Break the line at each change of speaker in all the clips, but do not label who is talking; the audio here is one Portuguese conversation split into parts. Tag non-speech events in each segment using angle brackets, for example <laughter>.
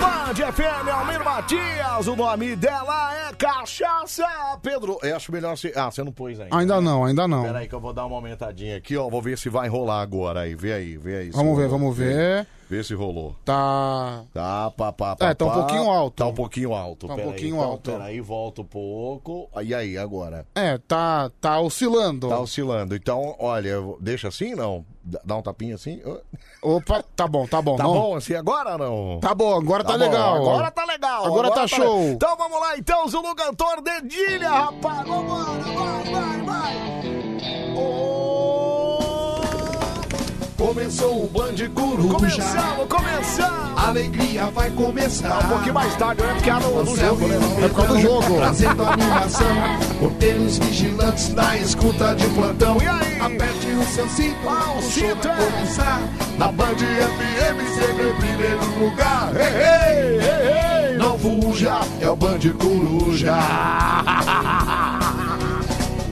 Band FM, Almir Matias, o nome dela é Cachaça Pedro. Eu acho melhor se. Ah, você não pôs ainda.
Ainda não, ainda não.
Peraí que eu vou dar uma aumentadinha aqui, ó. Vou ver se vai rolar agora aí. Vê aí, vê aí. se
Vamos ver,
rolou.
vamos ver.
Vê se rolou.
Tá.
Tá, pá, pá, pá,
É, tá um
pá.
pouquinho alto.
Tá um pouquinho alto.
Tá um
peraí.
pouquinho
Então,
alto.
Peraí, volta um pouco. Aí, aí, agora.
É, tá, tá oscilando.
Tá oscilando. Então, olha, eu- deixa assim, não? Dá- Dá um tapinha assim?
Opa, tá bom, tá bom.
Tá
não?
bom assim agora, não?
Tá bom, agora tá,
Tá bom,
legal.
agora tá legal.
Agora, tá, show.
le- Então vamos lá, então, Zulu Cantor Dedilha, rapaz. Vambora, vai, vai, vai. Oh.
Começou o Band Coruja.
Começamos, começamos.
Alegria vai começar.
Um pouquinho mais tarde, né? Porque era no, no jogo, né?
É Trazendo animação. Roteiros vigilantes da escuta de plantão.
E aí?
Aperte o seu cinto.
Ah, o
o
cinto,
show vai
é.
começar. Na Band FM, sempre em primeiro lugar.
Ei, ei, ei, ei.
Não fuja, é o Band Coruja. <laughs>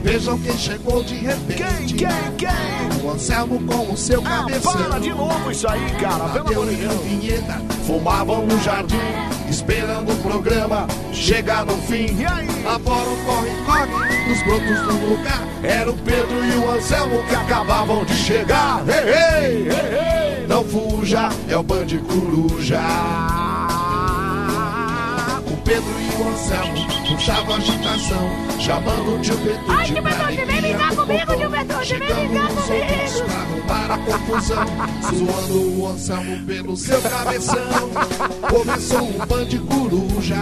Vejam quem chegou de repente.
Quem, quem, quem?
O Anselmo com o seu
Ah,
cabeção.
para de novo isso aí, cara. Pelo amor de Deus.
vinheta, fumavam no jardim, esperando o programa chegar no fim.
E aí?
Lá fora o corre-corre, dos brotos do lugar, era o Pedro e o Anselmo que acabavam de chegar. Ei, ei, ei, ei, não fuja, é o Band Coruja. O Pedro e o Anselmo puxavam a agitação, chamando o tio Pedro
Ai,
de
tio Pedro,
Maria.
vem brigar comigo, tio Pedro, vem
Chegando
brigar
nos outros
comigo.
pra roubar a confusão.
<laughs>
Zoando o Anselmo pelo seu cabeção. Começou o band coruja.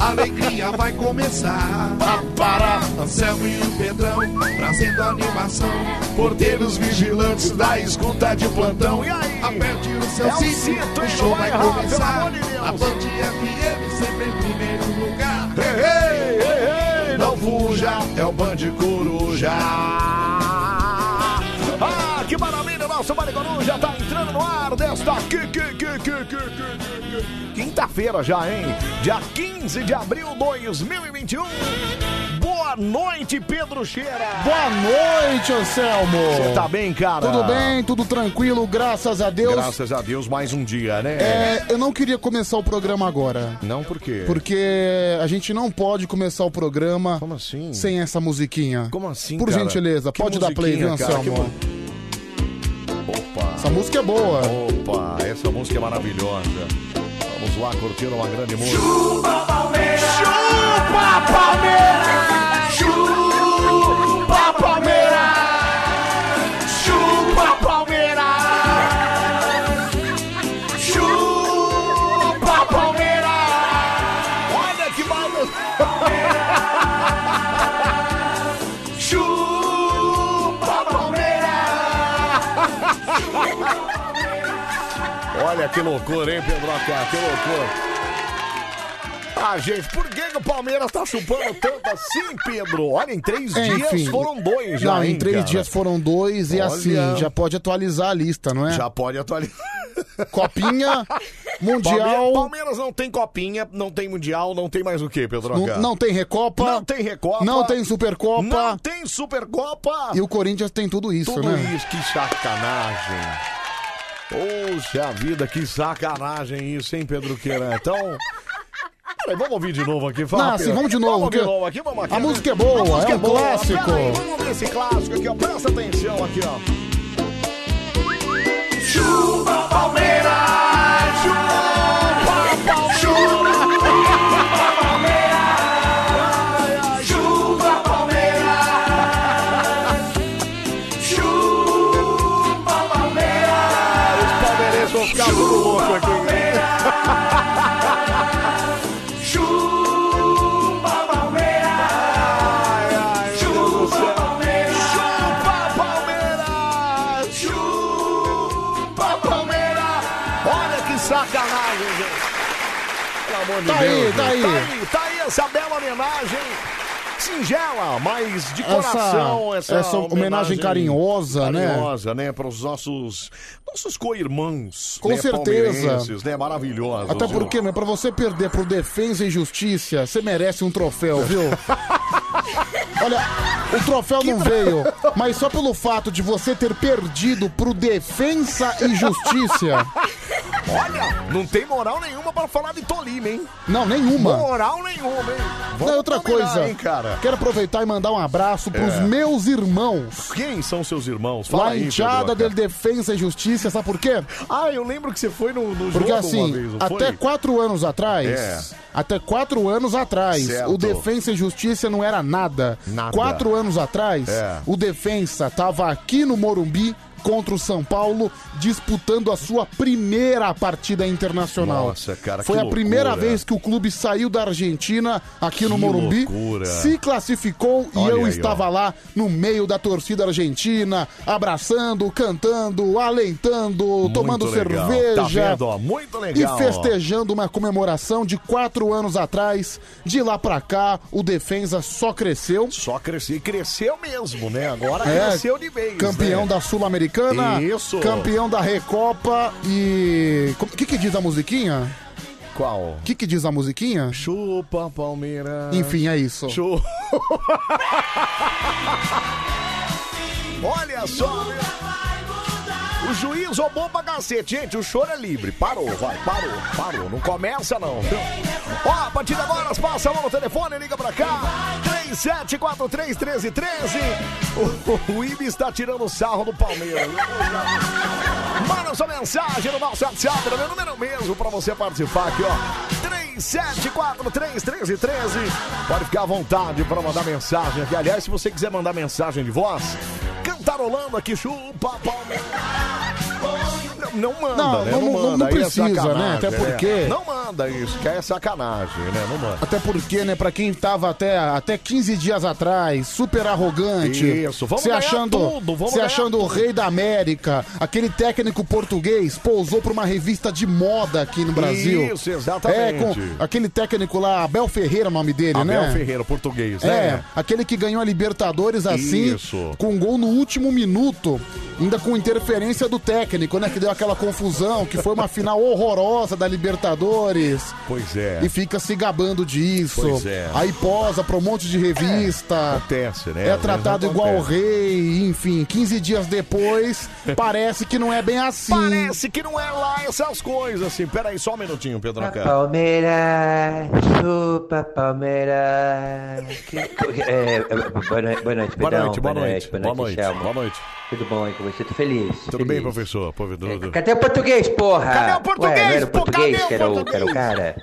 A alegria vai começar. Para Anselmo e o Pedrão, trazendo animação. Porteiros vigilantes da escuta de plantão.
E aí?
Aperte o seu
É o
cinto,
cinto,
o
hein?
show
Não
vai
vai errar, pelo
começar.
amor de Deus.
a Band FM sempre em primeiro lugar.
Ei, ei, ei.
Não fuja, é o Band
Tá
Coruja.
Ah, que maravilha, nosso Vale Coruja tá entrando no ar desta qui- qui- qui- qui- qui- qui- qui- quinta-feira já, hein? Dia 15 de abril de 2021. Boa noite, Pedro Cheira.
Boa noite, Anselmo.
Você tá bem, cara?
Tudo bem, tudo tranquilo, graças a Deus.
Graças a Deus, mais um dia, né?
É, eu não queria começar o programa agora.
Não, por quê?
Porque a gente não pode começar o programa
Como assim?
sem essa musiquinha.
Como assim,
Por
cara?
gentileza,
Que
pode dar play, viu,
musiquinha, cara?
Anselmo?
Que Opa.
Essa música é boa.
Opa, essa música é maravilhosa. Vamos lá curtir uma grande música. Chupa Palmeiras! Chupa Palmeiras! Chupa Palmeiras! Olha que maluco! Chupa Palmeiras! Olha que loucura, hein, Pedro Acá? Que loucura! Ah, gente, por que, que o Palmeiras tá chupando tanto assim, Pedro? Olha, em três dias foram dois já.
É, Não, em
hein,
três
cara?
dias foram dois e
Olha.
assim, já pode atualizar a lista, não é?
Já pode atualizar.
Copinha,
<laughs> Palmeiras,
um Mundial,
Palmeiras não tem copinha, não tem mundial, não tem mais o que, Pedro?
não, não tem Recopa,
não tem Recopa.
não tem Supercopa
Não tem Supercopa.
e o Corinthians tem tudo isso,
Tudo
né?
isso, que sacanagem. Poxa vida, que sacanagem isso, hein, Pedro Queira? Então. Peraí, vamos ouvir de novo aqui, fala.
Não,
Pedro.
assim, vamos de novo,
Vamos de
porque
novo aqui, vamos aqui.
a música é boa,
A música
é um
boa.
clássico.
Peraí, vamos ver esse clássico aqui, ó. Presta atenção aqui, ó. Chupa Palmeiras! Chupa Palmeiras! Chupa Palmeiras! Chupa Palmeiras! Os palmeirenses vão ficar muito loucos aqui. Ai, ai, meu Deus do céu. Chupa Palmeiras! Chupa Palmeiras! Olha que sacanagem, gente! Pelo amor de
Tá aí,
Deus!
tá aí.
gente. tá aí! Tá aí essa bela homenagem! Singela, mas de coração essa,
essa homenagem carinhosa, né?
Carinhosa, né? Para os nossos, nossos co-irmãos.
Com
né?
certeza.
Palmeirenses, Né? Maravilhosos.
Até
né? <laughs>
porque, meu, pra você perder por defesa e justiça, você merece um troféu, viu? Olha, o troféu não veio, mas só pelo fato de você ter perdido pro Defensa e Justiça.
Olha, não <laughs> tem moral nenhuma pra falar de Tolima, hein?
Não, nenhuma.
Moral nenhuma, hein?
Não, é outra
combinar,
coisa.
hein, cara?
Quero aproveitar e mandar um abraço pros
É.
meus irmãos.
Quem são seus irmãos? Fala
Lá
aí,
em Tiada
Pedroca.
de Defensa e Justiça, sabe por quê?
Ah, eu lembro que você foi no, no
Porque
jogo uma
assim,
vez, não
até
foi?
quatro anos atrás,
É.
até quatro anos atrás,
Certo.
o Defensa e Justiça não era nada.
Nada.
Quatro anos atrás,
É.
o Defensa tava aqui no Morumbi contra o São Paulo, disputando a sua primeira partida internacional.
Nossa, cara,
Foi
que
a primeira
loucura.
vez que o clube saiu da Argentina aqui no
Que
Morumbi,
loucura.
se classificou e
Olha
eu
aí,
estava lá no meio da torcida argentina, abraçando, cantando, alentando, tomando
legal.
cerveja.
Tá vendo, ó? Muito legal,
E festejando uma comemoração de quatro anos atrás. De lá pra cá, o Defensa só cresceu.
Só cresceu. E cresceu mesmo, né? Agora
É,
cresceu de vez.
Campeão
né?
da Sul-Americana.
Isso.
Campeão da Recopa e. O que, que diz a musiquinha?
Qual?
O que, que diz a musiquinha?
Chupa, Palmeiras.
Enfim, é isso.
Show. Olha só, né? O juiz roubou pra cacete. Gente, o choro é livre. Parou, vai, parou, parou. Não começa, não. viu? Ó, a partir de agora, passa a mão no telefone, liga pra cá. 37431313. O, o, o Ibe está tirando sarro do Palmeiras. Manda sua mensagem no nosso WhatsApp, no meu número mesmo, pra você participar aqui, ó. 37431313. Pode ficar à vontade pra mandar mensagem aqui. Aliás, se você quiser mandar mensagem de voz, cantarolando aqui, chupa, palmeira. Não manda,
Não,
né?
não- não-
manda.
não
aí é
precisa, né?
sacanagem,
Até
né?
porque-
Não manda isso, que aí é sacanagem, né? Não manda.
<laughs> Até porque, né, pra quem tava até, até 15 dias atrás, super arrogante.
Isso, vamos
se
ganhar
achando,
tudo, vamos
Se
ganhar
achando o rei da América, aquele técnico português pousou pra uma revista de moda aqui no Brasil.
Isso, exatamente.
É, com aquele técnico lá, Abel Ferreira é o nome dele, né?
Abel Ferreira, português,
É,
né?
aquele que ganhou a Libertadores assim,
Isso.
com um gol no último minuto, ainda com interferência do técnico, né? Que deu aquela confusão, que foi uma final horrorosa da Libertadores.
Pois é.
E fica se gabando disso.
Pois é.
Aí posa pra um monte de revista.
Acontece, né?
É,
Às vezes
tratado igual o
acontece.
rei, enfim, 15 dias depois, parece que não é bem assim.
Parece que não é lá essas coisas, assim. Pera aí, só um minutinho, Pedro Acá.
Palmeiras, chupa Palmeiras. Que- é, é, boa noite, boa noite,
Boa
perdão,
noite, boa noite.
boa
Boa noite,
Anselmo.
boa noite.
Tudo bom aí com você? Tô feliz.
Tudo
feliz. É,
bem, professor? Provedor.
Cadê o português, porra?
Cadê o português,
Ué, não era o
pô?
português,
Cadê o
que, era o, que era o
português?
cara?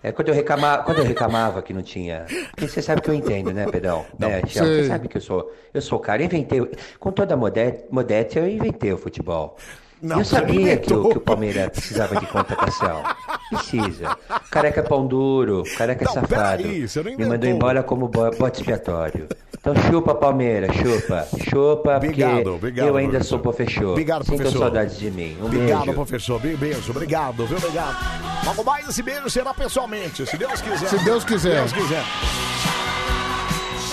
É, quando, eu reclamava, quando eu reclamava que não tinha. Porque você sabe que eu entendo, né, Pedrão? Né, Tião?
sei.
Você sabe que eu sou. Eu sou o cara, eu inventei. o- Com toda a modé- modéstia, eu inventei o futebol.
Não,
eu sabia que o,
inventou.
que o Palmeiras precisava de contratação. Precisa. Careca é pão duro, careca é
Não,
safado.
peraí, você não
Me mandou
inventou.
embora como bo- bote expiatório. Então chupa, Palmeiras, chupa. Chupa, porque
Obrigado, obrigado,
eu ainda
professor.
sou professor.
Obrigado,
Sintam
professor.
saudades de mim. Um
Obrigado,
beijo.
professor. Be- Beijo, obrigado, viu? Obrigado. Logo mais esse beijo será pessoalmente, se Deus quiser.
Se Deus quiser.
Se Deus quiser.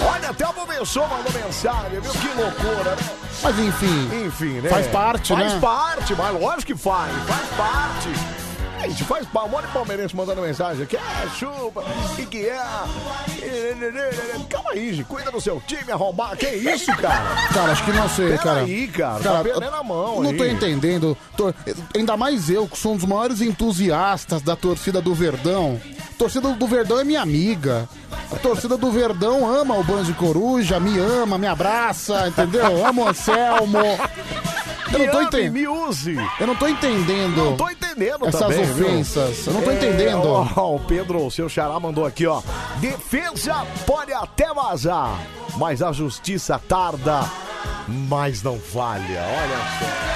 Olha, até o professor mandou mensagem, viu? Que loucura, né?
Mas enfim,
Enfim, né?
Faz parte,
faz
né?
Faz parte, mas lógico que faz. Faz parte. Gente, faz parte. Um monte de palmeirense mandando mensagem aqui. Ah, chupa. O que, que é? Calma aí, gente. Cuida do seu time, arrombar. Que isso, cara?
cara, acho que não sei,
Pera
cara.
aí, cara, tá perdendo a mão
Não
aí.
tô entendendo. Tô- Ainda mais eu, que sou um dos maiores entusiastas da torcida do Verdão. A torcida do Verdão é minha amiga. A torcida do Verdão ama o Band Coruja, me ama, me abraça, entendeu? Amo o
<laughs>
Anselmo. Eu não tô
Me ame,
entendendo.
Me use.
Eu não tô entendendo.
Não tô entendendo
Essas
também, viu? É,
ofensas, eu não tô entendendo.
Ó, o Pedro, o seu xará, mandou aqui, ó. Defesa pode até vazar, mas a justiça tarda, mas não falha. Olha só.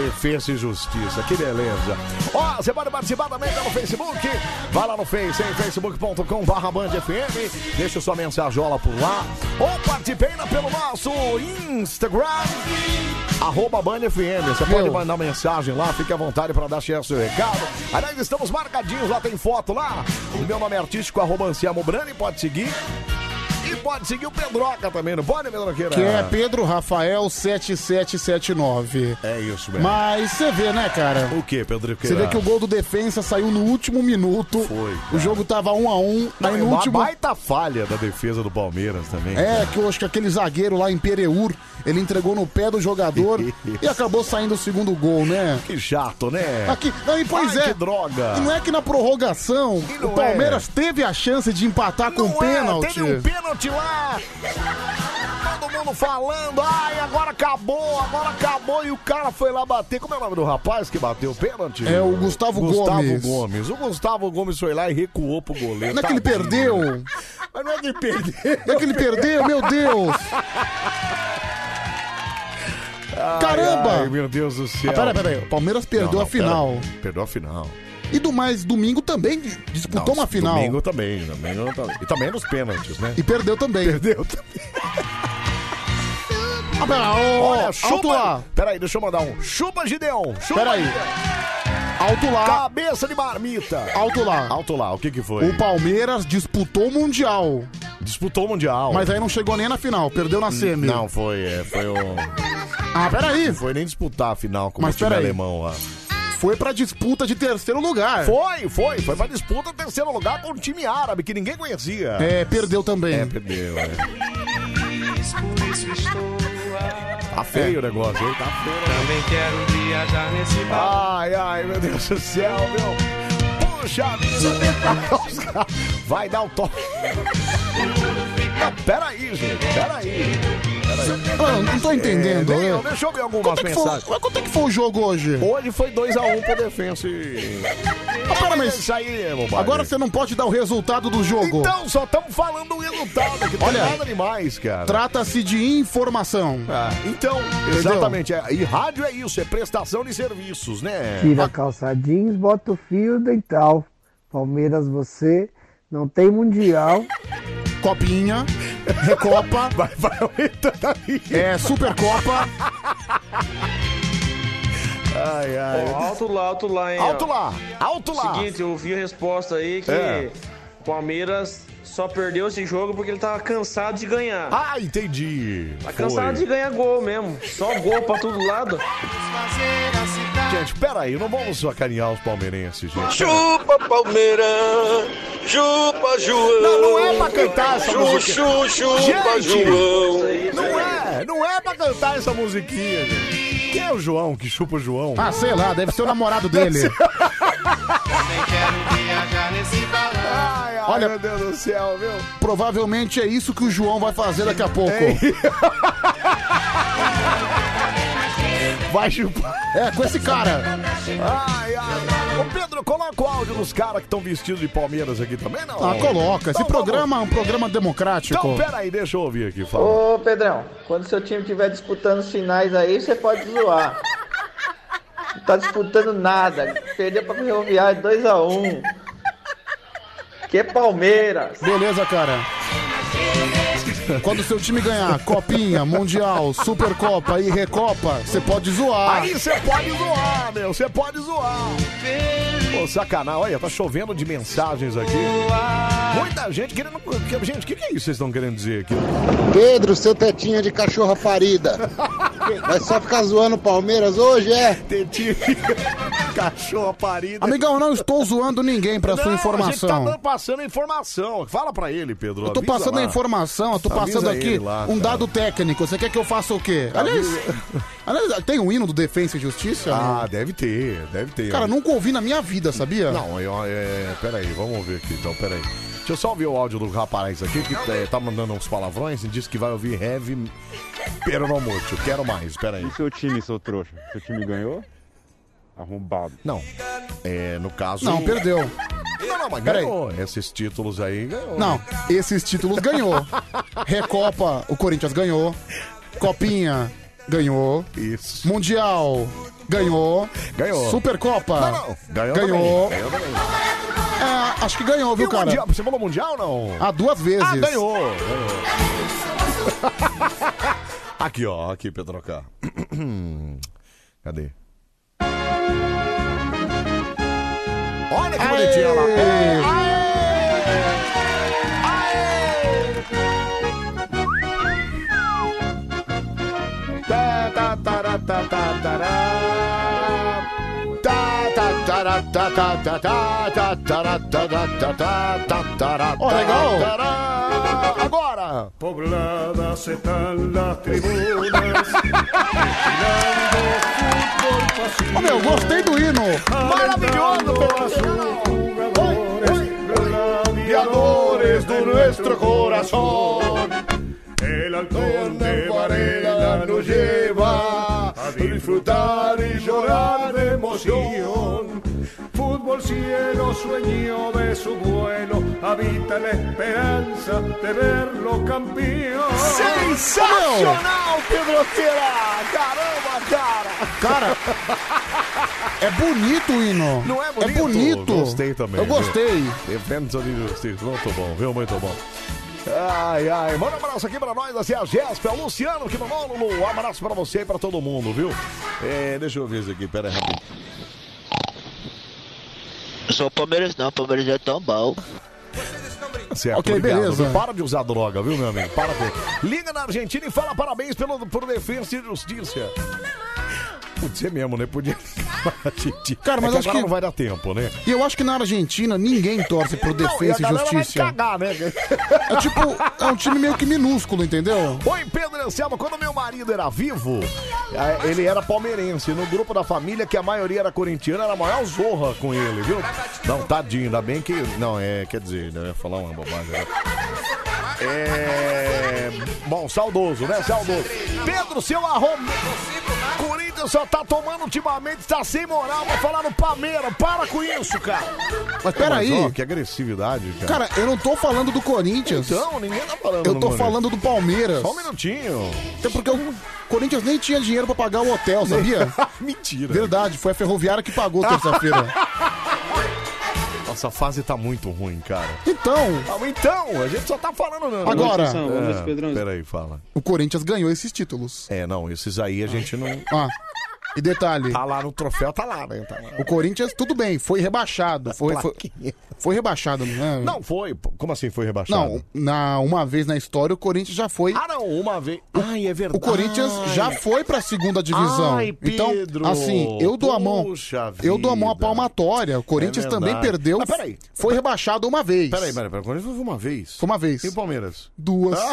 Defesa e Justiça, que beleza. Ó, você pode participar também tá no Facebook. Vai lá no Face, hein? facebook.com barra bandfm. Deixa sua mensajola por lá. Ou participe ainda pelo nosso Instagram. Arroba Band FM. Você pode
Meu.
mandar mensagem lá, fique à vontade para dar chance ao seu recado. Aliás, estamos marcadinhos, lá tem foto lá. O meu nome é artístico, arroba Anselmo Brani, pode seguir. E pode seguir o Pedroca também, não pode, Pedroqueira?
Que é Pedro Rafael 7779.
É isso mesmo.
Mas você vê, né, cara?
O que, é? Pedroqueira?
Você vê que o gol do defensa saiu no último minuto. Foi. O jogo tava um a um,
Não,
aí
é
no
uma
último.
baita falha da defesa do Palmeiras também.
É, que eu acho que aquele zagueiro lá em Pereur, ele entregou no pé do jogador e acabou saindo o segundo gol, né?
Que chato, né?
Aqui, não, e pois
Ai,
é.
que droga. é.
E não é que na prorrogação o Palmeiras teve a chance de empatar com o pênalti.
Teve um pênalti lá. Todo mundo falando, ai, agora acabou, agora acabou. E o cara foi lá bater. Como é o nome do rapaz que bateu o pênalti?
É o Gustavo Gomes.
Gustavo Gomes. O Gustavo Gomes foi lá e recuou pro goleiro.
Não é que ele
Tadinho.
perdeu?
Mas não é que ele perdeu.
Não é que ele perdeu, meu Deus.
Ai,
Caramba!
ai, meu Deus do céu.
Ah, peraí, peraí. O Palmeiras perdeu a final.
peraí. Perdeu a final.
E do mais, domingo também
Não,
disputou uma final.
Domingo também, domingo também. E também nos pênaltis, né?
E perdeu também.
Perdeu também.
Ah, pera, ô,
Olha,
alto
chupa.
lá.
Peraí, deixa eu mandar um. Chupa, Gideon. Chupa.
Peraí. Alto lá.
Cabeça de marmita.
Alto lá.
Alto lá, o que que foi?
O Palmeiras disputou o Mundial.
Disputou o Mundial.
Mas aí não chegou nem na final, perdeu na semi.
Não, foi, é, foi um...
Ah, peraí.
Não foi nem disputar Tá, a final com
Mas
o time
peraí.
alemão lá.
Foi pra disputa de terceiro lugar.
Foi, foi, foi pra disputa terceiro lugar com o time árabe, que ninguém conhecia.
É, perdeu também.
É, perdeu, é. Tá feio o negócio, hein? Tá feio.
Também quero viajar nesse barco.
Ai, ai, meu Deus do céu, meu. Puxa vida. <laughs> Vai dar o toque. Não, peraí, gente, peraí.
Mano, Ah, não tô entendendo.
É, nem
né?
eu, deixa eu ver algumas
quanto, é que foi,
mensagens.
mas quanto é que foi o jogo hoje?
Hoje foi 2x1 pro Defensa e...
Ah, pera, mas
Isso aí, é bobagem.
agora você não pode dar o resultado do jogo.
Então, só estamos falando do resultado, que
Olha.
Olha, nada demais, cara.
Trata-se de informação.
Ah, então, exatamente. é. e rádio é isso, é prestação de serviços, né?
Tira a calça jeans, bota o fio dental. Palmeiras, você não tem mundial.
Copinha, Recopa,
<laughs> Vai, vai aumentando aí.
é, Supercopa.
Ai, ai.
Alto lá, alto lá, hein? ó.
Alto lá, alto lá.
Seguinte, eu vi a resposta aí que
É.
o Palmeiras só perdeu esse jogo porque ele tava cansado de ganhar.
Ah, entendi.
Tá cansado de
Foi.
ganhar gol mesmo. Só gol pra todo lado.
Gente, peraí, não vamos sacanear os palmeirenses, gente.
Chupa Palmeirão, chupa João.
Não, não é pra cantar essa música.
Chuchu, chupa
Gente!
João.
Não é, não é pra cantar essa musiquinha, gente. Quem é o João que chupa o João?
Ah, sei lá, deve ser o namorado dele.
<laughs> Ai, ai,
Olha-
meu Deus do céu, viu?
Provavelmente é isso que o João vai fazer daqui a pouco.
É <laughs> Vai chupar.
É, com esse cara.
Ai, ai. Ô, Pedro, coloca o áudio dos caras que estão vestidos de Palmeiras aqui também, não?
Ah, coloca. Esse
Então, vamos-
programa é um programa
Então,
democrático.
peraí, deixa eu ouvir aqui, fala.
Ô Pedrão, quando seu time estiver disputando os finais aí, você pode zoar. Não tá disputando nada. Perdeu pra Ferroviária 2x1. Que é Palmeiras.
Beleza, cara. Quando seu time ganhar Copinha, Mundial, Supercopa e Recopa, você pode zoar.
Aí você é pode zoar, Ah, meu, você pode zoar. Pô, sacanagem, olha, tá chovendo de mensagens aqui. Muita gente querendo. que- Gente, o que, que é isso que vocês estão querendo dizer aqui?
Pedro, seu tetinha de cachorra parida. Vai só ficar zoando o Palmeiras hoje, é?
Tetinho, cachorro parido.
Amigão, não estou zoando ninguém pra sua
A gente tá
informação.
dando- passando a informação. Fala pra ele, Pedro.
Eu tô
avisa
passando
lá.
a informação, eu tô
Avisa
passando aqui
ele lá,
um
cara.
dado técnico. Você quer que eu faça o quê? Aliás, aliás, tem um hino do Defensa e Justiça?
Ah, deve ter, deve ter.
Cara, nunca ouvi na minha vida, sabia?
Não, eu, é, peraí, vamos ver aqui então, peraí. Deixa eu só ouvir o áudio do rapaz aqui que é, tá mandando uns palavrões e disse que vai ouvir heavy peronomútil. Quero mais, peraí.
E seu time, seu trouxa? Seu time ganhou? Arrombado.
Não, é, no caso.
Não, perdeu.
Não, não, mas
Peraí.
ganhou. Esses títulos aí né? ganhou.
Não, esses títulos ganhou. Recopa, o Corinthians ganhou. Copinha, ganhou.
Isso.
Mundial, ganhou.
Ganhou.
Supercopa,
Não, não. Ganhou.
ganhou.
Também. Ganhou também.
É, acho que ganhou,
E
viu,
o
cara?
mundial? Você falou mundial ou não?
Ah, duas vezes.
Ah, ganhou. ganhou. aqui, ó. Aqui, Pedroca. <clears throat> Cadê? Olha que bonitinha lá.
Aê!
Aê! Aê! tá, tá, tará. Tá, tá, tará, tá, tá, tá, tá, tá, tará, tá, tá, tá, tá, tá, tará,
Ó, legal.
tará. Agora!
Pobladas están las tribunas.
Ô meu, gostei do hino.
Maravilhoso,
gladiadores de nuestro corazón. El halcón de Varela nos lleva a disfrutar y llorar de emoción. Fútbol cielo, sueño de su vuelo, habita la esperanza de verlo campeón.
Sensacional, Pedro Teira! Caramba, cara!
Cara, é bonito o hino.
Não é bonito?
É bonito.
Gostei também.
Eu gostei.
Defensa de justiça. Muito bom, viu? Muito bom. Ai, ai. Manda um abraço aqui pra nós, assim, a Gespa, o Luciano, que mandou Lulu. Um abraço pra você e pra todo mundo, viu? É, deixa eu ver isso aqui, pera aí rapidinho.
Sou palmeirense não, Palmeiras é tão bom.
Certo,
Ok, beleza.
é viu? Para de usar droga, viu, meu amigo? Para de... Liga na Argentina e fala parabéns pelo, por defesa e justiça. Putz, você mesmo, né? Podia ligar pra Argentina.
Cara, mas
é que
acho
agora
que-
não vai dar tempo, né?
E eu acho que na Argentina ninguém torce pro Defesa
e a
e
galera vai
Justiça.
cagar, né?
É tipo, é um time meio que minúsculo, entendeu?
Oi, Pedro Anselmo, quando meu marido era vivo, eh, ele era palmeirense. No grupo da família, que a maioria era corintiana, era a maior zorra com ele, viu? Não, tadinho, ainda bem que. Não, é, quer dizer, né, eu ia falar uma bobagem. né? É. Bom, saudoso, né? Saudoso. Pedro, seu arrombado. Corinthians só tá tomando ultimamente, tá sem moral. Vai falar no Palmeiras, para com isso, cara.
Mas peraí.
ó, que agressividade, cara.
Cara, é eu não tô falando do Corinthians.
Então, ninguém tá falando
Eu
no
tô
Corinthians.
falando do Palmeiras.
Só um minutinho.
Até porque o Corinthians nem tinha dinheiro pra pagar o hotel, sabia?
<laughs> Mentira.
Verdade, foi a Ferroviária que pagou terça-feira.
<laughs> Nossa, a fase tá muito ruim, cara.
Então,
Ah, Então, a gente só tá falando. Não,
Agora.
É, peraí, fala.
o Corinthians ganhou esses títulos.
É, não, esses aí a gente não.
<laughs> Ah, e detalhe.
Tá lá no troféu, tá lá, né? Tá lá.
O Corinthians, tudo bem, foi rebaixado. Foi, foi, foi rebaixado, né?
Não foi. pô. Como assim foi rebaixado?
Não, na, uma vez na história o Corinthians já foi.
Ah, não, uma vez. Ai, é verdade.
O Corinthians já foi pra segunda divisão.
Ai, Pedro,
então, assim, eu dou a mão.
puxa
Eu dou a mão à
vida.
palmatória. O Corinthians
É
também
verdade.
perdeu.
Mas peraí.
Foi rebaixado uma vez.
Peraí, peraí, peraí. O Corinthians foi uma vez.
Foi uma vez.
E o Palmeiras?
Duas.
Ah.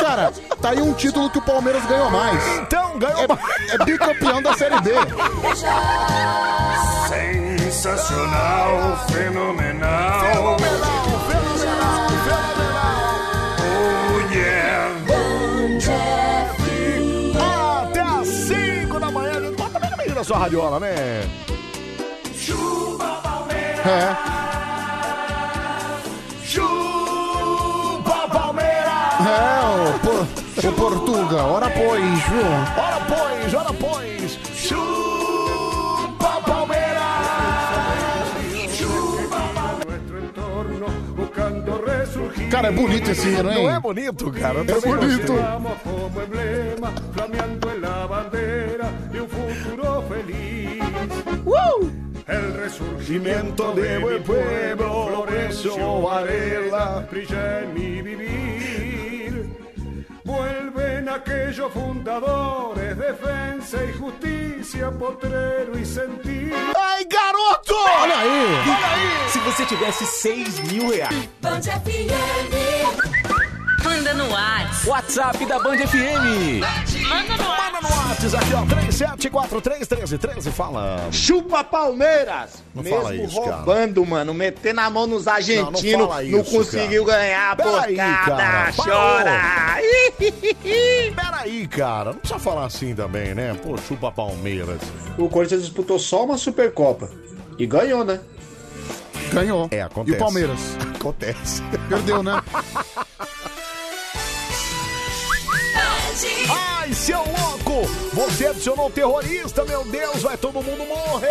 Cara, tá aí um título que o Palmeiras ganhou mais.
Então, ganhou
mais. É bicampeão da Série
<laughs>
B.
Sensacional, fenomenal.
Oh,
Fenomenal, fenomenal, fenomenal. Oh yeah.
Até às 5 da manhã. gente. Bota bem no meio da sua radiola, né?
É.
Chupa Palmeiras!
É, o, por, o Portuga, ora pois, viu?
Ora pois, ora pois. Chupa Palmeiras!
Cara, é bonito esse hino, hein?
Não é bonito, cara? Eu
É
também gostei.
bonito.
Vamos como emblema, flameando en la bandera de un futuro feliz. El resurgimiento de mi pueblo, Florencio Varela, brilla en mi vivir. Vuelven aquellos fundadores, defensa y justicia, potrero y sentir.
¡Ay, garoto!
¡Hola ahí!
Se você tivesse 6 mil reais.
Band FM. Manda no ar.
WhatsApp da Band FM.
Manda no ar.
Whats aqui, ó, 37431313, fala.
Chupa Palmeiras!
Não
Mesmo
fala isso, cara.
roubando, mano, metendo a mão nos argentinos,
Não,
não,
não fala isso,
conseguiu
cara.
ganhar a
Peraí, cara,
porcada! Chora!
parou. Peraí, cara, não precisa falar assim também, né? Pô, chupa Palmeiras.
O Corinthians disputou só uma Supercopa. E ganhou, né?
Ganhou.
É, acontece.
E o Palmeiras?
Acontece.
Perdeu, né?
Ai, seu louco! Você adicionou terrorista, meu Deus, vai todo mundo morrer!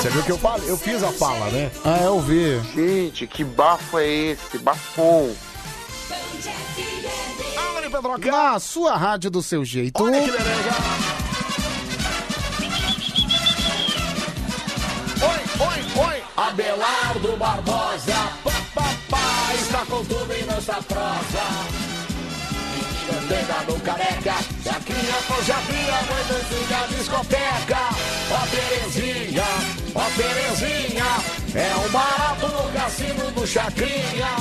Você viu que eu falei? Eu fiz a fala, né?
Ah, eu vi.
Gente, que bafo é esse? Bafou.
Na sua rádio do seu jeito.
Oi, oi, oi! Abelardo Barbosa, papapá, está com tudo e não está prosa. pedalou careca. Daqui a pouco já vi a mãe dançando na discoteca. Ó Terezinha, ó Terezinha, é o barato no cassino do Chacrinha.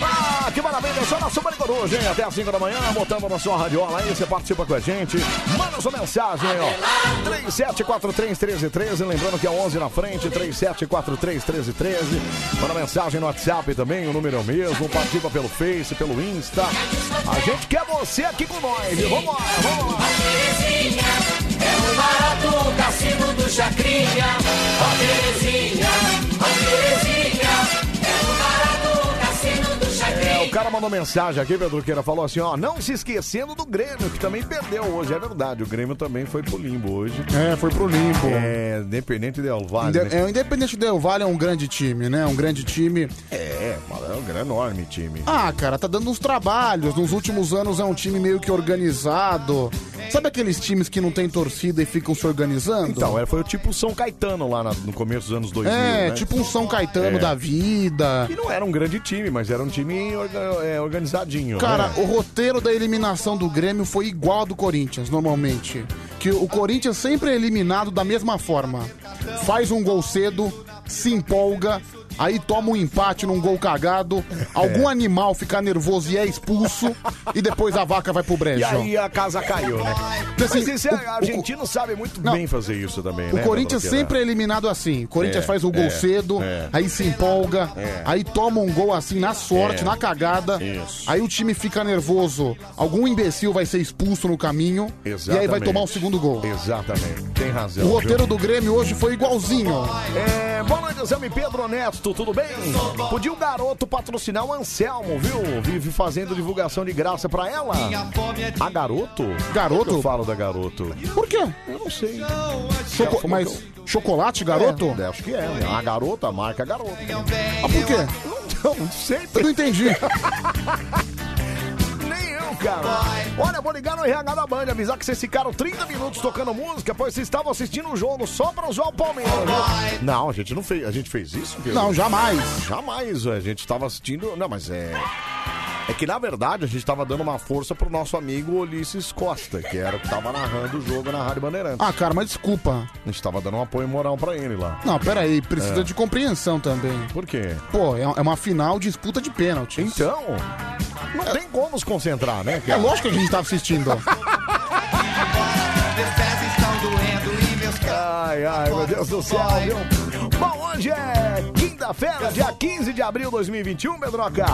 Ah, que maravilha, só na Super Coruja, hein? Até as 5 da manhã, botando na sua radiola aí, você participa com a gente. Manda sua mensagem, ó. 37431313, lembrando que é 11 na frente, 37431313. Manda mensagem no WhatsApp também, o número é o mesmo. Participa pelo Face, pelo Insta. A gente quer você aqui com nós. Vamos lá, vamos lá.
É o barato cassino do Chacrinha. Ó Terezinha, ó Terezinha. É o barato cassino do
É,
Chacrinha.
o cara mandou mensagem aqui, Pedro Queira, falou assim, ó, não se esquecendo do Grêmio, que também perdeu hoje, é verdade, o Grêmio também foi pro limbo hoje.
É, foi pro limbo.
É, independente de né? Alvaro,
Inde- É, o Independente Del Vale é um grande time, né? Um grande time.
É, mano, é um gran- enorme time.
Ah, cara, tá dando uns trabalhos. Nos últimos anos é um time meio que organizado. Sabe aqueles times que não tem torcida e ficam se organizando?
Então, é, foi o tipo São Caetano lá na- no começo dos anos 2000,
É,
né?
tipo um São Caetano
É.
da vida.
E não era um grande time, mas era um time orga- é, organizadinho,
Cara,
né?
o roteiro da eliminação do Grêmio foi igual ao do Corinthians, normalmente. Que o Corinthians sempre é eliminado da mesma forma. Faz um gol cedo, se empolga, aí toma um empate num gol cagado,
É.
algum animal fica nervoso e é expulso, e depois a vaca vai pro brejo.
E aí a casa caiu, né?
Assim,
mas esse
o-
o, argentino sabe É muito bem fazer isso também,
O
né?
Corinthians
Pedro Queira?
sempre é eliminado assim. O Corinthians
É,
faz o gol
é,
cedo,
é.
aí se empolga,
É.
aí toma um gol assim na sorte,
É.
na cagada. Aí o time fica nervoso. Algum imbecil vai ser expulso no caminho. E aí vai
Exatamente.
tomar o segundo gol.
Exatamente, tem razão.
O roteiro
viu?
do Grêmio hoje foi igualzinho.
É, boa noite, exame Pedro Honesto, tudo bem? Podia o garoto patrocinar o Anselmo, viu? Vive fazendo divulgação de graça pra ela. A garoto?
Garoto?
Por que Eu falo da garoto.
Por quê?
Eu não sei.
Choco- mas chocolate, garoto?
É, acho que é, né? A garota, a marca garoto.
Ah, por quê?
Não, não sei.
Eu não entendi.
<laughs> Nem eu, cara. Olha, vou ligar no RH da Band, avisar que vocês ficaram 30 minutos tocando música, pois vocês estavam assistindo o jogo só pra usar o Palmeiras. viu? Não, a gente não fez. A gente fez isso, Pedro?
Não, jamais.
Jamais. A gente tava assistindo. Não, mas é. É que na verdade a gente tava dando uma força pro nosso amigo Ulisses Costa, que era o que tava narrando o jogo na Rádio Bandeirantes.
Ah, cara, mas desculpa.
A gente tava dando um apoio moral pra ele lá.
Não, peraí, precisa
É.
de compreensão também.
Por quê?
Pô, é é uma final de disputa de pênaltis.
Então, não tem como nos concentrar, né?
É lógico que a gente tava assistindo.
Ai, ai, meu Deus do céu, viu? Bom, hoje é quinta-feira, dia 15 de abril de 2021, Pedroca.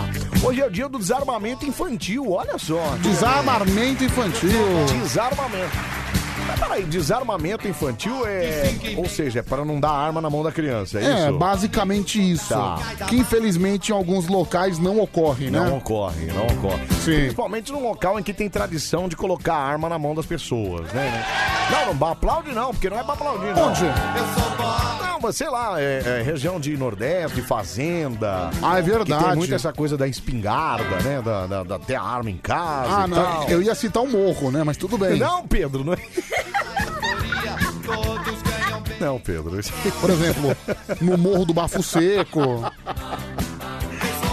Hoje é o dia do desarmamento infantil, olha só.
Desarmamento infantil.
Desarmamento. Mas peraí, desarmamento infantil é. Ou seja, é para não dar arma na mão da criança, é,
É,
isso?
basicamente isso.
Tá.
Que infelizmente em alguns locais não ocorre, né?
Não ocorre, não ocorre. Principalmente num local em que tem tradição de colocar a arma na mão das pessoas, né? Não, não aplaude não, porque não é pra aplaudir, não.
Onde?
Não, mas sei lá, é, é região de Nordeste, Fazenda.
Ah, é verdade.
Que tem muito essa coisa da espingarda, né? Da, da, da ter a arma em casa
Ah,
e
não.
tal.
Eu ia citar um morro, né? Mas tudo bem.
Então. Não, Pedro, não é... Não, Pedro.
Por exemplo, no Morro do Bafo Seco.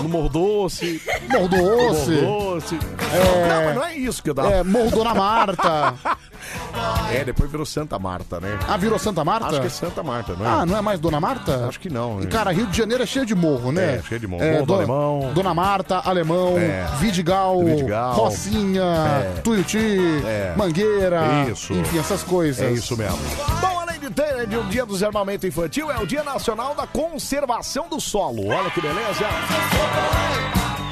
No Morro Doce.
Morro Doce.
Morro Doce.
É.
Não, mas não é isso que eu tava...
É, Morro Dona Marta.
<laughs> É, depois virou Santa Marta, né?
Ah, virou Santa Marta?
Acho que é Santa Marta, não é?
Ah, não é mais Dona Marta?
Acho que não.
E,
né?
cara, Rio de Janeiro é cheio de morro, né?
É, cheio de morro. Morro do
Dona-
Alemão.
Dona Marta, Alemão,
É.
Vidigal,
Vidigal.
Rocinha,
É.
Tuiuti,
É.
Mangueira.
Isso.
Enfim, essas coisas.
É isso mesmo. Bom, além de ter de um dia do desarmamento infantil, é o Dia Nacional da Conservação do Solo. Olha que beleza.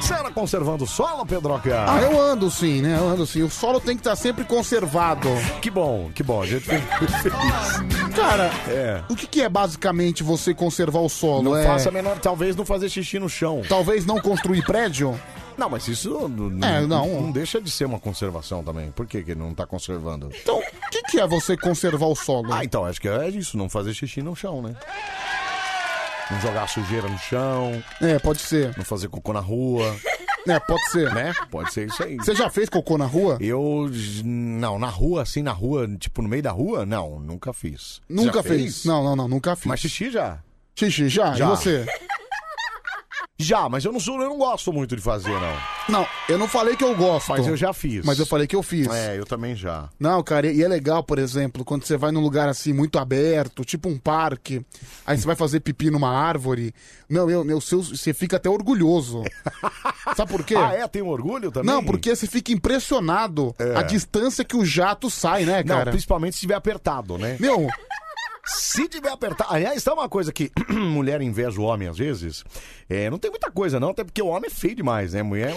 Você era conservando o solo, Pedroca?
Ah, eu ando sim, né? Eu ando sim. O solo tem que estar sempre conservado.
Que bom, que bom. A gente fica muito feliz.
Cara,
<laughs> É.
o que, que é basicamente você conservar o solo?
Não
é...
faça a menor... Talvez não fazer xixi no chão.
Talvez não construir
<laughs>
prédio?
Não, mas isso não,
É, não.
não deixa de ser uma conservação também. Por que, que não tá conservando?
Então, o que, que é você conservar o solo?
Ah, então, acho que é isso. Não fazer xixi no chão, né? Não jogar sujeira no chão.
É, pode ser.
Não fazer cocô na rua.
É, pode ser.
Né? Pode ser isso aí.
Você já fez cocô na rua?
Eu. j- Não, na rua, assim, na rua, tipo, no meio da rua, não, nunca fiz. Você
Nunca Ah,
já
fez? Não, não, não, nunca fiz.
Mas xixi já?
Xixi, já?
Já.
E você?
Já, mas eu não sou, eu não gosto muito de fazer, não.
Não, eu não falei que eu gosto.
Mas eu já fiz.
Mas eu falei que eu fiz.
É, eu também já.
Não, cara, e é legal, por exemplo, quando você vai num lugar assim muito aberto, tipo um parque, aí você vai fazer pipi numa árvore. Não, eu, meu, seu, você fica até
<laughs>
orgulhoso. Sabe por quê?
Ah, é? Tem orgulho também?
Não, porque você fica impressionado
É.
a distância que o jato sai, né,
Não,
cara?
principalmente se tiver apertado, né?
Meu,
Se tiver apertado. Aliás, tá uma coisa que <clears throat> mulher inveja o homem às vezes. É, não tem muita coisa, não, até porque o homem é feio demais, né? Mulher.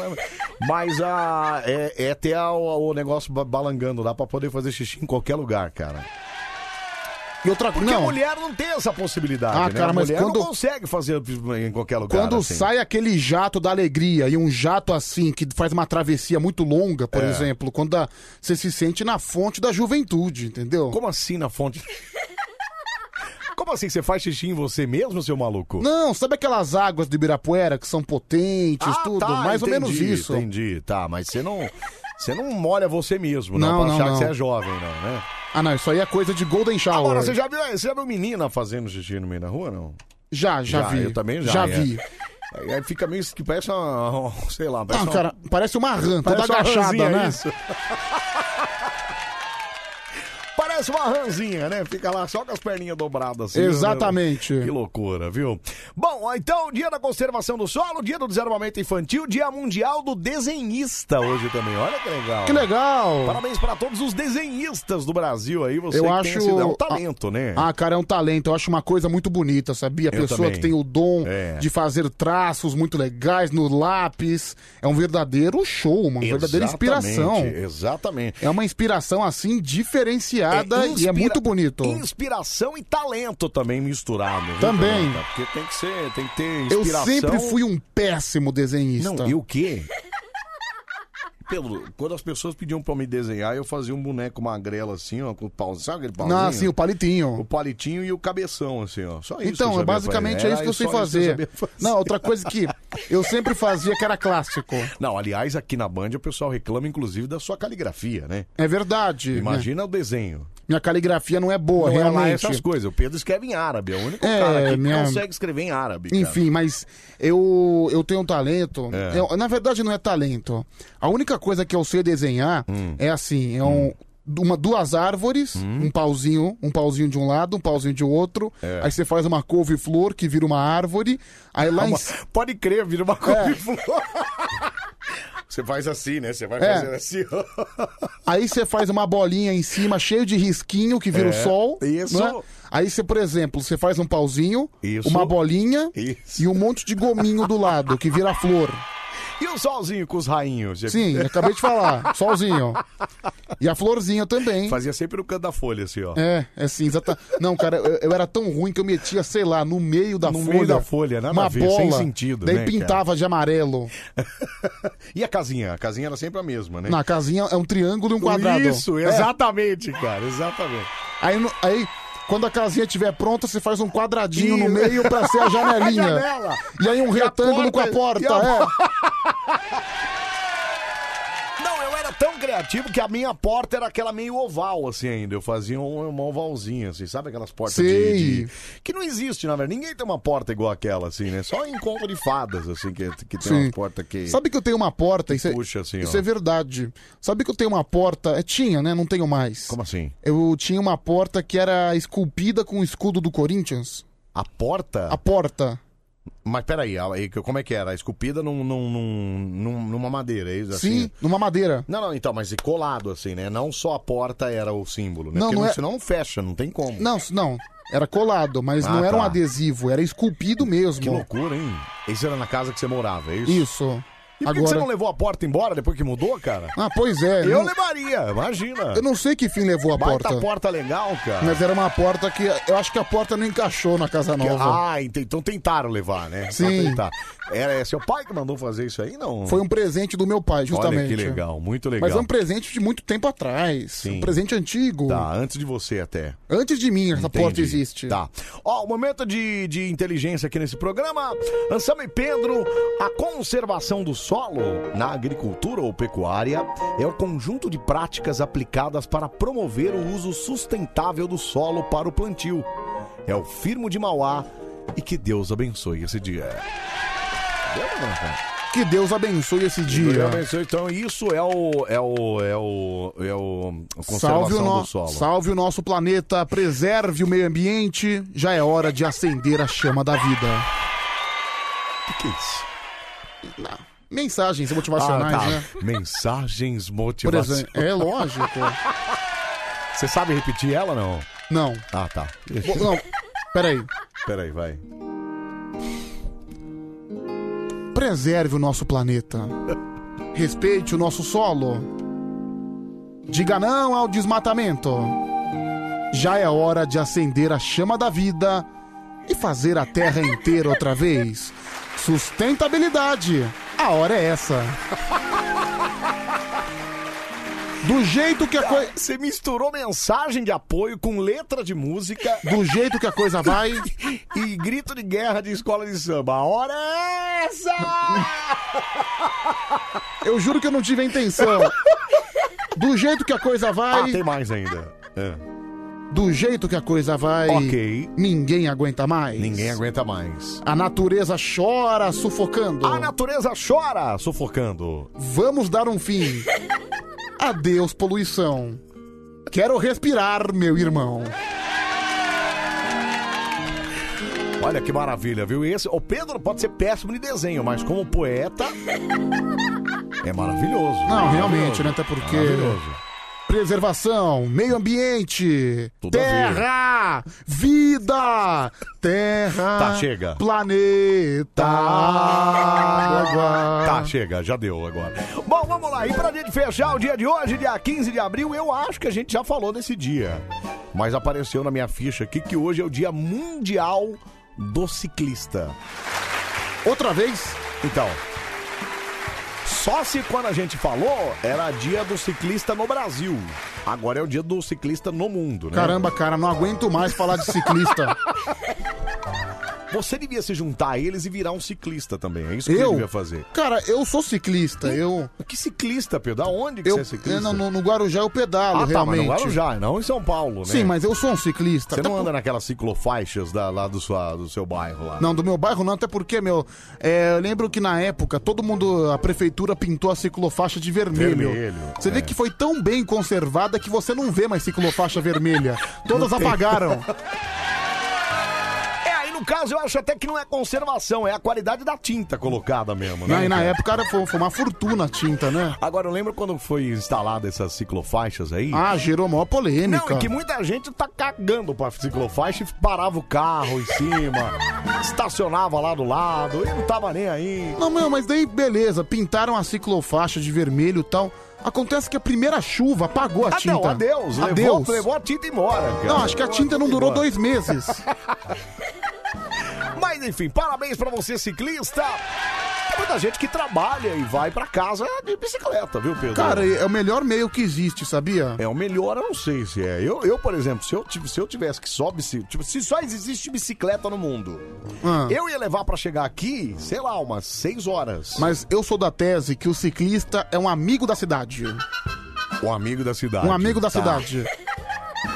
Mas a, é, é ter a- o, o negócio ba- balangando lá pra poder fazer xixi em qualquer lugar, cara.
E outra
Porque
não.
mulher não tem essa possibilidade.
Ah,
né?
cara,
a
mas
mulher
quando-
não consegue fazer em qualquer lugar.
Quando
assim.
sai aquele jato da alegria e um jato assim que faz uma travessia muito longa, por
É.
exemplo, quando a- você se sente na fonte da juventude, entendeu?
Como assim na fonte? Como assim? Você faz xixi em você mesmo, seu
<laughs>
maluco?
Não, sabe aquelas águas do Ibirapuera que são potentes, tudo,
tá,
mais ou menos
entendi,
isso.
Entendi, tá, mas você não. Você não molha você mesmo, não,
Não,
pra
não,
achar
não.
que você é jovem, não, né?
Ah, não, isso aí é coisa de Golden Shower.
Agora, você já viu, você já viu menina fazendo xixi no meio da rua, não?
Já, já vi.
Eu também já.
Já
é.
vi.
Aí fica meio que parece uma. <laughs> Sei lá, parece
Não,
uma-
cara, parece uma rã, toda
Parece uma
agachada,
rãzinha,
né?
isso. <laughs> Parece uma ranzinha, né? Fica lá só com as perninhas dobradas. assim, né?
Exatamente.
Que loucura, viu? Bom, então, dia da conservação do solo, dia do desarmamento infantil, dia mundial do desenhista hoje também. Olha que legal.
Que legal.
Parabéns para todos os desenhistas do Brasil aí. Você
Eu
que
acho.
tem esse, é um talento,
ah,
né?
Ah, cara, é um talento. Eu acho uma coisa muito bonita, sabia? A
Eu
pessoa
também.
que tem o dom
É.
de fazer traços muito legais no lápis. É um verdadeiro show, uma verdadeira inspiração.
Exatamente, Exatamente.
É uma inspiração assim diferenciada e é
inspira-
muito bonito.
Inspiração e talento também misturado. viu,
Também.
Fernanda? Porque tem que ser, tem que ter
Eu
inspiração.
sempre fui um péssimo desenhista.
Não, e o quê? Pedro, quando as pessoas pediam pra me desenhar, eu fazia um boneco magrelo assim, ó, com o pauzinho. Sabe aquele pauzinho?
Não, assim, o palitinho.
O palitinho e o cabeção, assim, ó. Só isso. que eu
Então, é
sabia
basicamente
fazer.
é isso que
Era
eu sei
só
fazer.
sabia fazer.
Não, outra coisa que eu sempre fazia que era clássico.
<laughs> Não, aliás, aqui na Band o pessoal reclama, inclusive, da sua caligrafia, né?
É verdade.
Imagina o desenho.
Minha, minha caligrafia não é boa,
Não é lá
realmente.
essas coisas. O Pedro escreve em árabe, é o único
É,
cara aqui
minha-
que consegue escrever em árabe. cara.
Enfim, mas eu, eu tenho um talento.
É.
Eu- na verdade, não é talento. A única coisa que eu sei desenhar
Hum.
é assim: é um, uma, duas árvores, um pauzinho, um pauzinho de um lado, um pauzinho de outro.
É.
Aí você faz uma couve-flor que vira uma árvore. Aí lá em
Ah, Uma-
c-
Pode crer, vira uma
É.
couve-flor. Você faz assim, né? Você vai
É.
fazendo assim, ó.
Aí você faz uma bolinha em cima, cheio de risquinho, que vira
É,
o sol.
isso.
né? Aí você, por exemplo, você faz um pauzinho,
Isso.
uma bolinha
Isso.
e um monte de gominho do lado, que vira flor.
E o solzinho com os rainhos?
Sim, eu acabei de
<laughs>
falar. Solzinho. E a florzinha também.
Fazia sempre no canto da folha, assim, ó.
É, é sim, exata. Não, cara, eu, eu era tão ruim que eu metia, sei lá, no meio da
No
folha.
meio da folha, nada
uma
a ver,
bola,
sem sentido,
Daí
né,
pintava de amarelo.
E a casinha? A casinha era sempre a mesma, né?
Na casinha é um triângulo e um quadrado.
Isso,
É.
exatamente, cara, exatamente.
Aí, no- aí, quando a casinha estiver pronta, você faz um quadradinho no
Isso.
meio pra
<laughs>
ser a janelinha.
A janela.
E aí um retângulo
porta,
com a
e a
porta, é. <laughs>
Não, eu era tão criativo que a minha porta era aquela meio oval, assim, ainda. Eu fazia um- uma ovalzinha, assim, sabe aquelas portas
Sei.
de, de- Que não existe, na verdade. Ninguém tem uma porta igual aquela, assim, né? Só em conto de fadas, assim, que, que tem
Sim.
uma porta que...
é. Sabe que eu tenho uma porta, isso, é,
Puxa, assim,
isso
ó.
é verdade. Sabe que eu tenho uma porta, é, tinha, né? Não tenho mais.
Como assim?
Eu tinha uma porta que era esculpida com o escudo do Corinthians.
A porta?
A porta.
Mas peraí, a- e- como é que era? Esculpida num, num- num- num- numa madeira, é isso?
Sim,
Assim?
numa madeira.
Não, não, então, mas e colado, assim, né? Não só a porta era o símbolo, né?
Não,
Porque
não é-
senão não fecha, não tem como.
Não, não. Era colado, mas
Ah,
não era um
tá.
adesivo, era esculpido mesmo.
Que loucura, hein? Isso era na casa que você morava, é isso?
Isso.
E por que que
Agora...
você não levou a porta embora depois que mudou, cara?
Ah, pois é.
Eu
não-
levaria, imagina.
Eu não sei que fim levou a
Baita
porta.
porta legal, cara.
Mas era uma porta que. Eu acho que a porta não encaixou na casa
Que-
nova.
Ah, ent- então tentaram levar, né? Só
Sim.
tentar. Era é seu pai que mandou fazer isso aí, não?
Foi um presente do meu pai, justamente.
Olha que legal, muito legal.
Mas é um presente de muito tempo atrás. Um presente antigo.
Tá, antes de você até.
Antes de mim, essa porta
Entendi.
existe.
Tá. Ó, o momento de, de inteligência aqui nesse programa. Anselmo e Pedro, a conservação do solo na agricultura ou pecuária é o conjunto de práticas aplicadas para promover o uso sustentável do solo para o plantio. É o firmo de Mauá e que Deus abençoe esse dia.
Que Deus abençoe esse dia.
Então, isso é o. É o. É o. É o. a Conservação
Salve o, no-
do solo.
salve o nosso planeta, preserve o meio ambiente. Já é hora de acender a chama da vida.
O que, que é isso?
Mensagens motivacionais,
Ah, tá.
né?
Mensagens
Por
motivacionais.
exemplo, é
<laughs>
lógico.
Você sabe repetir ela não?
Não.
Ah, tá.
Bo- Não, peraí.
Peraí, vai.
Preserve o nosso planeta. Respeite o nosso solo. Diga não ao desmatamento. Já é hora de acender a chama da vida e fazer a terra inteira outra vez. Sustentabilidade. A hora é essa. Do jeito que a coisa.
Ah, Você misturou mensagem de apoio com letra de música.
Do jeito que a coisa vai.
<laughs> e grito de guerra de escola de samba. A hora é essa!
Eu juro que eu não tive a intenção. Do jeito que a coisa vai.
Ah, tem mais ainda. É.
Do jeito que a coisa vai. Ninguém aguenta mais.
Ninguém aguenta mais.
A natureza chora sufocando.
A natureza chora sufocando.
Vamos dar um fim. Adeus, poluição. Quero respirar, meu irmão.
Olha que maravilha, viu? Esse, o Pedro pode ser péssimo de desenho, mas como poeta é maravilhoso.
Não,
Maravilhoso.
realmente, né? Até porque.
Maravilhoso.
Preservação, meio ambiente, terra, vida, terra,
Tá, chega.
planeta, Ah, água.
Tá, chega, já deu agora. Bom, vamos lá. E pra gente fechar o dia de hoje, dia 15 de abril, eu acho que a gente já falou desse dia. Mas apareceu na minha ficha aqui que hoje é o dia mundial do ciclista.
Outra vez?
Então. Só se quando a gente falou era dia do ciclista no Brasil. Agora é o dia do ciclista no mundo, né?
Caramba, cara, não aguento mais falar de
<laughs>
ciclista.
Você devia se juntar a eles e virar um ciclista também. É isso que
Eu?
eu devia fazer.
Cara, eu sou ciclista, eu...
Que ciclista, Pedro? Aonde que
eu,
você é ciclista?
eu não- no, no Guarujá eu pedalo,
Ah, tá, mas no
realmente.
Guarujá, não em São Paulo, né?
Sim, mas eu sou um ciclista.
Você
Até
não
por-
anda naquelas ciclofaixas da- lá do, sua- do seu bairro lá?
Não, do meu bairro não, até porque, meu... é, eu lembro que na época, todo mundo... A prefeitura pintou a ciclofaixa de vermelho.
Vermelho,
você
é.
vê que foi tão bem conservada que você não vê mais ciclofaixa
<laughs>
vermelha. Todas
Não tem.
apagaram.
É, aí no caso eu acho até que não é conservação, é a qualidade da tinta colocada mesmo, né?
Na, e na
cara?
época era, foi, um foi uma fortuna a tinta, né?
Agora, eu lembro quando foi instalada essas ciclofaixas aí.
Ah, gerou maior polêmica.
Não, e que muita gente tá cagando pra ciclofaixa e parava o carro em cima, <laughs> estacionava lá do lado, e não tava nem aí.
Não, meu, mas daí beleza, pintaram a ciclofaixa de vermelho e tal. Acontece que a primeira chuva apagou a
Ah,
tinta.
não, adeus,
Adeus.
Levou, levou a tinta embora. Cara.
Não, acho que a
Levou
tinta não durou
embora.
dois meses.
<laughs> Mas enfim, parabéns pra você, ciclista. Tem muita gente que trabalha e vai pra casa de bicicleta, viu, Pedro?
Cara, é o melhor meio que existe, sabia?
É o melhor, eu não sei se é. Eu, eu por exemplo, se eu, tiv- se eu tivesse que só bicicleta. Tipo, se só existe bicicleta no mundo,
Ah.
eu ia levar pra chegar aqui, sei lá, umas seis horas.
Mas eu sou da tese que o ciclista é um amigo da cidade.
O amigo da cidade.
Um amigo da
Tá.
cidade.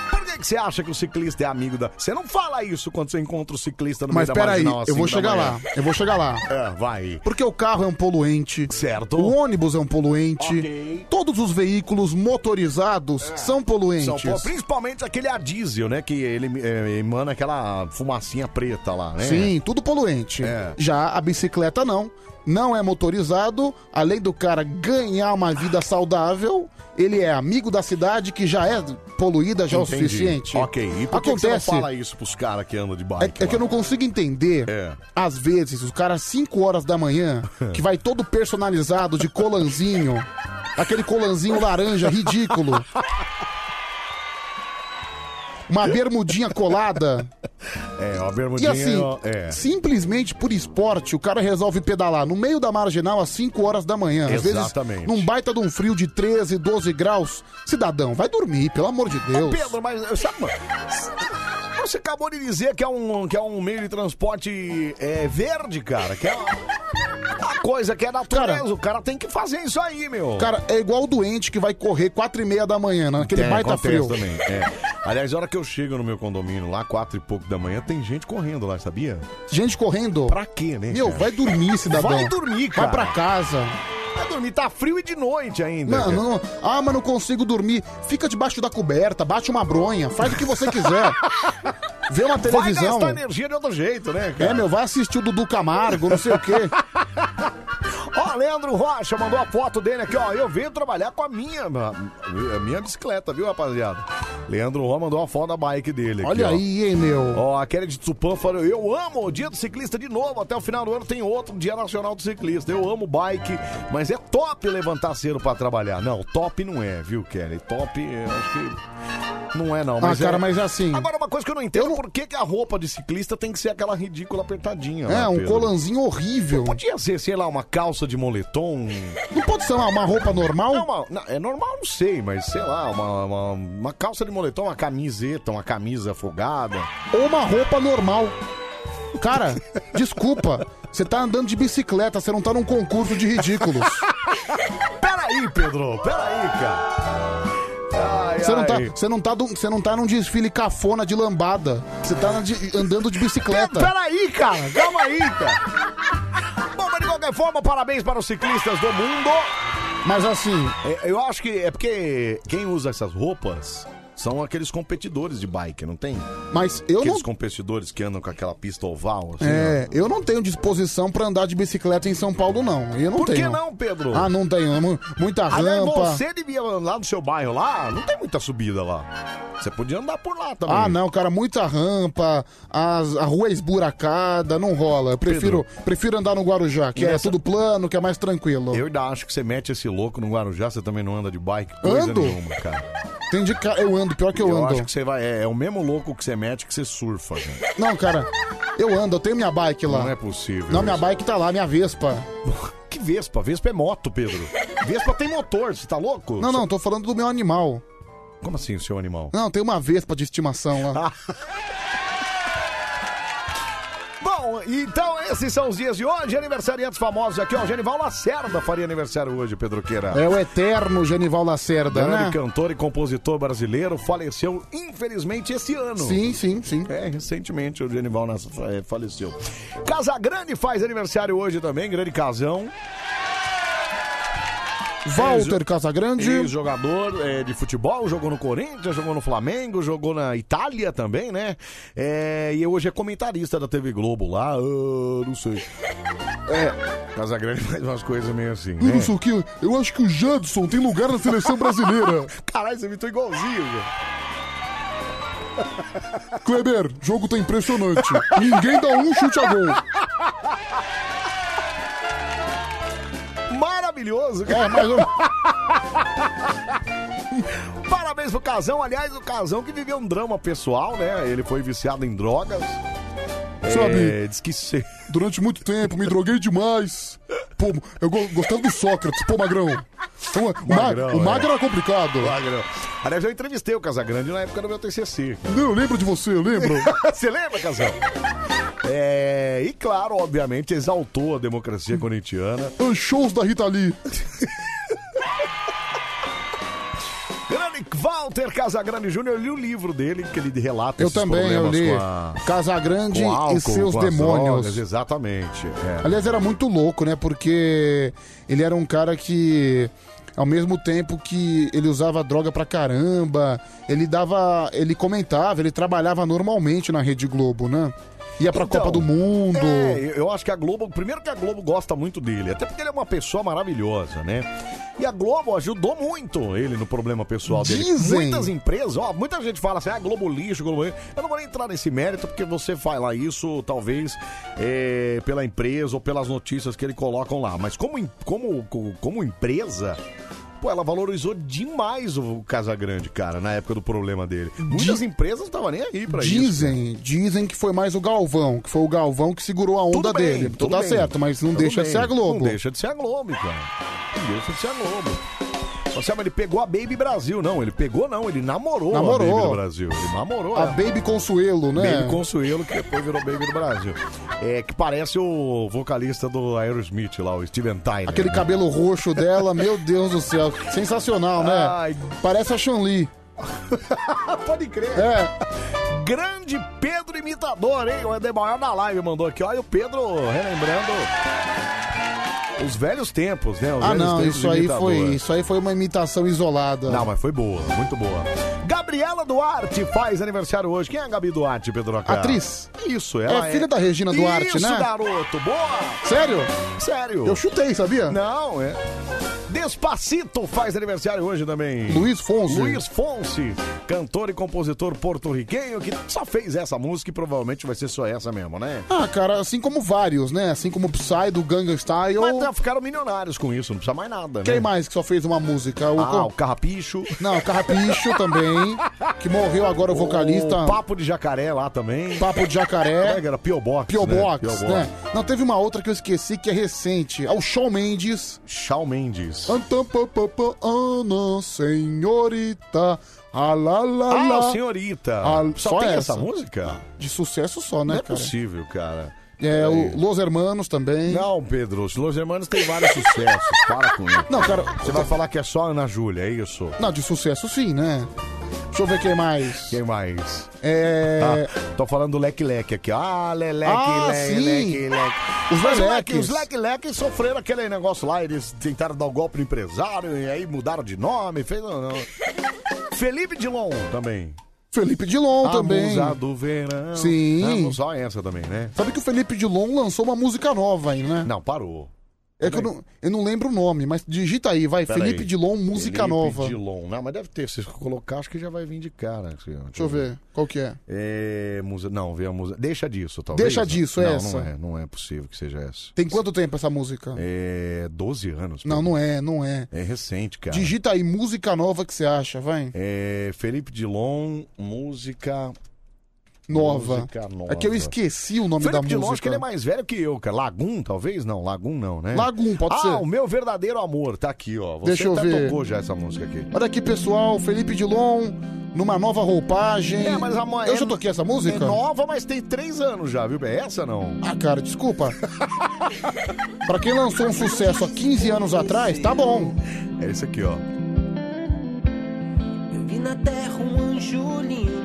Por que, que você acha que o ciclista é amigo da. Você não fala isso quando você encontra o ciclista no
Mas
meio da
peraí,
marginal às
eu vou
cinco assim, da
chegar
manhã?
lá. Eu vou chegar lá.
<laughs> É, vai.
Porque o carro é um poluente.
Certo.
O ônibus é um poluente.
Ok. É.
Todos os veículos motorizados são poluentes.
São Paulo, principalmente aquele a diesel, né? Que ele eh, emana aquela fumacinha preta lá, né?
É. Sim, tudo poluente.
É.
Já a bicicleta não. Não é motorizado. Além do cara ganhar uma vida saudável, ele é amigo da cidade que já é poluída já
Entendi.
o suficiente.
Ok, e por que, que você não
Acontece.
fala isso pros caras que andam de
É,
bike? É,
é que eu não consigo entender, às vezes, os caras 5 horas da
<laughs>
manhã, que vai todo personalizado de colanzinho, aquele colanzinho laranja ridículo. Uma bermudinha colada.
É, uma
E
bermudinha...
assim,
é.
simplesmente por esporte, o cara resolve pedalar no meio da marginal às 5 horas da manhã. Às
Exatamente.
vezes, num baita de um frio de 13, 12 graus. Cidadão, vai dormir, pelo amor de Deus.
Pedro, mas eu- sabe, mano, Ah, você acabou de dizer que é um, que é um meio de transporte é, verde, cara. Que é uma, uma coisa que é natureza. o cara tem que fazer isso aí, meu.
Cara, é igual o doente que vai correr 4 e meia da manhã, naquele
É,
baita
acontece
frio.
Também, é. Aliás, a hora que eu chego no meu condomínio lá, quatro e pouco da manhã, tem gente correndo lá, sabia?
Gente correndo?
Pra quê, né?
Meu,
cara?
vai dormir, cidadão.
Vai dormir, cara.
Vai pra casa.
Vai dormir, tá frio e de noite ainda.
Não,
cara.
não. Ah, mas não consigo dormir. Fica debaixo da coberta, bate uma bronha, faz o que você
<laughs>
quiser. Vê uma televisão.
Vai gastar energia de outro jeito, né, cara?
É, meu, vai assistir o Dudu Camargo, não sei o quê.
Ó, Leandro Rocha mandou a foto dele aqui, ó. Eu venho trabalhar com a minha, a minha bicicleta, viu, rapaziada? Leandro Rocha mandou a foto da bike dele aqui,
Olha
ó.
aí, hein, meu.
Ó, a Kelly de Tupã falou: Eu amo o dia do ciclista de novo. Até o final do ano tem outro dia nacional do ciclista. Eu amo bike, mas é top levantar cedo pra trabalhar. Não, top não é, viu, Kelly? Top, eu acho que. Não é, <laughs> não.
Ah, cara, mas é
assim. Agora, uma coisa que eu não entendo: por que, que a roupa de ciclista tem que ser aquela ridícula apertadinha?
É,
lá,
um
Pedro?
colanzinho horrível.
Podia ser, sei lá, uma calça de moletom. <laughs>
Não pode ser uma, uma roupa normal?
Não, uma- não, é normal, não sei, mas sei lá, uma, uma- uma calça de moletom, uma camiseta, uma camisa afogada.
Ou uma roupa normal. Cara, desculpa. Você tá andando de bicicleta, você não tá num concurso de ridículos.
Peraí, Pedro, peraí, cara. Ai,
Você não, tá,
ai.
você, não tá, do- você não tá num desfile cafona de lambada. Você tá na de- andando de bicicleta.
Peraí, cara, calma aí, cara. Bom, mas de qualquer forma, parabéns para os ciclistas do mundo.
Mas assim.
eu acho que é porque quem usa essas roupas são aqueles competidores de bike, não tem?
Mas eu
Aqueles
não-
competidores que andam com aquela pista oval, assim.
É, eu não tenho disposição pra andar de bicicleta em São Paulo, não. Eu não
Por que
tenho.
não, Pedro?
Ah, não tenho. É mu- Muita
Aliás,
rampa.
você devia andar no seu bairro lá, não tem muita subida lá. Você podia andar por lá também.
Ah, não, cara, muita rampa, as- a rua é esburacada, não rola. Eu prefiro, prefiro andar no Guarujá, que
E
é
nessa-
tudo plano, que é mais tranquilo.
Eu ainda acho que você mete esse louco no Guarujá, você também não anda de bike, coisa
Ando?
nenhuma, cara.
Entendi, cara, eu ando, pior que eu, ando.
acho que você vai. É, é o mesmo louco que você mete que você surfa, cara.
Não, cara, eu ando, eu tenho minha bike lá.
Não é possível.
Não, minha
isso.
bike tá lá, minha Vespa.
<laughs> Que Vespa? Vespa é moto, Pedro. Vespa tem motor, você tá louco?
Não, não, tô falando do meu animal.
Como assim o seu animal?
Não, tem uma Vespa de estimação lá.
Bom, então esses são os dias de hoje. Aniversariantes famosos aqui, ó. Genival Lacerda faria aniversário hoje, Pedro Queira.
É o eterno Genival Lacerda,
Grande
né?
cantor e compositor brasileiro faleceu, infelizmente, esse ano. <laughs>
Sim, sim, sim.
É, recentemente o Genival Nas- é, faleceu. Casagrande faz aniversário hoje também, grande casão.
Walter
Ex-
Casagrande.
Ex-jogador é, de futebol, jogou no Corinthians, jogou no Flamengo, jogou na Itália também, né? É, e hoje é comentarista da TV Globo lá, ah, não sei. É, Casagrande faz umas coisas meio assim,
Eu
né?
não sei o que, Hum, eu acho que o Jadson tem lugar na seleção
<laughs>
brasileira.
Caralho, você me imitou igualzinho, velho.
Kleber, jogo tá impressionante. Ninguém dá um chute a gol.
Maravilhoso, cara.
É, mais um.
<laughs> Parabéns pro Casão. Aliás, o Casão que viveu um drama pessoal, né? Ele foi viciado em drogas.
Sabe?
É, diz que se-
Durante muito tempo, me droguei demais. Pô, eu go- gostava do Sócrates, pô, Magrão. Então, o, Ma-
Magrão,
o Magro
é.
era complicado.
Magrão. Aliás, eu entrevistei o Casagrande na época do meu TCC.
Não, eu lembro de você, eu lembro.
<laughs> Você lembra, Casão? É, e claro, obviamente, exaltou a democracia corintiana.
<laughs> Os shows da Rita Lee.
Grande Walter Casagrande Júnior, eu li o livro dele, que ele relata
Eu
esses
também, eu
problemas
li.
com a...
Casagrande
com álcool,
e seus
com as
demônios.
drogas, exatamente. é.
Aliás, era muito louco, né? Porque ele era um cara que, ao mesmo tempo que ele usava droga pra caramba, ele dava. ele comentava, ele trabalhava normalmente na Rede Globo, né? Ia pra
Então,
Copa do Mundo.
É, eu- eu acho que a Globo, primeiro que a Globo gosta muito dele, até porque ele é uma pessoa maravilhosa, né? E a Globo ajudou muito ele no problema pessoal dele.
Dizem.
Muitas empresas, ó, muita gente fala assim, ah, Globo lixo, Globo lixo. Eu não vou nem entrar nesse mérito, porque você fala isso, talvez, é, pela empresa ou pelas notícias que ele colocam lá. Mas como, em- como, como, como empresa... Pô, ela valorizou demais o Casagrande, cara, na época do problema dele. Muitas empresas não estavam nem aí pra isso.
Dizem, dizem que foi mais o Galvão, que foi o Galvão que segurou a onda
Tudo bem,
dele. Tudo
tudo
tá
bem.
certo, mas não
Tudo
deixa de
bem.
ser a Globo.
Não deixa de ser a Globo, cara. Não deixa de ser a Globo. Marcelo, ele pegou a Baby Brasil, não. Ele pegou, não. Ele namorou,
Namorou.
a Baby do Brasil. Ele namorou.
A
ela.
Baby Consuelo, né?
Baby Consuelo, que depois virou Baby do Brasil. É, que parece o vocalista do Aerosmith lá, o Steven Tyler.
Aquele
né?
cabelo roxo dela, meu Deus do céu. Sensacional, né? Parece a Chun-Li.
<laughs>
É.
Pode crer. Grande Pedro imitador, hein? O Edemar na live mandou aqui. Olha o Pedro relembrando os velhos tempos, né? Os
Ah,
velhos
não,
tempos
isso
do
aí,
imitador. é.
foi, isso aí foi uma imitação isolada.
Não, mas foi boa, muito boa. Gabriela Duarte faz aniversário hoje. Quem é a Gabi Duarte, Pedro Acá?
Atriz.
Isso,
É
ela é.
filha da Regina Duarte,
Isso,
né?
garoto, boa!
Sério?
Sério.
Eu chutei, sabia?
Não, é. Despacito faz aniversário hoje também.
Luiz Fonsi.
Luiz Fonsi, cantor e compositor porto-riquenho que só fez essa música e provavelmente vai ser só essa mesmo, né?
Ah, cara, assim como vários, né? Assim como o Psy do Gangnam Style.
Mas já ficaram milionários com isso, não precisa mais nada, né?
Quem mais que só fez uma música?
Ah,
co-
o Carrapicho.
Não, o Carrapicho também. Que morreu agora o vocalista.
O Papo de Jacaré lá também.
Papo de Jacaré.
Como é que era? Pio Box.
Pio
né?
Box,
Pio Box.
né? Não, teve uma outra que eu esqueci que é recente. É o Shawn Mendes.
Shawn Mendes.
Ana, ah, senhorita. Ah, lá, lá,
Ah,
lá.
senhorita.
Ah,
só,
só
tem essa,
essa.
música?
De sucesso só, né,
não é
cara?
possível, cara.
É, o Los Hermanos também.
Não, Pedro, os Los Hermanos tem vários sucessos. Para com isso.
Não, cara,
Você vai falar que é só Ana Júlia, é isso?
Não, de sucesso sim, né? Deixa eu ver quem mais.
Quem mais?
É.
Ah, tô falando do leque-leque aqui. ó. Ah, leleque,
Ah,
leque,
sim.
leque, leque.
Os
Mas
leleques.
Os leque-leque sofreram aquele negócio lá. Eles tentaram dar o golpe no empresário e aí mudaram de nome. Fez... não, não. Felipe Dilon também.
Felipe Dilon
A
também.
musa do verão.
Sim.
Ah, só essa também, né?
Sabe que o Felipe Dilon lançou uma música nova aí, né?
Não, parou.
É que eu não, eu não lembro o nome, mas digita aí, vai.
Pera
Felipe
aí.
Dilon, música
Felipe
nova.
Dilon. Não, mas deve ter. Se você colocar, acho que já vai vir de cara. assim, ó.
Deixa eu ver, qual que é?
É, musa... Não, vê a música. Deixa disso, talvez.
Deixa disso, é
não,
essa.
Não é, não é possível que seja essa.
Tem quanto tempo essa música?
É 12 anos.
Não, não é, não é.
É recente, cara.
Digita aí, música nova que você acha, vai.
É, Felipe Dilon, música.
Nova.
Música nova.
É que eu esqueci o nome
Felipe
da
Dilon,
música.
acho que ele é mais velho que eu, cara. Lagum, talvez? Não, Lagum não, né?
Lagum, pode
ah,
ser.
Ah, o meu verdadeiro amor, tá aqui, ó. Você
Deixa eu
até
ver.
tocou já essa música aqui.
Olha aqui, pessoal, Felipe Dilon, numa nova roupagem.
É, mas amanhã.
Eu já toquei essa música?
É nova, mas tem três anos já, viu? É essa não?
Ah, cara,
<laughs>
desculpa. pra quem lançou um sucesso há 15 anos atrás, tá bom.
É esse aqui, ó.
Vi na terra um anjo lindo,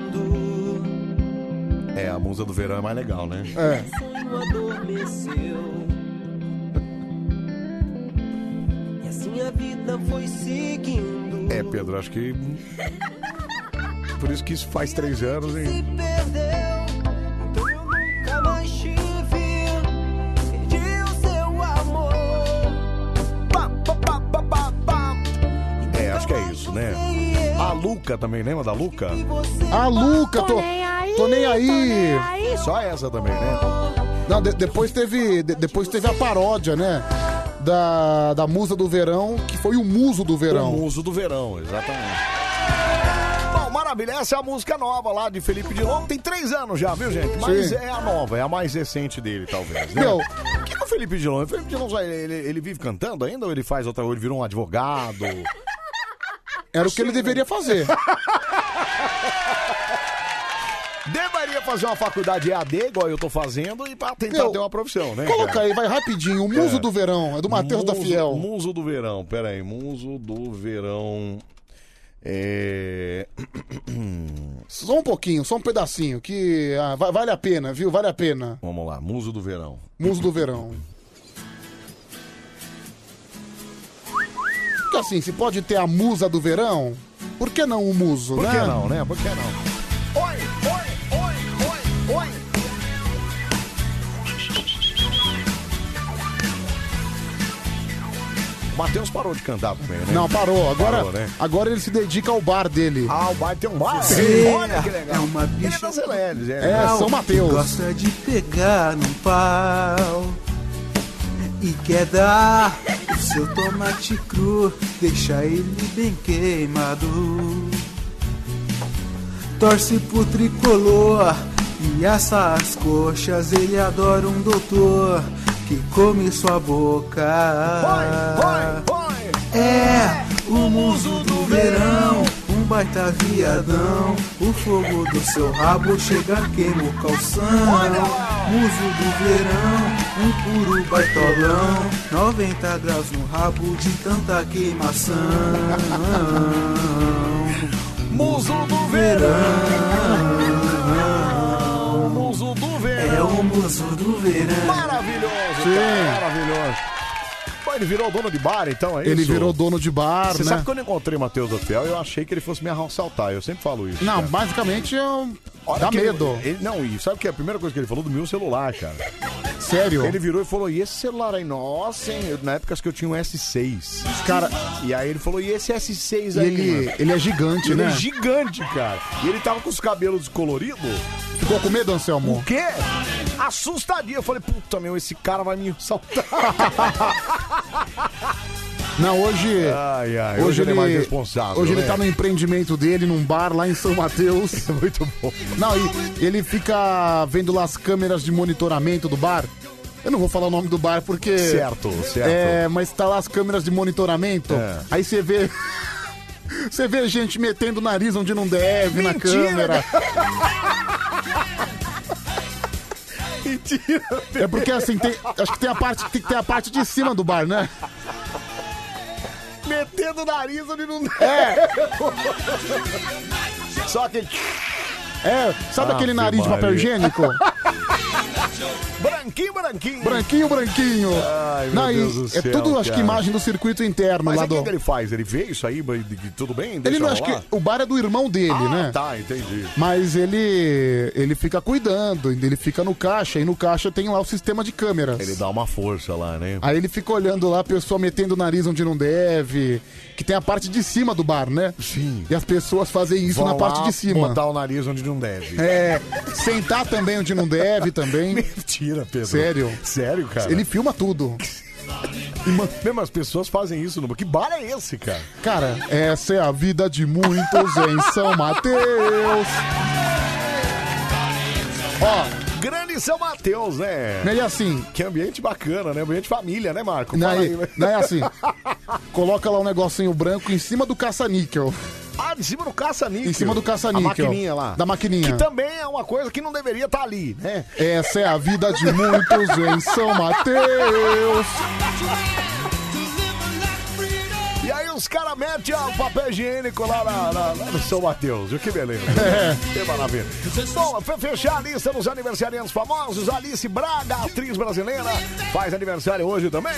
É, a musa do verão é mais legal, né?
É.
sonho adormeceu. E assim a vida foi seguindo.
É, Pedro, acho que. Por isso que isso faz três anos,
Se
hein?
perdeu, então eu nunca mais te vi. Perdi o seu amor. Pá, pá, pá, pá, pá, pá.
É, acho que é isso, né? A Luca também, lembra da Luca?
Ah, Luca, tô, tô nem aí.
Só essa também, né?
Não, de- depois teve, de- depois teve a paródia, né? Da, da musa do verão, que foi o muso do verão.
O muso do verão, exatamente. Bom, maravilha, essa é a música nova lá de Felipe Dilon. Tem três anos já, viu, gente? Mas
Sim.
é a nova, é a mais recente dele, talvez, né?
Meu.
O que é o Felipe Dilon? O Felipe Dilon, só- ele, ele, ele vive cantando ainda ou ele faz outra ou ele virou um advogado?
<laughs> Era o que ele deveria fazer.
<laughs> Deveria fazer uma faculdade EAD, igual eu tô fazendo, e pra tentar
Meu,
ter uma profissão, né?
Coloca
cara?
aí, vai rapidinho. O muso
É.
do verão, é do Matheus da
Muso-
Fiel.
Muso do verão, pera aí. Muso do verão. É. <clears throat>
Só um pouquinho, só um pedacinho, que ah, va- vale a pena, viu? Vale a pena.
Vamos lá, muso do verão.
Muso do verão. Porque assim, se pode ter a musa do verão, por que não o muso,
Por
né?
que não, né? Por que não? Oi, oi, oi, oi, oi. O Matheus parou de cantar também, né?
Não, parou. Agora,
Parou, né?
agora ele se dedica ao bar dele.
Ah, o bar tem um bar?
Sim.
Olha que legal. É uma bicha. Ele é das Helenes, é.
É, São Mateus.
Gosta de pegar num pau e quer dar o seu tomate cru, deixa ele bem queimado. Torce pro tricolor e essas coxas ele adora um doutor que come sua boca. É o muso
Eita Um viadão, o fogo do seu rabo chega queima o calção. Muso do verão, um puro baitolão, 90 graus no rabo de tanta queimação.
Muso do verão,
um
muso do verão,
é o muso do verão.
Maravilhoso,
Sim.
cara, maravilhoso. Pô, ele virou dono de bar, então, é
É um Ele
isso?
virou dono de bar,
Você
né?
sabe que quando eu encontrei o Matheus do Hotel, eu achei que ele fosse me assaltar, eu sempre falo isso.
Não,
cara.
basicamente é um...
Olha
dá
que ele-
medo.
ele- não, e sabe o que? é? A primeira coisa que ele falou do meu celular, cara.
Sério?
Ele virou e falou: e esse celular aí? Nossa, hein? Eu- na época acho que eu tinha um S6.
Cara.
E aí ele falou: e esse S6
E
aí?
ele-
mano?"
ele é gigante,
ele
né?
é gigante, cara. E ele tava com os cabelos coloridos.
Ficou com medo, Anselmo?
O quê? Assustadinho. Eu falei: puta, meu, esse cara vai me assaltar.
Não, hoje.
Ai, ai, hoje ele é mais responsável,
Hoje
né?
ele tá no empreendimento dele, num bar lá em São Mateus.
<laughs> Muito bom.
Não, e ele fica vendo lá as câmeras de monitoramento do bar. Eu não vou falar o nome do bar porque.
Certo, certo.
É, mas tá lá as câmeras de monitoramento.
É.
Aí você vê. <laughs> Você vê gente metendo o nariz onde não deve na
Mentira,
câmera.
<laughs> Mentira.
É porque assim, tem- acho que tem a parte, tem que ter a parte de cima do bar, né?
Metendo o nariz onde não
É.
<laughs> Só que.
<laughs> É, sabe aquele
Ave
nariz de papel
Ah, Maria.
higiênico?
<laughs> branquinho, branquinho.
Branquinho, branquinho.
Ai, meu
Não, e
Deus do
é
céu,
tudo, acho que
cara.
imagem do circuito interno
Mas
lá
aí o
do.
que, que ele faz? Ele vê isso aí, mas de- de- tudo bem? Deixa
Ele não acho que
rolar?
o bar é do irmão dele,
Ah,
né?
Tá, entendi.
Mas ele ele fica cuidando, ele fica no caixa e no caixa tem lá o sistema de câmeras.
Ele dá uma força lá, né?
Aí ele fica olhando lá a pessoa metendo o nariz onde não deve, que tem a parte de cima do bar, né?
Sim.
E as pessoas fazem isso
Vão
na parte
lá
de cima.
Botar o nariz onde não deve.
É, sentar também onde não deve também.
<laughs> Mentira, Pedro.
Sério.
Sério, cara?
Ele filma tudo.
E, mano, Mesmo as pessoas fazem isso, Nuba. Que bar é esse, cara?
Cara, essa é a vida de muitos em São Mateus.
Ó, grande São Mateus, né?
Né, E assim,
Que ambiente bacana, né? Ambiente família, né, Marco?
não
Fala
é,
né?
não é
<laughs>
assim. Coloca lá um negocinho branco em cima do caça-níquel.
Ah, de cima do caça-níquel.
Em cima do caça-níquel.
A maquininha lá.
Da maquininha.
Que também é uma coisa que não deveria estar ali, né?
Essa é a vida de muitos em São Mateus.
E aí os caras metem ó, o papel higiênico lá, na- na- lá no São Mateus. viu? Que beleza.
É.
Que maravilha. Bom, pra fechar a lista dos aniversariantes famosos, Alice Braga, atriz um brasileira, faz aniversário hoje também.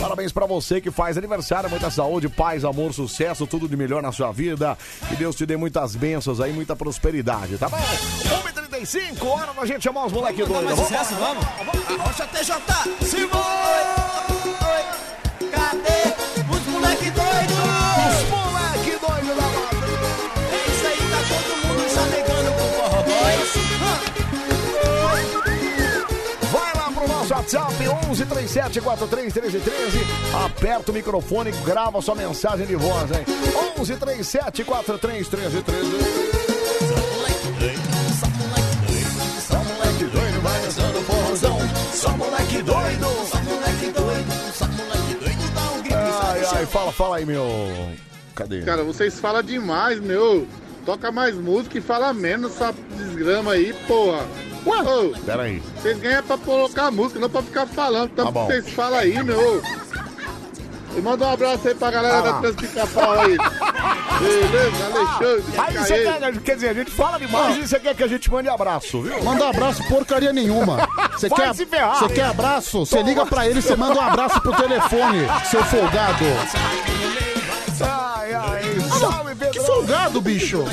Parabéns pra você que faz aniversário, muita saúde, paz, amor, sucesso, tudo de melhor na sua vida. Que Deus te dê muitas bênçãos aí, muita prosperidade, tá bom? 1h35, hora da gente chamar os moleque doido.
mais
Vamos lá.
sucesso, vamos? Rocha TJ, Simone! Cadê os moleque doido? Os
moleque doido da
madrugada! É isso aí, tá todo mundo chamegando com forró boys.
Vai lá pro nosso WhatsApp 1137431313. Aperta o microfone, grava sua mensagem de voz, hein? 1137431313.
Só moleque doido, vai dançando forrozão. Só moleque doido, só moleque doido, só moleque doido, dá um grito.
Ai, ai, fala, fala aí, meu. Cadê?
Cara, vocês falam demais, meu. Toca mais música e fala menos essa desgrama aí, porra. Ô,
Pera aí.
vocês ganham é pra colocar música, não é pra ficar falando. Tanto
Tá bom.
que vocês falam aí, meu. E manda um abraço aí pra galera da Transpicação aí. Beleza, Alexandre.
Aí você quer, quer dizer, a gente fala demais e você quer que a gente mande abraço, viu?
Manda abraço porcaria nenhuma. Você
Vai
quer,
se ferrar.
você quer abraço? Você
Toma.
liga pra ele, você manda um abraço pro telefone, seu folgado.
Ai, ai, salve, Pedro.
Que folgado,
<laughs>
bicho.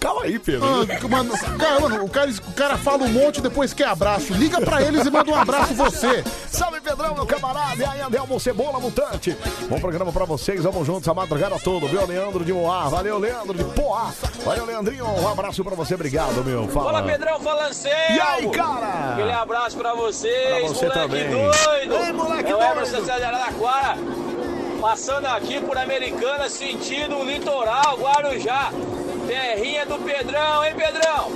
Calma aí, Pedro.
Ah, mano, cara, mano, o, cara, o cara fala um monte e depois quer abraço. Liga pra eles e manda um abraço você.
Salve Pedrão, meu camarada, e aí Andelmo Cebola Mutante. Bom programa pra vocês, vamos juntos a madrugada toda, viu? Leandro de Moá, valeu Leandro de Poá, valeu Leandrinho, um abraço pra você, obrigado meu. Fala,
Fala, Pedrão, fala Anselmo.
E aí, cara?
Aquele abraço pra vocês,
Pra você
moleque
também.
doido.
Ei, moleque
é o
doido.
Emerson César de Araraquara, passando aqui por Americana, sentido litoral, Guarujá. Terrinha do Pedrão, hein, Pedrão?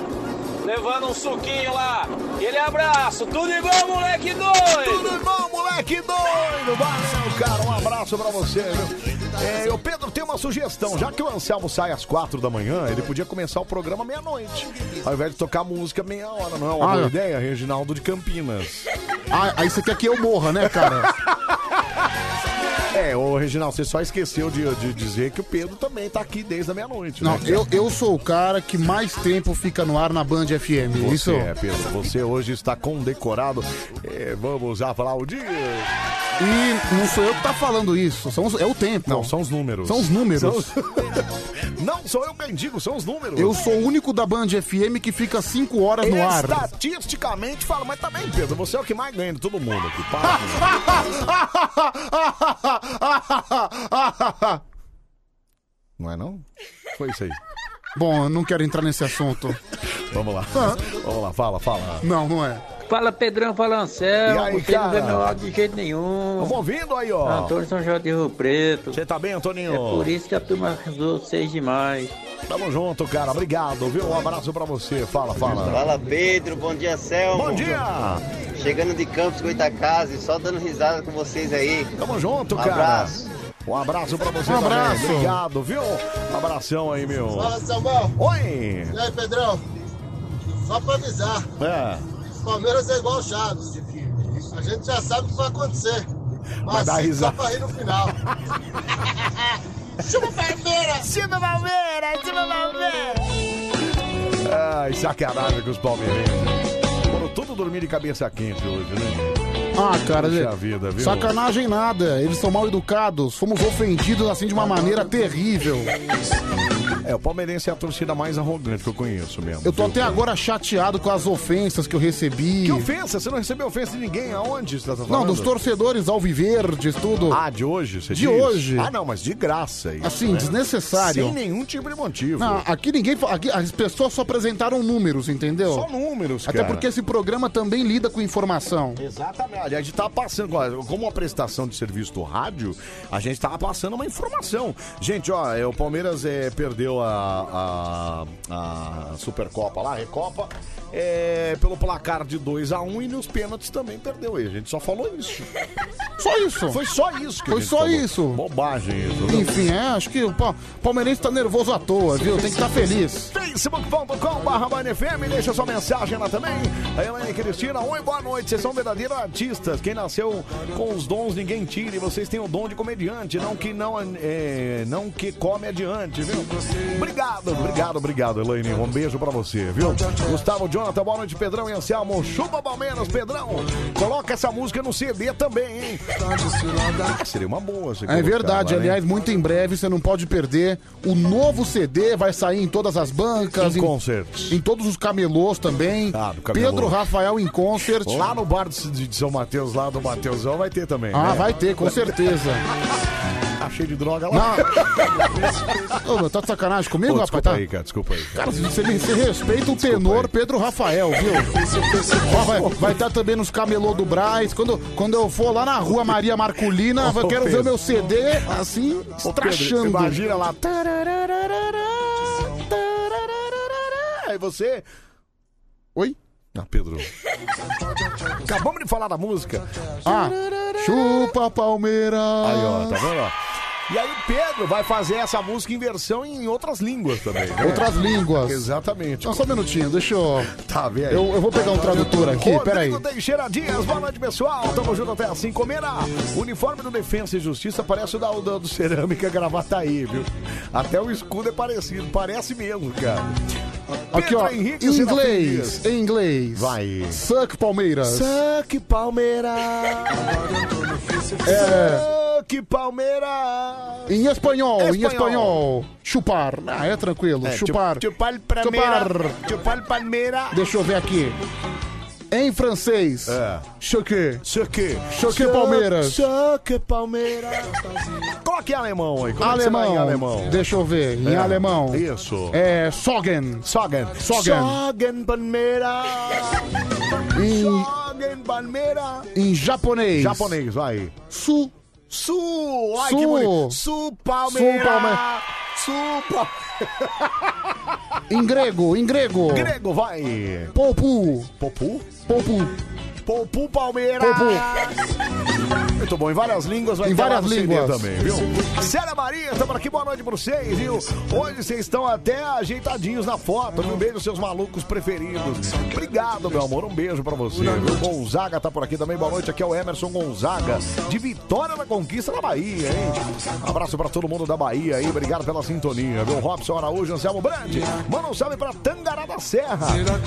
Levando um suquinho lá. Aquele abraço, tudo igual, moleque doido.
Tudo bom, moleque doido? Valeu, cara, um abraço pra você, viu? É, eu, Pedro, tem uma sugestão. Já que o Anselmo sai às quatro da manhã, ele podia começar o programa meia-noite. Ao invés de tocar música meia hora, não é uma
Ah,
boa
é.
ideia, Reginaldo de Campinas.
Ah, aí você quer que eu morra, né, cara?
<laughs> É, ô Reginaldo, você só esqueceu de, de dizer que o Pedro também tá aqui desde a meia-noite.
Não,
né, cara?
eu, eu sou o cara que mais tempo fica no ar na Band FM.
Você
isso
é, Pedro. Você hoje está condecorado. É, vamos aplaudir.
E não sou eu que tá falando isso. São os- é o tempo.
Não, são os números.
São os números.
São os- <laughs> Não sou eu quem digo, são os números.
Eu sou o único da Band FM que fica 5 horas no ar.
Estatisticamente falo, mas também, Pedro, você é o que mais ganha de todo mundo aqui. Para. Não é não? Foi isso aí.
Bom, eu não quero entrar nesse assunto.
<laughs> Vamos lá. Vamos lá, fala, fala.
Não, não é.
Fala Pedrão, fala
E aí,
Anselmo, você não vê
cara?
meu áudio de jeito nenhum.
Tamo ouvindo aí, ó.
Antônio São João de Rio Preto. Você
tá bem, Antônio?
É por isso que a turma rezou seis demais.
Tamo junto, cara. Obrigado, viu? Um abraço pra você. Fala, fala.
Fala Pedro, bom dia Selmo.
Bom dia.
Chegando de Campos com Itacasa e só dando risada com vocês aí.
Tamo junto, cara.
Abraço.
Um abraço pra você
Um
também.
abraço.
Obrigado, viu? Um abração aí, meu.
Fala, Salmão.
Oi.
E aí, Pedrão? Só pra avisar,
É.
Palmeiras é igual o Chaves. A gente já sabe o que vai acontecer.
Vai
Mas
dar
sim, só
risada.
pra rir no final.
Chupa Palmeiras! Chupa Palmeiras! Chupa Palmeiras!
Ai, sacanagem Ah, com os palmeirenses. Foram tudo dormir de cabeça quente hoje, né?
Ah, cara,
Puxa
gente,
vida, viu?
sacanagem nada. Eles são mal educados. Fomos ofendidos assim de uma maneira terrível.
É, o palmeirense é a torcida mais arrogante que eu conheço mesmo.
Eu tô
viu?
até agora chateado com as ofensas que eu recebi.
Que ofensa? Você não recebeu ofensa de ninguém? Aonde você tá falando?
Não, dos torcedores alviverdes, tudo.
Ah, de hoje, você
De
diz?
hoje.
Ah, não, mas de graça. Isso,
Assim,
né?
desnecessário.
Sem nenhum tipo de motivo.
Não, aqui ninguém. fa- Aqui, as pessoas só apresentaram números, entendeu?
Só números,
Até
cara.
porque esse programa também lida com informação.
Exatamente. A gente tava passando, ó, como uma prestação de serviço do rádio, a gente tava passando uma informação. Gente, ó, é, o Palmeiras é, perdeu a, a, a Supercopa lá, a Recopa, é, pelo placar de 2 a 1 um, e nos pênaltis também perdeu. E a gente só falou isso.
Só isso?
Ah, Foi só isso que a
Foi
gente
só
falou.
isso.
Bobagem isso. viu?
Enfim, é, acho que o pa- palmeirense tá nervoso à toa, viu? Tem que estar feliz.
facebook.com.br deixa sua mensagem lá também. A Elaine Cristina, oi, boa noite. Vocês são verdadeiros artistas. Quem nasceu com os dons, ninguém tira. E vocês têm o dom de comediante, não que não é, não que come adiante, viu? Obrigado, obrigado, obrigado, Elaine. Um beijo pra você, viu? Gustavo Jonathan, boa noite, Pedrão e Anselmo. Chupa Palmeiras, Pedrão. Coloca essa música no CD também, hein? Ah, seria uma boa. você
É
colocar
verdade,
lá, né?
aliás, muito em breve você não pode perder. O novo CD vai sair em todas as bancas,
Em
em,
concertos. Ah,
em todos os camelôs também.
camelô.
Pedro Rafael em concert.
Lá <laughs> no bar de de São Mateus, lá do Mateusão, vai ter também.
Ah,
né?
vai ter,
<laughs>
com certeza.
Achei de droga lá.
Ô, meu, tá de sacanagem comigo,
Pô,
rapaz?
desculpa
tá...
aí, cara, desculpa aí.
Cara, você, você respeita o tenor Pedro Rafael,
<laughs>
viu? Ó, vai estar também nos camelô do Braz. Quando, quando eu for lá na rua Maria Marculina, eu
Ô,
quero ver
Pedro.
o meu CD assim,
Ô, Pedro,
estrachando.
Imagina lá.
Tá,
Aí você.
Oi?
Ah, Pedro. Acabamos de falar da música.
Ah, chupa Palmeiras.
Aí, ó, tá vendo? ó? E aí o Pedro vai fazer essa música em versão em outras línguas também. né?
Outras línguas.
Exatamente.
Não, só um minutinho, deixa eu.
Tá, vê aí.
Eu, eu vou pegar um tradutor aqui,
Rodrigo
peraí.
Teixeira Dias, boa noite, pessoal. Tamo junto até assim. Comerá. O uniforme do Defensa e Justiça parece o da, o da- do Cerâmica Gravataí, viu? Até o escudo é parecido. Parece mesmo, cara.
Aqui, ó, em
Henrique Serafim
inglês,
Dias.
em inglês.
Vai.
Suck Palmeiras.
Suck Palmeiras.
É.
Suck Palmeiras.
Em espanhol, em
Espanhol.
espanhol. Chupar. Ah, é tranquilo.
É,
chupar.
chup- Chupar
Chupar.
Palmeiras. Chupar Palmeiras.
Deixa eu ver aqui. Em francês.
É.
Choque.
Choque.
Choque Palmeiras.
Choque Palmeiras. Coloque em alemão aí. Como é que você vai
Alemão.
em alemão.
Deixa eu ver. Em
É,
alemão.
Isso.
É Sogen.
Sogen.
Sogen.
Sogen Palmeiras.
Em,
Sogen Palmeiras.
em japonês.
Japonês, vai.
Su.
Su. Ai,
Su.
que bonito. Su Palmeiras.
Su Palmeiras.
Su <laughs> Palmeiras.
Em grego. Em grego.
Grego, vai.
Popu.
Popu?
Popu.
Popu Palmeiras.
Popu.
Muito bom, em várias línguas vai
Em
ter lá
várias
no CD
línguas.
também, viu? Célia Maria, estamos aqui, boa noite pra vocês, viu? Hoje vocês estão até ajeitadinhos na foto, viu? Um beijo aos seus malucos preferidos. Obrigado, meu amor, um beijo pra você. viu? Gonzaga tá por aqui também, boa noite, aqui é o Emerson Gonzaga, de Vitória da Conquista da Bahia, hein? Abraço pra todo mundo da Bahia aí, obrigado pela sintonia, viu? Robson Araújo, Anselmo Brandi, manda um salve pra Tangará da Serra.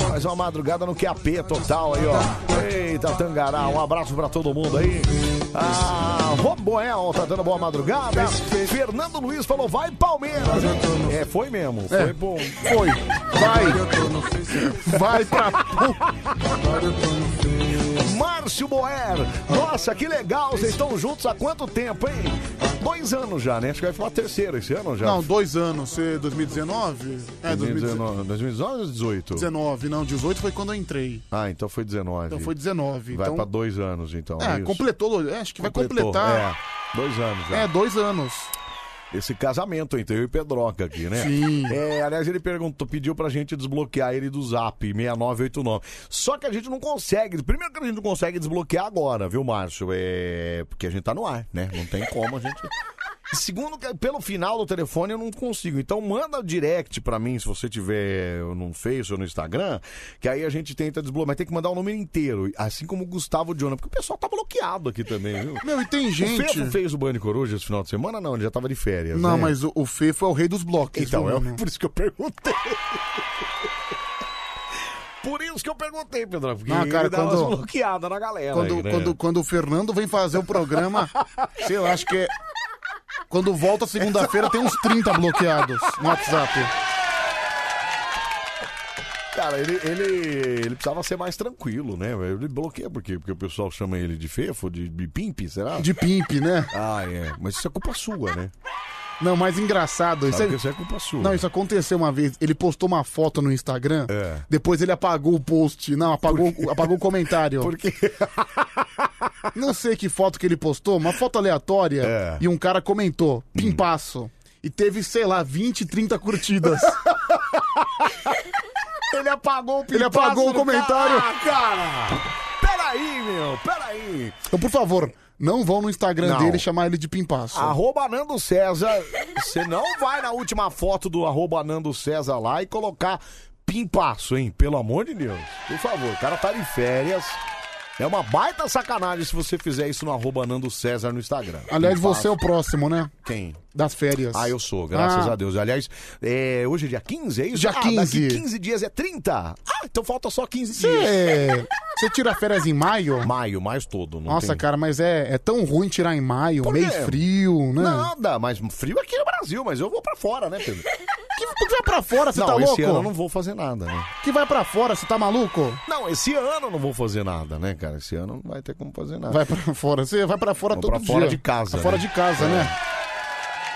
Mais uma madrugada no QAP total aí, ó. Eita, Tangará, um abraço pra todo mundo aí. Ah, Roboel tá dando boa madrugada. Fernando Luiz falou, vai Palmeiras. hein? É, foi mesmo. Foi
É,
bom.
Foi. Vai. Vai pra
<laughs> Márcio Boer. Nossa, que legal, vocês estão juntos há quanto tempo, hein? Dois anos já, né? Acho que vai falar terceiro esse ano já.
Não, dois anos. Você 2019? É, 2019.
2019 ou 18?
19, não, 18 foi quando eu entrei.
Ah, então foi 19.
Então foi 19.
Vai
então...
pra dois anos, então.
É,
isso.
completou, é, acho que vai
Completou,
completar.
É, dois anos já.
É, dois anos.
Esse casamento entre eu e Pedroca aqui, né?
Sim.
É, aliás, ele perguntou, pediu pra gente desbloquear ele do zap 6989. Só que a gente não consegue. Primeiro que a gente não consegue desbloquear agora, viu, Márcio? É. Porque a gente tá no ar, né? Não tem como a gente. E Segundo, que pelo final do telefone eu não consigo. Então manda direct pra mim, se você tiver no Face ou no Instagram, que aí a gente tenta desbloquear. Mas tem que mandar o número inteiro, assim como o Gustavo Diona, porque o pessoal tá bloqueado aqui também, viu?
Meu, e tem
O Fefo
gente-
fez o banho de coruja esse final de semana? Não, ele já tava de férias.
Não,
né?
mas o, o Fê foi o rei dos blocos.
Então,
viu, né?
é
mano?
<laughs> por isso que eu perguntei. Por isso que eu perguntei, Pedro, porque
Ah, cara,
ele dá
quando-
umas bloqueadas na galera.
quando,
aí, né?
quando, quando o Fernando vem fazer o
<laughs>
programa, sei lá, acho que é. Quando volta segunda-feira, tem uns 30 bloqueados no WhatsApp.
Cara, ele, ele, ele precisava ser mais tranquilo, né? velho? Ele bloqueia por quê? Porque o pessoal chama ele de fefo, de, de pimp, será?
De pimp, né?
Ah, é. Mas isso é culpa sua, né?
Não, mas engraçado. Isso
Claro
é...
que isso é culpa sua.
Não, isso aconteceu uma vez. Ele postou uma foto no Instagram,
É.
depois ele apagou o post. Não, apagou, apagou o comentário. Por
quê?
Não sei que foto que ele postou, uma foto aleatória,
É.
e um cara comentou,
Hum.
pimpaço. E teve, sei lá, 20, 30 curtidas.
<laughs> Ele apagou o
Ele apagou o comentário.
Ah, cara! <laughs> Peraí, meu, peraí.
Então, por favor, não vão no Instagram
Não.
dele chamar ele de pimpaço.
Arroba Nando César. Você não vai na última foto do arroba Nando César lá e colocar pimpaço, hein? Pelo amor de Deus. Por favor, o cara tá de férias. É uma baita sacanagem se você fizer isso no arroba Nando César no Instagram.
Aliás,
Pimpaço.
você é o próximo, né?
Quem?
Das férias.
Ah, eu sou, graças
Ah.
a Deus. Aliás, é, hoje é dia 15, é isso?
Dia
ah,
15.
Daqui 15 dias é 30. Ah, então falta só 15 dias.
<laughs> Você você tira férias em maio?
Maio, mais todo. Não
Nossa,
tem-
cara, mas é, é tão ruim tirar em maio,
Por
meio
quê?
frio, né?
Nada, mas frio aqui no Brasil, mas eu vou pra fora, né, Pedro?
<laughs> Que, tu vai pra fora, você
não,
tá louco?
esse ano eu não vou fazer nada, né?
Que vai pra fora, você tá maluco?
Não, esse ano eu não vou fazer nada, né, cara? Esse ano não vai ter como fazer nada.
Vai pra <laughs> fora, você vai pra fora
Vou
todo
pra
dia.
fora de casa,
Pra fora
né?
de casa,
É.
né?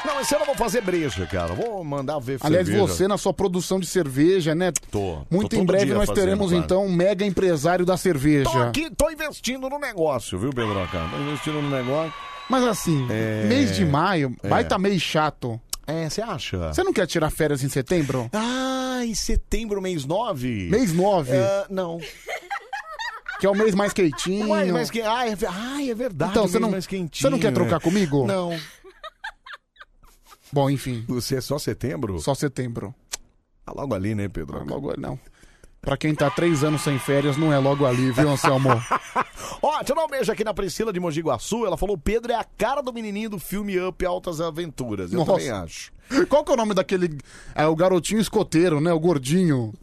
Não, esse ano eu vou fazer breja, cara. Vou mandar ver
Aliás,
cerveja.
você na sua produção de cerveja, né?
Tô.
Muito
Tô
em
todo
breve
dia
nós
fazendo,
teremos,
cara.
então, um mega empresário da cerveja.
Tô aqui, tô investindo no negócio, viu, Pedro? Cara? Tô investindo no negócio.
Mas assim,
É.
mês de maio
É.
vai tá meio chato.
É, você acha?
Você não quer tirar férias em setembro?
Ah, em setembro, mês 9?
Mês 9?
Ah, não.
Que é o mês
<laughs>
mais quentinho.
Mas, mas que... Ai, é... ver- Ai, é verdade.
Então, você
mês
não,
mais
você
quentinho,
não quer trocar
né?
comigo?
Não.
Bom, enfim.
Você é só setembro?
Só setembro.
Tá logo ali, né, Pedro?
Logo não. Pra quem tá três anos sem férias, não é logo ali, viu, Anselmo?
Ó, deixa eu dar um beijo aqui na Priscila de Mogi Guaçu. Ela falou: Pedro é a cara do menininho do filme Up Altas Aventuras. Eu
Nossa.
também acho.
Qual que é o nome daquele. É o garotinho escoteiro, né? O gordinho.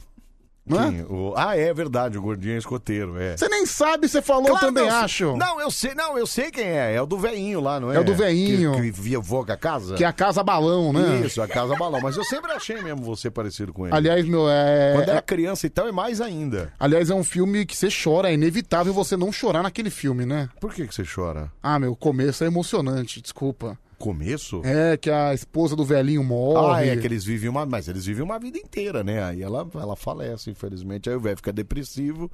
Não é?
Quem? O- Ah, é verdade, o gordinho é escoteiro, é.
Você nem sabe, você falou, eu
Claro,
também
eu sei-
acho.
Não, eu sei, não, eu sei quem é. É o do veinho lá, não é?
É o do veinho.
Que, que via voga a casa.
Que é a Casa Balão, né?
Isso, é. a casa balão. Mas eu sempre achei mesmo você parecido com ele.
Aliás, meu, é.
Quando era
é-
criança e tal, é mais ainda.
Aliás, é um filme que você chora, é inevitável você não chorar naquele filme, né?
Por que, que você chora?
Ah, meu, o começo é emocionante, desculpa.
Começo?
É, que a esposa do velhinho
Ah,
morre.
é que eles vivem uma. Mas eles vivem uma vida inteira, né? Aí ela, ela falece, infelizmente. Aí o velho fica depressivo,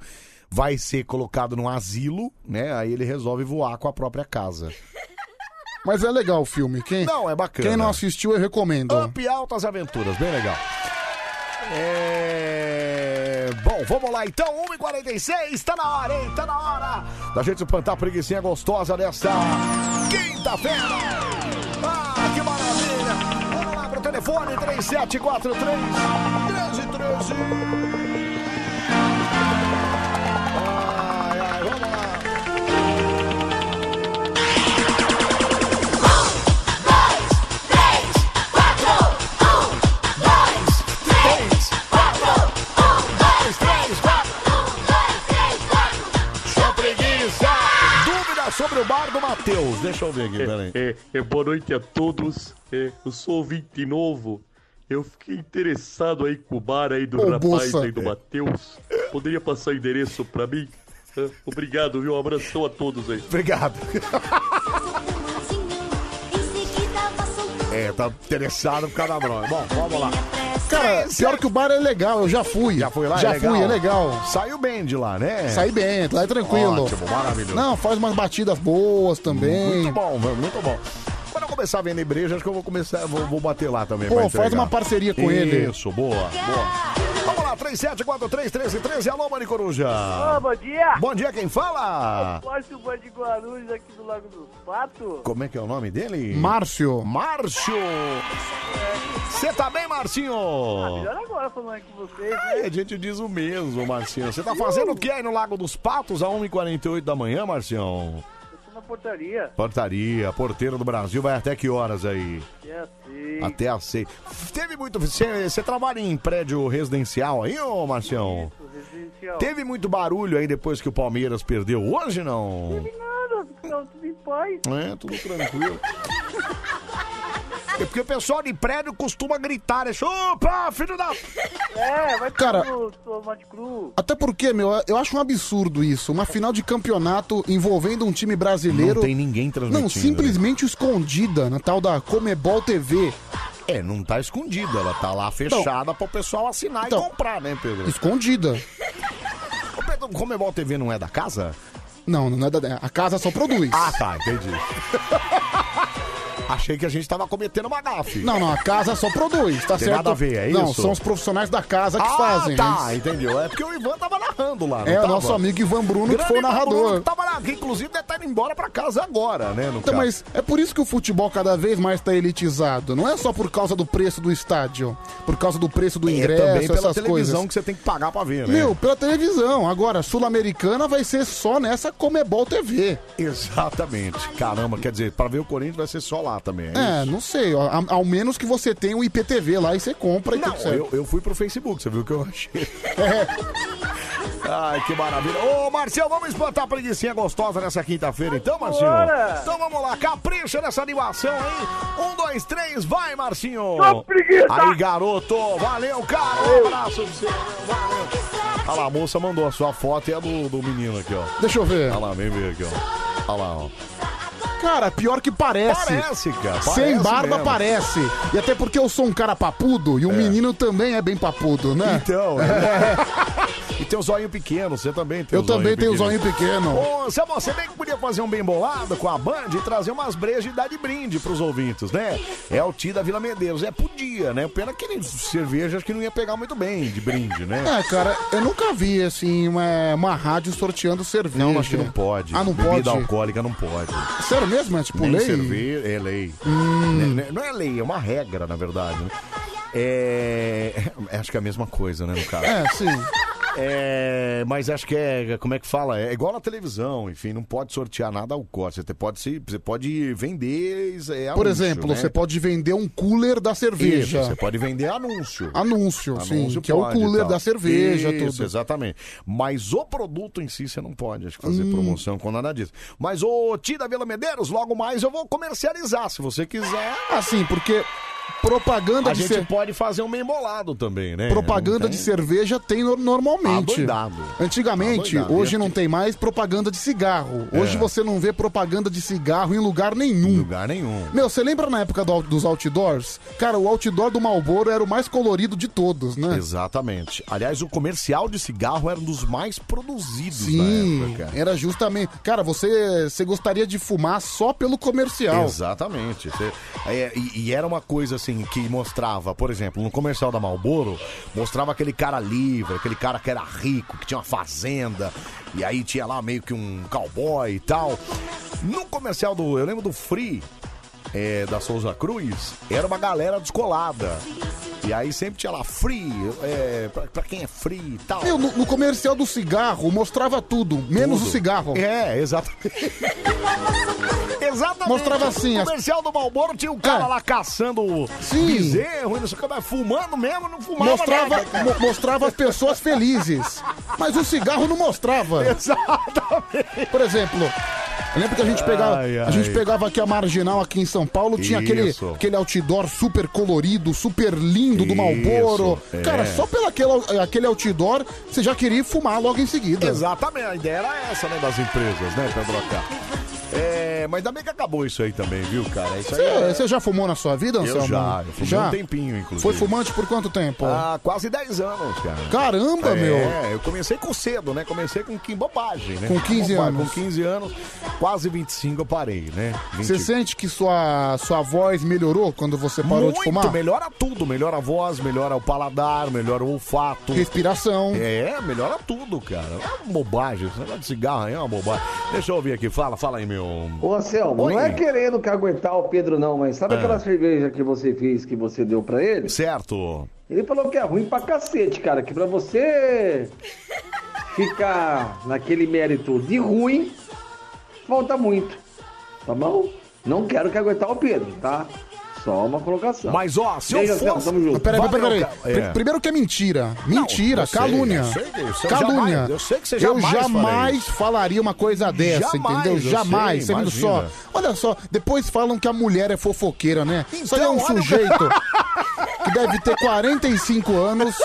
vai ser colocado num asilo, né? Aí ele resolve voar com a própria casa.
Mas é legal o filme, quem?
Não, é bacana. Ah,
Quem não assistiu, eu recomendo.
Up Altas Aventuras, bem legal. É... Bom, vamos lá então, 1h46, tá na hora, hein? Tá na hora da gente plantar a preguiçinha gostosa nesta quinta-feira. Ah, que maravilha! Vamos lá pro telefone 3743 1313. Ai, ai, vamos lá. um, um, Só preguiça! Dúvida sobre o bar do Matheus. Deixa eu ver aqui, peraí.
<laughs> É, é, boa noite a todos. É, eu sou ouvinte novo. Eu fiquei interessado aí com o bar aí do
Ô,
rapaz
moça.
aí do Matheus. Poderia passar o endereço pra mim? É, Obrigado, viu? Um abração a todos aí.
Obrigado. É, tá interessado por causa da bronha. Bom, vamos lá.
Cara, pior que o bar é legal, eu já fui.
Já foi lá,
Já
é legal?
fui, é legal.
Saiu bem de lá, né?
Saí bem, lá é tranquilo.
Ótimo, maravilhoso.
Não, faz umas batidas boas também.
Muito bom, velho, muito bom. Quando eu começar a vender breja, acho que eu vou começar, vou, vou bater lá também.
Pô,
pra
faz
entregar.
uma parceria com ele.
Isso, boa, boa. Vamos lá, 37431313. Alô, Mani Coruja.
bom dia!
Bom dia, quem fala?
Márcio Band de Guarulhos aqui do Lago dos Patos.
Como é que é o nome dele?
Márcio.
Márcio. Você tá bem, Marcinho?
Melhor agora falando com vocês,
Ai, a gente diz o mesmo, Marcinho. Você tá fazendo o que aí no Lago dos Patos a 1h48 da manhã, Marcinho?
eu tô na portaria.
Portaria, porteiro do Brasil, vai até que horas aí?
É assim.
Até às seis. Teve muito. Você você trabalha em prédio residencial aí, ô Marcião?
Residencial.
Teve muito barulho aí depois que o Palmeiras perdeu hoje, não?
Teve nada, então tudo em paz.
É, tudo tranquilo. É porque o pessoal de prédio costuma gritar, é chupa, filho da.
É, vai
Cara-
pro tomate cru.
Até porque, meu, eu acho um absurdo isso. Uma final de campeonato envolvendo um time brasileiro.
Não tem ninguém transmitindo, né?
Não, simplesmente escondida na tal da Comebol TV.
É, não tá escondida, ela tá lá fechada pro pessoal assinar
Então,
e comprar, né, Pedro?
Escondida.
Ô, Pedro, o Comebol TV não é da casa?
Não, não é da. A casa só produz.
Ah, tá, entendi. <laughs> Achei que a gente tava cometendo uma gafe.
Não, não, a casa só produz, tá
Tem
certo?
nada a ver, é
Não,
isso?
são os profissionais da casa que
ah,
fazem.
tá,
é isso.
entendeu? É porque o Ivan tava narrando lá, não
É, o
tava?
nosso amigo Ivan Bruno, que
Grande
foi o
Ivan
narrador.
Bruno, que tava lá, que inclusive deve estar indo embora pra casa agora, né, no
Então,
caso.
mas é por isso que o futebol cada vez mais está elitizado. Não é só por causa do preço do estádio, por causa do preço do
É
ingresso,
também pela
essas
televisão
coisas.
que você tem que pagar pra ver, né?
Meu, pela televisão. Agora, Sul-Americana vai ser só nessa Comebol TV.
Exatamente. Caramba, quer dizer, pra ver o Corinthians vai ser só lá também. é
É, não sei. ó, a- ao menos que você tenha um o IPTV lá e você compra e
Não,
tudo certo.
eu, eu fui pro Facebook, você viu o que eu achei.
É.
Ai, que maravilha. Ô, Marcel, vamos espantar a preguiçinha gostosa nessa quinta-feira, então, Marcinho?
Bora!
Então vamos lá, capricha nessa animação aí. Um, dois, três, vai, Marcinho!
Tô preguiça!
Aí, garoto! Valeu, cara! Um abraço pra você, meu, valeu! Olha lá, a moça mandou a sua foto e a do, do menino aqui, ó.
Deixa eu ver.
Olha lá, vem ver aqui, ó. Olha lá, ó.
Cara, pior que parece.
Parece, cara,
Sem
parece
barba
mesmo.
parece. E até porque eu sou um cara papudo e o menino também é bem papudo, né? <laughs>
Então, é. E tem o zoinho pequeno, você também tem
Eu
o
também tenho o zoinho
pequeno.
pequeno.
Ô, Samuel, você bem que podia fazer um bem bolado com a Band e trazer umas brejas e dar de brinde pros ouvintes, né? É o Ti da Vila Medeiros. É, podia, né? Pena que nem cerveja acho que não ia pegar muito bem de brinde, né?
É, cara, eu nunca vi, assim, uma, uma rádio sorteando cerveja.
Não, acho que não pode.
Ah, não
Bebida
pode?
alcoólica não pode.
Sério mesmo? É tipo
Nem
lei? Hum.
cerveja, é lei. Né, né, Não é lei, é uma regra, na verdade. né? É... <laughs> Acho que é a mesma coisa, né, no caso.
É, sim.
É, mas acho que é, como é que fala? É igual na televisão, enfim, não pode sortear nada ao corte. Você te- pode se, você pode vender, é
Por
anúncio,
exemplo,
né?
você pode vender um cooler da cerveja.
Isso, você pode vender anúncio.
Anúncio, sim, que é o
pode e
cooler
tal.
da cerveja,
Isso,
tudo.
exatamente. Mas o produto em si você não pode acho que fazer
Hum.
promoção com nada disso. Mas o Ti da Vila Medeiros, logo mais eu vou comercializar, se você quiser.
Assim, porque propaganda
A
de
gente
cer-
pode fazer um meio molado também, né?
Propaganda
Não
de
tem-
cerveja tem no- normalmente.
Adoidado.
Antigamente,
Adoidado.
hoje
Eu-
não tem mais propaganda de cigarro.
É.
Hoje você não vê propaganda de cigarro em lugar nenhum.
lugar nenhum.
Meu, você lembra na época do- dos outdoors? Cara, o outdoor do Malboro era o mais colorido de todos, né?
Exatamente. Aliás, o comercial de cigarro era um dos mais produzidos na
Sim,
época. cara.
era justamente. Cara, você, você gostaria de fumar só pelo comercial.
Exatamente. Você- é, e, e era uma coisa coisa assim que mostrava, por exemplo, no comercial da Marlboro, mostrava aquele cara livre, aquele cara que era rico, que tinha uma fazenda, e aí tinha lá meio que um cowboy e tal. No comercial do, eu lembro do Free, é, da Souza Cruz, era uma galera descolada. E aí sempre tinha lá free, é, pra, pra quem é free e tal.
Meu, no, no comercial do cigarro mostrava tudo, menos o cigarro.
É, exatamente. Exatamente.
Mostrava assim, as-
No
É.
comercial do Malboro tinha o cara lá caçando o
Sim.
bezerro e não sei o que, mas fumando mesmo, não fumava
<laughs> mostrava,
nada, cara.
mo- mostrava as pessoas felizes. Mas o cigarro não mostrava.
Exatamente.
Por exemplo, eu lembro que a gente pegava,
Ai,
a gente
ai.
pegava aqui a marginal aqui em São Paulo, tinha aquele,
Isso.
aquele outdoor super colorido, super lindo do Malboro.
Isso, é.
Cara, só pelo aquele, aquele outdoor, você já queria ir fumar logo em seguida.
Exatamente, a ideia era essa, né, das empresas, né, Pedroca? É, mas ainda bem que acabou isso aí também, viu, cara? Isso aí é-
Você, você já fumou na sua vida,
Eu
Anselmo?
já, eu fumei um tempinho, inclusive. Ah,
Foi fumante por quanto tempo?
Há quase 10 anos, cara.
Caramba,
É,
meu.
É, eu comecei com cedo, né? Comecei com que bobagem, né?
Com 15
Bobagem,
anos.
Com 15 anos, quase 25 eu parei, né? 20
Você sente que sua, sua voz melhorou quando você parou
Muito,
de fumar?
melhora tudo, melhora a voz, melhora o paladar, melhora o olfato.
Respiração.
É, melhora tudo, cara. É uma bobagem, esse negócio de cigarro aí é uma bobagem. Deixa eu ouvir aqui, fala, fala aí, meu...
Ô, Anselmo,
Oi.
não é querendo que aguentar o Pedro, não, mas sabe
Ah.
aquela cerveja que você fez, que você deu pra ele?
Certo.
Ele falou que é ruim pra cacete, cara, que pra você ficar naquele mérito de ruim, falta muito, tá bom? Não quero que aguentar o Pedro, tá? Só uma colocação.
Mas, ó, se eu
Beijo, Anselmo,
fosse-
tamo junto.
Peraí, peraí, peraí.
Valeu, cara.
Pri-
É.
Primeiro que é mentira. Mentira,
eu sei,
calúnia.
eu sei que isso eu
calúnia.
jamais- eu sei que você
Eu
jamais
jamais
falei.
falaria uma coisa dessa,
Jamais,
entendeu?
eu
Jamais.
sei,
Segundo só.
imagina.
Olha só, depois falam que a mulher é fofoqueira, né? Isso aí é um
Então, olha o-
sujeito que deve ter 45 anos.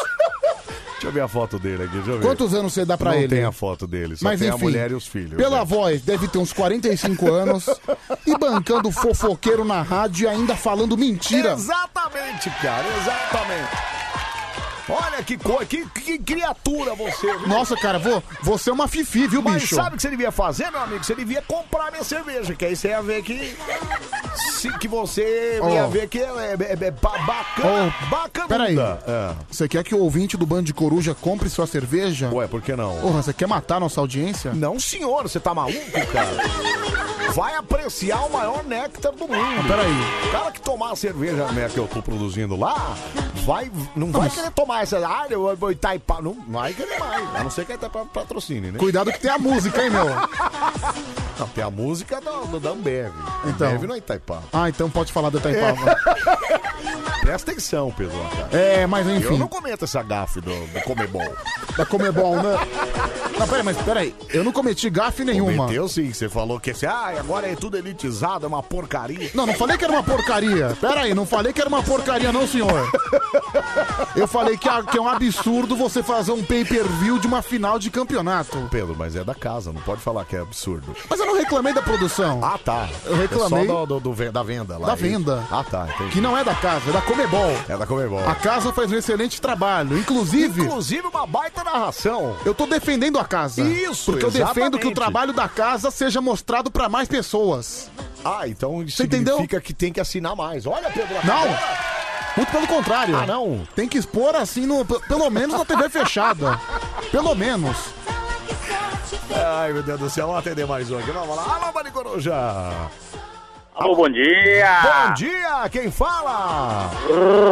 Deixa eu ver a foto dele aqui, deixa eu ver.
Quantos anos você dá pra
Não
ele?
tem a foto dele, só
Mas
tem
enfim,
a mulher e os filhos. né?
pela voz, deve ter uns
<laughs>
45 anos e bancando fofoqueiro na rádio e ainda falando mentira.
Exatamente, cara, exatamente. Olha que coisa, que, que criatura você. viu?
Nossa, cara, vo- você é uma fifi, viu,
Mas
bicho?
sabe o que você devia fazer, meu amigo? Você devia comprar minha cerveja, que aí você ia ver que. se- que você ia
Ó.
ver que é, é- é ba- bacana.
Ô,
bacana.
Peraí. É. Você quer que o ouvinte do Bando de Coruja compre sua cerveja?
Ué, por que não?
Porra, você quer matar nossa audiência?
Não, senhor, você tá maluco, cara? Vai apreciar o maior néctar do mundo.
Ah, Peraí.
O cara que tomar a cerveja né, que eu tô produzindo lá, vai, não vai
mas-
querer tomar essa. Ah, eu vou Itaipá. Não vai querer mais. A não ser que até pra patrocine, né?
Cuidado que tem a música, hein, meu?
<laughs> Não, tem a música da, da, da Ambev.
Então.
Ambev não é Itaipá.
Ah, então pode falar da Taipava.
É. Presta atenção, Pedro. cara.
É, mas enfim.
Eu não comento essa gafe do, do Comebol.
Da Comebol, né? Não, peraí, mas peraí. Eu não cometi gafe nenhuma.
Cometeu sim, que você falou que esse, ah, agora é tudo elitizado, é uma porcaria.
Não, não falei que era uma porcaria. Pera aí, não falei que era uma porcaria, não, senhor. Eu falei que, a- que é um absurdo você fazer um pay-per-view de uma final de campeonato.
Pedro, mas é da casa, não pode falar que é absurdo.
Mas eu não reclamei da produção.
Ah, tá.
Eu reclamei.
É só do, do- do ven- da venda lá.
Da
isso.
venda.
Ah, tá. Entendi.
Que não é da casa, é da Comebol.
É da Comebol.
A casa faz um excelente trabalho. Inclusive.
Inclusive uma baita narração.
Eu tô defendendo a casa.
Isso,
Porque eu
exatamente.
defendo que o trabalho da casa seja mostrado pra mais pessoas.
Ah, então isso
Você entendeu?
significa que tem que assinar mais. Olha, Pedro.
Não!
agora-
Muito pelo contrário.
Ah, não?
Tem que expor assim, no, pe- pelo menos na TV fechada. Pelo menos.
Ai, meu Deus do céu. Vamos atender mais um aqui. Vamos lá. Alô, Mari Coruja.
Alô, bom dia!
Bom dia. Quem fala?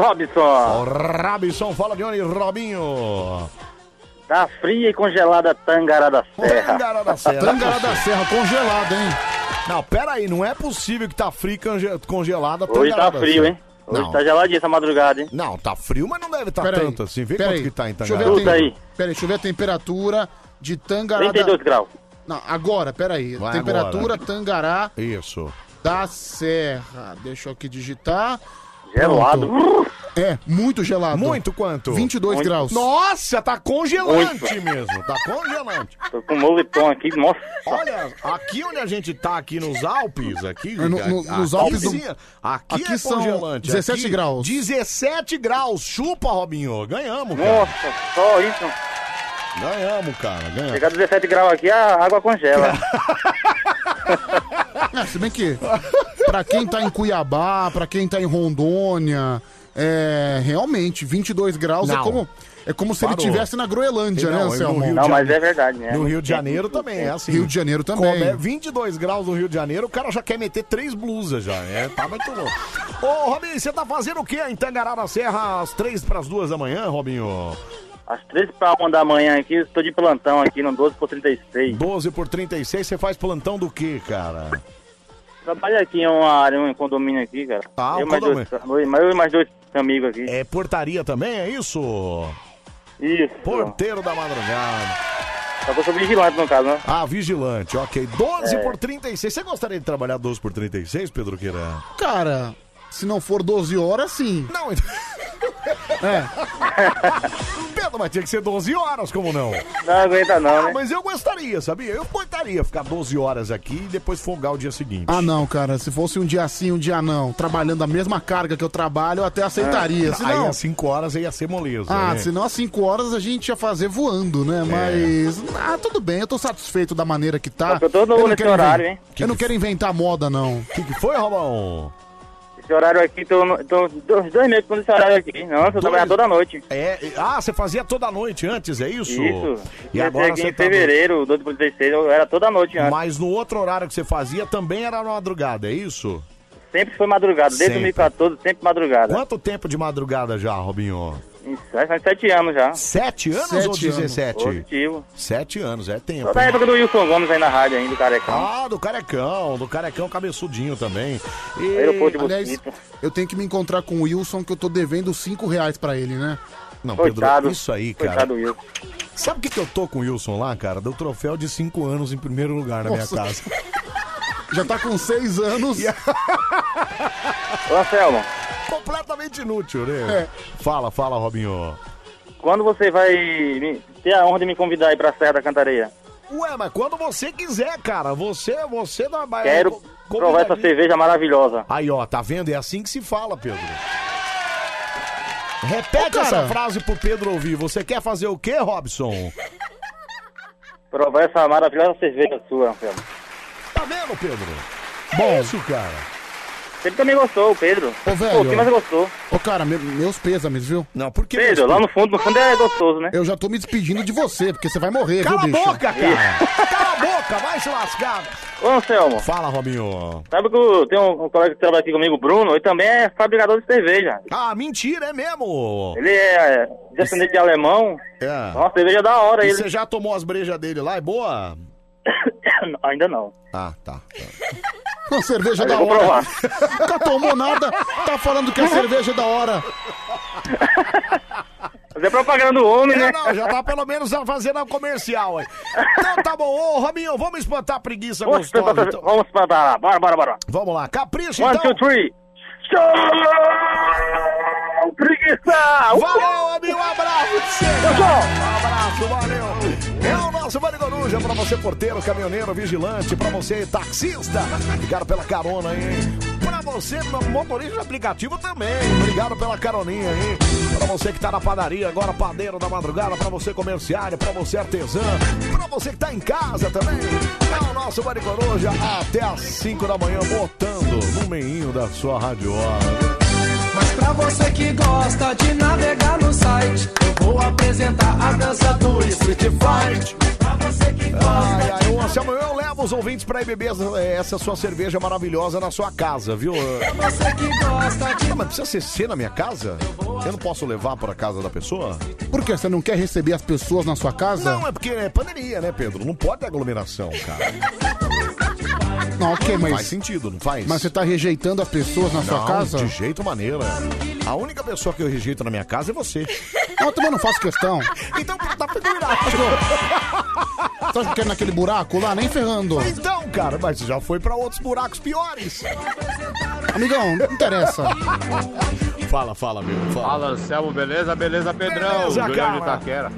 Robson!
O Robson. Fala de onde, Robinho?
Da Tá fria e congelada Tangará da Serra.
Tangará da Serra.
Tangará da Serra, congelada, hein?
Não, pera aí. Não é possível que tá frio e conge- congelada.
Hoje tá
Tangará da
frio,
Serra.
hein? Hoje
Não.
tá geladinho essa madrugada, hein?
Não, tá frio, mas não deve tá
Peraí,
tanto assim. Vê
peraí.
quanto que tá em
Deixa eu ver a
Tangará.
Escuta
tem-
aí.
Peraí, deixa eu ver a temperatura de Tangará.
32
da...
graus.
Não, agora, peraí.
Vai
temperatura
agora.
Tangará
Isso.
da Serra. Deixa eu aqui digitar.
Gelado.
Pronto. É, muito gelado.
Muito quanto?
22
Muito.
graus.
Nossa, tá congelante
Muito.
mesmo. Tá congelante.
Tô com um moletom aqui, nossa.
Olha, aqui onde a gente tá, aqui nos Alpes, aqui.
É, no- no-
aqui-
nos Alpes do-
sim, Aqui,
Aqui
é
são
congelante.
17
aqui,
graus.
17 graus. Chupa, Robinho. Ganhamos, cara.
Nossa, só isso.
Ganhamos, cara. Ganhamos.
Chegar 17 graus aqui, a água congela.
É, se bem que Pra quem tá em Cuiabá, pra quem tá em Rondônia, é, realmente, 22 graus é
Não.
como, é como se ele
Parou.
estivesse na Groenlândia,
Não,
né,
no
Anselmo?
Rio de Não, mas é Janeiro-
verdade, né?
No Rio de Janeiro também, é assim.
Rio de Janeiro também.
Como é 22 graus no Rio de Janeiro, o cara já quer meter três blusas já. É, tá muito louco. Ô, Robinho, você tá fazendo o quê em Tangará da Serra às três pras duas da manhã, Robinho?
Às 13 para 1 da manhã aqui, estou de plantão aqui no 12 por 36.
12 por 36, você faz plantão do quê, cara?
Trabalho aqui em uma área, um condomínio aqui, cara.
Ah, um
eu, mais dois, dois- eu e mais dois amigos aqui.
É portaria também, é isso?
Isso.
Porteiro da madrugada.
Só que eu sou vigilante no caso, né?
Ah, vigilante, ok. 12
É.
por 36. Você gostaria de trabalhar 12 por 36, Pedro Queira?
Cara, se não for 12 horas, sim.
Não,
É.
É. <laughs> Pedro, mas tinha que ser 12 horas, como não?
Não aguenta não, né?
Ah, mas eu gostaria, sabia? Eu gostaria ficar 12 horas aqui e depois folgar o dia seguinte.
Ah, não, cara. Se fosse um dia sim, um dia não, trabalhando a mesma carga que eu trabalho, eu até aceitaria.
Ah,
Se
Aí
não,
às 5 horas ia ser moleza.
Ah,
né?
senão às 5 horas a gente ia fazer voando,
É.
né? Mas. Ah, tudo bem, eu tô satisfeito da maneira que tá.
Mas eu tô novo
não
nesse
quero
horário, hein?
Eu não quero inventar moda, não. O
<laughs> que, que foi, Robão?
Esse horário aqui, tô, no- tô dois, dois meses com esse horário aqui. Não, eu trabalhava toda noite.
É, ah, você fazia toda noite antes, é isso?
Isso.
E agora
aqui
você
em
tá
fevereiro, 12 por 16, eu era toda noite antes.
Mas no outro horário que você fazia também era na madrugada, é isso?
Sempre foi madrugada, desde
Sempre.
2014, sempre madrugada.
Quanto tempo de madrugada já, Robinho?
Isso, faz sete anos já.
Sete anos ou 17?
Positivo.
Sete anos, é tempo.
Toda a
hein?
época do Wilson Gomes aí na rádio ainda, carecão.
Ah, do Carecão, do Carecão cabeçudinho também. E-
Aeroporto de
Aliás,
Bonito.
eu tenho que me encontrar com o Wilson, que eu tô devendo 5 reais pra ele, né?
Não,
Coitado.
Pedro, isso aí, cara.
Coitado do Wilson.
Sabe o que, que eu tô com o Wilson lá, cara? Deu troféu de 5 anos em primeiro lugar na
Nossa.
minha casa.
<laughs> Já tá com 6 anos.
<laughs> Ô, Anselmo,
Completamente inútil,
É.
né? Fala, fala, Robinho.
quando você vai me- ter a honra de me convidar aí pra Serra da Cantareia?
Ué, mas quando você quiser, cara, você, você dá mais.
Quero provar essa cerveja maravilhosa.
Aí, ó, tá vendo? É assim que se fala, Pedro. Repete
Ô, cara.
essa frase pro Pedro ouvir. Você quer fazer o quê, Robson?
Provar essa maravilhosa cerveja sua, Anselmo.
Tá vendo, Pedro? Bom. Isso, cara.
Ele também gostou, o Pedro.
Ô, velho.
Pô, quem mais gostou?
Ô, cara, me- meus pêsames, viu?
Não, por
que Pedro, meus lá no fundo, no fundo é gostoso, né?
Eu já tô me despedindo de você, porque você vai morrer,
Cala a
viu, bicho?
boca, cara! Cala a boca, vai se lascar!
Ô, Anselmo,
Fala, Robinho.
sabe que eu tenho um colega que trabalha aqui comigo, o Bruno, ele também é fabricador de cerveja.
Ah, mentira, é mesmo!
Ele é descendente de alemão.
É.
Uma cerveja da hora,
E
ele.
você já tomou as brejas dele lá? É boa?
<coughs> Ainda não.
Ah, tá.
Uma cerveja
Eu
da
vou
hora.
provar.
Nunca tomou nada, tá falando que a cerveja é da hora.
<laughs> Mas é propaganda do homem,
É,
né?
não, já tá pelo menos fazendo um comercial aí. Então tá bom, ô Robinho, vamos espantar a preguiça
Vamos
gostosa.
espantar-
então.
Vamos espantar lá. Bora, bora, bora.
Vamos lá, capricha
One,
então.
two, three. Show!
Uh!
Preguiça!
Valeu, amigo, um abraço pra você, cara. Um abraço, valeu. É o nosso Vale Coruja pra você, porteiro, caminhoneiro, vigilante, pra você, taxista. Obrigado pela carona aí. hein? Pra você, motorista de aplicativo também. Obrigado pela caroninha aí. Pra você que tá na padaria agora, padeiro da madrugada, pra você comerciário, pra você artesã, pra você que tá em casa também. É o nosso Vale Coruja até às 5 da manhã, botando no meinho da sua rádio hora.
Mas pra você que gosta de navegar no site, eu vou apresentar a dança do Street Fight. Pra você que
Ai,
gosta
ai, ô, Anselmo, eu levo os ouvintes pra ir beber essa, eh, essa sua cerveja maravilhosa na sua casa, viu?
É Você que gosta de
Ah, mas precisa ser ser na minha casa? Eu não posso levar pra casa da pessoa?
Por que você não quer receber as pessoas na sua casa?
Não, é porque é pandemia, né, Pedro? Não pode ter aglomeração, cara.
Não, ok,
Não
mas.
é faz sentido, não faz?
Mas você tá rejeitando as pessoas na sua
Não,
casa?
de jeito maneira. A única pessoa que eu rejeito na minha casa
<laughs>
é você.
Não, eu também não faço questão.
Então tá figurado.
Você acha que é naquele buraco lá? Nem ferrando.
Então, cara, mas você já foi pra outros buracos piores.
Amigão, não interessa.
<laughs> Fala, fala, meu.
Fala, Anselmo, beleza? Beleza, Pedrão?
Beleza,
Julião de
cara.
Itaquera.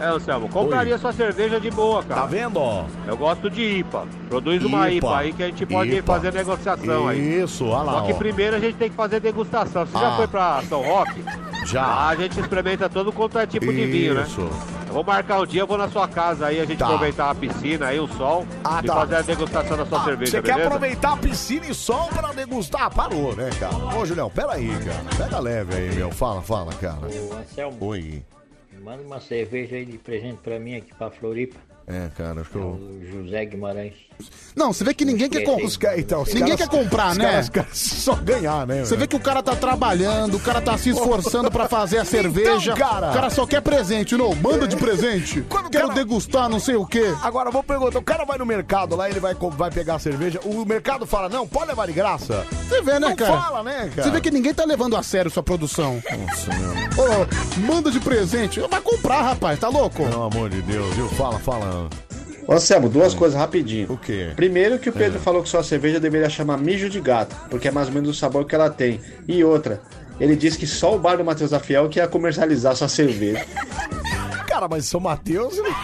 É, Anselmo, compraria sua cerveja de boa, cara.
Tá vendo, ó?
Eu gosto de IPA. Produz uma
Ipa.
IPA aí que a gente pode
Ipa.
fazer negociação aí.
Isso, olha lá.
Só que
ó.
primeiro a gente tem que fazer degustação. Você já
Ah.
foi pra São Roque? Ah,
Já.
Lá a gente experimenta todo quanto é tipo de vinho, né?
Isso. Tá.
Eu
Vou marcar um dia, eu vou na sua casa aí, a gente aproveitar a piscina aí, o sol.
Ah,
e
tá. Ah,
fazer a degustação da sua cerveja,
Você quer
beleza?
aproveitar a piscina e sol pra degustar? Parou, né, cara? Ô, Julião, peraí, cara. Pega leve aí, meu. Fala, fala, cara.
Ô, Anselmo,
Oi.
manda uma cerveja aí de presente pra mim aqui pra Floripa.
É, cara, acho que eu...
O José Guimarães.
Não, você vê que ninguém quer comprar.
Os ca- então, os
ninguém
caras-
quer comprar,
os
né?
caras- os caras só ganhar, né?
Você vê que o cara tá trabalhando, o cara tá se esforçando pra fazer a cerveja.
Então, cara.
O cara só quer presente, não? Manda de <laughs> presente. Quero degustar, não sei o quê.
Agora, vou perguntar. O cara vai no mercado lá, ele vai, co- vai pegar a cerveja. O mercado fala, não, pode levar de graça.
Você vê, né,
Não
cara?
fala, né, cara?
Você vê que ninguém tá levando a sério sua produção.
Nossa, meu.
Ô, manda de presente. Vai comprar, rapaz, tá louco?
Pelo amor de Deus, viu? Fala, fala.
Ô, Anselmo, duas coisas rapidinho. O
quê?
Primeiro que o Pedro
É.
falou que sua cerveja deveria chamar mijo de gato, porque é mais ou menos o sabor que ela tem. E outra, ele disse que só o bar do Matheus da Fiel que ia comercializar sua cerveja.
<laughs> Cara, mas São Mateus. ele-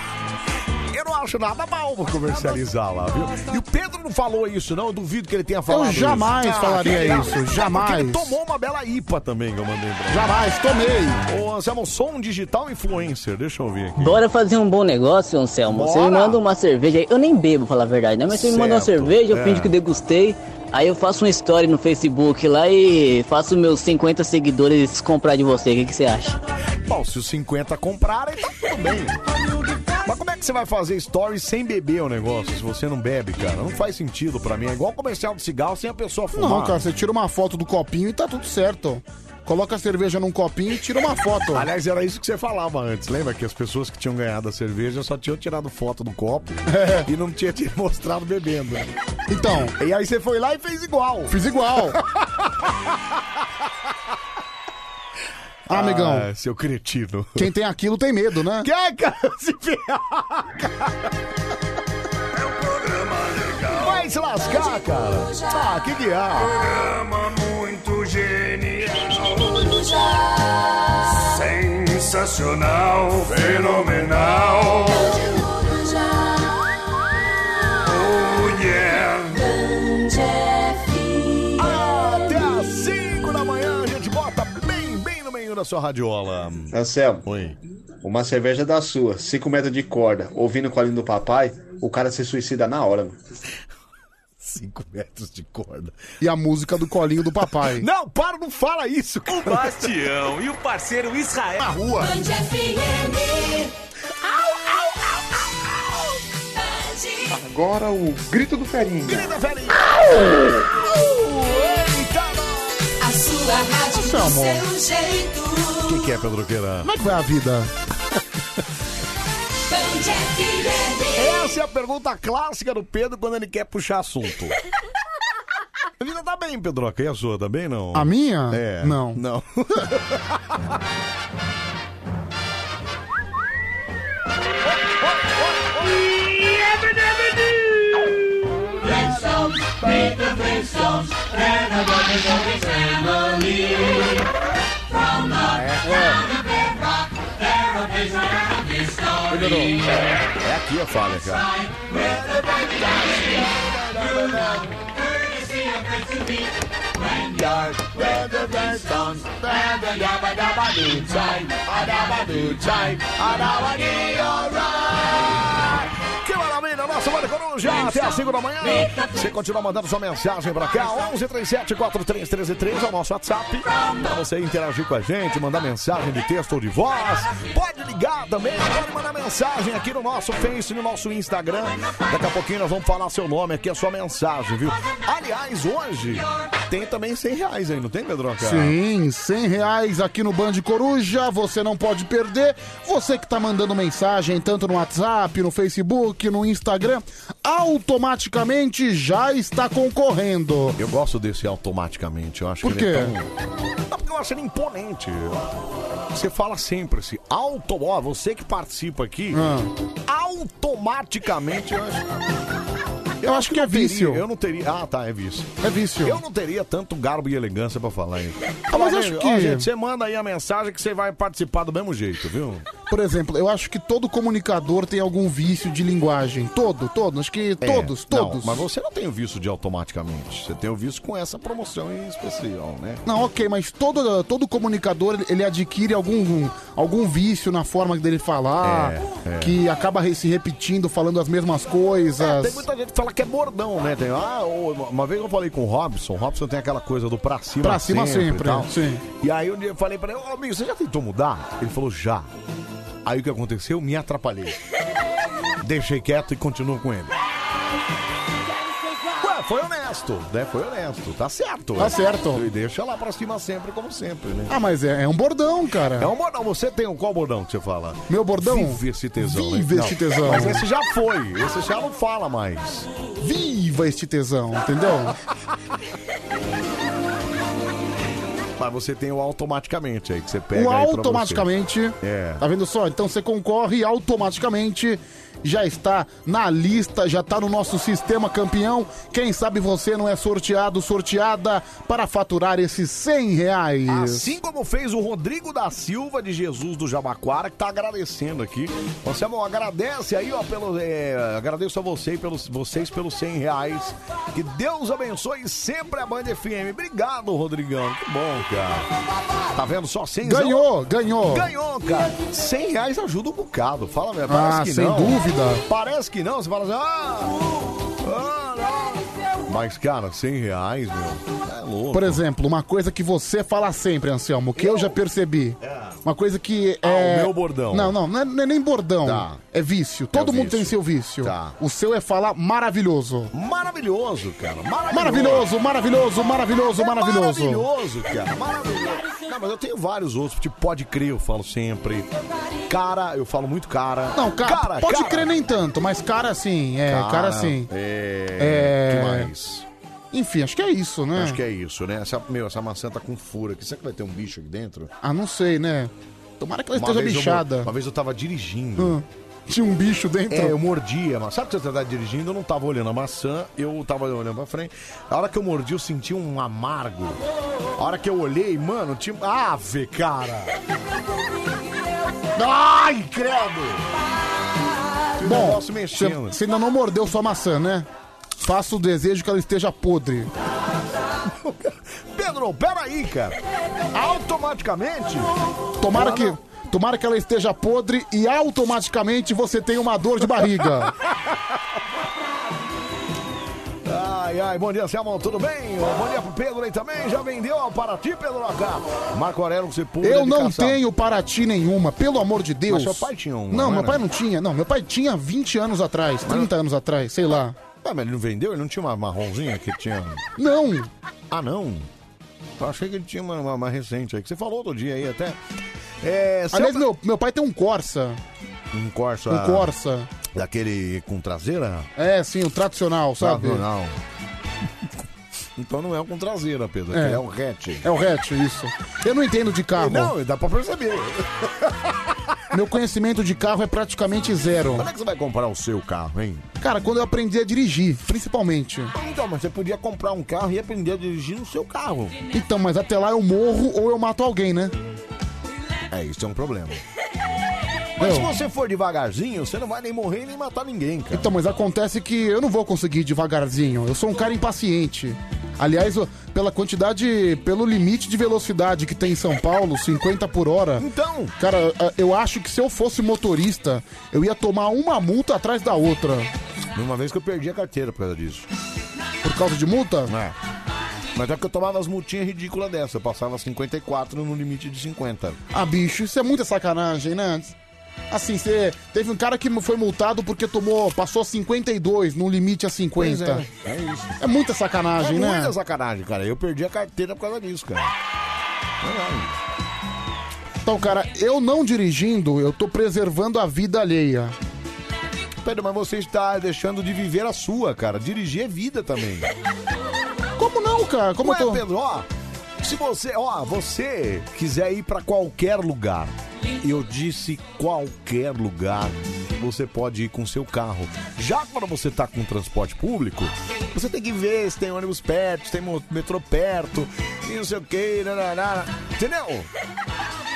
Eu não acho nada mal vou comercializar lá, viu? E o Pedro não falou isso, não. Eu duvido que ele tenha falado isso.
jamais falaria
que-
isso,
Até porque Ele
jamais.
tomou uma bela IPA também que eu mandei pra ele.
Jamais, tomei.
Ô, Anselmo, sou um digital influencer. Deixa eu ver aqui.
Bora fazer um bom negócio, Anselmo. Você me
Bora.
manda uma cerveja aí. Eu nem bebo, falar a verdade, né? Mas você me manda uma
Certo,
cerveja, eu
é.
finge que degustei. Aí eu faço uma story no Facebook lá e faço meus 50 seguidores comprar de você. O que, que você acha?
Bom, se os 50 comprarem, tá tudo bem. Mas como é que você vai fazer stories sem beber o negócio, se você não bebe, cara? Não faz sentido pra mim. É igual comercial de cigarro sem a pessoa fumar.
Não, cara, você tira uma foto do copinho e tá tudo certo. Coloca a cerveja num copinho e tira uma foto.
<laughs> Aliás, era isso que você falava antes. Lembra que as pessoas que tinham ganhado a cerveja só tinham tirado foto do
<laughs>
copo e não tinha te mostrado bebendo.
É. Então.
E aí você foi lá e fez igual.
Fiz igual. Ah, amigão.
Ah, seu cretino.
Quem tem aquilo tem medo, né?
Quer, cara, é <laughs> se ferrar, Vai se lascar, cara. Ah, que que há?
Programa muito genial.
Sensacional, fenomenal.
Oh, yeah.
Até às 5 da manhã a gente bota bem, bem no meio da sua radiola.
Anselmo,
Oi.
uma cerveja da sua, 5 metros de corda, ouvindo o colinho do papai, o cara se suicida na hora, mano.
5 metros de corda.
E a música do colinho do papai.
<laughs> Não, para, não fala isso.
O Bastião e o parceiro Israel. Na
rua.
Band FM. Au, au, au, au, au. Band.
Agora o grito do ferinho.
A sua rádio
Nossa,
do
amor.
seu jeito.
O que, que é, Pedro Queira?
Como é que vai a vida?
Band FM.
Essa é a pergunta clássica do Pedro quando ele quer puxar assunto. <laughs> Ele ainda tá bem, Pedroca. E a sua, tá bem, não?
A minha?
É.
Não.
Não.
Friendsons, make the friendsons, and the brothers of his family. From the town of Bedrock, there are days I have this story.
É aqui a falha, cara.
With the baby dancing, through the courtesy of friends to meet. When you're with the friendsons, and the yabba dabba doo time, a dabba doo time, a dabba dee alright.
Que maravilha, nossa Vale Coruja, até às 5 da manhã. Você continua mandando sua mensagem pra cá, 1137-431313 é o nosso WhatsApp. Pra você interagir com a gente, mandar mensagem de texto ou de voz. Pode ligar também, pode mandar mensagem aqui no nosso Face, no nosso Instagram. Daqui a pouquinho nós vamos falar seu nome aqui, a sua mensagem, viu? Aliás, hoje tem também 100 reais aí, não tem, Pedroca?
Sim, 100 reais aqui no Band Coruja, você não pode perder. Você que tá mandando mensagem, tanto no WhatsApp, no Facebook, no Instagram, automaticamente já está concorrendo.
Eu gosto desse automaticamente, eu acho
Por
que ele é
quê?
tão... Não, porque eu acho ele imponente. Você fala sempre assim, auto... Ó, você que participa aqui,
Ah.
automaticamente eu acho... Eu acho que é
vício.
eu não teria... Ah, tá, é vício.
É vício. Ah,
Eu não teria tanto garbo e elegância pra falar isso.
mas
Ó,
acho
gente,
que-
ó, gente, você manda aí a mensagem que você vai participar do mesmo jeito, viu?
Por exemplo, eu acho que todo comunicador tem algum vício de linguagem. Todo, todo. Acho que
É,
todos,
não,
todos.
mas você não tem o visto de automaticamente. Você tem o visto com essa promoção em especial, né?
Não, ok, mas todo, todo comunicador ele- ele adquire algum, algum vício na forma dele falar,
É, é.
que acaba re- se repetindo, falando as mesmas coisas.
Tem muita gente que fala que é bordão, né? Tem, ah, o- uma vez eu falei com o Robson, o Robson tem aquela coisa do pra cima
Pra cima sempre,
e tal.
sim.
E aí um dia eu falei pra ele, ô amigo, você já tentou mudar? Ele falou, já. Aí o que aconteceu? Me atrapalhei. Deixei quieto e continuo com ele. Ué, foi honesto, né? Foi honesto, tá certo.
Tá certo.
E deixa lá pra cima sempre, como sempre, né?
Ah, mas é, é um bordão, cara.
É um bordão, você tem um qual bordão que você fala?
Meu bordão?
Vive esse tesão. né?
Vive
Não,
este tesão.
Mas esse já foi, esse já não fala mais.
Viva este tesão, entendeu?
Ah, Mas você tem o automaticamente aí, que você pega
o
aí pra você.
Um automaticamente.
É.
Tá vendo só? Então você concorre e automaticamente. Já está na lista, já está no nosso sistema campeão. Quem sabe você não é sorteado, sorteada para faturar esses 100 reais.
Assim como fez o Rodrigo da Silva de Jesus do Jabaquara, que tá agradecendo aqui. Você amor, agradece aí, ó, pelo. é, agradeço a você e pelos, vocês pelos 100 reais. Que Deus abençoe sempre a Band FM. Obrigado, Rodrigão. Que bom, cara. Tá vendo só 100
Ganhou, ganhou.
Ganhou, cara. 100 reais ajuda um bocado. Fala, mesmo, parece
Ah,
que
sem
não.
dúvida.
Parece que não. Você fala assim, ah, ah, não. Mas, cara, 100 reais, meu. É louco.
Por exemplo, uma coisa que você fala sempre, Anselmo, que eu, já percebi. Uma coisa que
É. Ah,
é.
o meu bordão.
Não, não, não é, não é nem bordão.
Tá.
É vício. Todo
o
mundo
vício.
tem seu vício.
Tá.
O seu é falar maravilhoso.
Maravilhoso, cara.
Maravilhoso, maravilhoso, maravilhoso,
É
maravilhoso.
Maravilhoso, cara. Maravilhoso. Não, mas eu tenho vários outros. Tipo, pode crer, eu falo sempre. Cara, eu falo muito cara.
Não, cara, pode crer nem tanto, mas cara sim, é, cara, sim.
É.
É.
Que mais?
Enfim, acho que é isso, né?
Acho que é isso, né? Essa, meu, essa maçã tá com fura aqui. Será que vai ter um bicho aqui dentro?
Ah, não sei, né? Tomara que ela
Uma
esteja
vez eu mo-
bichada.
uma vez eu tava dirigindo.
Hum, Tinha um bicho dentro.
É, eu mordi a maçã. Sabe quando você tá dirigindo? Eu não tava olhando a maçã, eu tava olhando pra frente. A hora que eu mordi, eu senti um amargo. A hora que eu olhei, mano, tinha. Ave, cara! Ai, credo!
Bom,
negócio mexendo.
Você ainda não mordeu sua maçã, né? Faça o desejo que ela esteja podre.
<laughs> Pedro, peraí, cara! Automaticamente.
Tomara
Ah,
que, tomara que ela esteja podre e automaticamente você tem uma dor de
<laughs>
barriga.
Ai, ai, bom dia, Selma, tudo bem? Bom dia pro Pedro aí também, já vendeu ó, para ti, Pedro Acá. Marco Aurélio, você pula.
Eu não tenho Paraty nenhuma, pelo amor de Deus.
Mas seu pai tinha uma,
Não,
não
meu
era?
pai não tinha. Não, meu pai tinha 20 anos atrás, 30 anos atrás, sei lá.
Ah, mas ele não vendeu? Ele não tinha uma marronzinha que tinha.
Não!
Ah, não? Eu achei que ele tinha uma, uma- uma recente aí, que você falou outro dia aí até. É, seu-
Aliás, meu, meu pai tem um Corsa.
Um Corsa.
Um Corsa.
Daquele com traseira?
É, sim, o tradicional, sabe?
Não, não. <laughs> Então não é um com traseira, Pedro.
É.
É, é um hatch.
É o hatch, isso. Eu não entendo de carro.
Não, dá pra perceber.
Meu conhecimento de carro é praticamente zero.
Quando é que você vai comprar o seu carro, hein?
Cara, quando eu aprendi a dirigir, principalmente.
Então, mas você podia comprar um carro e aprender a dirigir no seu carro.
Então, mas até lá eu morro ou eu mato alguém, né?
É, isso é um problema. Mas se
Não.
você for devagarzinho, você não vai nem morrer nem matar ninguém, cara.
Então, mas acontece que eu não vou conseguir devagarzinho. Eu sou um cara impaciente. Aliás, eu- pela quantidade, pelo limite de velocidade que tem em São Paulo, <laughs> 50 por hora.
Então.
Cara, eh, eu acho que se eu fosse motorista, eu ia tomar uma multa atrás da outra.
Uma vez que eu perdi a carteira por causa disso.
Por causa de multa?
É. Mas é que eu tomava as multinhas ridículas dessa. Eu passava 54 no limite de 50.
Ah, bicho, isso é muita sacanagem, né? Assim, você teve um cara que foi multado porque tomou, passou 52 no limite a 50.
Pois É, é isso.
É muita sacanagem,
é
né?
muita sacanagem, cara. Eu perdi a carteira por causa disso, cara. É
Então, cara, eu não dirigindo, eu tô preservando a vida alheia.
Pedro, mas você está deixando de viver a sua, cara. Dirigir é vida também.
<laughs> Como não, cara? Como
Ué,
eu tô.
Pedro, ó. Se você, ó, você quiser ir pra qualquer lugar, eu disse qualquer lugar, você pode ir com seu carro. Já quando você tá com transporte público, você tem que ver se tem ônibus perto, se tem mo- metrô perto, e não sei o que, entendeu?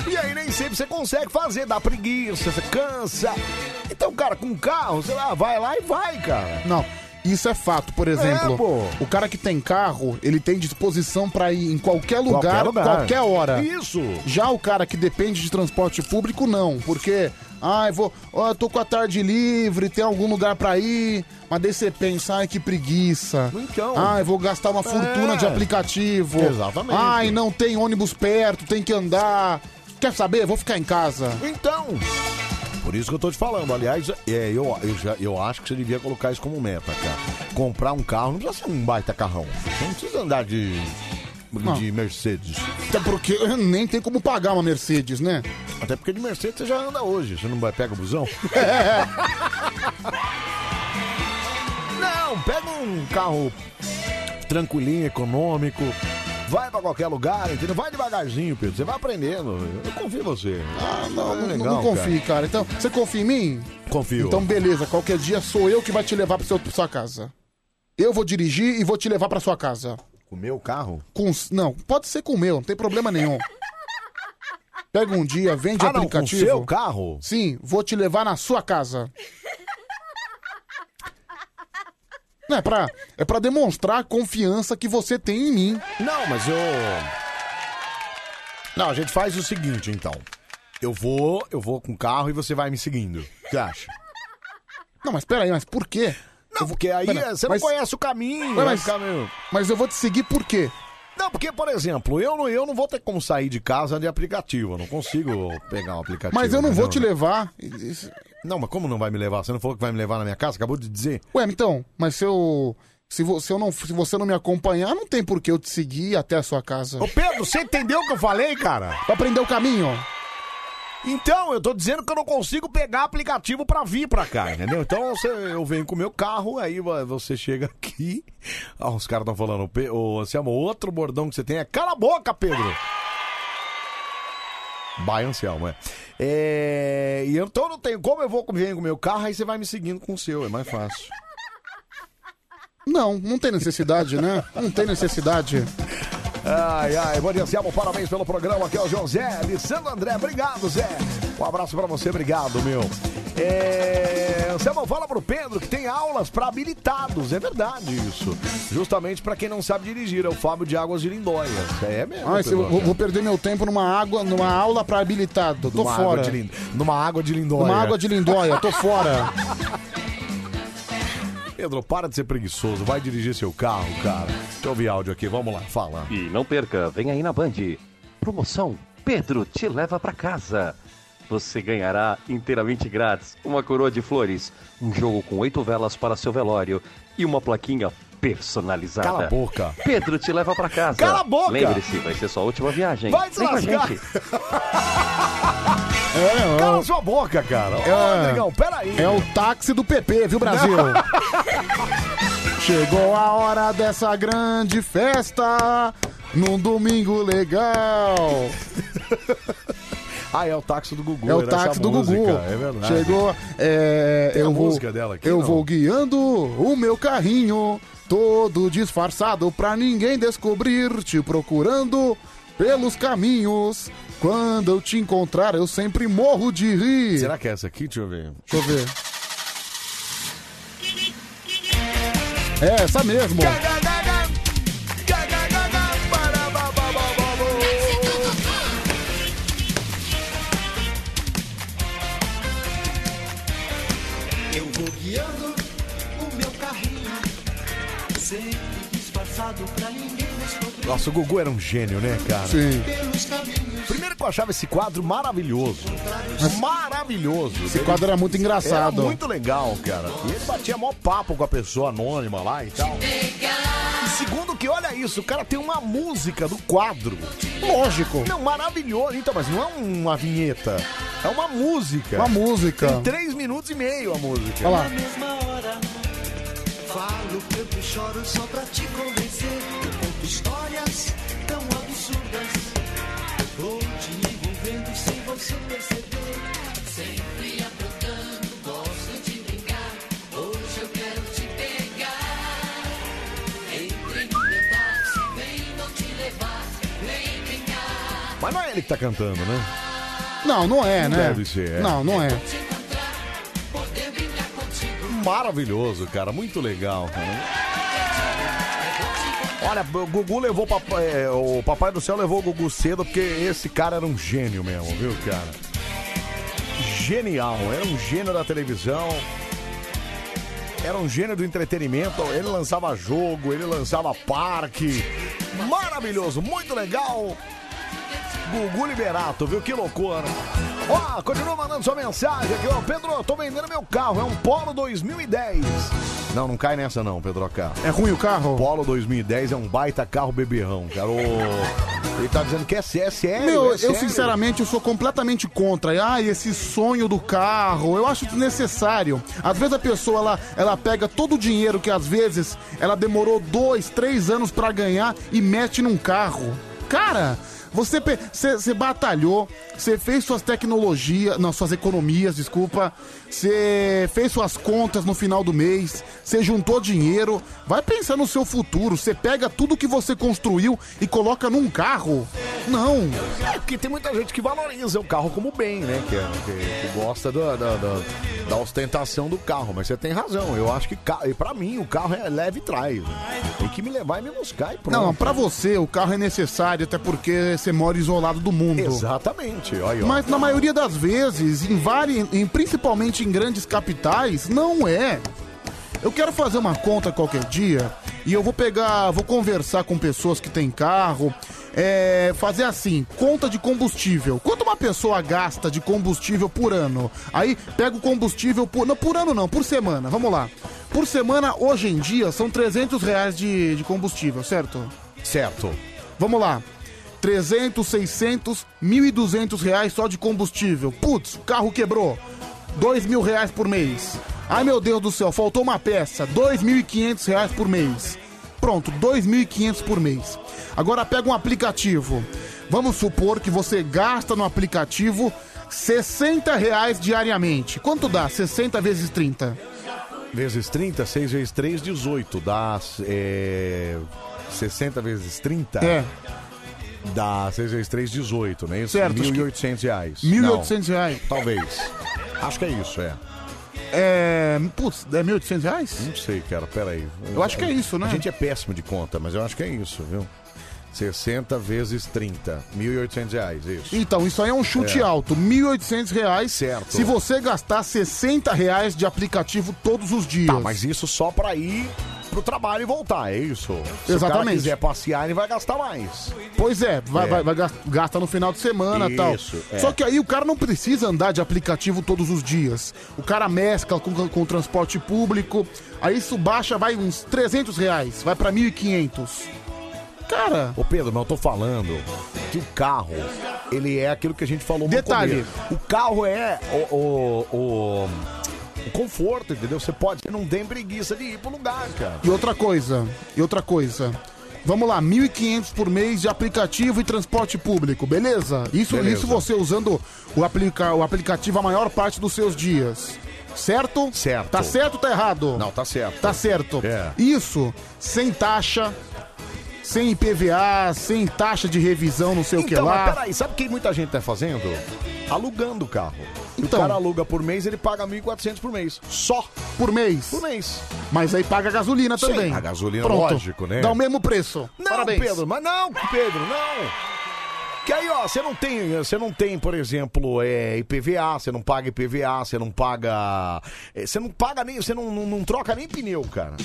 E
E aí nem sempre você consegue fazer, dá preguiça, você cansa. Então, cara, com carro, sei lá, vai lá e vai, cara.
Não, isso é fato. Por exemplo,
É, pô.
o cara que tem carro, ele tem disposição pra ir em qualquer lugar,
Qualquer
qualquer,
lugar.
hora.
Isso.
Já o cara que depende de transporte público, não. Porque, ai, vou, ó, eu tô com a tarde livre, tem algum lugar pra ir. Mas daí você pensa, ai, que preguiça.
Então.
Ai, vou gastar uma fortuna
É.
de aplicativo.
Exatamente.
Ai, não tem ônibus perto, tem que andar. Quer saber? Vou ficar em casa.
<laughs> Então. Por isso que eu tô te falando. Aliás, é, eu, eu, já, eu acho que você devia colocar isso como meta, cara. Comprar um carro não precisa ser um baita carrão. Você não precisa andar de, de Mercedes.
Até porque nem tem como pagar uma Mercedes, né?
Até porque de Mercedes você já anda hoje. Você não vai pega o busão?
É.
Não, pega um carro tranquilinho, econômico. Vai pra qualquer lugar, entendeu? Vai devagarzinho, Pedro. Você vai aprendendo. Eu confio em você. Ah,
Não, não, não confio, cara. Então, você confia em mim?
Confio.
Então, beleza. Qualquer dia sou eu que vai te levar pro seu, pra sua casa. Eu vou dirigir e vou te levar pra sua casa.
O meu carro?
Com, s- não, pode ser com o meu, não tem problema nenhum. Pega um dia, vende
Ah, não, com
aplicativo.
o seu carro?
Sim, vou te levar na sua casa. Não, é pra, é pra demonstrar a confiança que você tem em mim.
Não, mas eu. Não, a gente faz o seguinte, então. Eu vou, eu vou com o carro e você vai me seguindo. O que Você acha?
Não, mas peraí, mas por quê?
Não, porque aí
Pera,
é, você
mas-
não conhece o caminho.
Mas-
vai ficar meio-
Mas eu vou te seguir por quê?
Não, porque, por exemplo, eu não, eu não vou ter como sair de casa de aplicativo. Eu não consigo pegar um aplicativo.
Mas eu não vou te
entendeu?
levar.
Não, mas como não vai me levar? Você não falou que vai me levar na minha casa? Acabou de dizer.
Ué, então, mas se eu. Se, vo- se eu não, se você não me acompanhar, não tem por que eu te seguir até a sua casa.
Ô, Pedro, você entendeu o que eu falei, cara?
Pra aprender o caminho.
Então, eu tô dizendo que eu não consigo pegar aplicativo pra vir pra cá, entendeu? Então você- eu venho com o meu carro, aí vo- você chega aqui. Ah, os caras estão falando, "Pe- ô Anselmo, outro bordão que você tem é cala a boca, Pedro! Vai, Anselmo, é. é e eu- então eu não tenho como eu vou com- venho com o meu carro, aí você vai me seguindo com o seu, é mais fácil.
Não, não tem necessidade, né? Não tem necessidade.
Ai, ai, bom dia, Anselmo, parabéns pelo programa. Aqui é o José Lissandro André. Obrigado, Zé. Um abraço pra você, obrigado, meu. É... Anselmo, fala pro Pedro que tem aulas pra habilitados, é verdade isso. Justamente pra quem não sabe dirigir, é o Fábio de Águas de Lindóia. É mesmo.
Ai, se Ah, eu
Pedro.
vou, vou perder meu tempo numa água, numa aula pra habilitado. Tô
Numa
fora.
água de Lin- Numa água de Lindóia.
Numa água de Lindóia, tô
<laughs>
fora.
Pedro, para de ser preguiçoso, vai dirigir seu carro, cara. Deixa eu ouvir áudio aqui, vamos lá, fala.
E não perca, vem aí na Band. Promoção Pedro te leva pra casa. Você ganhará inteiramente grátis uma coroa de flores, um jogo com oito velas para seu velório e uma plaquinha personalizada.
Cala a boca.
Pedro te leva pra casa.
Cala a boca.
Lembre-se, vai ser sua última viagem.
Vai se
Vem com a
lascar.
gente.
Cala sua boca, cara. Ô, Rodrigão, peraí.
É o táxi do PP, viu, Brasil?
<laughs>
Chegou a hora dessa grande festa num domingo legal.
Ah, é o táxi do Gugu.
é o
era essa
táxi do
música,
Gugu.
É verdade.
Chegou. é,
Tem a
eu vou,
música dela aqui,
Eu
não?
vou guiando o meu carrinho, todo disfarçado pra ninguém descobrir, te procurando pelos caminhos. Quando eu te encontrar, eu sempre morro de rir.
Será que é essa aqui? Deixa eu ver.
Deixa eu ver. É, essa mesmo.
Eu vou guiando o meu carrinho, sempre disfarçado pra ninguém descobrir
Nossa, o Gugu era um gênio, né, cara?
pelos caminhos.
Primeiro que eu achava esse quadro maravilhoso. Maravilhoso.
Esse quadro era muito engraçado.
Era muito legal, cara. E ele batia mó papo com a pessoa anônima lá e tal. E segundo que, olha isso, o cara tem uma música do quadro.
Lógico.
Não, maravilhoso. Então, mas não é uma vinheta. É uma música.
Uma música.
Tem três minutos e meio a música.
Olha lá.
Na mesma hora, falo tanto e choro só pra te convencer. Eu conto histórias tão absurdas, vou te envolvendo sem você perceber. Sempre aprontando, gosto de brincar. Hoje eu quero te pegar. Entre no meu táxi, vem, vou te levar, vem brincar.
Mas não é ele que tá cantando, né?
Não, não é,
Não
né?
deve ser, é.
Não, não é.
Maravilhoso, cara. Muito legal, cara. Olha, o Gugu levou papai- é, o Papai do Céu levou o Gugu cedo porque esse cara era um gênio mesmo, viu, cara? Genial, era um gênio da televisão. Era um gênio do entretenimento, ele lançava jogo, ele lançava parque. Maravilhoso, muito legal. Gugu Liberato, viu? Que loucura. Ó, continua mandando sua mensagem aqui, Tá, ó. Pedro, eu tô vendendo meu carro, é um Polo 2010. Não, não cai nessa não, Pedro K. É ruim o carro? Polo 2010 é um baita carro beberrão, cara. Ô, Ele tá dizendo que é sé- é sério,
Meu,
é
eu
sério.
sinceramente eu sou completamente contra. Ah, esse sonho do carro, eu acho desnecessário. Às vezes a pessoa ela, ela pega todo o dinheiro que às vezes ela demorou dois, três anos pra ganhar e mete num carro. Cara, você pe- você você batalhou, você fez suas tecnologias, não, suas economias, desculpa. Você fez suas contas no final do mês, você juntou dinheiro, vai pensar no seu futuro. Você pega tudo que você construiu e coloca num carro? Não.
É porque tem muita gente que valoriza o carro como bem, né? Que, é- que- que gosta da, da, da- da ostentação do carro, mas você tem razão. Eu acho que ca... e pra mim o carro é leve e traz. né? Tem que me levar e me buscar e pronto.
Não, pra você o carro é necessário, até porque você mora isolado do mundo.
Exatamente, olha aí, ó.
Mas na maioria das vezes, em várias, em- principalmente em grandes capitais, não é. Eu quero fazer uma conta qualquer dia e eu vou pegar, vou conversar com pessoas que têm carro, é, fazer assim, conta de combustível. Quanto uma pessoa gasta de combustível por ano? Aí pega o combustível por. Não, por ano não, por semana, vamos lá. Por semana, hoje em dia, são 300 reais de, de combustível, certo?
Certo.
Vamos lá. 300, 600, 1.200 reais só de combustível. Putz, o carro quebrou. 2 mil reais por mês. Ai meu Deus do céu, faltou uma peça. 2.500 reais por mês. Pronto, 2.500 por mês. Agora pega um aplicativo. Vamos supor que você gasta no aplicativo 60 reais diariamente. Quanto dá? 60 vezes 30.
Vezes 30, 6 vezes 3, 18. Dá é, 60 vezes 30?
É.
Dá 6 vezes 3, 18, né? Isso?
Certo, acho que-
1.800 reais.
1.800
Não,
reais.
Talvez. Acho que é isso, é.
É. Putz, é 1.800 reais?
Não sei, cara, peraí.
Eu acho que é isso, né?
A gente é péssimo de conta, mas eu acho que é isso, viu? 60 vezes 30, 1.800 reais, isso.
Então, isso aí é um chute
É.
alto, R$ 1.800. reais,
Certo.
Se você gastar R$ 60 reais de aplicativo todos os dias.
Tá, mas isso só pra ir pro trabalho e voltar, é isso? Se o cara
Exatamente.
quiser passear, ele vai gastar mais.
Pois é, vai,
É.
vai- vai gas- gasta no final de semana e tal.
Isso, é.
Só que aí o cara não precisa andar de aplicativo todos os dias. O cara mescla com, com o transporte público, aí isso baixa, vai uns 300 reais, vai pra 1.500. Cara...
Ô Pedro, mas eu tô falando que o carro, ele é aquilo que a gente falou no
Detalhe.
começo. O carro é o, o, o- o conforto, entendeu? Você pode, você não tem preguiça de ir pro lugar, cara.
E outra coisa, e outra coisa. Vamos lá, 1.500 por mês de aplicativo e transporte público, beleza? Isso,
Beleza.
isso você usando o, aplica, o aplicativo a maior parte dos seus dias. Certo? Certo. Tá certo ou tá errado?
Não, tá certo. É.
Tá certo. Isso, sem taxa, sem IPVA, sem taxa de revisão, não sei o que
Então, mas
lá.
peraí, sabe o que muita gente tá fazendo? Alugando o carro.
Então.
O cara aluga por mês, ele paga 1.400 por mês. Só.
Por mês? Por
mês.
Mas aí paga a gasolina
Sim,
também.
a gasolina,
Pronto.
lógico, né?
Dá um o mesmo preço.
Não, Pedro, mas não, Pedro, não. Que aí, ó, você não tem, você não tem, por exemplo, é, IPVA, você não paga IPVA, você não paga. é, Você não paga nem, você não, não, não troca nem pneu, cara.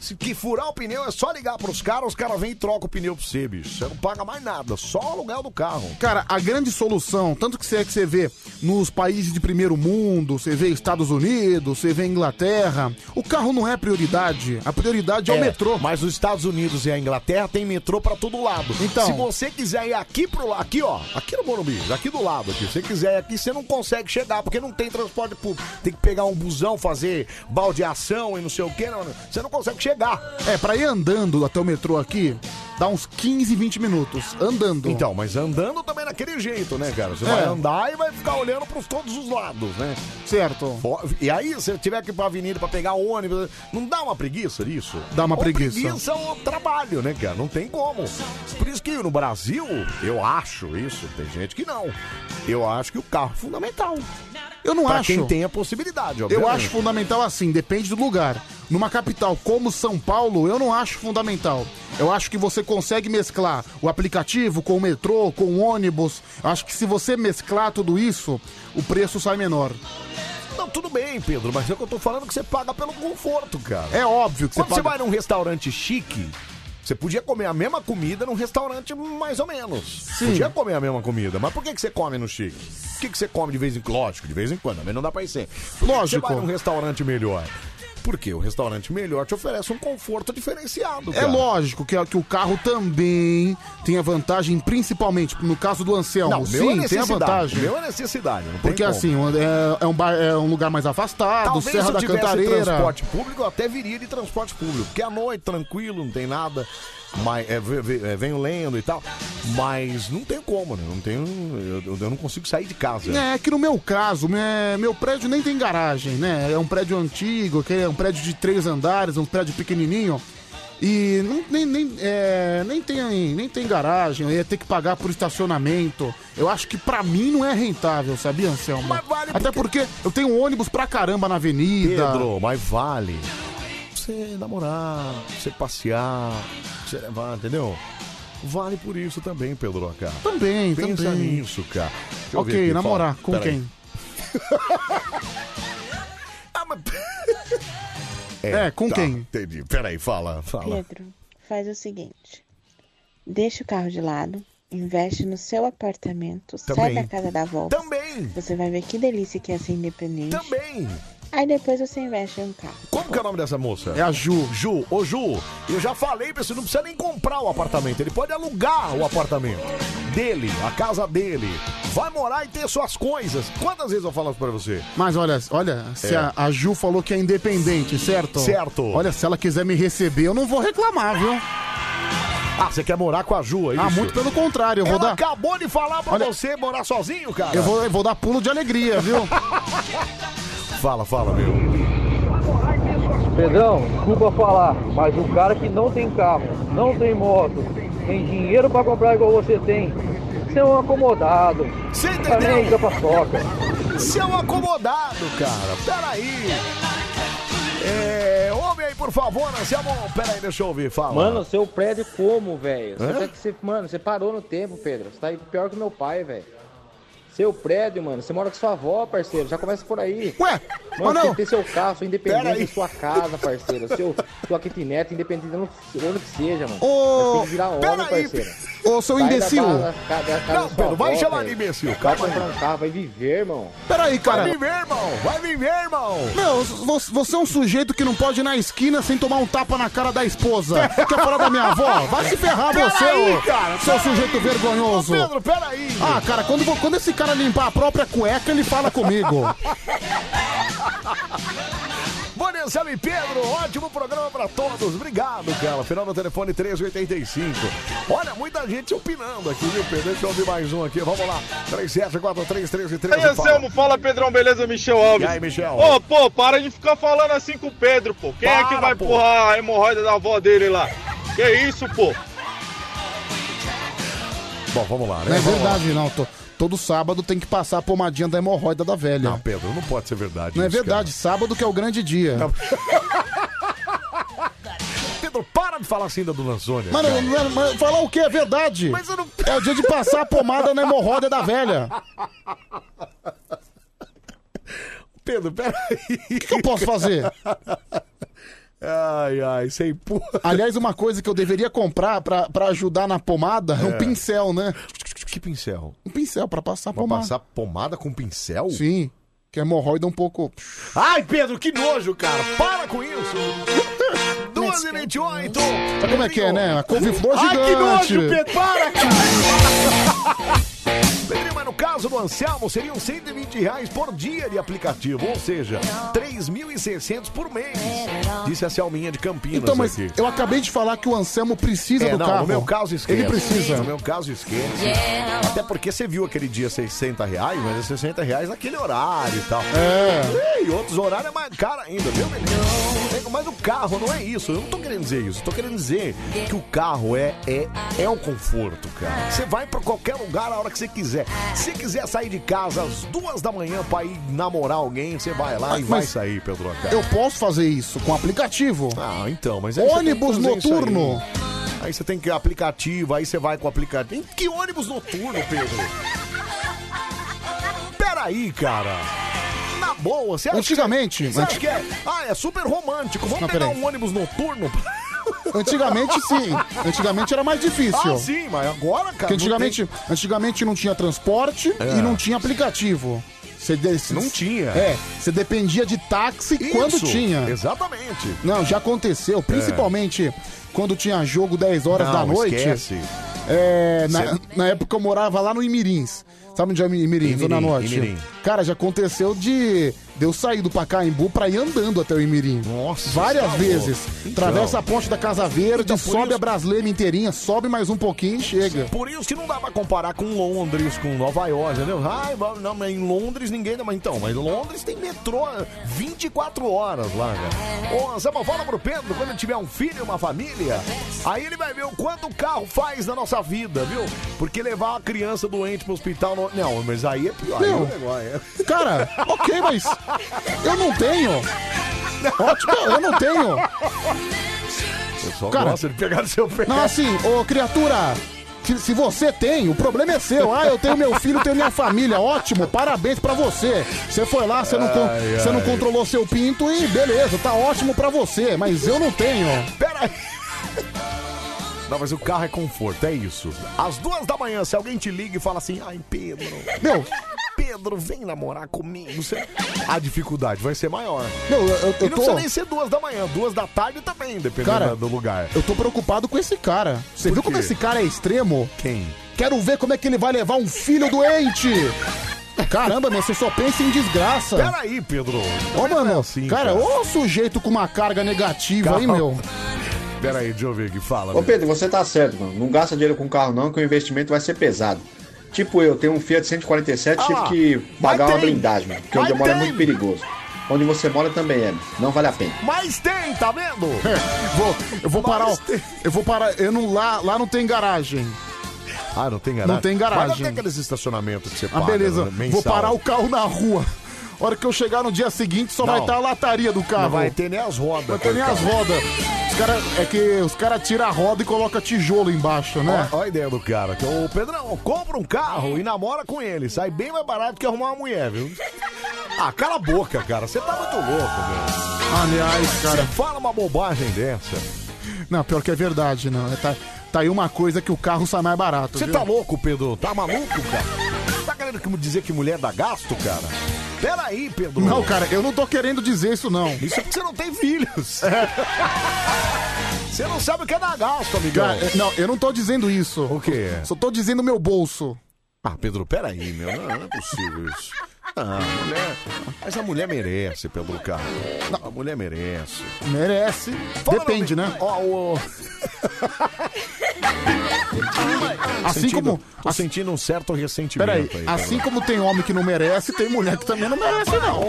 Se que furar o pneu é só ligar pros caras, os caras vêm e trocam o pneu pra você, bicho. Você não paga mais nada, só o aluguel do carro.
Cara, a grande solução, tanto que você, que você vê nos países de primeiro mundo, você vê Estados Unidos, você vê Inglaterra, o carro não é prioridade. A prioridade é, o metrô.
Mas os Estados Unidos e a Inglaterra tem metrô pra todo lado.
Então.
se você quiser ir aqui pro lado, aqui ó, aqui no Morumbi, aqui do lado, aqui, se você quiser ir aqui, você não consegue chegar porque não tem transporte público. Tem que pegar um busão, fazer baldeação e não sei o que, não, não. você não consegue chegar.
É, pra ir andando até o metrô aqui, dá uns 15, 20 minutos andando.
Então, mas andando também daquele jeito, né, cara? Você
É.
vai andar e vai ficar olhando para todos os lados, né?
Certo.
E aí, se você tiver que ir pra avenida pra pegar ônibus, não dá uma preguiça isso?
Dá uma
Ou
preguiça.
preguiça ou trabalho, né, cara? Não tem como. Por isso que no Brasil, eu acho isso, tem gente que não. Eu acho que o carro é fundamental.
Eu não
pra
acho.
quem tem a possibilidade,
Eu
obviamente.
acho fundamental assim, depende do lugar. Numa capital como São Paulo, eu não acho fundamental. Eu acho que você consegue mesclar o aplicativo com o metrô, com o ônibus. Eu acho que se você mesclar tudo isso, o preço sai menor.
Não, tudo bem, Pedro, mas é o que eu tô falando que você paga pelo conforto, cara.
É óbvio que você
Quando você
paga-
vai num restaurante chique, você podia comer a mesma comida num restaurante mais ou menos. Podia comer a mesma comida, mas por que, que você come no chique? Por que, que você come de vez em quando? Lógico, de vez em quando, também não dá pra ir sempre. Por que que Você
Lógico.
vai num restaurante melhor. Porque o restaurante melhor te oferece um conforto diferenciado,
É
cara.
lógico que, que o carro também tem a vantagem, principalmente no caso do Anselmo.
Não, meu é
Sim, tem a
necessidade.
vantagem.
Meu é necessidade. não tem
Porque
como.
assim, é, é um bar- é um lugar mais afastado,
Talvez
Serra
se eu
da
tivesse
Cantareira.
transporte público, eu até viria de transporte público. Porque à noite, tranquilo, não tem nada. Mas, é, ve- ve- é, venho lendo e tal. Mas não tem como, né? Não tenho, eu, eu não consigo sair de casa.
É que no meu caso, me- meu prédio nem tem garagem, né? É um prédio antigo, que é um prédio de três andares, um prédio pequenininho. E não- nem, nem, é, nem, tem, nem tem garagem, eu ia ter que pagar por estacionamento. Eu acho que pra mim não é rentável, sabia, Anselmo? Até porque eu tenho ônibus pra caramba na avenida.
Pedro, mas vale. Você namorar, você passear, você levar, entendeu? Vale por isso também, Pedro Acá.
Também,
Pensa
também.
nisso, cara. Deixa eu
Ok,
ver aqui,
namorar,
fala.
com
Pera aí.
quem? É, com quem?
Tá, Entendi. Peraí, fala,
É.
<laughs>
fala.
Pedro, faz o seguinte: deixa o carro de lado, investe no seu apartamento, sai
Também.
da casa da avó.
Também!
Você vai ver que delícia que é ser independente.
Também!
Aí depois você investe em um carro.
Como que é o nome dessa moça? É
a Ju.
Ju, ô Ju, eu já falei pra você, não precisa nem comprar o apartamento, ele pode alugar o apartamento dele, a casa dele. Vai morar e ter suas coisas. Quantas vezes eu falo isso pra você?
Mas olha, olha, se
É.
a, a Ju falou que é independente, certo?
Certo.
Olha, se ela quiser me receber, eu não vou reclamar, viu?
Ah, você quer morar com a Ju, é
Ah,
isso?
muito pelo contrário, eu vou
Ela
dar.
acabou de falar pra
Olha-
você morar sozinho, cara.
Eu vou, eu vou dar pulo de alegria, viu?
Fala, fala, meu.
Pedrão, desculpa falar, mas o cara que não tem carro, não tem moto, tem dinheiro pra comprar igual você tem, você é um acomodado.
Você
entendeu? Tá nem aí da paçoca.
<laughs> Você é um acomodado, cara. Peraí. É, ouve aí, por favor, né? Anselmo. Peraí, deixa eu ouvir, fala.
Mano, seu prédio como, velho? Você
Hã?
tá que você- Mano, você parou no tempo, Pedro. Você tá aí pior que meu pai, velho. Seu prédio, mano, você mora com sua avó, parceiro. Já começa por aí.
Ué,
mano, você
não.
tem que ter seu carro, sua independência,
aí.
sua casa, parceiro. Seu, sua kitnet, independente onde onde que seja, mano.
Ô,
Mas tem que virar homem,
pera aí,
parceiro.
ô, seu
Sai da
imbecil.
bala, da ca- da casa
Não,
da sua
Pedro, vai
avó,
chamar
velho.
de imbecil,
Vai
calma aí.
comprar um carro, vai viver, irmão.
Peraí, cara.
Vai
viver, irmão. Vai viver, irmão.
Meu, vo- você é um sujeito que não pode ir na esquina sem tomar um tapa na cara da esposa. Quer falar da minha avó? Vai se ferrar
Pera
você,
aí,
ô,
cara,
seu
pera
sujeito
aí.
vergonhoso.
Ô, Pedro,
peraí.
Ah, cara, quando, vo- quando esse cara limpar a própria cueca, ele fala comigo.
Bom dia, Anselmo e Pedro. Ótimo programa pra todos. Obrigado, cara. Final do telefone 1385. Olha, muita gente opinando aqui, viu, Pedro? Deixa eu ouvir mais um aqui. Vamos lá. 374333.
Aí, Anselmo, fala Pedrão, beleza? Michel Alves.
E aí, Michel?
Ô, pô, para de ficar falando assim com o Pedro, pô. Quem é que
Para,
vai
pô.
empurrar a hemorroida da avó dele lá? Que isso, pô?
<laughs> Bom, vamos lá, né?
Não é
Vamos lá.
verdade, não. Tô- todo sábado tem que passar a pomadinha da hemorroida da velha. Não,
Pedro, não pode ser verdade.
Não é
isso, cara. Tá
verdade, sábado que é o grande dia.
Pedro, para de falar assim da Dona Sônia.
Mano,
cara.
mano, mano, falar o que é verdade? É o dia de passar a pomada na hemorroida da velha.
Pedro, peraí. O
que, que eu posso fazer?
Ai, ai, sem porra.
Aliás, uma coisa que eu deveria comprar pra, pra ajudar na pomada é
É.
um pincel, né?
Que pincel?
Um pincel pra passar a
Vai
pomada.
passar pomada com pincel?
Sim, que a hemorroida é um pouco...
Ai, Pedro, que nojo, cara. Para com isso. 12 e 28.
Sabe como é que é, né? A couve-flor
Ai, que <laughs>
gigante.
nojo, Pedro. Para, cara. no caso do Anselmo, seriam 120 reais por dia de aplicativo, ou seja, 3.600 por mês. Disse a Selminha de Campinas.
Então, mas
aqui.
eu acabei de falar que o Anselmo precisa
É,
do
não,
carro.
no meu caso esquece.
Ele precisa.
No meu caso esquece.
Yeah.
Até porque você viu aquele dia 60 reais, mas é 60 reais naquele horário e tal. É. E outros horários é mais caro ainda, viu, menino? Nego, Mas o carro não é isso. Eu não tô querendo dizer isso. Eu tô querendo dizer que o carro é, é, é o conforto, cara. Você vai pra qualquer lugar a hora que você quiser. Se quiser sair de casa às duas da manhã pra ir namorar alguém, você vai lá e
Mas-
vai sair, Pedro. Acá.
Eu posso fazer isso com aplicativo.
Ah, então, mas aí você tem que
Ônibus
fazer isso
noturno.
Aí. Aí você tem que ir aplicativo, aí você vai com o aplicativo. Em Que ônibus noturno, Pedro? Peraí, cara. Na boa, você acha
Antigamente,
que, você acha
anti-
que é? Ah, é super romântico. Vamos
Não,
pegar
peraí.
um ônibus noturno?
Antigamente
<laughs>
sim. Antigamente era mais difícil.
Ah, sim, mas agora, cara.
Porque
não É.
antigamente não, antigamente não tinha transporte e não tinha aplicativo. Você de-
Não tinha.
É, você dependia de táxi
tem-
quando
Isso,
tinha.
Exatamente.
Não, já aconteceu, principalmente quando tinha jogo 10 horas
Não,
da noite.
esquece.
É, na,
Cê-
na época eu morava lá no Imirins. Sabe onde é o Imirim, Zona
Imirim,
Norte?
Imirim.
Cara, já aconteceu de, de eu sair do Pacaembu pra ir andando até o Imirim.
Nossa.
Várias
tá
vezes.
louco. Então.
Atravessa a ponte da Casa Verde,
Então, por
sobe
isso-
a brasileira inteirinha, sobe mais um pouquinho e chega.
Por isso que não dá pra comparar com Londres, com Nova York, entendeu? Ai, mas não, mas em Londres ninguém... Mas então, mas Londres tem metrô 24 horas lá, cara. Ô, Anselmo, fala pro Pedro, quando ele tiver um filho, uma família, aí ele vai ver o quanto o carro faz na nossa vida, viu? Porque levar uma criança doente pro hospital... Não, não, mas aí é pior. aí
Não.
o negócio é-
Cara, ok, mas eu não tenho. Ótimo, eu não tenho.
Eu só
Cara,
gosto de pegar no seu pé.
Não, assim, ô criatura, que- se você tem, o problema é seu. Ah, eu tenho meu filho, tenho minha família. Ótimo, parabéns pra você. Você foi lá, você não, con-
Ai,
você não
ai.
controlou seu pinto e beleza, tá ótimo pra você, mas eu não tenho.
Não, mas o carro é conforto, é isso. Às duas da manhã, se alguém te liga e fala assim, ai, Pedro.
Meu.
Pedro, vem namorar comigo. Você... A dificuldade vai ser maior.
Não, eu- eu-
e não
eu tô-
precisa nem ser duas da manhã, duas da tarde também, dependendo
Cara,
da- do lugar.
Eu tô preocupado com esse cara. Você
Por
viu como
quê?
esse cara é extremo?
Quem?
Quero ver como é que ele vai levar um filho doente. Caramba, meu, você só pensa em desgraça.
Peraí, Pedro.
Ô, mano, cara,
cara.
ô sujeito com uma carga negativa aí,
Calma.
meu.
Peraí, deixa eu ver o que fala.
Ô
velho.
Pedro, você tá certo, mano. Não gasta dinheiro com carro não, que o investimento vai ser pesado. Tipo eu, tenho um Fiat 147,
Ah,
tive que pagar
mas
uma
tem.
blindagem, mano, porque
Mas
onde eu moro é
tem.
muito perigoso. Onde você mora também é, não vale a pena.
Mas tem, tá vendo?
Vou, eu vou parar, ó. eu vou parar, eu não lá, lá não tem garagem.
<laughs> Ah, não tem garagem.
Não tem garagem.
Mas não tem aqueles estacionamentos que você
Ah,
paga.
beleza.
né, mensal.
Vou parar o carro na rua. A hora que eu chegar no dia seguinte só
Não.
vai estar a lataria do carro.
Não vai ter nem as rodas.
Não tem nem as
coitado.
rodas. Os cara, é que os caras tiram a roda e colocam tijolo embaixo, né?
Olha a ideia do cara. que Ô, Pedrão, compra um carro e namora com ele. Sai bem mais barato que arrumar uma mulher, viu? Ah, cala a boca, cara. Você tá muito louco, velho.
Aliás, cara.
Você fala uma bobagem dessa.
Não, pior que é verdade, não. É, Tá, tá aí uma coisa que o carro sai mais barato.
Você
viu?
tá louco, Pedro? Tá maluco, cara? Tá querendo que- dizer que mulher dá gasto, cara? Pera aí, Pedro.
Não, cara, eu não tô querendo dizer isso, não. É.
Isso é porque você não tem filhos. <laughs> Você não sabe o que é dar gasto, amigão.
Cara, é, não, eu não tô dizendo isso. O
quê?
Só tô dizendo meu bolso.
Ah, Pedro, peraí, meu. Não, não é possível isso. Ah, mulher. Mas a mulher merece, Pedro Carro. A mulher merece.
Merece. Depende, né?
Ó, o-
<laughs> Assim
sentindo,
como-
Tô sentindo um certo ressentimento
Peraí,
aí,
assim
Pedro.
como tem homem que não merece, tem mulher que também não merece, não.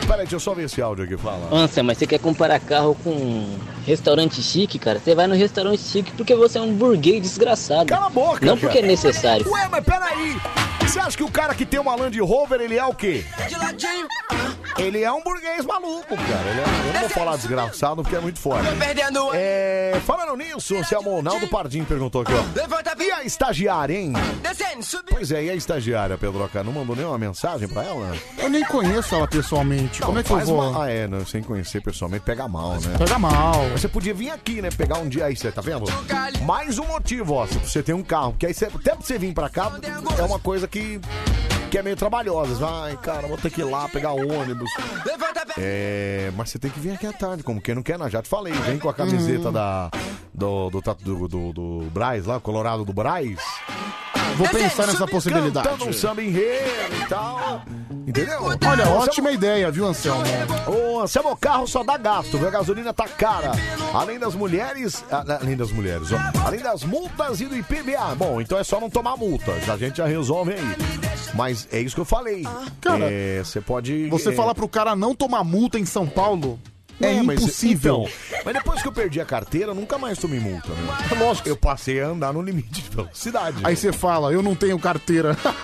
Peraí, deixa eu só ver esse áudio aqui fala.
Ansa, mas você quer comparar carro com restaurante chique, cara? Você vai no restaurante chique porque você é um burguês desgraçado. Cala a
boca,
Não
cara.
porque é necessário.
Ué, mas peraí. Você acha que o cara que tem uma Land Rover, ele é o quê? Ele é um burguês maluco, cara. Ele é- eu não vou falar desgraçado porque é muito forte. É, falando nisso, se a Monaldo Pardim perguntou aqui, ó. E a estagiária, hein? Pois é, e a estagiária, Pedroca? Não mandou nenhuma mensagem pra ela?
Eu nem conheço ela pessoalmente. Como é que eu
Faz
vou?
uma- Ah, é, não, sem conhecer pessoalmente, pega mal, né?
Pega mal.
Mas Você podia vir aqui, né? Pegar um dia aí, você tá vendo? Mais um motivo, ó. Se você tem um carro, porque aí você, até pra você vir pra cá é uma coisa que, que é meio trabalhosa. Você fala, Ai, cara, vou ter que ir lá pegar ônibus. É, mas você tem que vir aqui à tarde, como quem não quer, né? Já te falei, vem com a camiseta da, do, do, tatu- do, do, do Braz lá, Colorado do Braz.
Vou pensar nessa possibilidade.
Cantando um samba enredo e tal. Entendeu?
Olha, ótima ideia, viu, Anselmo?
Ô, Anselmo, o carro só dá gasto, viu? A gasolina tá cara. Além das mulheres. a- a- Além das mulheres, ó. Além das multas e do IPVA. Bom, então é só não tomar multa. A gente já resolve aí. Mas é isso que eu falei.
Cara,
É, você pode.
Você
é,
falar pro cara não tomar multa em São Paulo é,
Não, mas-
impossível.
então, mas depois que eu perdi a carteira, eu nunca mais tomei multa, né? Lógico. Eu passei a andar no limite de velocidade.
É Aí você fala, eu não tenho carteira. <laughs>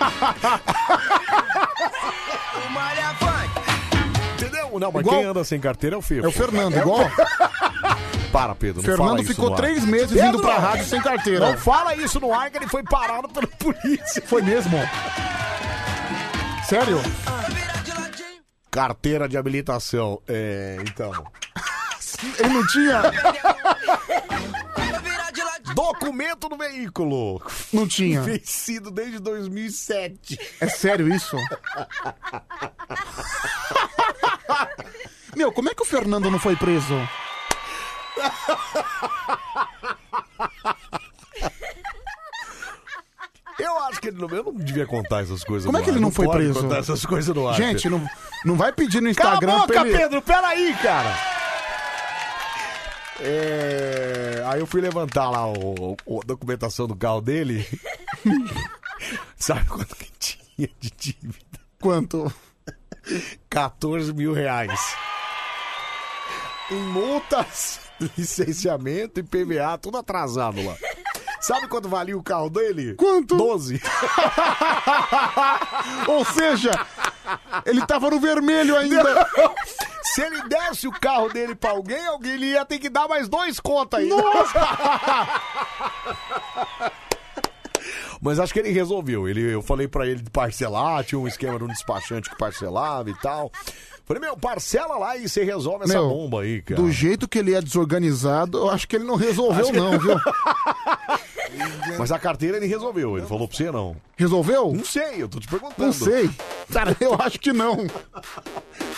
Entendeu? Não, mas
Igual-
quem anda sem carteira é o Fefo.
É o Fernando, igual.
<laughs> Para, Pedro. não
Fernando
fala isso
ficou
no ar.
três meses indo pra rádio sem carteira.
Não fala isso no ar que ele foi parado pela polícia.
Foi mesmo? Sério?
Carteira de habilitação. É, então.
Ele não tinha?
Documento
<laughs>
do veículo.
Não tinha.
Vencido desde 2007.
É sério isso? Meu, como é que o Fernando não foi preso?
Eu acho que ele não, eu não devia contar essas coisas.
Como é
no
que ele
ar.
não foi
pode
preso?
contar essas coisas no ar.
Gente,
Pedro.
não, não vai pedir no
Cala
Instagram
a boca,
pra ele-
Pedro, peraí, cara. É, Aí eu fui levantar lá o, o- a documentação do carro dele. <laughs> Sabe quanto que tinha de dívida?
Quanto?
14 mil reais. Em multas, <laughs> licenciamento e PVA, tudo atrasado lá. Sabe quanto valia o carro dele?
Quanto?
12.
<laughs> Ou seja, ele tava no vermelho ainda.
<laughs> Se ele desse o carro dele pra alguém, alguém ele ia ter que dar mais dois contas ainda. Mas acho que ele resolveu. Ele, eu falei pra ele de parcelar, tinha um esquema de um despachante que parcelava e tal. Falei, meu, parcela lá e você resolve essa
Meu,
bomba aí, cara.
Do jeito que ele é desorganizado, eu acho que ele não resolveu,
Acho que-
não,
<laughs>
viu?
Mas a carteira ele resolveu, ele falou pra você não.
Resolveu?
Não sei, eu tô te perguntando.
Não sei. Cara, eu acho que não.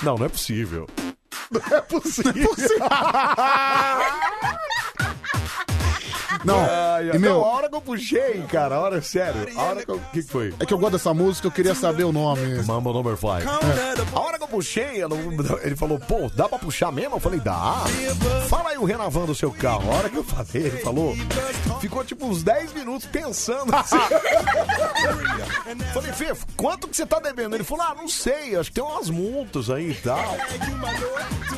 Não, não é possível.
Não é possível. Não,
Ai, ai.
e meu,
Não, a hora que eu puxei, cara, a hora, é sério, a hora que eu... O que que foi?
é que eu gosto dessa música, eu queria saber o nome. É.
Mambo Number 5. né, A hora que eu puxei, eu não- ele falou, pô, dá pra puxar mesmo? Eu falei, dá. Fala aí o Renavan do seu carro. A hora que eu falei, ele falou, ficou tipo uns 10 minutos
<laughs>
pensando assim. falei, Fefo, quanto que você tá devendo? Ele falou, ah, não sei, acho que tem umas multas aí e tal.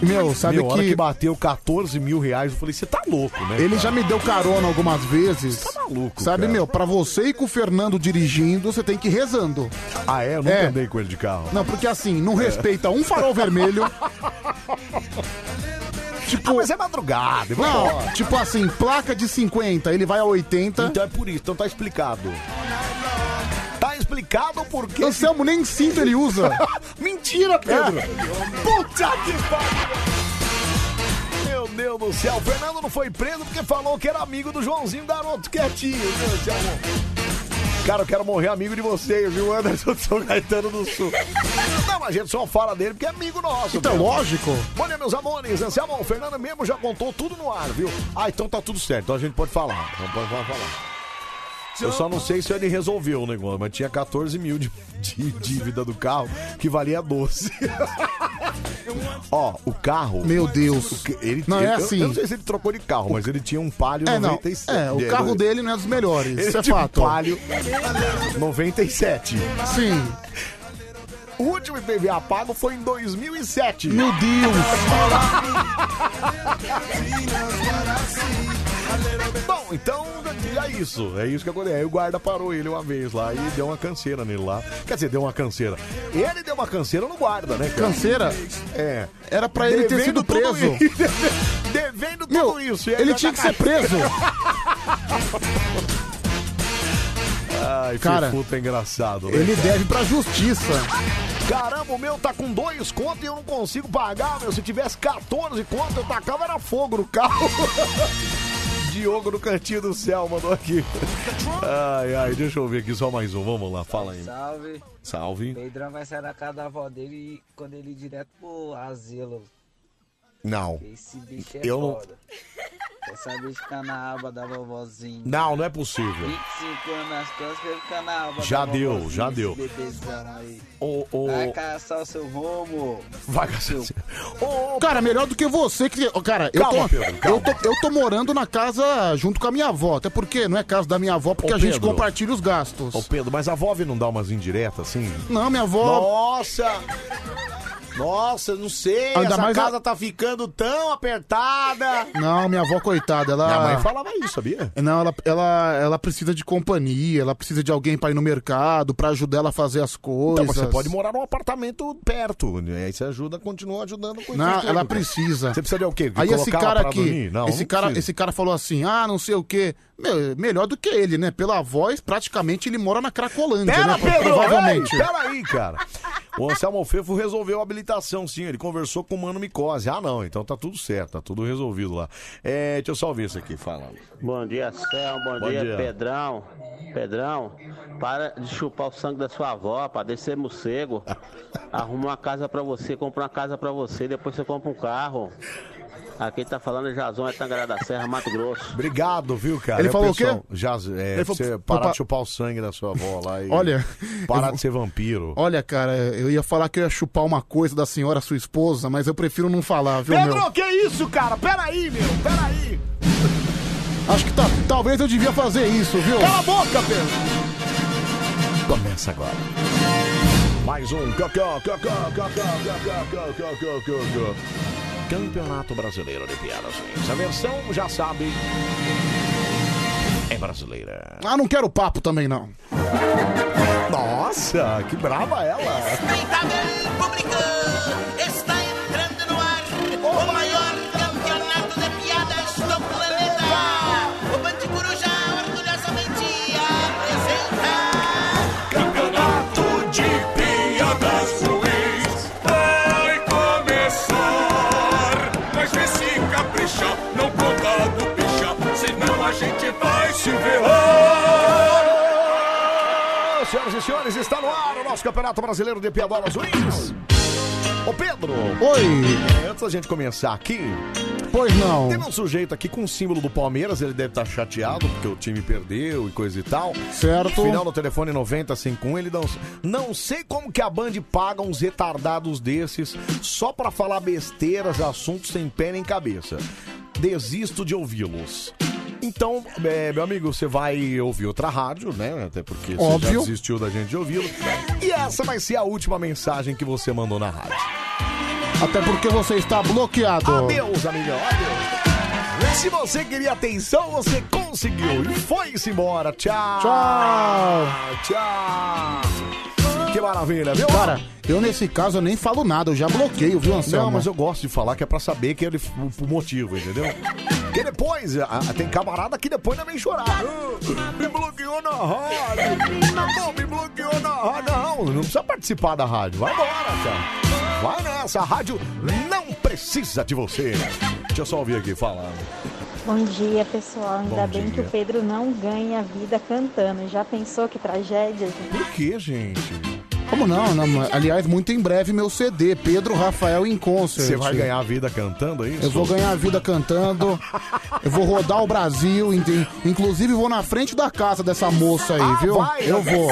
Meu, sabe
Meu, a hora
que-
que bateu 14 mil reais, eu falei, você tá louco, né?
Ele
cara?"
já me deu carona algumas vezes.
Tá maluco,
Sabe,
cara.
meu, pra você ir com o Fernando dirigindo, você tem que ir rezando.
Ah, é? Eu nunca
É.
andei com ele de carro.
Não, porque assim, não respeita um farol
<laughs>
vermelho. Tipo,
mas é madrugada, vamos embora.
Não, tipo assim, placa de 50, ele vai a 80.
Então é por isso, então tá explicado. Tá explicado por quê?
Anselmo, nem cinto ele usa.
<laughs> Mentira,
Pedro.
É. Puta que pariu! Meu Deus do céu, o Fernando não foi preso porque falou que era amigo do Joãozinho Garoto Quietinho, meu Deus do céu. Cara, eu quero morrer amigo de vocês, viu, Anderson <laughs> de São Caetano do Sul. Não, a gente só fala dele porque é amigo nosso.
Então,
meu.
lógico.
Olha, meus amores, Anselmo, o Fernando mesmo já contou tudo no ar, viu? Ah, então tá tudo certo, então a gente pode falar. Então pode pode falar. Eu só não sei se ele resolveu o negócio, mas tinha 14 mil de, de <laughs> dívida do carro que valia 12. <laughs> Ó, o carro.
Meu Deus.
que- Ele,
Não,
ele-
é
eu-
assim.
Eu não sei se ele trocou de carro, mas ele tinha um Palio
É, não.
97.
É, o carro
dele
dele não é dos melhores.
Ele
Isso é
tinha um
fato.
Palio 97.
Sim.
O último IPVA pago foi em 2007.
Meu Deus.
<laughs> Bom, então é isso. É isso que aconteceu. Aí o guarda parou ele uma vez lá e deu uma canseira nele lá. Quer dizer, deu uma canseira. Ele deu uma canseira no guarda, né? cara?
Canseira?
É.
Era pra ele ter sido
Devendo tudo
preso.
isso. Devendo tudo isso. E
ele
ainda
tinha
tá
que ser
caindo.
preso.
Ai,
Cara,
cara, é engraçado. né,
Ele
cara?
deve pra justiça.
Caramba, o meu tá com dois contos e eu não consigo pagar, meu. Se tivesse 14 contos, eu tacava era fogo no carro. <laughs> Diogo no cantinho do céu mandou aqui. Ai, ai, deixa eu ver aqui só mais um. Vamos lá, fala aí.
Salve.
Salve.
Pedrão vai sair na casa da avó dele e quando ele ir direto pro asilo.
Não.
Esse bicho é
Eu não-
foda. Essa bicha fica na aba da vovozinha.
Não, não é possível.
25 anos nas costas vai ficar na aba
Já
da
deu,
vovozinha,
já
esse
deu.
bebezão aí.
Ô, ô.
É,
Vai caçar o seu rumo.
Vai caçar.
Cara, melhor do que você que. Ô, Cara, eu,
Calma,
tô,
Pedro,
eu, tô, eu tô morando na casa junto com a minha avó. Até porque não é casa da minha avó, porque
Ô,
a gente
Pedro.
compartilha os gastos.
Ô, Pedro, mas a Vov não dá umas indiretas assim?
Não, minha avó.
Nossa! Nossa, não sei,
Ainda
essa
mais a-
casa tá ficando tão apertada.
Não, minha avó, coitada, ela.
Minha mãe falava isso, sabia?
Não, ela, ela, ela precisa de companhia, ela precisa de alguém pra ir no mercado, pra ajudar ela a fazer as coisas.
Então, mas você pode morar num apartamento perto, né? aí você ajuda, continua ajudando com
Não,
tudo.
ela precisa.
Você precisa de o quê?
Aí esse
Colocar ela
cara
pra
aqui,
dormir? Não,
esse,
não
cara,
precisa.
esse cara falou assim, ah, não sei o quê. Meu, melhor do que ele, né? Pela voz, praticamente ele mora na Cracolândia,
Pera,
né? Pro-
Pedro!
Provavelmente.
Ei, pera aí, cara. O Anselmo Fefo resolveu a habilitação, sim. Ele conversou com o Mano Micose. Ah, não, então tá tudo certo, tá tudo resolvido lá. É, deixa eu só ouvir isso aqui, fala.
Bom dia, Céu. Bom,
Bom
dia,
dia.
Pedrão. Pedrão, para de chupar o sangue da sua avó, para de ser
<laughs>
morcego. Arruma uma casa pra você, compra uma casa pra você, depois você compra um carro. Aqui tá falando é Jason é Tangará da Serra, Mato Grosso.
Obrigado, viu, cara?
Ele
É,
falou o quê?
pessoal, Já, é,
Ele falou-
você parar
opa.
de chupar o sangue da sua avó lá e.
Olha,
Parar
eu-
de ser vampiro.
Olha, cara, eu ia falar que eu ia chupar uma coisa da senhora, sua esposa, mas eu prefiro não falar, viu, meu?
que isso, cara? Pera aí, meu, pera aí.
Acho que tá, talvez eu devia fazer isso, viu?
Cala a boca, Pedro! Começa agora. Mais um cacá, cacá, cacá, cacá, cacá, cacá, cacá. Campeonato Brasileiro de Piadas Ruins. A versão, já sabe, é brasileira.
Ah, não quero papo também, não.
Nossa, que brava é ela.
Está entrando no ar o maior campeonato de piadas do planeta. O Bande Coruja orgulhosamente apresenta. Campeonato de piadas ruins vai começar. Mas vê se caprichar, não conta do pichar, senão a gente vai se ferrar.
Senhoras e senhores, está no ar o nosso Campeonato Brasileiro de Piadas Ruins. Ô Pedro! É,
Oi!
antes da gente começar aqui.
Pois não.
Teve um sujeito aqui com o símbolo do Palmeiras, ele deve estar chateado porque o time perdeu e coisa e tal.
Certo.
Final do telefone 9051, ele não. Não sei como que a Band paga uns retardados desses só pra falar besteiras, assuntos sem pé nem cabeça. Desisto de ouvi-los. Então, é, meu amigo, você vai ouvir outra rádio, né? Até porque você já
Óbvio.
desistiu da gente de ouvi-lo. E essa vai ser a última mensagem que você mandou na rádio.
Até porque você está bloqueado.
Adeus, amigão. Adeus. Se você queria atenção, você conseguiu. E foi-se embora. Tchau.
Tchau.
Tchau. Que maravilha, viu?
Cara, eu nesse caso eu nem falo nada, eu já bloqueio, viu, Anselmo?
Não, mas eu gosto de falar que é pra saber que ele, o, o motivo, entendeu? Porque depois, a- a- tem camarada que depois ainda vem chorar. Ah, Me bloqueou na rádio. Não, me bloqueou na rádio. Não, não precisa participar da rádio. Vai embora, cara. Vai nessa. A rádio não precisa de você. Deixa eu só ouvir aqui falar.
Bom dia, pessoal. Ainda
Bom
bem que
dia.
o Pedro não ganha a vida cantando. Já pensou que tragédia, gente?
Por que, gente?
Como não, não? mas- Aliás, muito em breve meu CD, Pedro Rafael em Concert.
Você vai ganhar a vida cantando, é isso?
Eu vou ganhar a vida cantando. eu vou rodar o Brasil. inte- Inclusive, vou na frente da casa dessa moça aí, viu?
vai,
eu
né?
vou.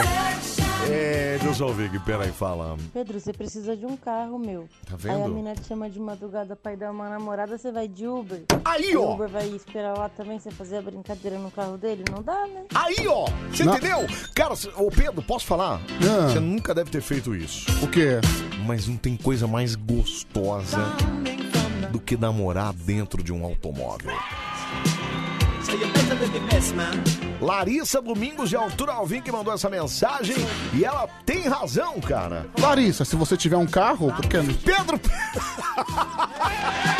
É, deixa eu só ouvir aqui. Peraí, fala.
Pedro, você precisa de um carro, meu.
Tá
Aí a
vendo?
mina te chama de madrugada pra ir dar uma namorada, você vai de Uber.
Aí, ó!
O Uber vai esperar lá também, você fazer a brincadeira no carro dele? Não dá, né?
Aí, ó! Você
Não.
entendeu? Cara, cê- ô Pedro, posso falar? Você nunca deve ter feito isso.
Ah. O quê?
Mas não tem coisa mais gostosa do que namorar dentro de um automóvel. Larissa Domingos de Altura Alvim que mandou essa mensagem e ela tem razão, cara.
Larissa, se você tiver um carro, porque.
Pedro!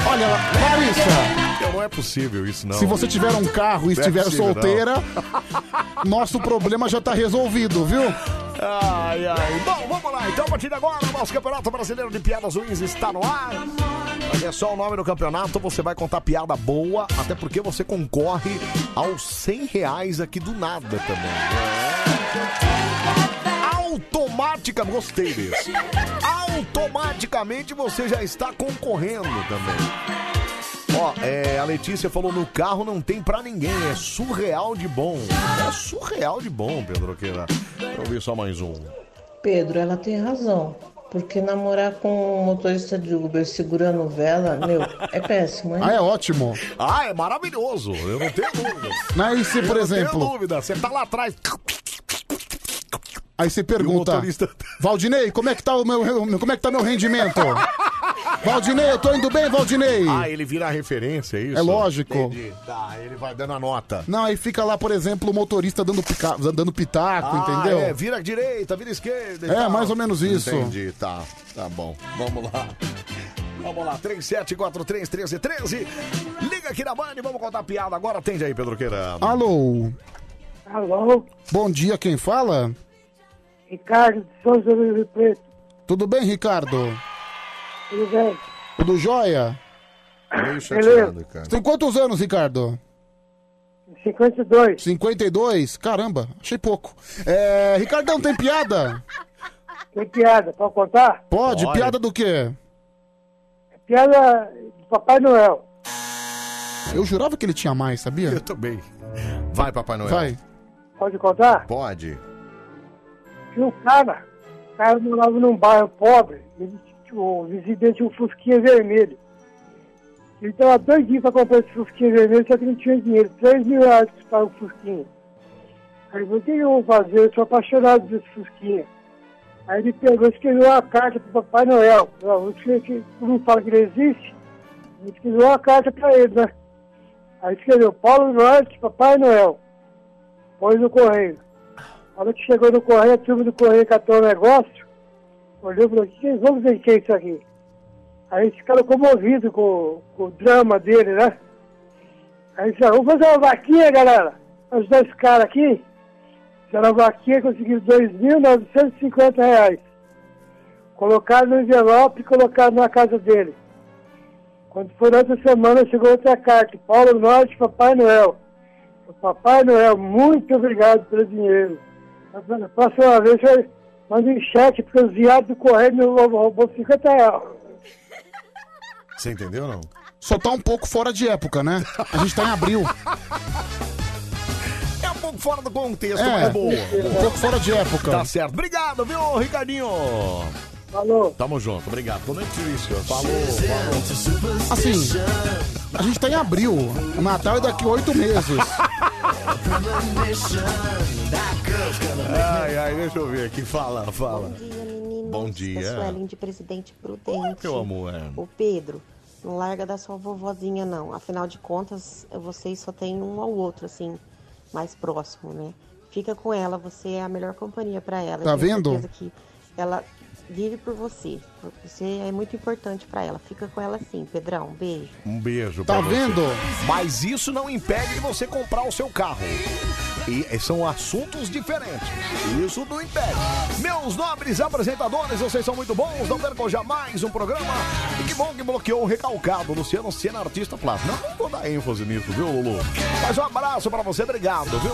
Olha lá, Larissa!
Não é possível isso, não.
Se você tiver um carro e
Não é
estiver
possível, não.
solteira, nosso problema já tá resolvido, viu?
Ai, ai. Bom, vamos lá. Então, a partir de agora, o nosso Campeonato Brasileiro de Piadas Ruins está no ar. Olha só o nome do campeonato. Você vai contar piada boa, até porque você concorre aos 100 reais aqui do nada também. Automática, gostei desse. Automaticamente você já está concorrendo também. Ó, é, a Letícia falou: no carro não tem pra ninguém, é surreal de bom. É surreal de bom, Pedro Queira. Deixa eu ouvir só mais um.
Pedro, ela tem razão. Porque namorar com um motorista de Uber segurando vela, meu, é péssimo, hein?
Ah, é ótimo.
Ah, é maravilhoso, eu não tenho dúvida.
Mas Né? e <laughs> se, por
eu Não
exemplo-
tenho dúvida, você tá lá atrás.
Aí você pergunta, Valdinei, como é que tá o meu, como é que tá meu rendimento? Valdinei, eu tô indo bem, Valdinei?
Ah, ele vira referência, é isso?
É lógico.
Entendi. Tá, ele vai dando a nota.
Não, aí fica lá, por exemplo, o motorista dando, pica- dando pitaco,
Ah,
entendeu?
É, vira à direita, vira à esquerda. e
É,
tal.
mais ou menos isso.
Entendi, tá. Tá bom. Vamos lá. Vamos lá, 37431313. Liga aqui na Band, vamos contar piada. Agora atende aí, Pedro Queira.
Ah. Alô.
Alô.
Bom dia, quem fala?
Ricardo de São José do Rio Preto,
Tudo bem, Ricardo?
tudo bem?
Tudo jóia?
chateado,
Você Tem quantos anos, Ricardo?
52.
52? Caramba, achei pouco. É, Ricardão, tem piada?
Tem piada, pode contar?
Pode,
Pode.
piada do quê?
Piada de Papai Noel.
Eu jurava que ele tinha mais, sabia? Eu
também. Vai, Papai Noel.
Vai.
Pode contar?
Pode.
Que um cara, o cara morava num bairro pobre, ele, tinha- o residente tinha um fusquinha vermelho. Ele tava dois dias pra comprar esse fusquinha vermelho, só que não tinha dinheiro, 3 mil reais para o fusquinha. Aí ele falou, o que eu vou fazer? Eu sou apaixonado desse fusquinha. Aí ele pegou e escreveu uma carta pro Papai Noel. Falou, Você que tu não fala que ele existe? Ele escreveu uma carta pra ele, né? Aí escreveu, Paulo Norte, Papai Noel. Pôs no correio. A hora que chegou no correio, a turma do correio catou o negócio, olhou e falou, "Que- vamos ver o que é isso aqui. Aí eles ficaram comovidos com, com o drama dele, né? Aí eles falaram, vamos fazer uma vaquinha, galera. Ajudar esse cara aqui. Fizeram uma vaquinha, conseguiram 2.950 reais. Colocaram no envelope e colocaram na casa dele. Quando foi na outra semana, chegou outra carta. Paulo Norte, Papai Noel. Papai Noel, muito obrigado pelo dinheiro. Na próxima vez eu mando um cheque, porque os viados do correio me roubou roubou 50 reais.
Você entendeu não?
Só tá um pouco fora de época, né? A gente tá em
<laughs>
abril.
É um pouco fora do contexto,
É.
mas é boa.
Um pouco fora de época.
Tá certo. Obrigado, viu, Ricardinho?
Falou.
Tamo junto, obrigado. Tô nem difícil. Falou, falou.
Assim, a gente tá em abril. O Natal é daqui oito meses.
Ai, ai, deixa eu ver aqui. Fala, fala. Bom
Da
É.
dia.
Suelen de Presidente Prudente.
Meu amor. é.
Ô Pedro, não larga da sua vovozinha não. Afinal de contas, vocês só têm um ao outro, assim, mais próximo, né? Fica com ela, você é a melhor companhia pra ela.
Tá
Eu tenho
vendo?
certeza que ela vive por você. Você é muito importante pra ela. Fica com ela sim, Pedrão. Beijo.
Um beijo
Tá
pra você.
vendo?
Mas isso não impede de você comprar o seu carro. E e são assuntos diferentes. Isso não impede. Meus nobres apresentadores, vocês são muito bons. Não percam jamais um programa. E que bom que bloqueou o recalcado. Luciano Sena, artista plástico. Não, não vou dar ênfase nisso, viu, Lulu? Mas um abraço pra você. Obrigado, viu?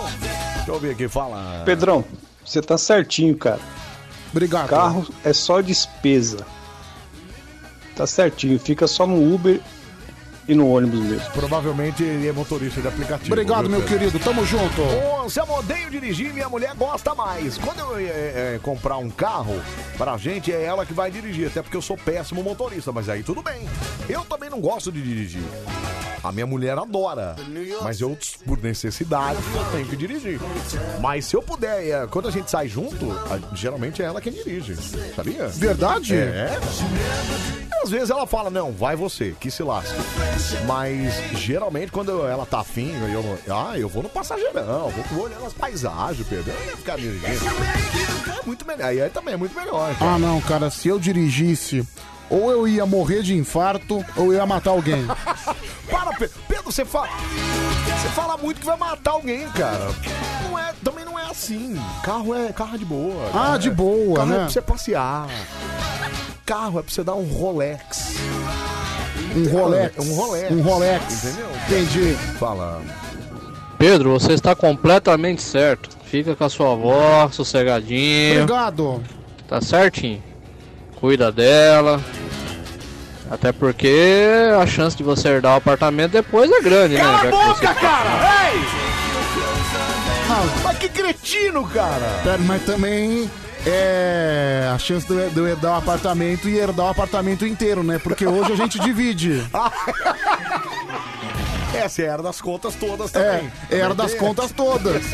Deixa eu ver aqui. Fala.
Pedrão, você tá certinho, cara.
Obrigado.
Carro é só despesa. Tá certinho, fica só no Uber e no ônibus mesmo.
Provavelmente ele é motorista de aplicativo.
Obrigado,
viu,
meu
Pedro?
querido. Tamo junto.
Ô, Anselmo, eu odeio é dirigir, minha mulher gosta mais. Quando eu é, é, comprar um carro, pra gente é ela que vai dirigir, até porque eu sou péssimo motorista, mas aí tudo bem. Eu também não gosto de dirigir. A minha mulher adora, mas eu, por necessidade, eu tenho que dirigir. Mas se eu puder, é, quando a gente sai junto, a- geralmente é ela quem dirige, sabia?
Verdade?
É. Às vezes ela fala, não, vai você, que se lasque. Mas geralmente quando ela tá afim, eu, eu- ah, eu vou no passageirão, vou, vou olhando as paisagens, Pedro. Eu não ia ficar dirigindo. É muito melhor. E aí também é muito melhor.
Ah, não, cara, se eu dirigisse, ou eu ia morrer de infarto, ou eu ia matar alguém.
Para, Pedro. Pedro, você fala. Você fala muito que vai matar alguém, <laughs> cara. Não é, também não é assim. Carro é carro é de boa.
Ah,
cara.
de boa,
carro
né?
é pra você passear. Carro é pra você dar um Rolex.
Um Rolex.
Um Rolex.
Um Rolex.
Entendeu?
Entendi.
Fala.
Pedro, você está completamente certo. Fica com a sua avó,
É.
sossegadinho.
Obrigado.
Tá certinho. Cuida dela.
Até porque a chance de você herdar o apartamento depois é grande, né?
Cala
Já
a
que você-
boca, cara! Ei! mas que cretino, cara!
Tá, Mas também é a chance de eu- de eu herdar o apartamento e herdar o apartamento inteiro, né? Porque hoje a gente
<laughs>
divide.
Ah, Essa era das contas todas
É,
também.
era das contas todas.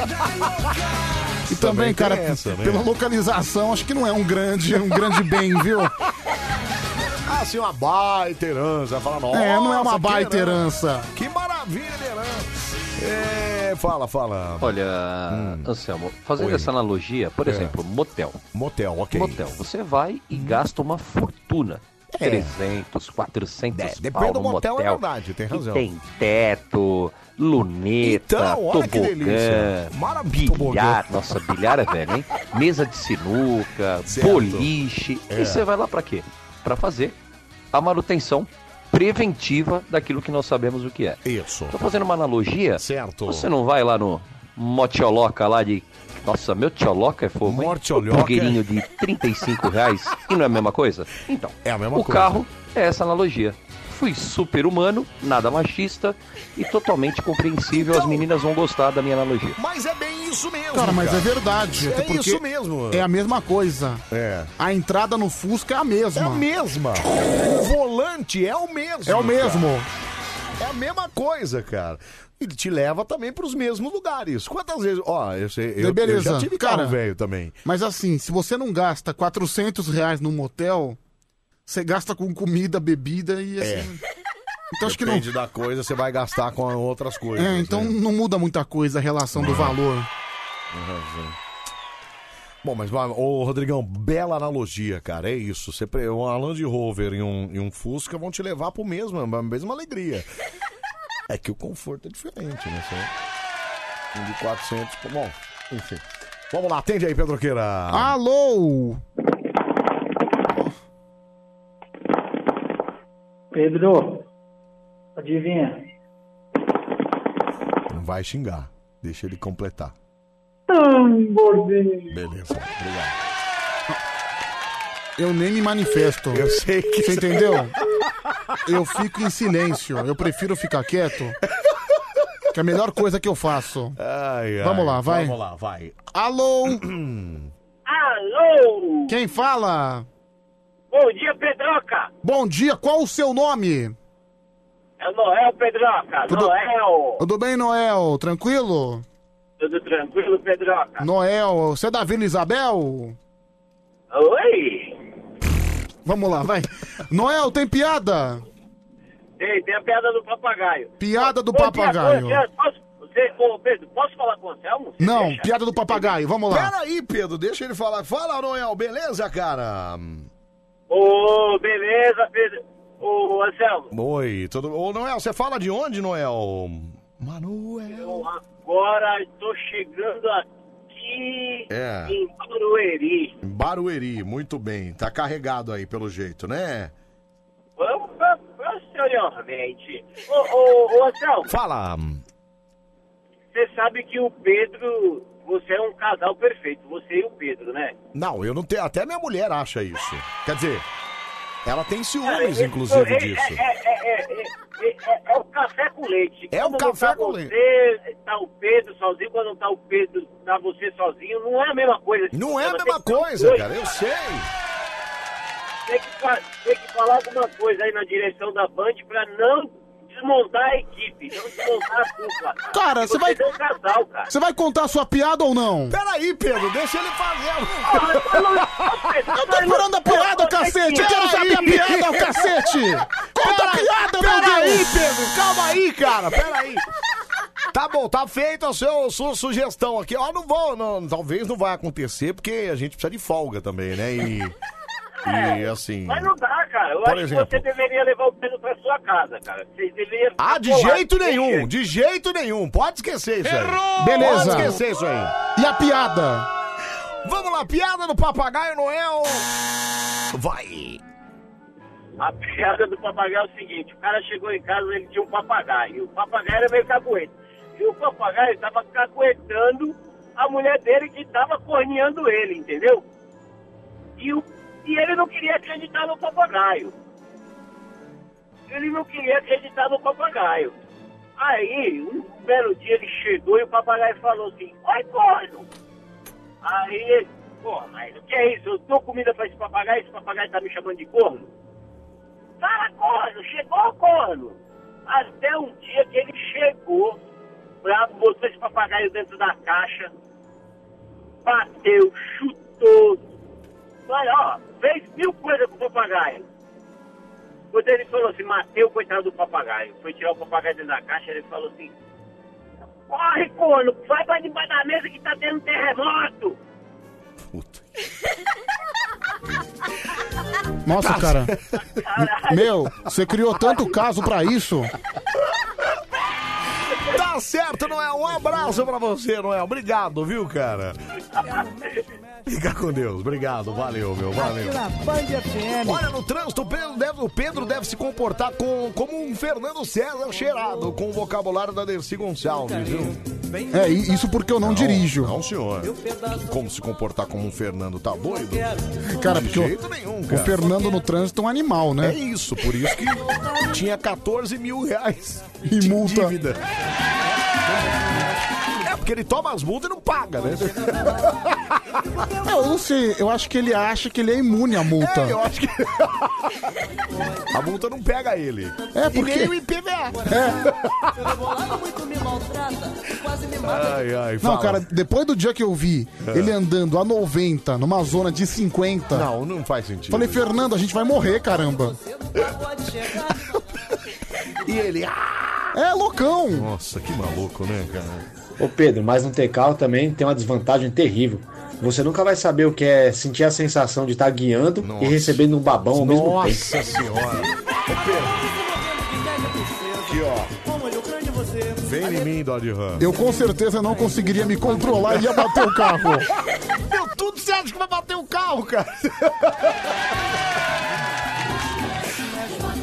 E também,
Também tem
cara,
essa, né?
pela localização, acho que não é um grande, um grande bem, viu?
Ah, <laughs> assim, uma baita herança. Fala, nossa,
É, não é uma
que
baita herança.
Que maravilha de herança. É, fala, fala. Hum.
Olha, Anselmo, fazendo
Oi.
essa analogia, por
É.
exemplo, motel.
Motel, ok. Hum.
Motel, você vai e gasta uma fortuna.
É.
300, 400
É, depende
pau
do
no
motel, é
motel,
verdade, tem
que
razão.
tem teto, luneta,
Então, olha que delícia.
tobogã, bilhar, nossa, bilhar é velho, hein? Mesa de
<laughs>
sinuca, boliche.
É.
E você vai lá pra quê? Pra fazer a manutenção preventiva daquilo que nós sabemos o que é.
Isso.
Tô fazendo uma analogia.
Certo.
Você não vai lá no Motioloca lá de. Nossa, meu Tioloca é fogo. hein?
Mortioloca.
Um Blogueirinho de 35 reais. E não é a mesma coisa? Então.
É a mesma
o
coisa.
carro é essa analogia. Fui super humano, nada machista e totalmente compreensível. As meninas vão gostar da minha analogia.
Então- Mas é bem isso mesmo.
Cara, mas é verdade. até
É
porque
isso mesmo.
É a mesma coisa.
É.
A entrada no Fusca é a mesma. É a <laughs>
mesma. O volante é o mesmo.
É o mesmo.
cara. É a mesma coisa, cara. Ele te leva também pros mesmos lugares. Quantas vezes. Ó, eu, sei, eu, eu
Beleza.
já tive
Cara,
carro velho também.
Mas assim, se você não gasta 400 reais num motel, você gasta com comida, bebida e assim.
É.
Então acho que não.
Depende da coisa, você vai gastar com outras coisas.
É, então
né?
não muda muita coisa a relação do valor.
Tem razão. Bom, mas, vai- ô Rodrigão, bela analogia, cara. É isso. Você, pre- um Land Rover e um, e um Fusca vão te levar pro mesmo, é a mesma alegria. É que o conforto é diferente, né? Você- Um de 400, pô, bom, enfim. Vamos lá, atende aí, Pedroqueira.
Alô!
Pedro, adivinha?
Não vai xingar. Deixa ele completar.
Ai, gordinho.
Beleza, obrigado.
Eu nem me manifesto. Eu
sei que.
Você entendeu? Eu fico em silêncio. Eu prefiro ficar quieto. Que é a melhor coisa que eu faço.
Ai, ai.
Vamos lá, vai.
Vamos lá, vai.
Alô!
<clears throat> Alô!
Quem fala?
Bom dia, Pedroca!
Bom dia, qual o seu nome?
É o Noel, Pedroca!
Tudo-
Ah, Noel!
Tudo bem, Noel? Tranquilo?
Tudo tranquilo, Pedroca?
Noel, você é da Vila Isabel?
Oi!
Vamos lá, vai. Noel, tem piada?
Tem, tem a piada do papagaio.
Piada do
Bom dia,
papagaio.
bom dia. Posso, você, ô, Pedro, posso falar com o Anselmo? Você
Não,
deixa?
piada do papagaio, vamos lá.
Peraí, Pedro, deixa ele falar. Fala, Noel, beleza, cara?
Ô, beleza, Pedro. Ô, Anselmo,
Oi, tudo. Ô, Noel, você fala de onde, Noel? Manuel.
eu agora estou chegando aqui
É.
em Barueri.
Em Barueri, muito bem. Tá carregado aí, pelo jeito, né?
Posteriormente. Ô, ô, ô, Anselmo,
Fala.
você sabe que o Pedro... Você é um casal perfeito, você e o Pedro, né?
Não, eu não tenho. Até minha mulher acha isso. Quer dizer, ela tem ciúmes,
É,
inclusive,
é,
disso.
É, é, é, é, é, é, é o café com leite.
É o
Quando
café
tá
com
você,
leite.
Tá o Pedro sozinho, quando tá o Pedro, tá você sozinho. Não é a mesma coisa.
Não é a
Você
mesma
tem que ter os
coisa,
dois.
cara, eu sei.
Tem que, fa- tem que falar alguma coisa aí na direção da Band pra não desmontar a equipe, não desmontar a dupla.
Cara,
Porque
você vai-
é um casal, cara.
Você vai contar a sua piada ou não?
Peraí, Pedro, deixa ele
fazer.
Eu tô esperando a piada, cacete! Eu quero saber a piada,
<laughs>
o cacete! Conta a piada, meu
Peraí,
Deus!
Pedro, calma aí, cara, peraí. Tá bom, tá feita a seu- sua sugestão aqui. Ó, não vou, não- talvez não vai acontecer, porque a gente precisa de folga também, né? E, e assim.
É, Mas não dá, cara. Eu
Por
acho
exemplo.
que você deveria levar o Pedro pra sua casa, cara. Vocês deveriam. ficar
Ah, de
colados.
jeito nenhum, de jeito nenhum. Pode esquecer isso aí.
Beleza.
Pode esquecer isso aí.
E a piada?
Vamos lá, piada do Papagaio Noel. Vai.
A piada do papagaio é o seguinte: o cara chegou em casa, ele tinha um papagaio. E o papagaio era meio cagueta. E o papagaio tava caguetando a mulher dele que tava corneando ele, entendeu? E, o, e ele não queria acreditar no papagaio. ele não queria acreditar no papagaio. Aí, um belo dia ele chegou e o papagaio falou assim, oi corno! Aí ele, pô, mas o que é isso? Eu dou comida pra esse papagaio, esse papagaio tá me chamando de corno? Fala corno, chegou corno! Até um dia que ele chegou, bravo, botou esse papagaio dentro da caixa, bateu, chutou, mas ó, fez mil coisas com o papagaio. Quando ele falou assim, matei o coitado do papagaio. Foi tirar o papagaio dentro da caixa, ele falou assim, corre, corno, vai pra debaixo da mesa que tá tendo terremoto.
Nossa, cara. Meu, você criou tanto caso pra isso.
Tá certo, Noel. Um abraço pra você, Noel. Obrigado, viu, cara? Fica com Deus. Obrigado. Valeu, meu. Valeu. Olha, no trânsito, o Pedro deve, o Pedro deve se comportar com, como um Fernando César cheirado, com o vocabulário da Dercy Gonçalves, viu?
É, i- isso porque eu não, dirijo.
Não, senhor. Como se comportar como um Fernando, tá doido?
Cara,
de
porque
jeito
o,
nenhum,
o
cara.
Fernando no trânsito é um animal, né?
É isso, por isso que tinha 14 mil reais
E multa.
É porque ele toma as multas e não paga, né?
É, Eu não sei, eu acho que ele acha que ele é imune à multa.
É, eu acho que. <laughs> A multa não pega ele.
É,
E nem
porque.
o IPVA. Ai, ai,
Não,
fala.
cara, depois do dia que eu vi
É.
ele andando a 90 numa zona de 50.
Não, não faz sentido.
Falei, Fernando, a gente vai morrer, caramba.
E ele.
É loucão.
Nossa, que maluco, né, cara?
Então, Ô Pedro, mas não ter carro também tem uma desvantagem terrível. Você nunca vai saber o que é sentir a sensação de estar guiando e recebendo um babão ao mesmo tempo.
Nossa senhora. Aqui, ó. Vem em mim, Dodge Ram.
Eu com certeza não conseguiria me controlar e ia bater o carro. Uhum.
Deu tudo certo que vai bater o carro, cara.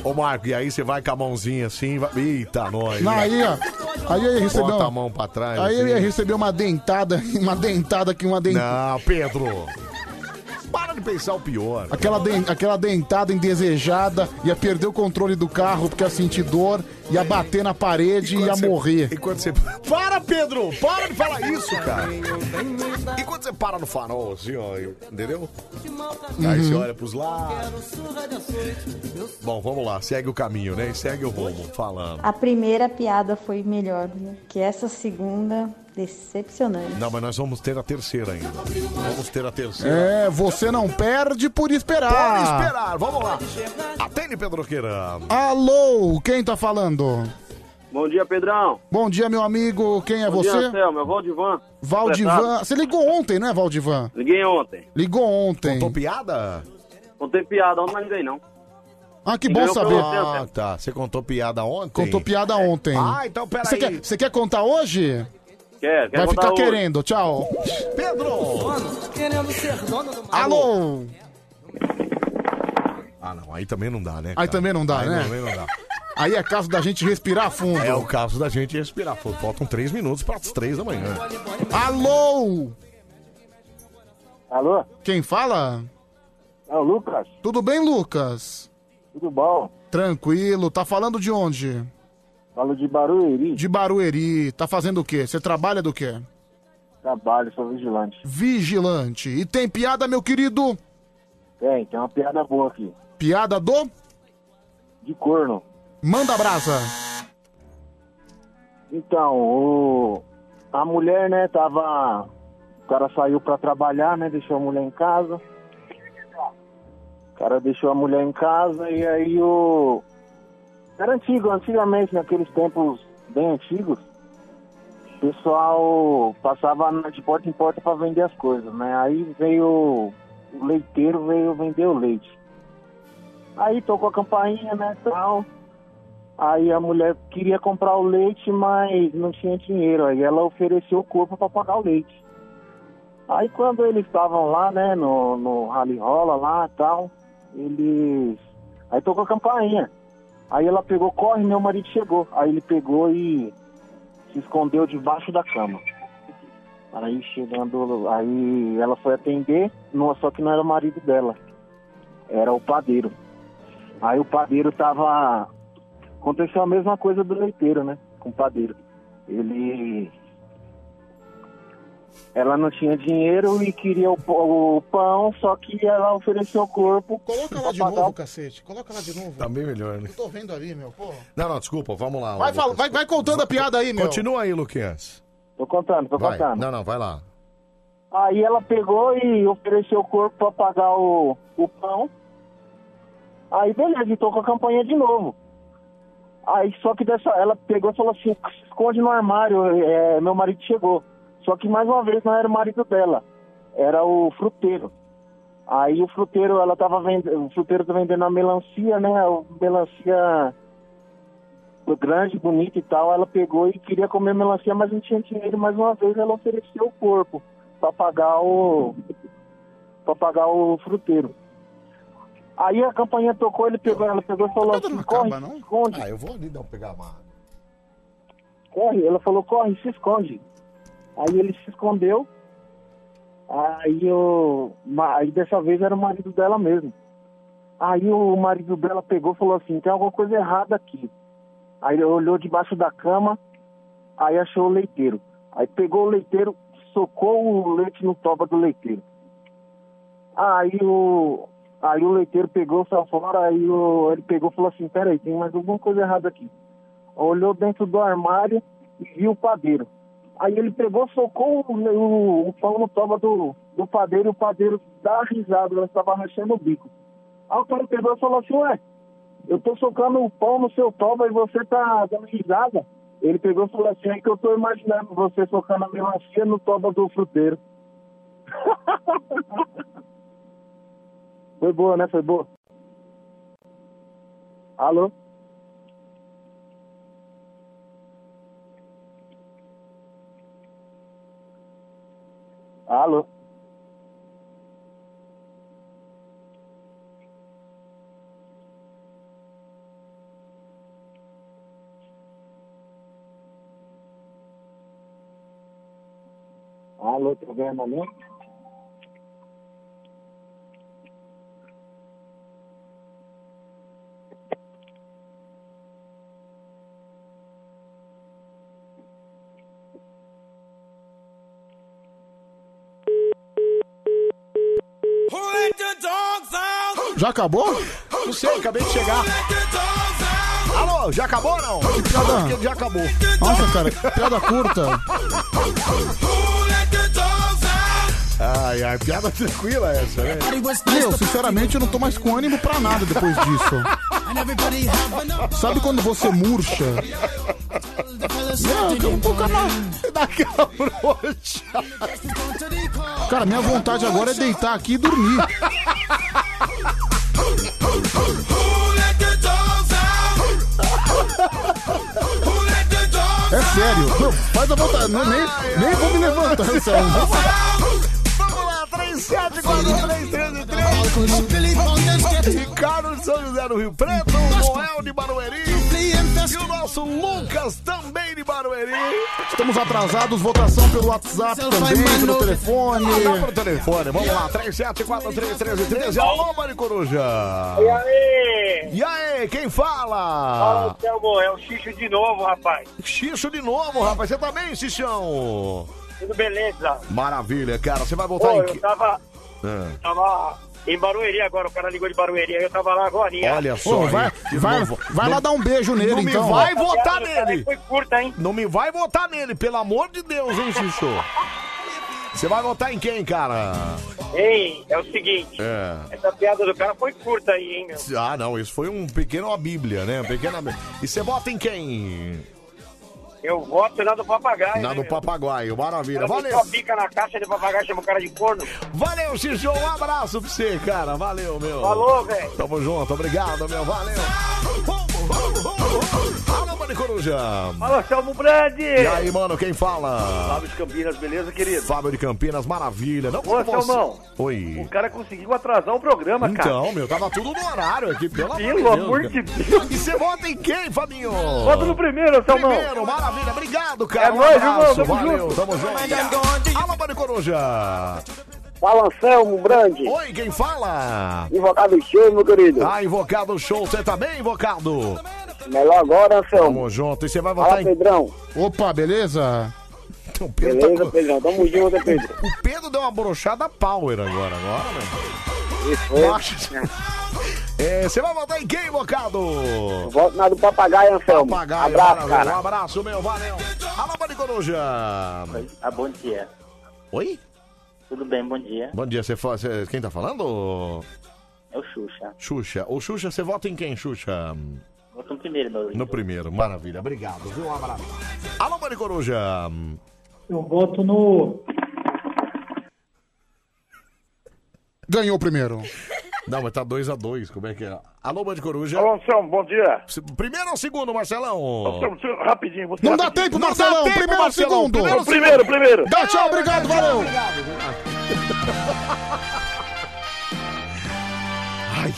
Ô, Marco, e aí você vai com a mãozinha assim. Vai... Eita, nós.
Não, aí, ó. Aí eu ia receber
Bota
uma-
a mão pra trás.
Aí ele
assim.
ia receber uma dentada, <laughs> uma dentada aqui, uma dentada.
Não, Pedro. Para de pensar o pior.
Aquela, den- aquela dentada indesejada, ia perder o controle do carro porque ia sentir dor, ia bater na parede e ia morrer.
Enquanto você. Para, Pedro! Para de falar isso, cara. E quando você para no farol, assim, ó, eu- entendeu? Aí você
Uhum.
olha pros lados. Bom, vamos lá, segue o caminho, né? E segue o rumo, falando.
A primeira piada foi melhor né? que essa segunda, decepcionante.
Não, mas nós vamos ter a terceira ainda. Vamos ter a terceira.
É, você não perde por
Pode
esperar.
esperar, vamos lá. Atende, Pedro Queira.
Alô, quem tá falando?
Bom dia, Pedrão.
Bom dia, meu amigo. Quem é
Bom dia,
você?
Anselmo. É Valdivan.
Valdivan.
Completado.
Você ligou ontem, não é, Valdivan?
Liguei ontem.
Ligou ontem.
Contou piada?
Contei piada ontem, mas não ganhei, não.
Ah, que bom
Ganhou pra
saber.
você,
Ah, tá. Você contou piada ontem?
Contou piada ontem.
Ah, então peraí.
Você quer, você quer contar hoje?
Quer, quer
Vai
contar
ficar
hoje.
querendo. Tchau.
Pedro!
Querendo ser dono do
Alô.
Ah, não. Aí também não dá, né?
Aí também não dá,
Aí
né?
também não dá.
Aí é caso da gente respirar fundo.
É o caso da gente respirar. Fal- Faltam três minutos para as três da manhã.
Alô.
Alô?
Quem fala?
É o Lucas.
Tudo bem, Lucas?
Tudo bom?
Tranquilo. Tá falando de onde?
Falo de Barueri.
De Barueri. Tá fazendo o quê? Você trabalha do quê?
Trabalho, sou vigilante.
Vigilante. E tem piada, meu querido?
Tem, tem uma piada boa aqui.
Piada do?
De corno.
Manda brasa.
Então, o... a mulher, né, tava. O cara saiu pra trabalhar, né? Deixou a mulher em casa. O cara deixou a mulher em casa e aí o. Era antigo, antigamente, naqueles tempos bem antigos, o pessoal passava na- de porta em porta pra vender as coisas, né? Aí veio o leiteiro, veio vender o leite. Aí tocou a campainha, né, tal. Aí a mulher queria comprar o leite, mas não tinha dinheiro. Aí ela ofereceu o corpo para pagar o leite. Aí quando eles estavam lá, né, no, no rally rola lá e tal, eles. Aí tocou a campainha. Aí ela pegou, corre, meu marido chegou. Aí ele pegou e se escondeu debaixo da cama. Aí chegando, aí ela foi atender, não- só que não era o marido dela, era o padeiro. Aí o padeiro tava Aconteceu a mesma coisa do leiteiro, né? Com o padeiro. Ele. Ela não tinha dinheiro e queria o, p- o pão, só que ela ofereceu o corpo.
Coloca lá de novo, cacete. Coloca lá de novo.
Tá bem melhor, né?
Eu tô vendo ali, meu, porra.
Não, não, desculpa, vamos lá.
Vai,
Lucas.
fala- vai- vai contando a piada aí, meu.
Continua aí, Luquinhas.
Tô contando, tô
Vai.
contando.
Não, não, vai lá.
Aí ela pegou e ofereceu o corpo pra pagar o, o pão. Aí beleza, e tocou a campanha de novo. Aí só que dessa, ela pegou e falou assim, "Se esconde no armário, é, meu marido chegou. Só que mais uma vez não era o marido dela, era o fruteiro. Aí o fruteiro, ela tava vendendo, o fruteiro tá vendendo a melancia, né? O melancia grande, bonita e tal. Ela pegou e queria comer melancia, mas não tinha dinheiro. Mais uma vez ela ofereceu o corpo para pagar o para pagar o fruteiro. Aí a campainha tocou, ele pegou, ela pegou e
Tá
falou: assim, "Corre, se esconde".
Ah, eu vou ali dar um pegar uma.
corre. Ela falou, corre, se esconde. Aí ele se escondeu. Aí, o, ma- aí dessa vez era o marido dela mesmo. Aí o marido dela pegou e falou assim, tem alguma coisa errada aqui. Aí ele olhou debaixo da cama, aí achou o leiteiro. Aí pegou o leiteiro, socou o leite no toba do leiteiro. Aí o, aí o leiteiro pegou, saiu fora, aí o, ele pegou e falou assim, peraí, tem mais alguma coisa errada aqui olhou dentro do armário e viu o padeiro. Aí ele pegou, socou o, o, o pão no toba do, do padeiro e o padeiro dá risada, ela estava rachando o bico. Aí o cara pegou e falou assim, ué, eu tô socando o pão no seu toba e você tá dando risada. Ele pegou e falou assim, é que eu tô imaginando você socando a melancia no toba do fruteiro. Foi boa, né? Foi boa. Alô? Alô? Alô, tá vendo ali?
Já acabou?
Não sei, acabei de chegar. Alô, já acabou ou não? Que
piada?
Acho que já acabou.
Nossa, cara, que piada curta.
Ai, ai, piada tranquila essa, né?
Meu, sinceramente, eu não tô mais com ânimo pra nada depois disso. Sabe quando você murcha? Não, que um pouco mais.
Daquela broxa.
Cara, minha vontade agora é deitar aqui e dormir. É sério. Não, faz a vontade. Não, nem, nem vou me levantar, <laughs> Anselmo.
Vamos lá, 374333. Ricardo de São José do Rio Preto, Noel de Barueri e o nosso Lucas também de Barueri.
Estamos atrasados. Votação pelo WhatsApp também, pelo telefone.
Ah, dá pro telefone. Vamos lá, 374333. Alô, Maricoruja.
E aí?
E aí, quem
Fala,
fala?
Anselmo, é o Xixo de novo, rapaz.
Xixo de novo, rapaz. Você tá bem, Xixão?
Tudo beleza?
Maravilha, cara. Você vai
Ô,
voltar em
eu
que...
tava,
Ah.
tava em Barueri agora, o cara ligou de Barueri, aí eu tava lá agora.
Olha só.
Ô, vai-
hein? De
vai-
novo.
vai lá dar um beijo nele,
não
então.
me vai
Essa
votar
piada do
nele.
Foi tá curta, hein?
Não me vai votar nele, pelo amor de Deus, hein, Xixo? Você vai votar em quem, cara?
Ei, é o seguinte,
É.
essa piada do cara foi curta aí, hein, meu?
Ah, não, isso foi um pequeno a Bíblia, né? Um pequeno a Bíblia. E você vota em quem?
Eu voto na do papagaio.
Na do Papaguaio, maravilha.
Cara,
Valeu,
só pica na caixa de papagaio, chama o cara de
<laughs>
corno.
valeu, Xixo. Um abraço pra você, cara. Valeu, meu.
Falou, velho.
Tamo junto, obrigado, meu. Valeu. Alô, Maricoruja.
Fala, Selmo Brand!
E aí, mano, quem fala?
Fábio de Campinas, beleza, querido?
Fábio de Campinas, maravilha. Não
Ô,
como você-
Salmão.
Oi.
O cara conseguiu atrasar o programa, cara.
Então, meu, tava tudo no horário aqui, pelo,
Pelo amor
cara.
de É
E você vota em quem, Fabinho?
Bota no primeiro, Salmão.
Primeiro, maravilha, obrigado, cara. um
É nóis,
abraço,
irmão, tamo
valeu,
junto.
tamo junto. Alô, Mário Coruja.
Fala, Anselmo Brandi.
Oi, quem fala?
um Invocado show, meu querido.
Ah, Invocado Show, você tá bem, Invocado?
Melhor agora, Anselmo.
Tamo junto. E você vai
Fala,
votar em...
Pedrão.
Opa, beleza?
O Pedro tá
Beleza, Pedrão. Tamo junto, hein, Pedro.
<laughs> O Pedro deu uma brochada power agora, agora, velho.
Isso foi.
É, você vai votar em quem, bocado?
Voto na do Papagaio, Anselmo.
Papagaio,
Abraço,
maravilha.
cara.
Um abraço, meu, valeu. Alô, Mari Coruja.
Ah, bom dia.
Oi?
Tudo bem, bom dia.
Bom dia, você, fa- você- quem tá falando?
É o Xuxa.
Xuxa. Ô, Xuxa, você vota em quem, Xuxa?
Vota no primeiro, meu lindo.
No primeiro, maravilha, obrigado, viu? Um abraço. Alô, Mari Coruja.
Eu boto no.
Ganhou o primeiro.
Não, mas tá 2x2, como é que é? Alô, Mari Coruja.
Alô, Anselmo, bom dia.
Primeiro ou segundo, Marcelão?
Anselmo, deixa eu- rapidinho. Você
Não dá
rapidinho.
tempo, Não dá Marcelão, tempo, primeiro, Marcelão, segundo. primeiro,
Primeiro, primeiro.
segundo.
Dá tchau, obrigado, valeu.
Ai.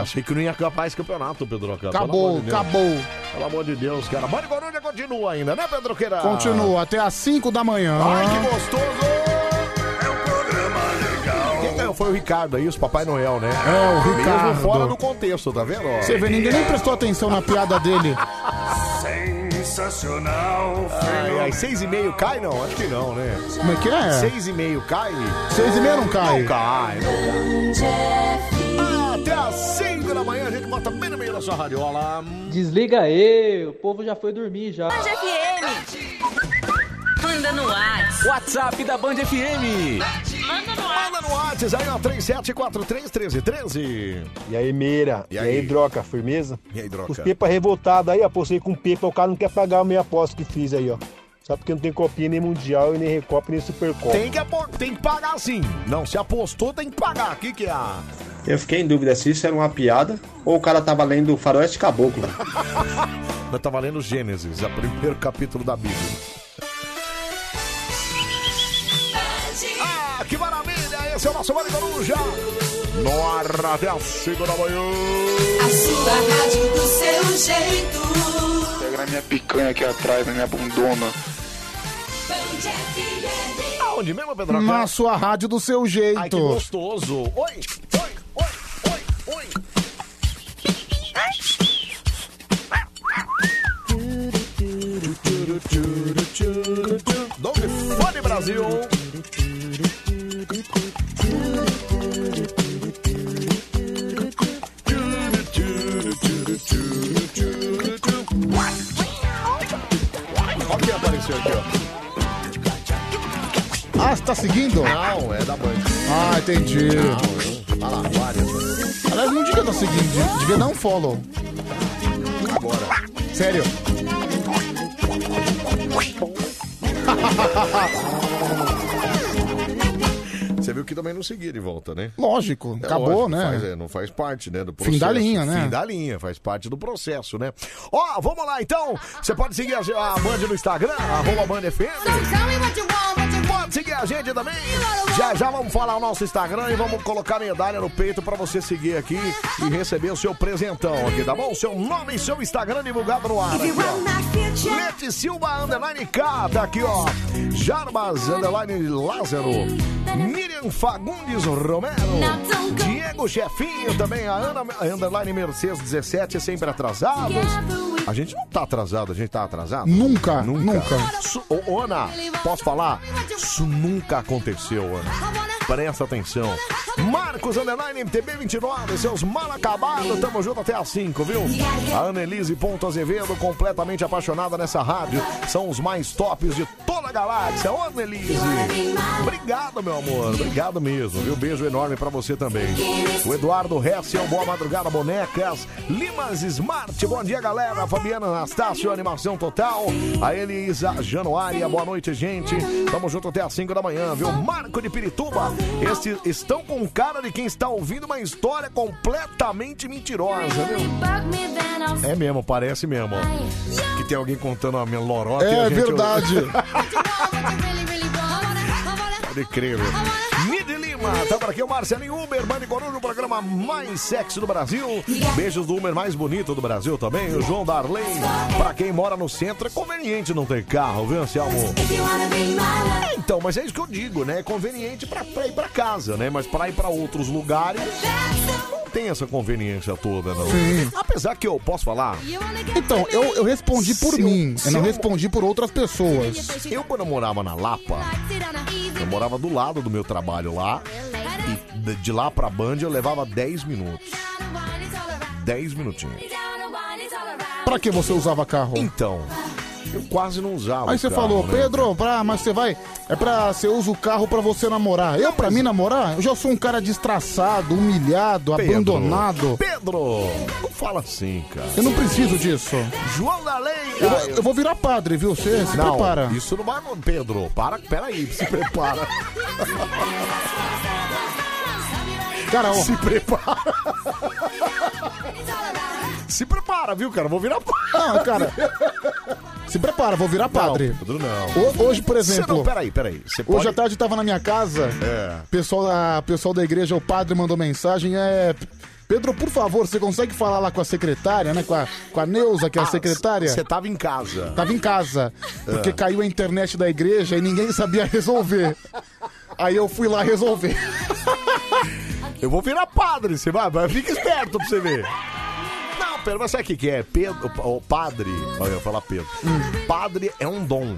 Achei que não ia acabar esse campeonato, Pedro.
Ah. Acabou, acabou.
Pelo amor de Deus, cara. Mari Coruja continua ainda, né, Pedro Queira?
Continua até às 5 da manhã.
Ai, que gostoso! Quem ganhou É, foi o Ricardo aí, os Papai Noel, né?
É, o Ricardo.
Mesmo fora do contexto, tá vendo? ó?
Você vê, ninguém nem prestou atenção na piada dele.
Sensacional. Ai, ai, seis e meio cai não? Acho que não, né?
Como é que é?
Seis e meio cai?
Seis e meia não cai.
Não cai, não cai. Até às cinco da manhã a gente bota bem no meio da sua radiola.
Desliga aí, o povo já foi dormir já.
Band FM. Manda no ar.
WhatsApp da Band FM.
Manda no ar.
Manda no WhatsApp aí, ó, 37431313.
E aí, Meira?
E aí,
Droca, firmeza?
E aí,
Os
Droca?
pepa revoltado aí, apostei com pepa, o cara não quer pagar a meia aposta que fiz aí, ó. Só porque não tem copinha nem mundial, e nem recopa, nem supercopa.
Tem que, apo- tem que pagar sim. Não, se apostou, tem que pagar. O que que é?
Eu fiquei em dúvida se isso era uma piada ou o cara tava lendo Faroeste
<laughs>
Caboclo.
Nós tava lendo Gênesis, o primeiro capítulo da Bíblia. Ah, que maravilha! Esse é o nosso Mário Coruja. No ar até às 5 da manhã.
A sua rádio do seu jeito.
Pega na minha picanha aqui atrás, na minha bundona.
Aonde mesmo, Pedro?
Na sua rádio do seu jeito.
Ai, que gostoso. Oi, oi, oi, oi, oi. Dog Fone Brasil. Olha quem apareceu aqui, ó.
Ah, você tá seguindo?
Não, é da Band.
Ah, entendi.
Olha lá, várias.
Aliás, não devia tá seguindo, devia dar um follow.
Agora.
Sério.
Você viu que também não seguia de volta, né?
Lógico,
É
acabou,
lógico,
né?
faz- é, não faz parte, né? Do
Fim
processo.
da linha, né?
Fim da linha, faz parte do processo, né? Ó, vamos lá então. Você pode seguir a, a Band no Instagram, arroba Band FM. Pode seguir a gente também. Já já vamos falar o nosso Instagram e vamos colocar medalha no peito pra você seguir aqui e receber o seu presentão aqui, tá bom? Seu nome e seu Instagram divulgado no ar. Aqui, ó. Leti Silva Underline K, tá aqui, ó. Jarbas Underline Lázaro. Miriam Fagundes Romero. Diego Chefinho também. A Ana a Underline Mercedes 17 é sempre atrasados. A gente não tá atrasado, a gente tá atrasado?
Nunca, nunca.
Isso, ô, ô, Ana, posso falar? Isso nunca aconteceu, Ana. Presta atenção. Marcos Underline MTB29, seus mal acabados, tamo junto até às 5, viu? A Annelise Ponto Azevedo, completamente apaixonada nessa rádio. São os mais tops de toda a galáxia. Ô, Annelise, obrigado, meu amor. Obrigado mesmo, viu? Beijo enorme pra você também. O Eduardo Hessel, boa madrugada, bonecas. Limas Smart, bom dia, galera. Fabiana Anastácio, animação total. A Elisa Januária, boa noite, gente. Tamo junto até às 5 da manhã, viu? Marco de Pirituba, esses estão com cara de quem está ouvindo uma história completamente mentirosa, viu? É mesmo, parece mesmo. ó. Que tem alguém contando a minha lorota. e
É
a gente-
verdade.
<laughs> Pode crer, meu. Nid Lima, tá por aqui o Marcelinho Uber, Bande Coruja, o programa mais sexy do Brasil. Beijos do Uber mais bonito do Brasil também, o João Darley. Pra quem mora no centro, é conveniente não ter carro, viu, Anselmo? É, Então, mas é isso que eu digo, né? É conveniente pra, pra ir pra casa, né? Mas pra ir pra outros lugares, não tem essa conveniência toda, não. Sim. Apesar que eu posso falar.
Então, eu, eu respondi por
Se eu-
mim,
se
eu não
eu-
respondi por outras pessoas.
Eu, quando eu morava na Lapa, eu morava do lado do meu trabalho lá. E de- de lá pra Band eu levava 10 minutos. 10 minutinhos.
Pra que você usava carro?
Então, eu quase não usava.
Aí
o
você
carro,
falou,
né?
Pedro, pra, mas você vai. É pra. Você usa o carro pra você namorar. Eu, pra mim, namorar? Eu já sou um cara destraçado, humilhado,
Pedro,
abandonado.
Pedro, não fala assim, cara.
Eu não preciso disso.
João da Lei!
Eu, vou- eu vou virar padre, viu? Você se
não,
prepara.
isso não vai. Pedro, para, peraí, se prepara.
Cara, ó.
Se prepara. Se prepara, viu, cara? Vou virar padre.
Não, cara. Se prepara, vou virar padre.
<laughs> Não, Pedro, não.
Ho- hoje, por
Você
exemplo-
Não, peraí, peraí. Você pode...
Hoje à tarde tava na minha casa.
É.
Pessoal da, pessoal da igreja, o padre mandou mensagem. É. Pedro, por favor, você consegue falar lá com a secretária, né? Com a, com a Neuza, que é a secretária?
Ah, Você tava em casa.
Tava em casa, porque
É.
caiu a internet da igreja e ninguém sabia resolver. Aí eu fui lá resolver.
Eu vou virar padre, você vai, vai, fica esperto pra você ver. Não, Pedro, mas sabe o que, que é? Pedro, o padre, olha, eu ia falar Pedro.
Hum.
Padre é um dom.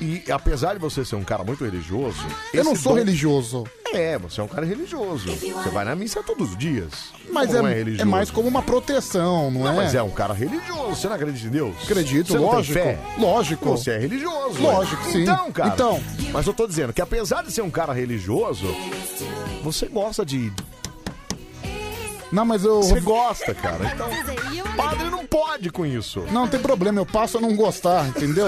E apesar de você ser um cara muito religioso.
Eu não
esse
sou
dom-
religioso,
É, você é um cara religioso. Você vai na missa todos os dias.
mas
Não
é, é,
religioso.
mais como uma proteção, não, é?
Mas é um cara religioso, você não acredita em Deus?
Acredito,
você não tem
lógico.
fé?
Lógico.
Você é religioso. ué.
Lógico, sim.
Então, cara.
Então.
Mas eu tô dizendo que apesar de ser um cara religioso, você gosta de.
Não, mas eu.
Você gosta, cara. Então, padre não pode com isso.
Não tem problema, eu passo a não gostar,
<laughs>
entendeu?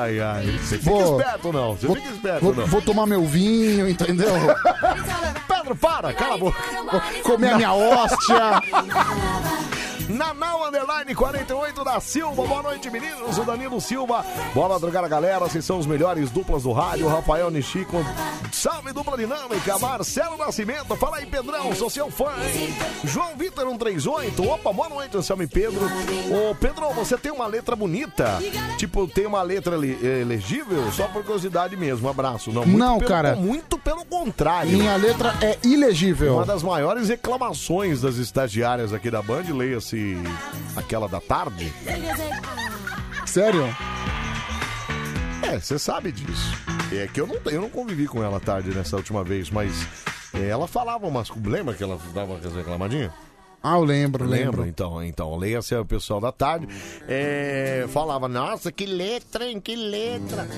Ai, ai. Você fica
Vou-
esperto, não. Você
vou-
fica esperto,
vou,
não. <laughs>
vou tomar meu vinho, entendeu?
Pedro, para, cala a boca.
comer a minha hóstia.
Nanau Underline 48 da Silva. Boa noite, meninos. O Danilo Silva. Boa madrugada, galera. Vocês são os melhores duplas do rádio. Rafael Nichico. Salve, dupla dinâmica. Marcelo Nascimento. Fala aí, Pedrão. Sou seu fã, hein? João Vitor 138. Opa, boa noite, Anselmo e Pedro. Ô, Pedro, você tem uma letra bonita. Tipo, tem uma letra le- eh, legível? Só por curiosidade mesmo. Um abraço. Não, muito
Não,
pelo-
cara.
Muito pelo contrário.
Minha letra é ilegível.
Uma das maiores reclamações das estagiárias aqui da Band, leia-se aquela da tarde.
Sério?
É, você sabe disso. É que eu não, eu não convivi com ela à tarde nessa última vez, mas é, ela falava umas. Lembra que ela dava aquelas reclamadinhas?
Ah, eu lembro,
Lembra?
lembro.
Então, então leia-se o pessoal da tarde. É, falava, nossa, que letra, hein? Que letra.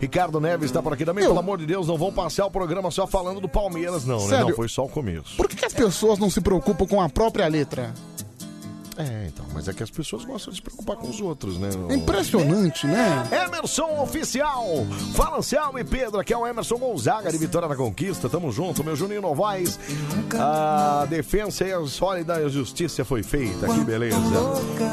Ricardo Neves está por aqui também. Pelo amor de Deus, não vão passar o programa só falando do Palmeiras, não, né?
Sério?
Não, foi só o começo.
Por que que as pessoas não se preocupam com a própria letra?
É, então, mas é que as pessoas gostam de se preocupar com os outros, né?
É impressionante, né?
Emerson Oficial. Fala Anselmo e Pedro, aqui é o Emerson Gonzaga de Vitória da Conquista. Tamo junto, meu Juninho Novaes. A defesa e a sólida justiça foi feita, que beleza.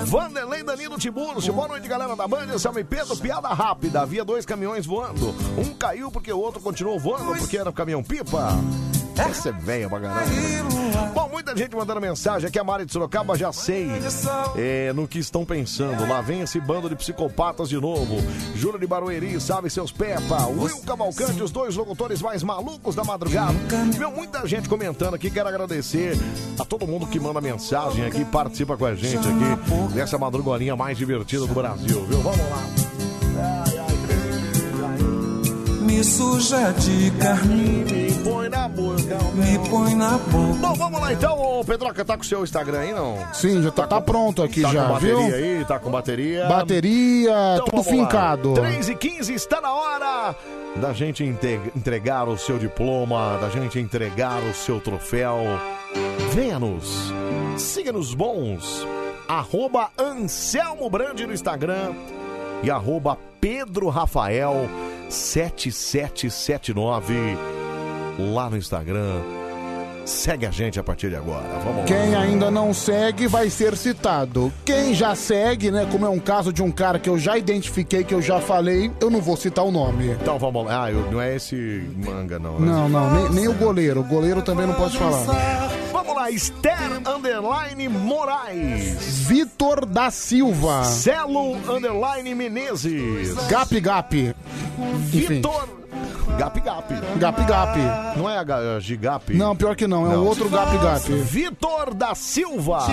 Vanderlei Danilo Tiburcio, boa noite, galera da banda. Anselmo e Pedro, piada rápida. Havia dois caminhões voando. Um caiu porque o outro continuou voando, porque era o caminhão pipa. Essa é velha pra caramba. Bom, muita gente mandando mensagem aqui. é A Mari de Sorocaba já sei é, no que estão pensando. Lá vem esse bando de psicopatas de novo. Júlio de Barueri, sabe seus Peppa. Will Cavalcante, os dois locutores mais malucos da madrugada. Viu muita gente comentando aqui. Quero agradecer a todo mundo que manda mensagem aqui, participa com a gente aqui nessa madrugolinha mais divertida do Brasil, viu? Vamos lá.
Me suja de carne.
Me põe na boca.
Me põe na boca.
Bom, vamos lá então, ô Pedroca, tá com o seu Instagram aí, não?
Sim, já tá, tá pronto aqui
tá
já,
com bateria
viu?
aí, tá com bateria.
Bateria, tudo
vamos lá.
fincado.
3 e 15 está na hora da gente inte- entregar o seu diploma, da gente entregar o seu troféu. Venha-nos, siga-nos bons. Arroba Anselmo Brandi no Instagram e arroba Pedro Rafael 7779 lá no Instagram. Segue a gente a partir de agora. Vamos lá.
Quem ainda não segue vai ser citado. Quem já segue, né? Como é um caso de um cara que eu já identifiquei, que eu já falei, eu não vou citar o nome.
Então vamos lá. Ah, eu- não é esse manga, não. né?
Não, não, nem, nem o goleiro. O goleiro também não posso falar.
Vamos lá, Esther Underline Moraes.
Vitor da Silva.
Celo Underline Menezes.
Gap Gap. Enfim.
Vitor Gap Gap.
Gap Gap.
Não é a, ga- a Gigap?
Não, pior que não, é o outro Gap Gap.
Vitor da Silva.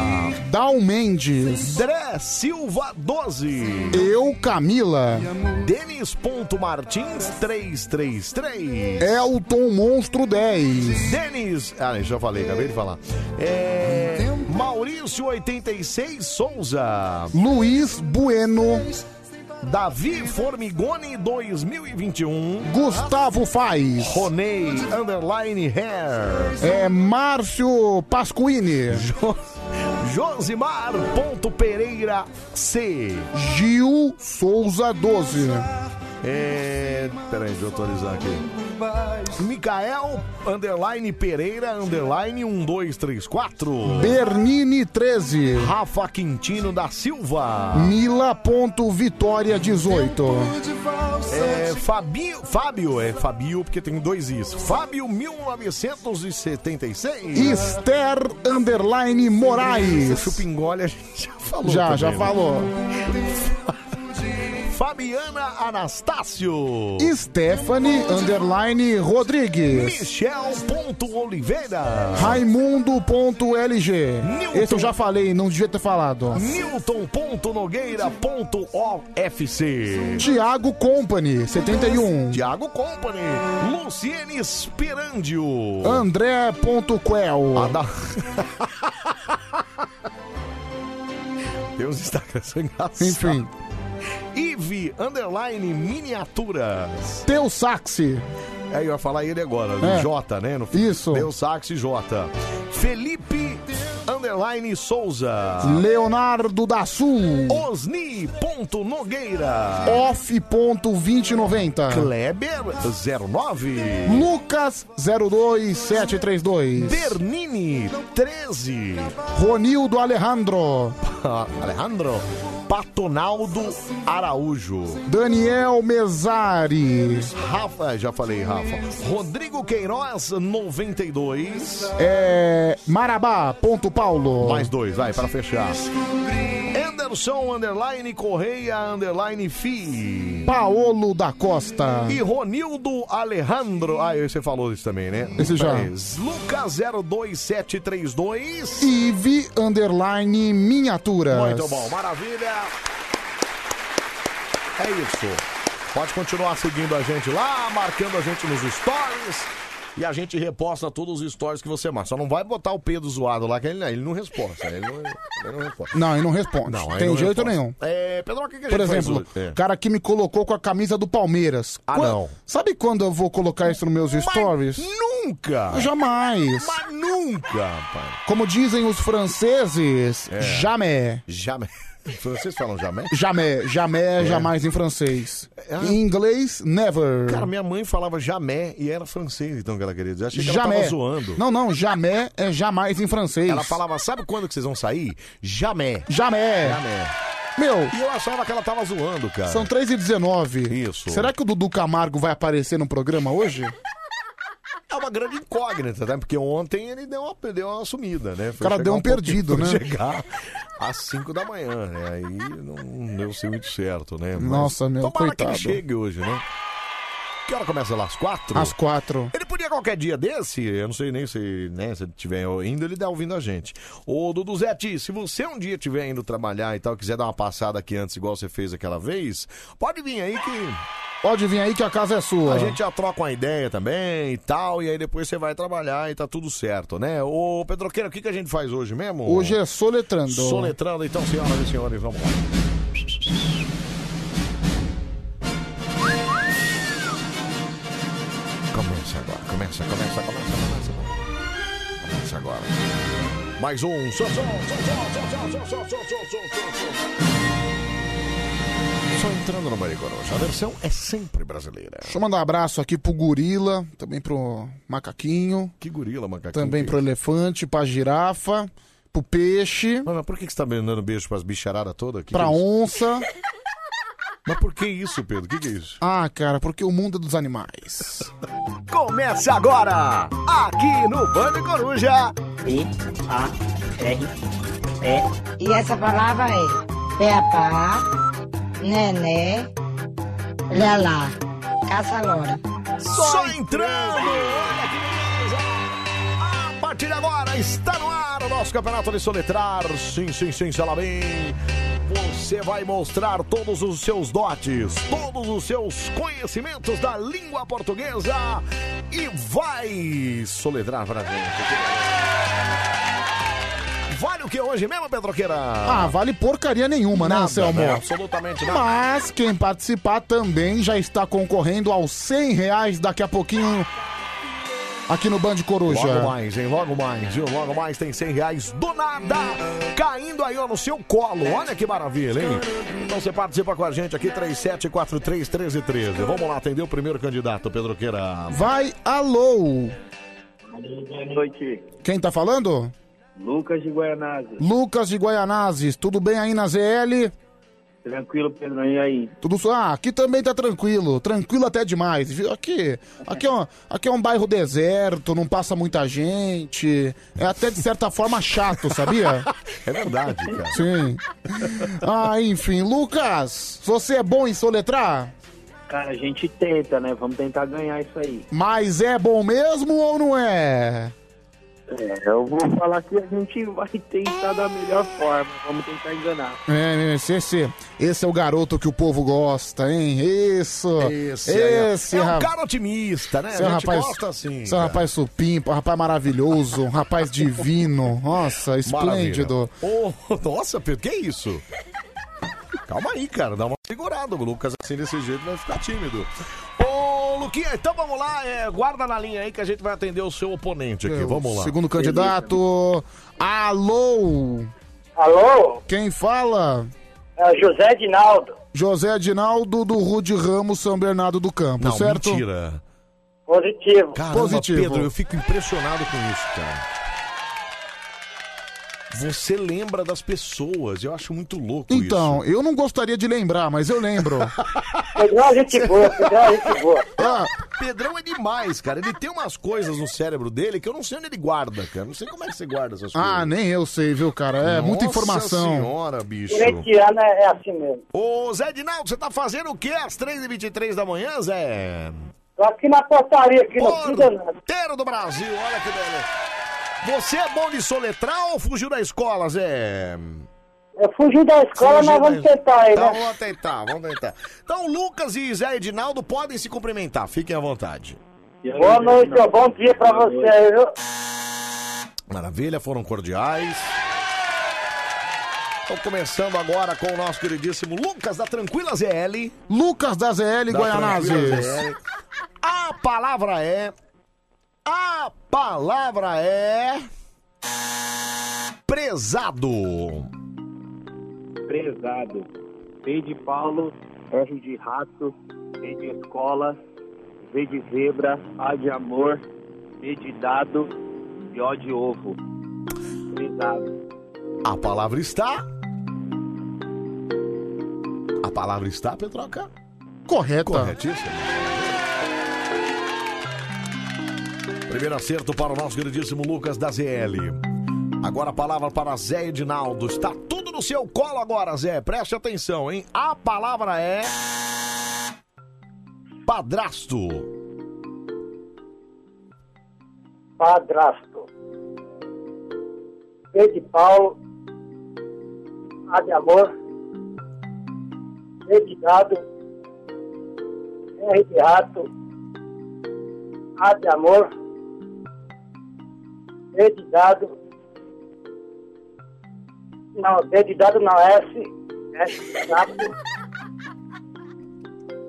Dal Mendes.
Dré Silva 12.
Eu, Camila.
Denis.martins 333.
É. Elton Monstro 10.
Denis. Ah, já falei, acabei de falar. É, Maurício 86 Souza.
Luiz Bueno.
Davi Formigoni 2021.
Gustavo Faz.
Ronei Underline Hair.
É Márcio Pasquini.
Josimar ponto Pereira C.
Gil Souza 12.
É, peraí, deixa eu atualizar aqui. Micael Underline Pereira Underline 1234.
Bernini 13.
Rafa Quintino da Silva.
Mila.Vitória 18.
É, Fabio, Fábio, é Fabio porque tem dois is. Fábio 1976.
Esther Underline Moraes.
Chupingole a gente já falou.
Já,
também,
já
né?
falou.
Fabiana Anastácio.
Stephanie Underline Rodrigues.
Michel.Oliveira.
Raimundo.lg. Esse eu já falei, não devia ter falado.
Newton.Nogueira.ofc.
Tiago Company, 71.
Tiago Company. Luciene Esperandio.
André.Quel.
<laughs> Tem uns Instagrams <laughs> são engraçados.
Enfim.
Ive Underline Miniaturas.
Teu Saxi.
É, eu ia falar ele agora,
É.
J, né? No...
Isso.
Deu sax e J. Felipe Underline Souza.
Leonardo da Sul.
Osni.Nogueira.
Off.2090.
Kleber 09.
Lucas 02732.
Bernini 13.
Ronildo Alejandro.
Alejandro. Patonaldo Araújo.
Daniel Mesari.
Rafa, já falei, Rafa. Rodrigo Queiroz 92.
É. Marabá.paulo.
Mais dois, vai, para fechar. Anderson, underline, Correia, underline, Fi.
Paolo da Costa.
E Ronildo Alejandro. Ah, você falou isso também, né?
Esse já.
Peraí. Lucas 02732.
Ive Underline Miniaturas.
Muito bom, maravilha. É isso. Pode continuar seguindo a gente lá, marcando a gente nos stories. E a gente reposta todos os stories que você marca. Só não vai botar o Pedro zoado lá, que ele, ele não resposta. Ele não, ele não resposta.
Não, ele não responde.
Não, ele
Tem
não
jeito
responde.
nenhum.
É, Pedro, o que, que a gente
Por
faz
exemplo,
hoje? É.
o cara que me colocou com a camisa do Palmeiras.
Ah,
Quan-
não.
Sabe quando eu vou colocar isso nos meus stories?
Nunca!
Jamais.
Mas nunca, pai.
Como dizem os franceses,
É.
jamais.
Jamais. <laughs> Vocês falam jamais?
Jamais, jamais,
É.
jamais em francês. Em inglês, never.
Cara, minha mãe falava jamais e era francês, então, que ela queria dizer. Eu Achei que ela
jamais.
tava zoando.
Não, não, jamais é jamais em francês.
Ela falava, sabe quando que vocês vão sair? Jamais.
Jamais.
Jamais.
Meu,
E eu achava que ela tava zoando, cara.
É. são 3 e 19
Isso.
Será que o Dudu Camargo vai aparecer no programa hoje?
É uma grande incógnita, né? Porque ontem ele deu uma, deu uma sumida, né?
O cara
chegar
deu um
pouquinho-
perdido,
<laughs>
né?
foi chegar às 5 da manhã, né? Aí não deu ser muito certo, né? Mas
Nossa, meu,
Tomara que
coitado.
ele chegue hoje, né? Que hora começa lá? Às quatro?
Às quatro.
Ele podia qualquer dia desse, eu não sei nem se, né, se ele estiver indo, ele tá ouvindo a gente. Ô, Duduzete, se você um dia estiver indo trabalhar e tal, quiser dar uma passada aqui antes, igual você fez aquela vez, pode vir aí que
Pode vir aí que a casa é sua.
a gente já troca uma ideia também e tal, e aí depois você vai trabalhar e tá tudo certo, né? Ô, Pedroqueira, o que, que a gente faz hoje mesmo?
Hoje é soletrando.
Soletrando, então, senhoras e senhores, vamos lá. Começa agora, começa, começa, começa, começa. Começa agora. Mais um. Só, só, só, só, só, só, só, só, só, só, só, só. Só entrando no Maricoruja. A versão é sempre né? brasileira.
Deixa eu mandar um abraço aqui pro gorila, também pro macaquinho,
Que gorila, macaquinho.
também
que- é?
pro elefante, pra girafa, pro peixe,
Mas, mas por que, que você tá dando beijo pras bicharadas todas? Que
pra
que é isso?
onça.
Mas por que isso, Pedro? O que, que é isso?
Ah, cara, porque o mundo é dos animais.
Começa agora, aqui no Bando Coruja.
E essa palavra é Peapá, Nené, Lelá. Caça agora.
Só entrando! Olha que beleza! A partir de agora está no ar o nosso campeonato de soletrar. Sim, sim, sim, Salabim. Você vai mostrar todos os seus dotes, todos os seus conhecimentos da língua portuguesa e vai soletrar pra gente. Vale o que hoje mesmo, Pedroqueira?
Ah, vale porcaria nenhuma, né,
Nada,
Anselmo?
né? Absolutamente nada.
Mas quem participar também já está concorrendo aos 100 reais daqui a pouquinho aqui no Band Coruja.
Logo mais, hein? Logo mais, viu? Logo mais tem 100 reais do nada caindo aí ó, no seu colo. Olha que maravilha, hein? Então você participa com a gente aqui, 37431313. Vamos lá atender o primeiro candidato, Pedro Queira.
Vai, alô!
Boa noite.
Quem tá falando?
Lucas de Guaianazes.
Lucas de Guaianazes, tudo bem aí na ZL?
Tranquilo, Pedro, e aí?
Tudo só. Ah, aqui também tá tranquilo. Tranquilo até demais, viu? Aqui, aqui, é um, aqui é um bairro deserto, não passa muita gente. É até de certa forma chato, sabia?
<laughs> É verdade, cara.
Sim. Ah, enfim, Lucas, você é bom em soletrar?
Cara, a gente tenta, né? Vamos tentar ganhar isso aí.
Mas é bom mesmo ou não é?
É, eu vou falar que a gente vai tentar da melhor forma. Vamos tentar enganar.
É, esse, esse, esse é o garoto que o povo gosta, hein? Isso!
Esse, aí, ó. é um
rap-
cara otimista, né?
Esse é
a
um
gente
rapaz,
gosta assim.
esse é um
cara.
rapaz supimpa, um rapaz maravilhoso, um rapaz divino. Nossa, esplêndido.
Maravilha. Ô, nossa, Pedro, que isso? Calma aí, cara, dá uma segurada. O Lucas, assim desse jeito, vai ficar tímido. Ô, Luquinha, então vamos lá, é, guarda na linha aí que a gente vai atender o seu oponente aqui.
É, o
vamos lá.
Segundo candidato. Alô!
Alô?
Quem fala?
É o José Dinaldo.
José Adinaldo do Rude Ramos, São Bernardo do Campo,
Não,
Tá certo?
mentira.
Positivo.
Caramba,
Positivo.
Pedro, eu fico impressionado com isso, cara. Você lembra das pessoas, eu acho muito louco
Então, eu não gostaria de lembrar, mas eu lembro.
<laughs>
Pedrão, gente boa, Pedrão, gente boa.
Ah, Pedrão é demais, cara. Ele tem umas coisas no cérebro dele que eu não sei onde ele guarda, cara. Não sei como é que você guarda essas coisas.
ah, nem eu sei, viu, cara? É muita
Nossa
informação.
senhora, bicho.
Corintiano é, é assim mesmo.
Ô, Zé Dinaldo, você tá fazendo o quê às 3h23 da manhã, Zé?
Tô aqui na portaria, aqui no fim da
Porteiro do Brasil, olha que beleza. Você é bom de soletrar ou fugiu da escola, Zé?
Eu fugi da escola,
Fugiu
mas vamos tentar aí,
Então,
né?
vamos tentar, vamos tentar. Então, Lucas e Zé Edinaldo podem se cumprimentar, fiquem à vontade.
Boa noite, ó, bom dia pra você aí, viu?
Maravilha, foram cordiais. Estou começando agora com o nosso queridíssimo Lucas da Tranquila ZL.
Lucas da ZL
Da Tranquila ZL.
Guaianazes.
A palavra é. A palavra é. Prezado.
Prezado. Vem de Paulo, R de rato, V de escola, V de zebra, A de amor, D de dado e O de ovo. Prezado.
A palavra está. A palavra está, Petroca?
Correta.
Corretíssimo. Primeiro acerto para o nosso queridíssimo Lucas da ZL. Agora a palavra para Zé Edinaldo. Está tudo no seu colo agora, Zé. Preste atenção, hein? A palavra é. Padrasto.
Padrasto. P de Paulo. A de amor. D de dado. R de rato. A de amor. D de dado. Não, D de dado não, S. S de rato.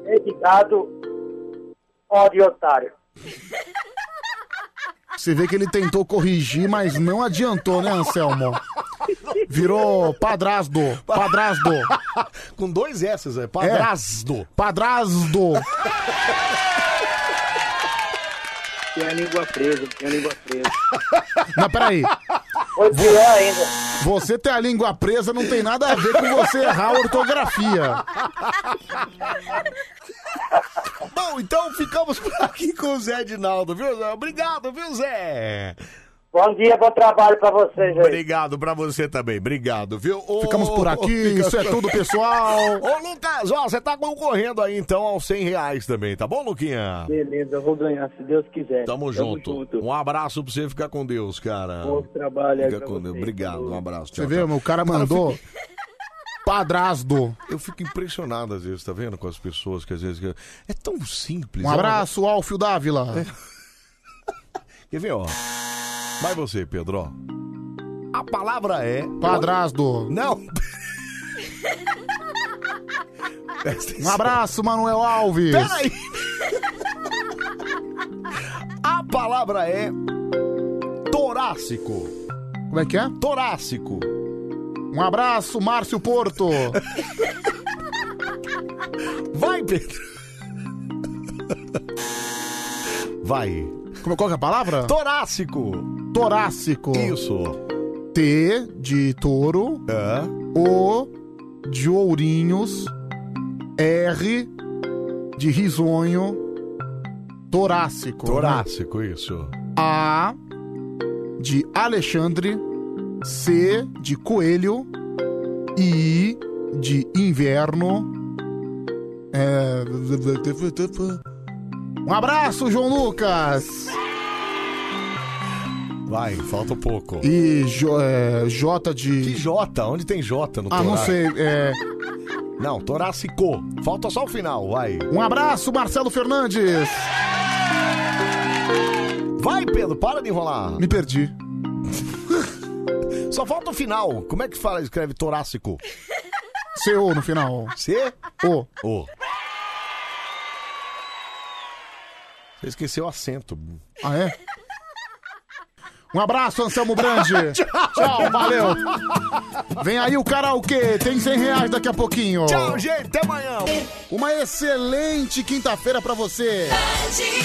D de dado. O de otário.
Você vê que ele tentou corrigir, mas não adiantou, né, Anselmo? Virou padrasdo, padrasdo.
<laughs> Com dois S's, é
padrasdo. padrasdo.
Tem a língua presa, tem a língua presa.
Mas peraí.
Foi pior ainda.
Você ter a língua presa não tem nada a ver com você errar a ortografia.
Bom, então ficamos por aqui com o Zé Edinaldo, viu, Zé? Obrigado, viu, Zé?
Bom dia, bom trabalho pra vocês aí.
Obrigado pra você também, obrigado, viu? Ô,
Ficamos por aqui, isso é tudo, pessoal.
<laughs> Ô, Lucas, ó, você tá concorrendo aí então aos 100 reais também, tá bom, Luquinha?
Beleza, eu vou ganhar, se Deus quiser.
Tamo junto. Um abraço pra você ficar com Deus, cara.
Bom trabalho aí
Fica
pra
com Deus.
vocês.
Obrigado, um abraço.
Você
tchau,
vê,
tchau.
o cara mandou. Padrasdo.
Eu fico impressionado às vezes, tá vendo? Com as pessoas que às vezes. que- É tão simples.
Um
é
abraço, Alfio Dávila.
Quer ver, ó? Vai você, Pedro. ó. A palavra é.
Padrasdo.
Não.
Um abraço, Manuel Alves.
é, Peraí. A palavra é. Torácico.
Como é que é?
Torácico.
Um abraço, Márcio <laughs> Porto.
Vai, Pedro. Vai.
Como, qual que é a palavra?
Torácico.
Torácico.
Isso.
T de touro. O de ourinhos. R de risonho. Torácico. né?
Torácico, isso.
A de Alexandre, C de coelho, I de inverno. É... Um abraço, João Lucas!
Vai, falta um pouco.
E jo- é, J de.
Que J? Onde tem J no
Ah, não
torácico?
sei. É...
Não, torácico. Falta só o final, vai.
Um abraço, Marcelo Fernandes!
Vai, Pedro, para de enrolar.
Me perdi.
<laughs> Só falta o final. Como é que fala, escreve torácico?
CO no final.
C?
O.
O. Você esqueceu o acento.
Ah, é? Um abraço, Anselmo Brandi!
<laughs> Tchau.
Tchau, valeu! Vem aí o karaokê, tem 100 reais daqui a pouquinho.
Tchau, gente, até amanhã.
Uma excelente quinta-feira pra você.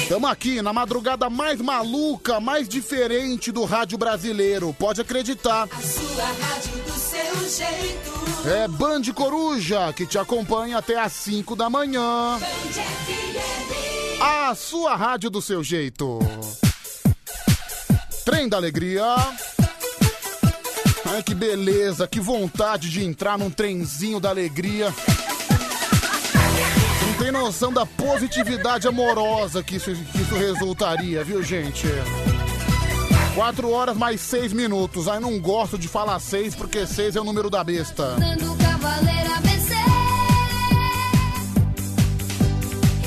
Tamo aqui na madrugada mais maluca, mais diferente do rádio brasileiro. Pode acreditar.
Sua rádio do seu jeito.
É Band Coruja que te acompanha até às 5 da manhã. A sua rádio do seu jeito. Trem da Alegria. Ai que beleza, que vontade de entrar num trenzinho da alegria. Não tem noção da positividade amorosa que isso, que isso resultaria, viu, gente? Quatro horas mais seis minutos. Aí não gosto de falar seis porque seis é o número da besta.
Dando cavaleiro a vencer.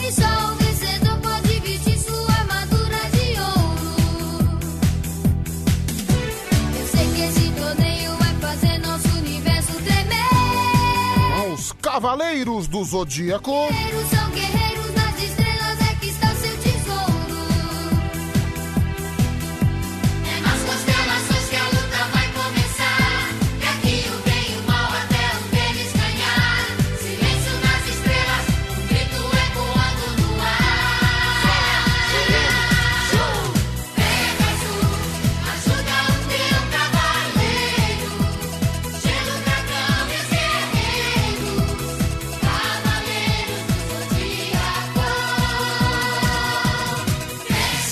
E só o vencedor pode vestir sua armadura de ouro. Eu sei que esse torneio vai fazer nosso universo tremer.
Os Cavaleiros do Zodíaco.
Guerreiros são guerreiros, nas estrelas é que está seu tesouro. É nas constelações que a luta vai começar. E aqui o bem e o mal até um deles ganhar. Silêncio nas estrelas, o grito ecoando no ar. Ju, Pegasus, ajuda o teu cavaleiro. Gelo, dragão e os guerreiros. Cavaleiros do Zodíaco.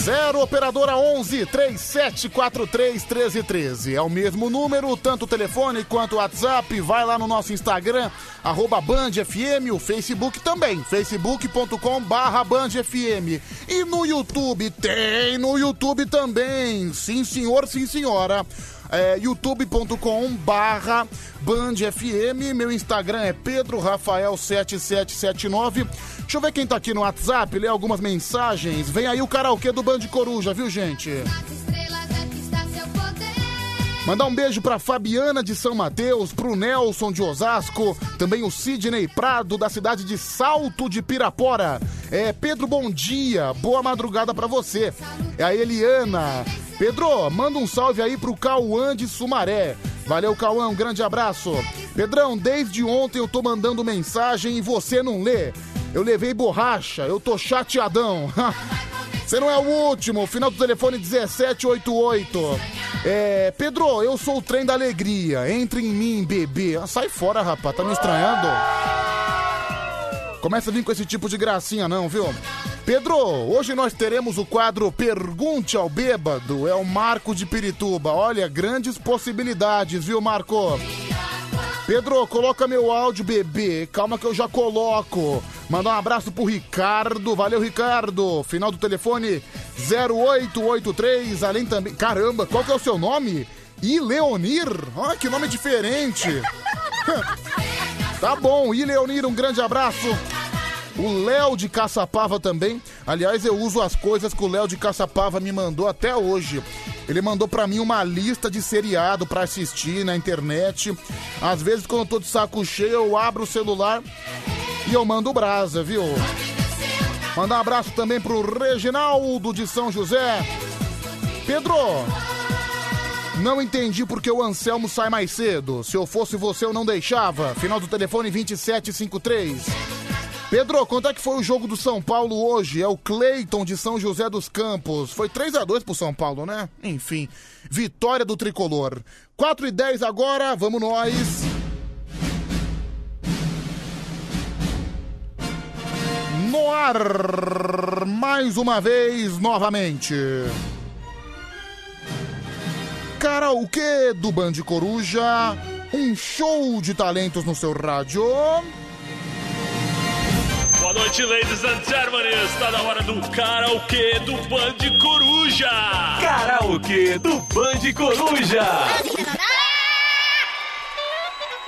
zero Operadora 11 3743 1313. É o mesmo número, tanto telefone quanto WhatsApp. Vai lá no nosso Instagram, arroba Band FM, o Facebook também, facebook.com barra Band FM. E no YouTube, tem no YouTube também. Sim senhor, sim senhora é, youtube.com barra Band FM. Meu Instagram é Pedro Rafael 7779 Deixa eu ver quem tá aqui no WhatsApp, ler algumas mensagens. Vem aí o karaokê do Band Coruja, viu, gente?
Estrelas é que está seu poder.
Mandar um beijo pra Fabiana de São Mateus, pro Nelson de Osasco, também o Sidney Prado da cidade de Salto de Pirapora. É, Pedro, bom dia, boa madrugada pra você. É a Eliana. Pedro, manda um salve aí pro Cauã de Sumaré. Valeu, Cauã, um grande abraço. Pedrão, desde ontem eu tô mandando mensagem e você não lê. Eu levei borracha, eu tô chateadão. <laughs> Você não é o último. Final do telefone 1788. É, Pedro, eu sou o trem da alegria. Entre em mim, bebê. Ah, sai fora, rapaz. Tá me estranhando? Começa a vir com esse tipo de gracinha, não, viu? Pedro, hoje nós teremos o quadro Pergunte ao Bêbado. É o Marco de Pirituba. Olha, grandes possibilidades, viu, Marco? Pedro, coloca meu áudio, bebê. Calma que eu já coloco. Mandar um abraço pro Ricardo. Valeu, Ricardo. Final do telefone 0883. Além também. Caramba, qual que é o seu nome? Ileonir? Olha que nome diferente. tá bom, Ileonir, um grande abraço. O Léo de Caçapava também. Aliás, eu uso as coisas que o Léo de Caçapava me mandou até hoje. Ele mandou pra mim uma lista de seriado pra assistir na internet. Às vezes, quando eu tô de saco cheio, eu abro o celular e eu mando brasa, viu? Mandar um abraço também pro Reginaldo de São José. Pedro, não entendi porque o Anselmo sai mais cedo. Se eu fosse você, eu não deixava. Final do telefone 2753. Pedro, quanto é que foi o jogo do São Paulo hoje? É o Cleiton de São José dos Campos. Foi 3 a 2 pro São Paulo, né? Enfim, vitória do tricolor. 4 e 10 agora, vamos nós. No ar, mais uma vez, novamente. Karaokê do Band Coruja, um show de talentos no seu rádio.
Boa noite, ladies and gentlemen. Está na hora do karaokê do Band Coruja. Karaokê do Band Coruja.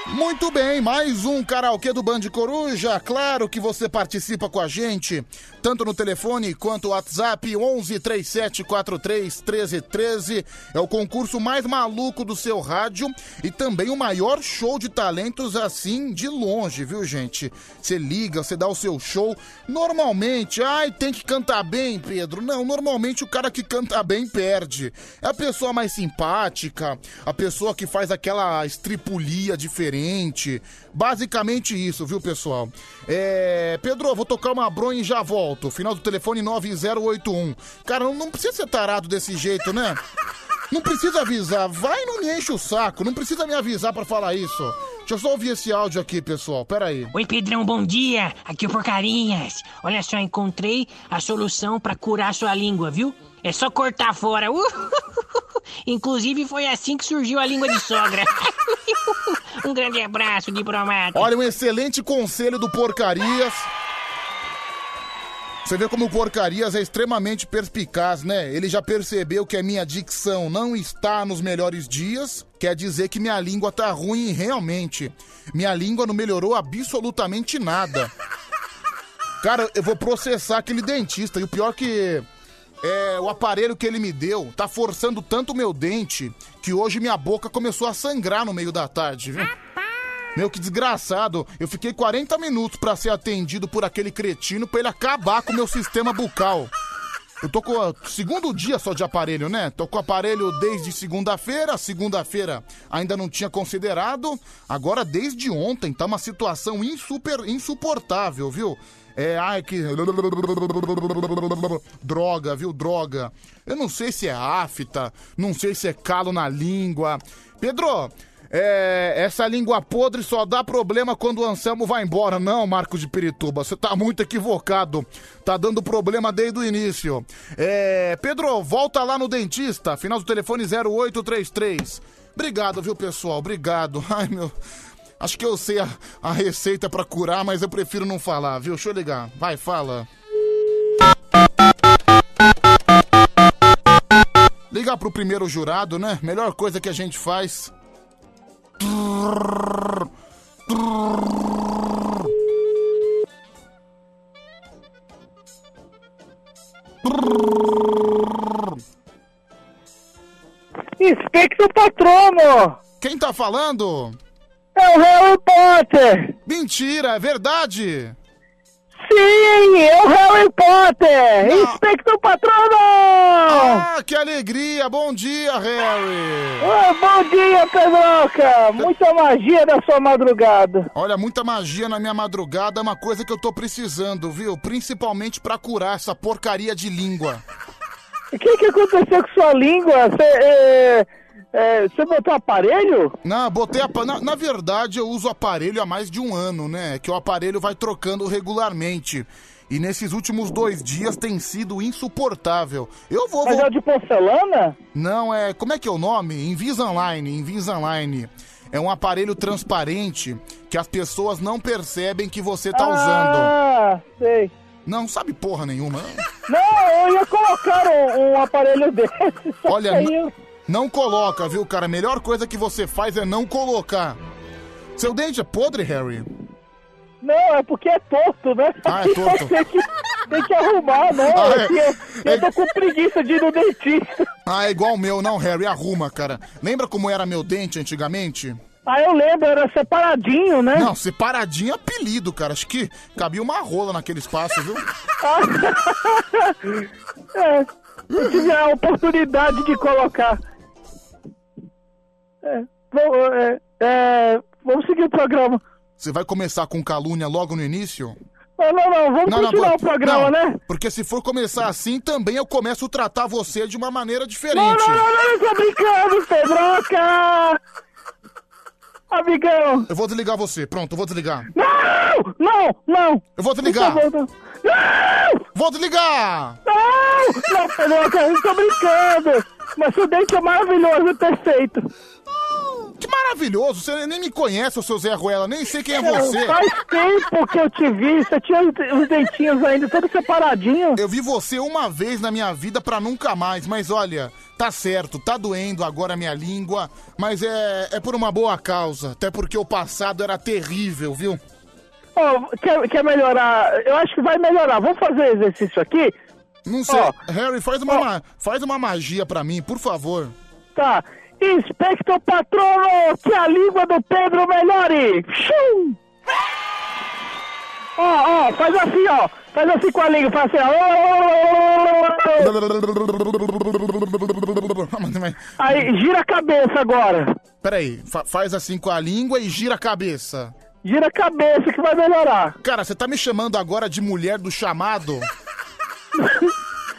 Muito bem, mais um karaokê do Band Coruja. Claro que você participa com a gente, tanto no telefone quanto no WhatsApp 11 3743 1313. É o concurso mais maluco do seu rádio e também o maior show de talentos assim de longe, viu, gente? Você liga, você dá o seu show. Normalmente, ai, tem que cantar bem, Pedro. Não, normalmente o cara que canta bem perde. É a pessoa mais simpática, a pessoa que faz aquela estripulia diferente. Basicamente isso, viu, pessoal? É... Pedro, eu vou tocar uma bronha e já volto. Final do telefone 9081. Cara, não- não precisa ser tarado desse jeito, né? Não precisa avisar. Vai e não me enche o saco. Não precisa me avisar pra falar isso. Deixa eu só ouvir esse áudio aqui, pessoal. Pera aí.
Oi, Pedrão, bom dia. Aqui é o Porcarinhas. Olha só, encontrei a solução pra curar sua língua, viu? É só cortar fora. Uh! <laughs> Inclusive, foi assim que surgiu a língua de sogra. <laughs> um grande abraço, diplomata.
Olha, um excelente conselho do Porcarias. Você vê como o Porcarias é extremamente perspicaz, né? Ele já percebeu que a minha dicção não está nos melhores dias, quer dizer que minha língua tá ruim realmente. Minha língua não melhorou absolutamente nada. Cara, eu vou processar aquele dentista. E o pior que é, o aparelho que ele me deu tá forçando tanto o meu dente que hoje minha boca começou a sangrar no meio da tarde, viu? Meu, que desgraçado. Eu fiquei 40 minutos pra ser atendido por aquele cretino pra ele acabar com o meu sistema bucal. Eu tô com o segundo dia só de aparelho, né? Tô com o aparelho desde segunda-feira. Segunda-feira ainda não tinha considerado. Agora, desde ontem, tá uma situação insuper, insuportável, viu? É, ai, que. Droga, viu? Droga. Eu não sei se é afta, não sei se é calo na língua. Pedro, é, essa língua podre só dá problema quando o Anselmo vai embora. Não, Marco de Pirituba, você tá muito equivocado. Tá dando problema desde o início. É, Pedro, volta lá no dentista. Final do telefone 0833. Obrigado, viu, pessoal? Obrigado. <laughs> Ai, meu. Acho que eu sei a, a receita pra curar, mas eu prefiro não falar, viu? Deixa eu ligar. Vai, fala. Ligar pro primeiro jurado, né? Melhor coisa que a gente faz.
Espectro Patrono!
Quem tá falando?
É o Harry Potter!
Mentira, é verdade!
Sim, é o Harry Potter! Espectro Patrono!
Ah, que alegria! Bom dia, Harry!
Ah, bom dia, Pedroca! Muita magia da sua madrugada!
Olha, muita magia na minha madrugada é uma coisa que eu tô precisando, viu? Principalmente pra curar essa porcaria de língua.
O que, que aconteceu com sua língua? Você é, é, você botou aparelho?
Não, botei a... na, na verdade eu uso aparelho há mais de um ano, né? Que o aparelho vai trocando regularmente. E nesses últimos dois dias tem sido insuportável. Eu vou.
Mas é o de porcelana?
Não, é. Como é que é o nome? Invisalign, Invisalign. É um aparelho transparente que as pessoas não percebem que você tá
Ah, sei.
usando. Não sabe porra nenhuma.
Não, eu ia colocar um, um aparelho <laughs> desse. só
Olha,
que aí
n- não coloca, viu, cara? A melhor coisa que você faz é não colocar. Seu dente é podre, Harry?
Não, é porque é torto, né?
Ah, é torto.
tem, que, tem que arrumar, né?
Ah, é.
É que eu, eu tô com preguiça de ir no dentista.
Ah, é igual o meu, não, Harry. Arruma, cara. Lembra como era meu dente antigamente?
Ah, eu lembro, era separadinho, né?
Não, separadinho é apelido, cara. Acho que cabia uma rola naquele espaço,
<laughs>
viu?
É, eu tive a oportunidade de colocar. É, vou- é, é, vamos seguir o programa.
Você vai começar com calúnia logo no início?
Não, não, não, vamos continuar
pô,
o programa,
não,
né?
Porque se for começar assim, também eu começo a tratar você de uma maneira diferente.
Não, não, não, não, eu tô brincando, é Pedroca! Amigão!
Eu vou desligar você, pronto, eu vou desligar.
Não! Não, não!
Eu vou desligar!
Por favor, não. não!
Vou desligar!
Não! Não, Pedroca, eu tô brincando! Mas seu dente é maravilhoso, perfeito!
Ah, Que maravilhoso, você nem me conhece, o seu Zé Ruela, nem sei quem é
Não,
você.
Faz tempo que eu te vi, você tinha os os dentinhos ainda, todo separadinho.
Eu vi você uma vez na minha vida pra nunca mais, mas olha, tá certo, tá doendo agora a minha língua, mas é, é por uma boa causa, até porque o passado era terrível, viu?
Ó, quer, quer melhorar? Eu acho que vai melhorar. Vamos fazer exercício aqui?
Não sei, Harry, faz uma, ma- faz uma magia pra mim, por favor.
Tá. Inspector Patrono, que a língua do Pedro melhore. Shum! Ó, ó, faz assim, ó. Faz assim com a língua, faz
<laughs>
assim, ó.
Ah,
Aí, gira a cabeça agora.
Peraí, fa- faz assim com a língua e gira a cabeça.
Gira a cabeça que vai melhorar.
Cara, você tá me chamando agora de mulher do chamado?
<laughs>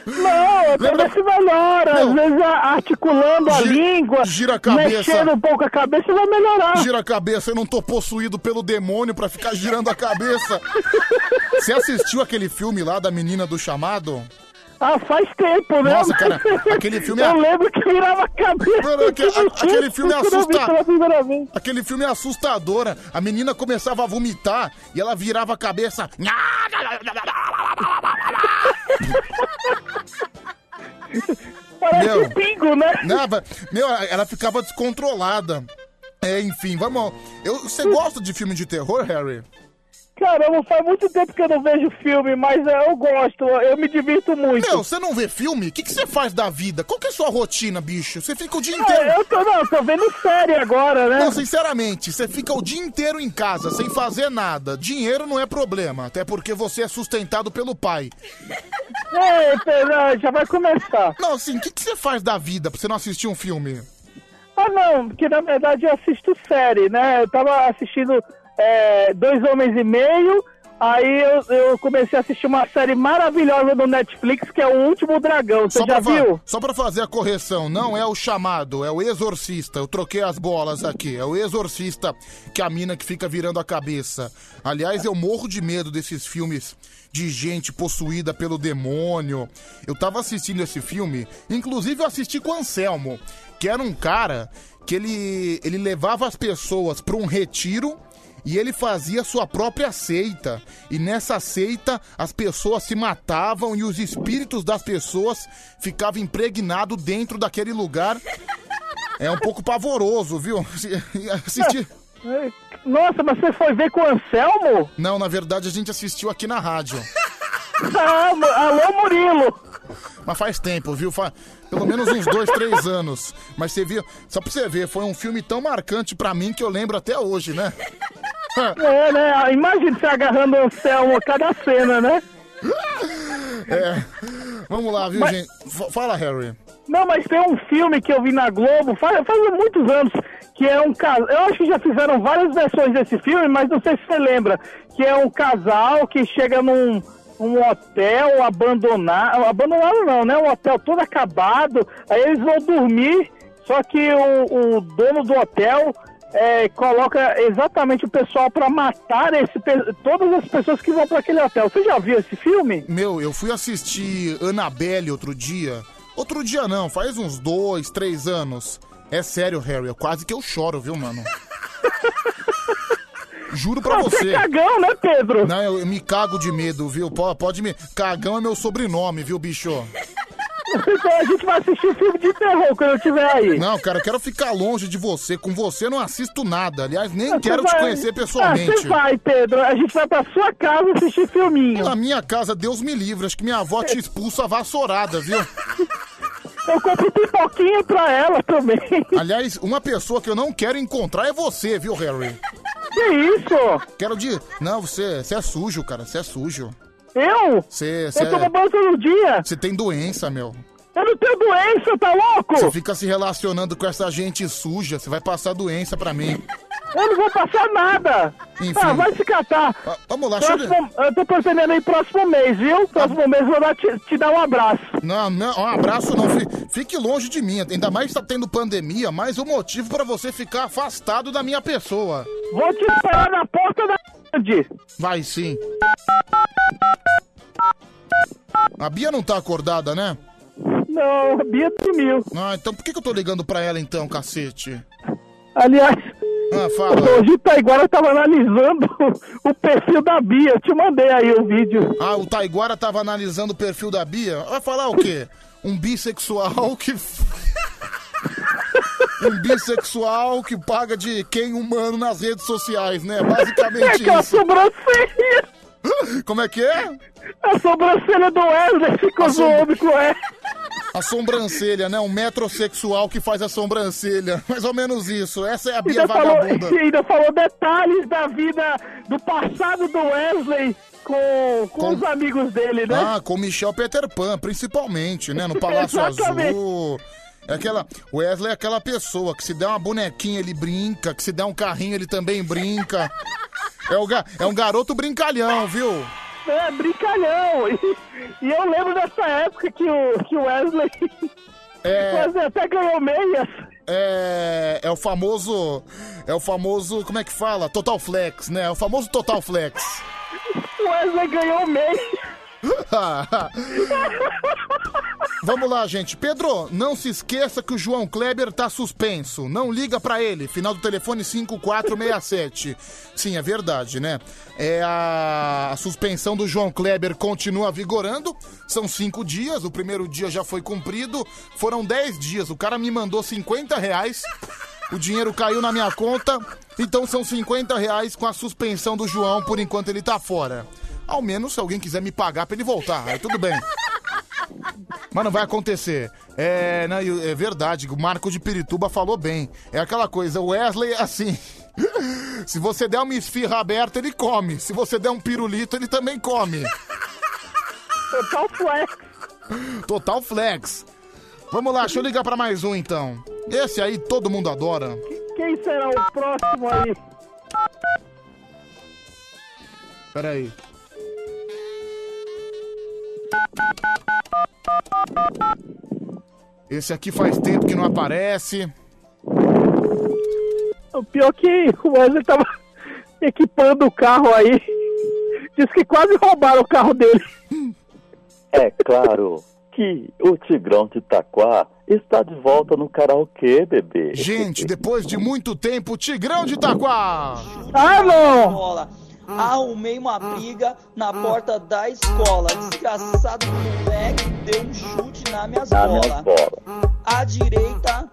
Não, é pra ver se melhora. Às vezes a- articulando a língua,
gira a cabeça.
mexendo um pouco a cabeça, vai melhorar.
Gira a cabeça, eu não tô possuído pelo demônio pra ficar girando a cabeça. Você assistiu aquele filme lá da menina do chamado?
Ah, faz tempo, né?
Nossa, cara,
<laughs>
aquele filme é-
Eu lembro que virava a cabeça.
Mano, aque- a- aquele filme é
Quando eu vi pela
assustador.
primeira vez.
Aquele filme é assustador. A menina começava a vomitar e ela virava a cabeça.
Parece
Meu.
um pingo, né?
Não, va- meu, ela ficava descontrolada. É, enfim, vamos. Eu,
<laughs>
você gosta de filme de terror, Harry?
Caramba, faz muito tempo que eu não vejo filme, mas é, eu gosto, eu me divirto muito.
Meu, você não vê filme? O que, que você faz da vida? Qual que é a sua rotina, bicho? Você fica o dia
Ah,
inteiro.
eu tô, não, tô vendo série agora, né?
Não, sinceramente, você fica o dia inteiro em casa, sem fazer nada. Dinheiro não é problema, até porque você é sustentado pelo pai.
Ei, Pedro, já vai começar.
Não, assim, o que, que você faz da vida pra você não assistir um filme?
Ah, não, porque na verdade eu assisto série, né? Eu tava assistindo é, Dois Homens e Meio, aí eu, eu comecei a assistir uma série maravilhosa do Netflix, que é O Último Dragão. Você já
pra fa-
viu?
só pra fazer a correção, não é o chamado, é o exorcista. Eu troquei as bolas aqui. É o exorcista que a mina que fica virando a cabeça. Aliás, eu morro de medo desses filmes de gente possuída pelo demônio. Eu tava assistindo esse filme, inclusive eu assisti com o Anselmo, que era um cara que ele, ele levava as pessoas pra um retiro e ele fazia sua própria seita. E nessa seita, as pessoas se matavam e os espíritos das pessoas ficavam impregnados dentro daquele lugar. É um pouco pavoroso, viu? Assistir.
Nossa, mas você foi ver com
<laughs>
o Anselmo?
Não, na verdade a gente assistiu aqui na rádio.
Ah, mu- alô, Murilo!
Mas faz tempo, viu? Fa- Pelo menos uns dois, três anos. Mas você viu, só pra você ver, foi um filme tão marcante pra mim que eu lembro até hoje, né?
É, né? Imagina você agarrando o Anselmo a cada cena, né?
É. Vamos lá, viu,
Mas-
gente? F- fala, Harry.
Não, mas tem um filme que eu vi na Globo faz, faz muitos anos, que é um casal. Eu acho que já fizeram várias versões desse filme, mas não sei se você lembra. Que é um casal que chega num um hotel abandonado. Abandonado não, né? Um hotel todo acabado. Aí eles vão dormir, só que o, o dono do hotel é, coloca exatamente o pessoal pra matar esse, pe- todas as pessoas que vão pra aquele hotel. Você já viu esse filme?
Meu, eu fui assistir Annabelle outro dia. Outro dia não, faz uns dois, três anos. É sério, Harry, eu quase que eu choro, viu,
<laughs>
mano? Juro pra
Ah,
você.
você é
cagão, né, Pedro? Não, eu, eu me cago de medo, viu? Po- Pode me. Cagão é meu sobrenome, viu, bicho? Então a gente vai assistir filme de terror quando eu estiver aí. Não, cara, eu quero ficar longe de você. Com você eu não assisto nada. Aliás, nem
Ah,
quero
você
te
vai-
conhecer pessoalmente.
Ah, você vai, Pedro. A gente vai pra sua casa assistir filminho.
Na minha casa, Deus me livre. Acho que minha avó te expulsa a vassourada, viu?
Eu compro pipoquinha pra ela também.
Aliás, uma pessoa que eu não quero encontrar é você, viu, Harry?
Que isso?
Quero de. Não, você, você é sujo, cara. Você é sujo.
Eu?
Você, é-
Eu tomo banho todo dia.
Você tem doença, meu.
Eu não tenho doença, tá louco?
Você fica se relacionando com essa gente suja, você vai passar doença pra mim.
Eu não vou passar nada.
Enfim.
Ah, vai se catar.
vamos lá,
próximo, Eu tô pretendendo aí próximo mês, viu? Próximo mês eu vou dar- te, te dar um abraço.
Tá. Não, não, um abraço não. fi- Fique longe de mim. Ainda mais que tá tendo pandemia, mais um motivo pra você ficar afastado da minha pessoa.
Vou te esperar na porta da.
Vai sim. A Bia não tá acordada, né?
Não, a Bia sumiu.
Ah, então por que, que eu tô ligando pra ela então, cacete?
Aliás,
ah, fala.
hoje o Taiguara tava analisando o perfil da Bia. Eu te mandei aí o vídeo.
Ah, o Taiguara tava analisando o perfil da Bia. Vai falar o quê? Um bissexual que. <laughs> um bissexual que paga de quem humano nas redes sociais, né?
É
Basicamente
aquela
isso.
sobrancelha!
Como é que é?
A sobrancelha do Wesley ficou zoando com ela.
A sobrancelha, né? Um metrosexual que faz a sobrancelha. <laughs> Mais ou menos isso. Essa é a Bia
ainda, falou,
vagabunda.
ainda falou detalhes da vida, do passado do Wesley com, com, os amigos dele, né?
Ah, com Michel Peter Pan, principalmente, né? No Palácio
<laughs> Exatamente.
Azul. É aquela. O Wesley é aquela pessoa que se dá uma bonequinha, ele brinca, que se dá um carrinho, ele também brinca. É, o ga- é um garoto brincalhão, viu?
É, brincalhão. E, e eu lembro dessa época que o, que o Wesley, <laughs>
É.
o Wesley até ganhou meias.
É, é o famoso. É o famoso. Como é que fala? Total Flex, né? É o famoso Total Flex.
O Wesley ganhou meia.
<laughs> Vamos lá, gente. Pedro, não se esqueça que o João Kleber tá suspenso. Não liga pra ele. Final do telefone 5467. Sim, é verdade, né? É a... a suspensão do João Kleber continua vigorando. São cinco dias. O primeiro dia já foi cumprido. Foram dez dias. O cara me mandou 50 reais. O dinheiro caiu na minha conta. Então são 50 reais com a suspensão do João por enquanto ele tá fora. Ao menos se alguém quiser me pagar pra ele voltar. Aí tudo bem. Mas não vai acontecer. É, não, e é verdade, o Marco de Pirituba falou bem. É aquela coisa, o Wesley é assim. <laughs> Se você der uma esfirra aberta, ele come. Se você der um pirulito, ele também come.
Total flex.
Total flex. Vamos lá, deixa eu ligar pra mais um então. Esse aí todo mundo adora.
Quem será o próximo aí?
Pera aí. Esse aqui faz tempo que não aparece.
O pior que o Wesley tava equipando o carro aí. Diz que quase roubaram o carro dele.
É claro que o Tigrão de Itaquá está de volta no karaokê, bebê.
Gente, depois de muito tempo, Tigrão de Itaquá!
Ah, não! Escola. Arrumei uma briga na porta da escola. Desgraçado moleque deu um chute na minha
Na minha
bola.
bola.
A direita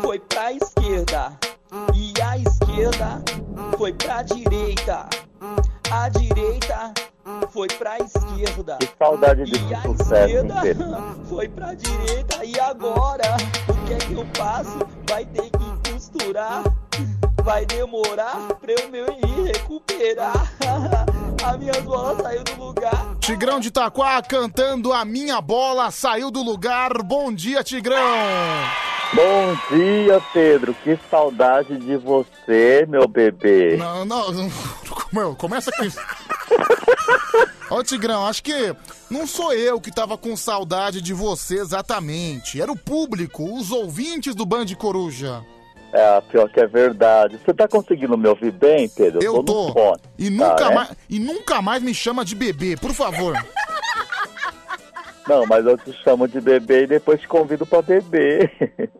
foi pra esquerda. E a esquerda foi pra direita. A direita foi pra esquerda.
Que saudade desse sucesso, hein, Pedro?
<laughs> Foi pra direita e agora? O que é que eu faço? Vai ter que costurar. Vai demorar pra eu me recuperar. <laughs> A minha bola saiu do lugar.
Tigrão de Itaquá cantando A Minha Bola Saiu do Lugar. Bom dia, Tigrão!
Bom dia, Pedro. Que saudade de você, meu bebê.
Não, não, não, meu, começa com isso. Ó, Tigrão, acho que não sou eu que tava com saudade de você exatamente. Era o público, os ouvintes do Band Coruja.
É, pior que é verdade. Você tá conseguindo me ouvir bem, Pedro?
Eu
No
tô.
fone,
E nunca,
tá, né?
mais, e nunca mais me chama de bebê, por favor.
Não, mas eu te chamo de bebê e depois te convido pra beber. <laughs>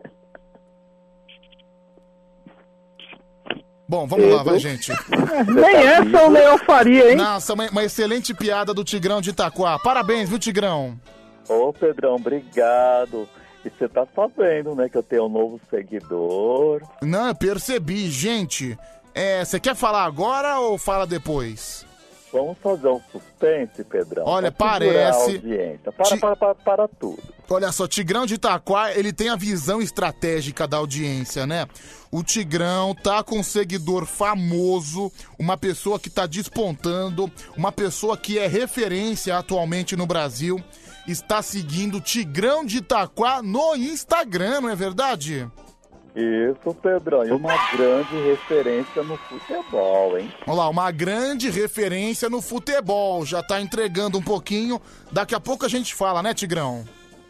Bom, vamos lá, vai, gente.
<laughs> Nem essa o Leão faria, hein?
Nossa, uma, uma excelente piada do Tigrão de Itaquá. Parabéns, viu, Tigrão?
Ô, Pedrão, obrigado. E você tá sabendo, né, que eu tenho um novo seguidor.
Não, eu percebi. Gente, é, você quer falar agora ou fala depois?
Vamos fazer um suspense, Pedrão.
Olha,
pra segurar a
parece-
audiência. Para, para, para, para tudo.
Olha só, Tigrão de Itaquá, ele tem a visão estratégica da audiência, né? O Tigrão tá com um seguidor famoso, uma pessoa que tá despontando, uma pessoa que é referência atualmente no Brasil, está seguindo o Tigrão de Itaquá no Instagram, não é verdade?
Isso, Pedrão. E uma grande referência no futebol, hein?
Olha lá, uma grande referência no futebol, já tá entregando um pouquinho. Daqui a pouco a gente fala, né, Tigrão?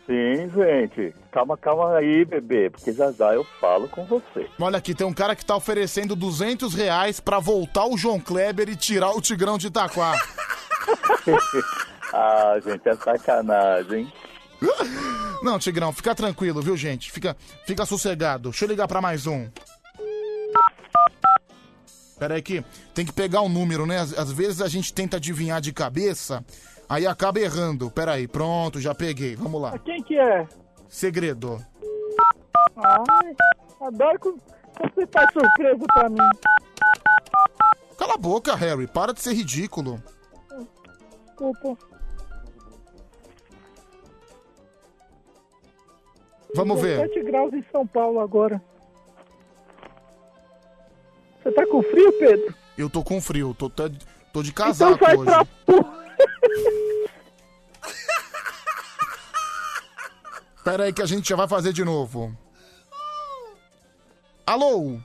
Sim, gente. Calma, calma aí, bebê, porque já já eu falo com você. <laughs>
Olha aqui, tem um cara que tá oferecendo 200 reais pra voltar o João Kleber e tirar o Tigrão de Itaquá.
ah, gente, é sacanagem, hein?
Não, Tigrão, fica tranquilo, viu, gente? Fica, fica sossegado. Deixa eu ligar pra mais um. Pera aí que tem que pegar o número, né? Às, às vezes a gente tenta adivinhar de cabeça, aí acaba errando. Pera aí, pronto, já peguei. Vamos lá.
Quem que é?
Segredo.
Ai, adoro quando você faz surpresa pra mim.
Cala a boca, Harry. Para de ser ridículo.
Desculpa.
Vamos ver.
7 graus em São Paulo agora. Você tá com frio, Pedro?
Eu tô com frio, tô, tá- tô de casaco
então sai
hoje.
pra porra.
<laughs> Pera aí que a gente já vai fazer de novo. Alô?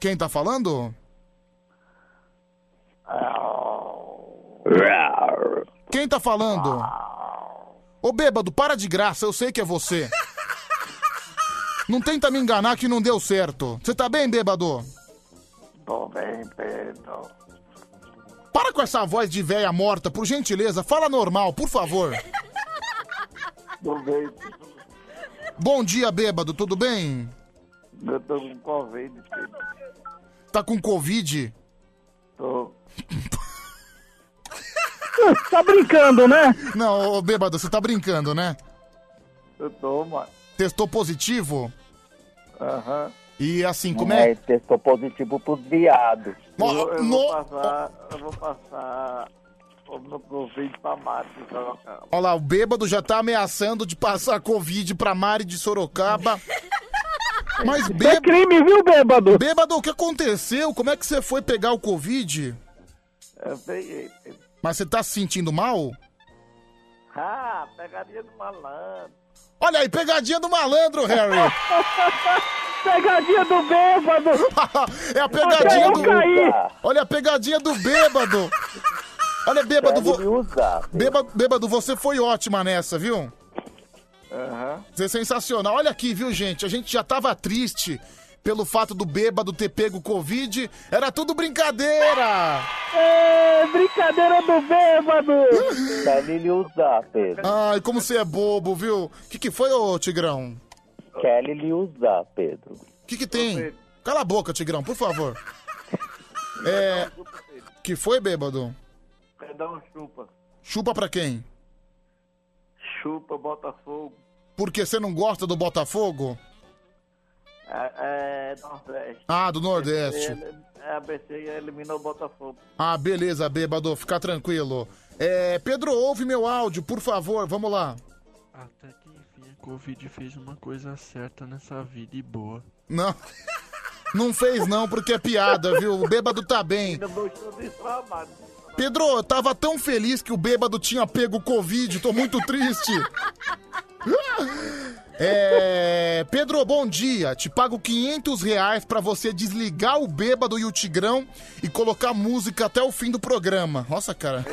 Quem tá falando? Quem tá falando? Ô bêbado, para de graça, eu sei que
<laughs>
é você. Não tenta me enganar que não deu certo. Você tá bem, bêbado?
Tô bem, Pedro.
Para com essa voz de véia morta, por gentileza, fala normal, por favor.
Tô bem.
Bom dia, bêbado, tudo bem?
Eu tô com Covid, Pedro.
Tá com Covid?
Tô.
tá brincando, né? Não, ô, bêbado, você tá brincando, né?
Eu tô, mano.
Testou positivo?
Aham.
E assim, como
Não
é?
é, testou positivo pros viados.
Eu, vou- eu vou passar. Eu vou passar. O meu Covid pra Marte, Sorocaba.
Olha lá, o bêbado já tá ameaçando de passar Covid pra Mari de Sorocaba. Mas bêbado. É crime, viu, bêbado? Bêbado, o que aconteceu? Como é que você foi pegar o Covid?
Eu peguei, Pedro.
Mas você tá se sentindo mal?
Ah, pegadinha do malandro.
Olha aí, pegadinha do malandro, Harry! <laughs> pegadinha do bêbado! <laughs> é a pegadinha
Eu
do.
caí.
Olha a pegadinha do bêbado! Olha, bêbado, vo... bêbado, bêbado, você foi ótima nessa, viu?
Aham.
Isso é sensacional. Olha aqui, viu, gente? A gente já tava triste pelo fato do bêbado ter pego Covid. Era tudo brincadeira! É, brincadeira do bêbado!
Pra Lili usar, Pedro.
Ai, como você é bobo, viu? O que, que foi, ô Tigrão?
Quer Lili usar, Pedro.
O que, que tem? Cala a boca, Tigrão, por favor. É. Que foi, bêbado?
Quer dar um chupa.
Chupa pra quem?
Chupa, Botafogo.
Porque você não gosta do Botafogo?
É, é Nordeste.
Ah, do Nordeste.
Ele- É, a BC eliminou o Botafogo.
Ah, beleza, bêbado, fica tranquilo. É, Pedro, ouve meu áudio, por favor, vamos lá.
Até que enfim, a Covid fez uma coisa certa nessa vida e boa.
Não. Não fez não, porque é piada, viu? O bêbado tá bem.
Ainda
um
vou
<laughs>
tudo inflamado.
Pedro, eu tava tão feliz que o bêbado tinha pego o Covid, tô muito triste. <laughs> É, Pedro, bom dia. Te pago 500 reais pra você desligar o bêbado e o tigrão e colocar música até o fim do programa. Nossa, cara.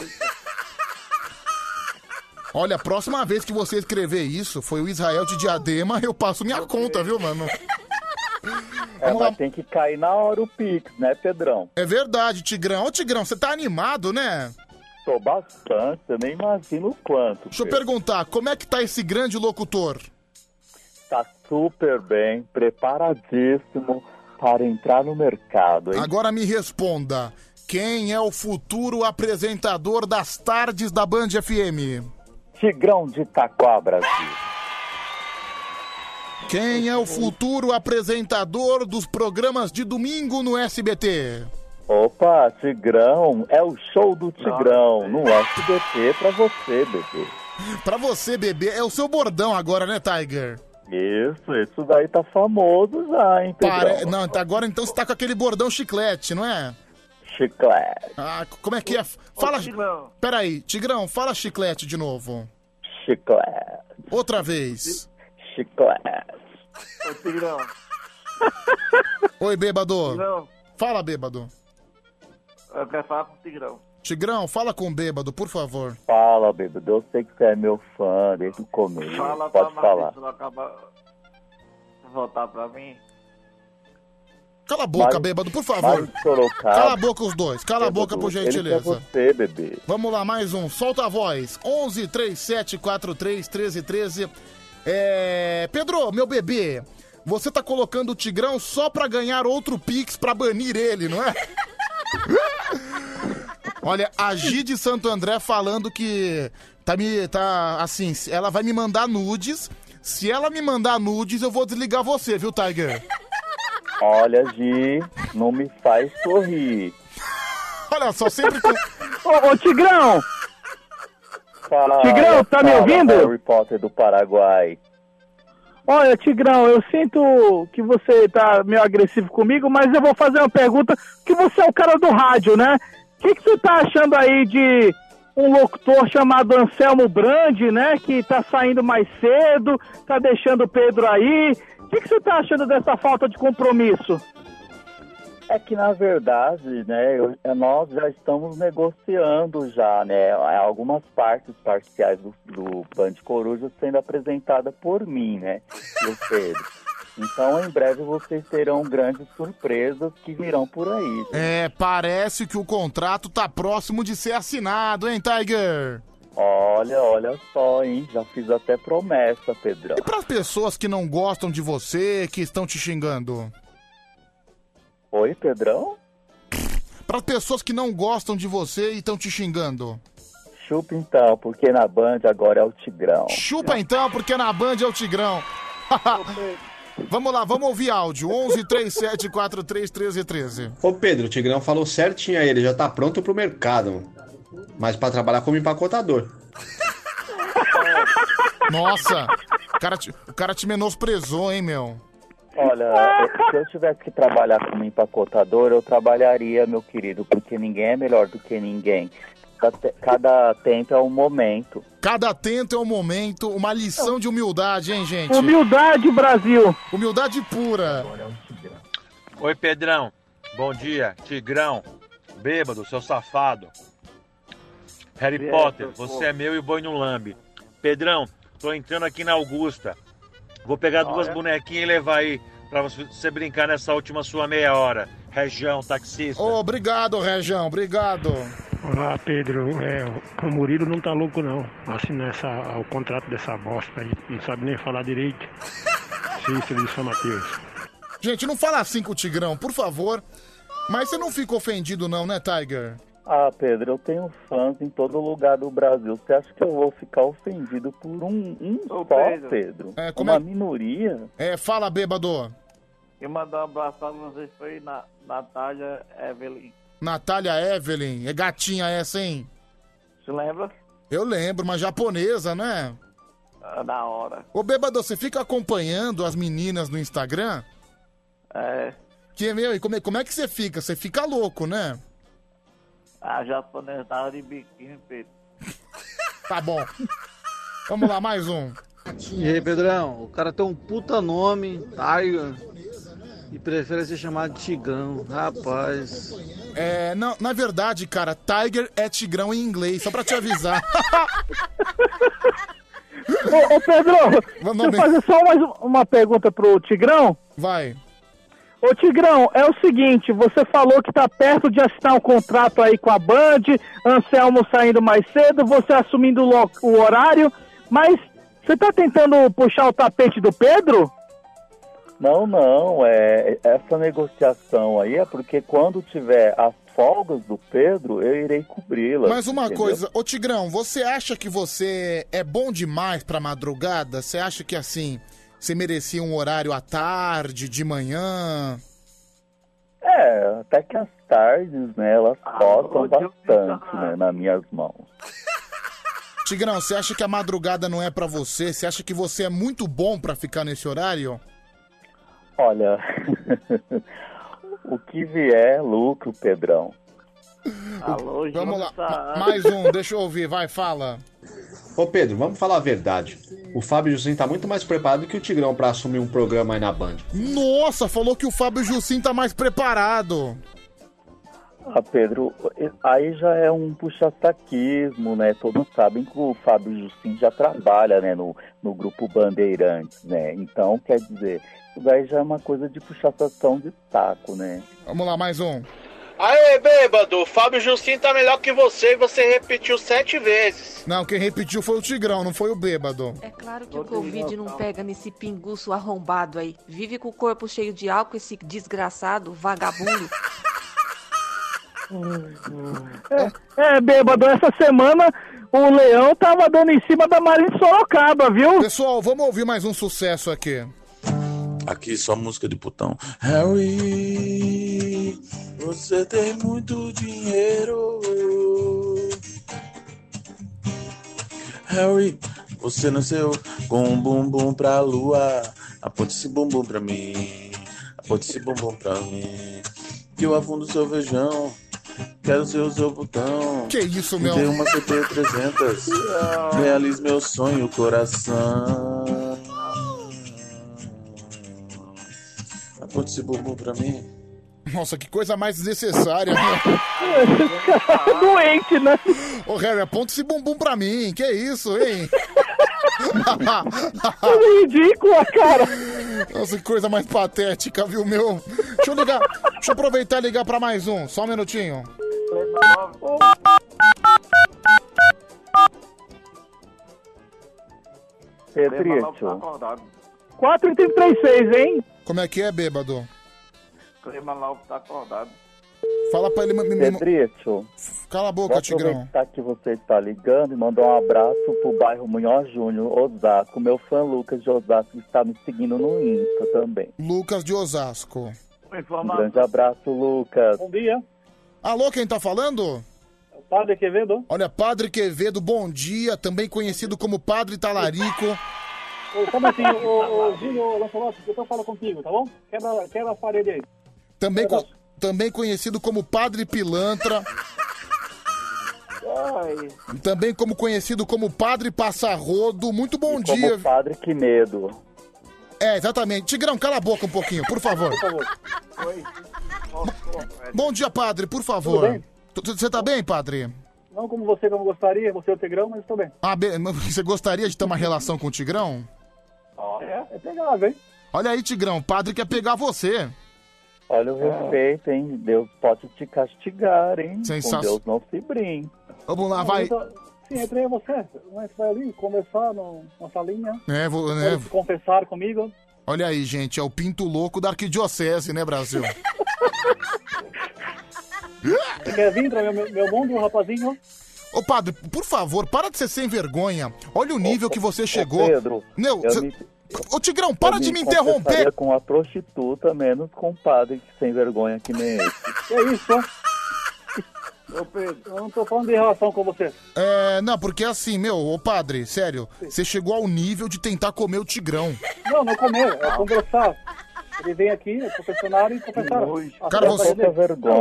Olha, a próxima vez que você escrever isso, foi o Israel de Diadema, eu passo minha conta, viu, mano?
É, mas tem que cair na hora o Pix, né, Pedrão?
É verdade, Tigrão. Ô, Tigrão, você tá animado, né?
Tô bastante, eu nem imagino o quanto.
Deixa eu
Pedro.
perguntar, como é que tá esse grande locutor?
Tá super bem, preparadíssimo para entrar no mercado, hein?
Agora me responda, quem é o futuro apresentador das tardes da Band FM?
Tigrão de Itaquá, Brasil.
Quem é o futuro apresentador dos programas de domingo no SBT?
Opa, Tigrão, é o show do Tigrão no SBT pra você, bebê.
Pra você, bebê, é o seu bordão agora, né, Tiger?
Isso, isso daí tá famoso já, hein, Pedrão?
Pare... Não, tá- agora então você tá com aquele bordão chiclete, não é?
Chiclete.
Ah, c- como é que é? Fala. Peraí, Tigrão, fala chiclete de novo.
Chiclete.
Outra vez.
Chiclete.
Ô, Tigrão.
Oi, bêbado.
Tigrão.
Fala, bêbado.
Eu quero falar pro Tigrão.
Tigrão, fala com o bêbado, por favor.
Fala, bebê, eu sei que você é meu fã desde o começo.
Fala pra
Pode falar.
Matheus acabar... Voltar pra mim.
Cala a boca,
Mas-
bêbado, por favor.
mas Sorocaba-
Cala a boca os dois, cala a
Bêbado,
boca por
Ele quer
gentileza.
você, bebê.
Vamos lá, mais um. Solta a voz. 11 37 43 13 13. É... Pedro, meu bebê, você tá colocando o Tigrão só pra ganhar outro Pix pra banir ele, não é? <laughs> Olha, a Gi de Santo André falando que tá me tá assim, se- ela vai me mandar nudes. Se ela me mandar nudes, eu vou desligar você, viu, Tiger?
Olha, Gi, não me faz sorrir.
Olha só, sempre com
Ô, ô, Tigrão!
Fala,
Tigrão, tá me
fala,
ouvindo?
Harry Potter do Paraguai.
Olha, Tigrão, eu sinto que você tá meio agressivo comigo, mas eu vou fazer uma pergunta, que você é o cara do rádio, né? O que, que você tá achando aí de um locutor chamado Anselmo Brandi, né? Que tá saindo mais cedo, tá deixando o Pedro aí. O que, que você tá achando dessa falta de compromisso?
É que na verdade, né, eu- é, nós já estamos negociando já, né, algumas partes parciais do, do Band Coruja sendo apresentada por mim, né, e o Pedro. Então, em breve vocês terão grandes surpresas que virão por aí.
É, parece que o contrato tá próximo de ser assinado, hein, Tiger?
Olha, olha só, hein, já fiz até promessa, Pedrão.
Pras pessoas que não gostam de você, que estão te xingando.
Oi, Pedrão?
Pras pessoas que não gostam de você e estão te xingando.
Chupa então, porque na Band agora é o Tigrão.
Chupa então, porque na Band é o Tigrão. <laughs> vamos lá, vamos ouvir áudio. 11 37 43 13 13.
Ô Pedro, o Tigrão falou certinho aí, ele já tá pronto pro mercado, mano. Mas pra trabalhar como empacotador.
Nossa, o cara, te, o cara te menosprezou, hein, meu?
Olha,
<laughs>
eu- se eu tivesse que trabalhar como empacotador, eu trabalharia, meu querido, porque ninguém é melhor do que ninguém. Cada te- Cada tempo é um momento.
Cada atento é um momento, uma lição de humildade, hein, gente?
Humildade, Brasil!
Humildade pura.
Oi, Pedrão. Bom dia, Tigrão. Bêbado, seu safado. Harry
Bêbado,
Potter,
pô.
você é meu e boi no lambe. Pedrão, tô entrando aqui na Augusta. Vou
Ah,
pegar duas
é?
Olha.
bonequinhas e levar aí pra você brincar nessa última sua meia hora. Região, taxista.
Obrigado, Rejão, obrigado.
Olá, Pedro. É, o Murilo não tá louco, não. Assina essa, o contrato dessa bosta aí. Não sabe nem falar direito. Cícero de São Mateus.
Gente, não fala assim com o Tigrão, por favor. Mas você não fica ofendido, não, né, Tiger?
Ah, Pedro, eu tenho fãs em todo lugar do Brasil. Você acha que eu vou ficar ofendido por um, um só, Pedro?
Pedro.
É, como
Uma
é-
minoria?
É, fala, bêbado.
E mandar um abraço pra vocês foi na Natália Evelyn.
Natália Evelyn, é gatinha essa, hein?
Se lembra?
Eu lembro, uma japonesa, né?
Ah, Da hora.
Ô, bêbado, você fica acompanhando as meninas no Instagram?
É.
Que, meu, e como é, como é que você fica? Você fica louco, né?
A japonesa tava de biquíni, Pedro.
Tá bom. Vamos lá, mais um.
E aí, Pedrão, o cara tem um puta nome, Tiger.
e prefere ser chamado de Tigrão. Rapaz.
É, não, na verdade, cara, Tiger é tigrão em inglês, só pra te avisar. <laughs>
Ô, ô Pedro,
Mandou
deixa eu fazer só mais um- uma pergunta pro Tigrão.
Vai.
Ô Tigrão, é o seguinte, você falou que tá perto de assinar um contrato aí com a Band, Anselmo saindo mais cedo, você assumindo o, lo- o horário, mas você tá tentando puxar o tapete do Pedro?
Não, não, é, essa negociação aí é porque quando tiver as folgas do Pedro, eu irei cobri-las.
Mais uma
entendeu?
coisa, ô Tigrão, você acha que você é bom demais pra madrugada? Você acha que assim, você merecia um horário à tarde, de manhã?
É, até que as tardes, né, elas coçam bastante, né, nas minhas mãos.
Tigrão, você acha que a madrugada não é pra você? Você acha que você é muito bom pra ficar nesse horário?
Olha, <laughs> o que vier, lucro, Pedrão.
Alô, Vamos lá, ma- mais um, deixa eu ouvir, vai, fala.
Ô Pedro, vamos falar a verdade. O Fábio Jussim tá muito mais preparado que o Tigrão pra assumir um programa aí na Band.
Nossa, falou que o Fábio Jussim tá mais preparado.
Ah, Pedro, aí já é um puxa-saquismo, né? Todos sabem que o Fábio Justin já trabalha, né, no, no grupo Bandeirantes, né? Então, quer dizer, isso daí já é uma coisa de puxação de saco, né?
Vamos lá, mais um.
Aê, bêbado, Fábio Justin tá melhor que você e você repetiu sete vezes.
Não, quem repetiu foi o Tigrão, não foi o bêbado.
É claro que o Covid não pega nesse pinguço arrombado aí. Vive com o corpo cheio de álcool, esse desgraçado, vagabundo.
É, é bêbado, essa semana o Leão tava dando em cima da Maria de Sorocaba, viu?
Pessoal, vamos ouvir mais um sucesso aqui.
Aqui só música de putão. Harry, você tem muito dinheiro. Harry, você nasceu com um bumbum pra lua. Aponte esse bumbum pra mim. Aponte esse bumbum pra mim. Que eu afundo seu feijão. Quero ser o seu botão.
Que isso,
Me
meu?
dê uma CT300. Realize meu sonho, coração. Aponte esse bumbum pra mim.
Nossa, que coisa mais desnecessária. <laughs> Doente, né? Ô, Harry, aponta esse bumbum pra mim. Que isso, hein? Ridícula, cara. Nossa, que coisa mais patética, viu, meu? Deixa eu ligar. Deixa eu aproveitar e ligar pra mais um. Só um minutinho.
um
tá
Pedrito,
4336, hein? Como é que é, bêbado?
Clema Lopes tá acordado.
Fala pra ele... me- me-
Pedrito,
Cala a
vou
boca, Tigrão.
aproveitar que você está ligando e mandar um abraço pro bairro Munhoz Júnior, Osasco. Meu fã Lucas de Osasco está me seguindo no Insta também.
Lucas de Osasco.
Um grande abraço, Lucas.
Bom dia. Alô, quem tá falando? Padre Quevedo. Olha, Padre Quevedo, bom dia, também conhecido como Padre Talarico.
Ô, Como assim? Ô, ô, Gil, ô, Lancelotti, depois eu falo contigo, tá bom? Quebra, quebra a parede aí.
Também, co- também conhecido como Padre Pilantra. Também como conhecido como Padre Passarrodo. Muito bom
Como
dia.
padre, que medo.
É, exatamente. Tigrão, cala a boca um pouquinho, por favor.
Oi.
bom dia, Padre, por
Tudo
favor.
bem?
Você tá bem, Padre?
Não como você, como gostaria, você é o Tigrão, mas estou bem.
Ah, be- <laughs> você gostaria de ter uma relação com o Tigrão?
É, é pegável, hein?
Olha aí, Tigrão, o padre quer pegar você.
Olha o
Ah.
respeito, hein? Deus pode te castigar, hein?
Sensa-
Com Deus não se brinca.
Vamos lá,
Não,
vai.
então, Sim, entrei em você. Mas vai ali conversar no, na salinha.
É, vou, né?
Pode se confessar comigo.
Olha aí, gente, é o pinto louco da arquidiocese, né, Brasil?
Você quer vir pra meu, meu mundo, rapazinho?
Ô, padre, por favor, para de ser sem vergonha. Olha o nível que você chegou.
Pedro,
Não,
eu
cê-
me-
Ô, Tigrão, para
Eu
de me
confessaria
interromper.
com a prostituta, menos com o padre que sem vergonha que é nem esse.
<laughs> Que isso? Ô, Pedro, eu não tô falando de relação com você.
É, não, porque assim, meu, ô, padre, sério, você chegou ao nível de tentar comer o Tigrão.
Não, não comer, é conversar. Ele vem aqui, é confessionário e confessar.
Cara, você.
Até pra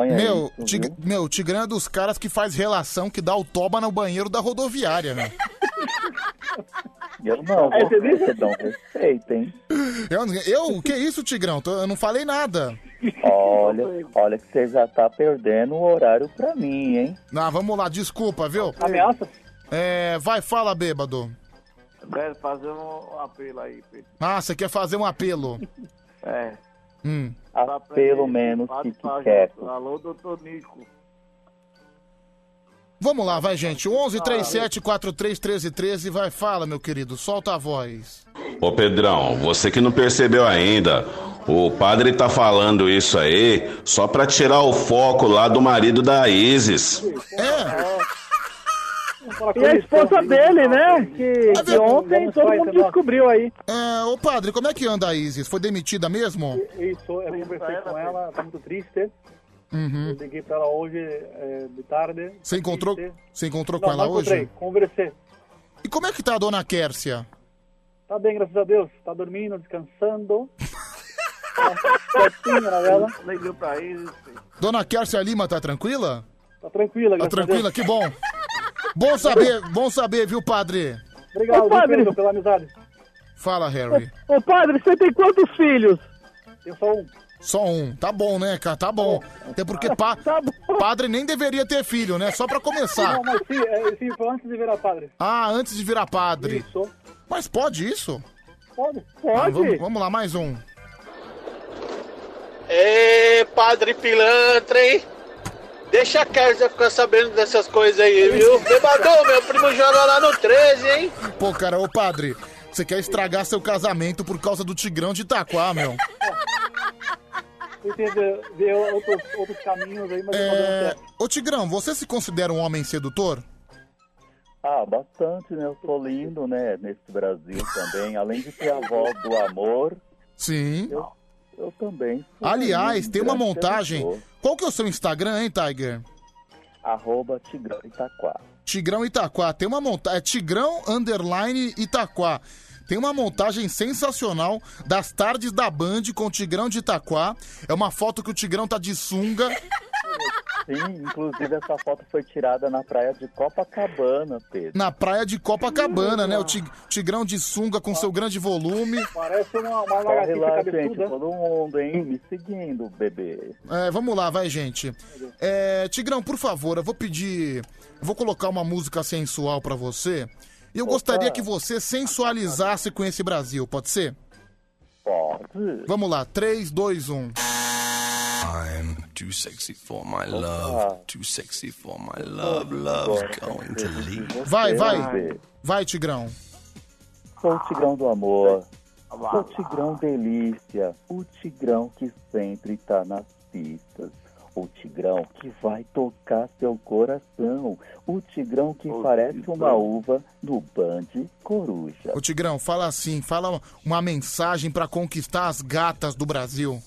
ele.
meu, tig... meu, Tigrão é dos caras que faz relação, que dá o toba no banheiro da rodoviária, né?
Eu não,
Aí você
você
disse?
não respeita, hein?
Eu, eu? Que isso, Tigrão? Tô- Eu não falei nada.
Olha, olha que você já tá perdendo o horário pra mim, hein?
Ah, vamos lá, desculpa, viu?
Ameaça?
É, vai, fala, bêbado.
Deve fazer um apelo aí, Pedro.
Ah, você quer fazer um apelo?
É.
Hum.
Ah,
tá
Pelo menos
Padre
fique
Sargento.
quieto.
Alô, doutor Nico.
Vamos lá, vai, gente. 1137-431313, vai, fala, meu querido. Solta a voz.
Ô Pedrão, você que não percebeu ainda, o padre tá falando isso aí só pra tirar o foco lá do marido da Isis.
É?
É.
E a esposa dele, né? Que, que ontem todo mundo
descobriu aí. É, ô padre, como é que anda a Isis? Foi demitida mesmo?
Isso, eu conversei com ela, tá muito triste.
Uhum.
Eu liguei pra ela hoje é, de tarde.
Você encontrou,
Triste.
você encontrou
Não,
com ela
não encontrei,
hoje?
Conversei.
E como é que tá a dona Kércia?
Tá bem, graças a Deus. Tá
<laughs>
dormindo, descansando. tá quietinha na dela.
Ligou pra ele.
Dona Kércia Lima tá tranquila?
Tá tranquila,
Tá
graças
tranquila,
a Deus.
que bom. Bom saber, bom saber, viu, padre?
Obrigado,
Ô, padre.
Pedro, pela amizade.
Fala, Harry.
Ô padre, você tem quantos filhos?
Eu sou um.
Só um. Tá bom, né, cara? Tá bom. Até porque
<laughs>
pa- padre nem deveria ter filho, né? Só pra começar.
Tá Não, mas sim, é, sim, foi antes de virar padre.
Ah, antes de virar padre. Mas pode isso?
Pode.
Ah, vamos, vamos lá, mais um.
Ê, padre pilantra, hein? Deixa a Kércia ficar sabendo dessas coisas aí, viu? Bebadão, meu primo joga lá no 13, hein?
Pô, cara, ô padre, você quer estragar seu casamento por causa do tigrão de Itaquá,
<laughs>
meu.
Tentei ver, ver outros, outros caminhos aí, mas não deu
É...
certo.
Ô tigrão, você se considera um homem sedutor?
Ah, bastante, né? Eu sou lindo, né? Nesse Brasil também. Além de ser a voz do amor,
Sim.
eu também sou
Aliás,
um
tem uma
grande
montagem.
sedutor.
Qual que é o seu Instagram, hein, Tiger?
Arroba Tigrão Itaquá.
Tigrão Itaquá. Tem uma montagem. É Tigrão Underline Itaquá. Tem uma montagem sensacional das tardes da Band com o Tigrão de Itaquá. É uma foto que o Tigrão tá de sunga.
<laughs> Sim, inclusive essa foto foi tirada na praia de Copacabana, Pedro.
Na praia de Copacabana, né? O Ti- Tigrão de sunga com seu grande volume.
Parece uma, uma
Corre
lagartixa
lá, gente,
cabeçuda.
todo mundo, hein? Me seguindo, bebê.
É, vamos lá, vai, gente. É, Tigrão, por favor, eu vou pedir. eu vou colocar uma música sensual pra você. E eu gostaria que você sensualizasse com esse Brasil, pode ser?
Pode.
Vamos lá, um. 3, 2, 1.
I'm too sexy for my love, too sexy for my love, love's going to leave.
Vai, vai. Vai, Tigrão.
Sou o Tigrão do Amor. Sou o Tigrão Delícia. O Tigrão que sempre tá nas pistas. O Tigrão que vai tocar seu coração. O Tigrão que parece uma uva no Band Coruja.
Ô, Tigrão, fala assim, fala uma mensagem pra conquistar as gatas do Brasil.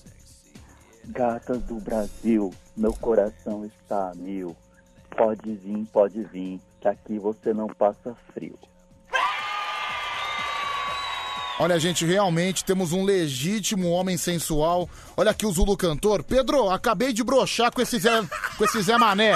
Gatas do Brasil, meu coração está a mil. Pode vir, pode vir, que aqui você não passa frio.
Olha, gente, realmente temos um legítimo homem sensual. Olha aqui o Zulu cantor. Pedro, acabei de broxar com esse Zé, com esse Zé Mané.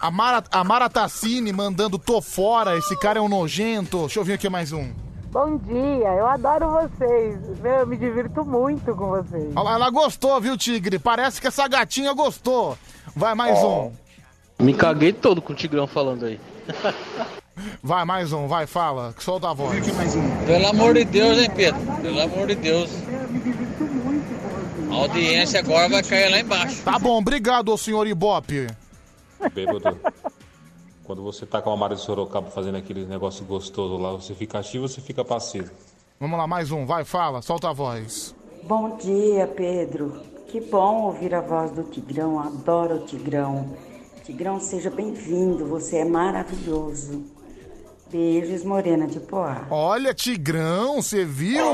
A Mara, a Mara Tassini mandando tô fora, esse cara é um nojento. Deixa eu ver aqui mais um.
Bom dia, eu adoro vocês. Meu, eu me divirto muito com vocês.
Olha lá, ela gostou, viu, Tigre? Parece que essa gatinha gostou. Vai mais um.
Me caguei todo com o Tigrão falando aí.
Vai mais um, vai, fala. Solta a voz.
Pelo amor de Deus, hein, Pedro? Pelo amor de Deus. A audiência agora vai cair lá embaixo.
Tá bom, obrigado, ô senhor Ibope.
Bêbado. Quando você tá com a Mara de Sorocaba fazendo aquele negócio gostoso lá, você fica ativo ou você fica passivo?
Vamos lá, mais um, vai, fala, solta a voz.
Bom dia, Pedro. Que bom ouvir a voz do Tigrão. Adoro o Tigrão. Tigrão, seja bem-vindo. Você é maravilhoso. Beijos, Morena de Poá.
Olha, Tigrão, você viu?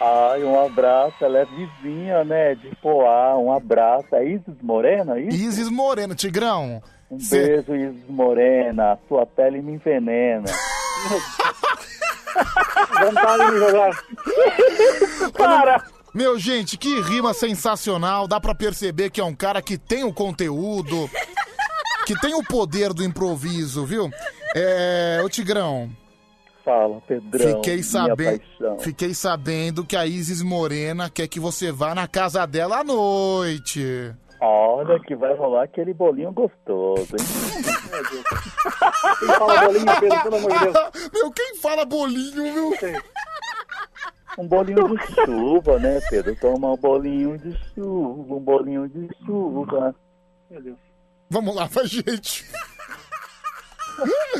Ai, um abraço, ela é vizinha, né? De Poá, um abraço. É Isis Morena, isso?
Isis Morena, Tigrão.
Um beijo, Isis Morena. A Sua pele me envenena.
<laughs> Vontade de jogar.
<laughs> Para! Meu, gente, que rima sensacional. Dá pra perceber que é um cara que tem o conteúdo, que tem o poder do improviso, viu? É, ô Tigrão,
fala, Pedrão.
Fiquei,
minha
sabe...
paixão.
Fiquei sabendo que a Isis Morena quer que você vá na casa dela à noite.
Olha que vai rolar aquele bolinho gostoso, hein?
Quem fala bolinho, é Pedro, pelo amor de Deus. <laughs> Meu, quem fala bolinho, meu?
Um bolinho de chuva, né, Pedro? Toma um bolinho de chuva, um bolinho de chuva.
Meu Deus.
Vamos lá, vai, gente.
<laughs>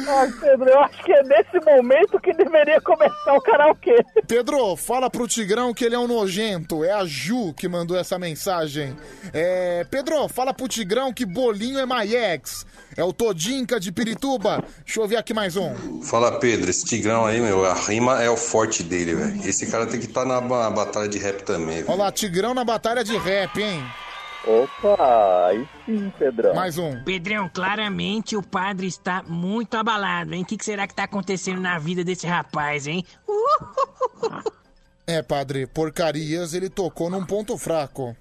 Ai, Pedro, eu acho que é nesse momento que deveria começar o karaokê.
Pedro, fala pro Tigrão que ele é um nojento. É a Ju que mandou essa mensagem. É, Pedro, fala pro Tigrão que bolinho é my ex. É o Todinka de Pirituba. Deixa eu ver aqui mais um.
Fala Pedro, esse Tigrão aí, meu, a rima é o forte dele, velho. Esse cara tem que estar na, ba- batalha de rap também, velho.
Olha lá, Tigrão na batalha de rap, hein?
Opa, aí sim, Pedrão.
Mais um.
Pedrão, claramente o padre está muito abalado, hein? O que, que será que tá acontecendo na vida desse rapaz, hein?
É, padre, porcarias, ele tocou num ponto fraco.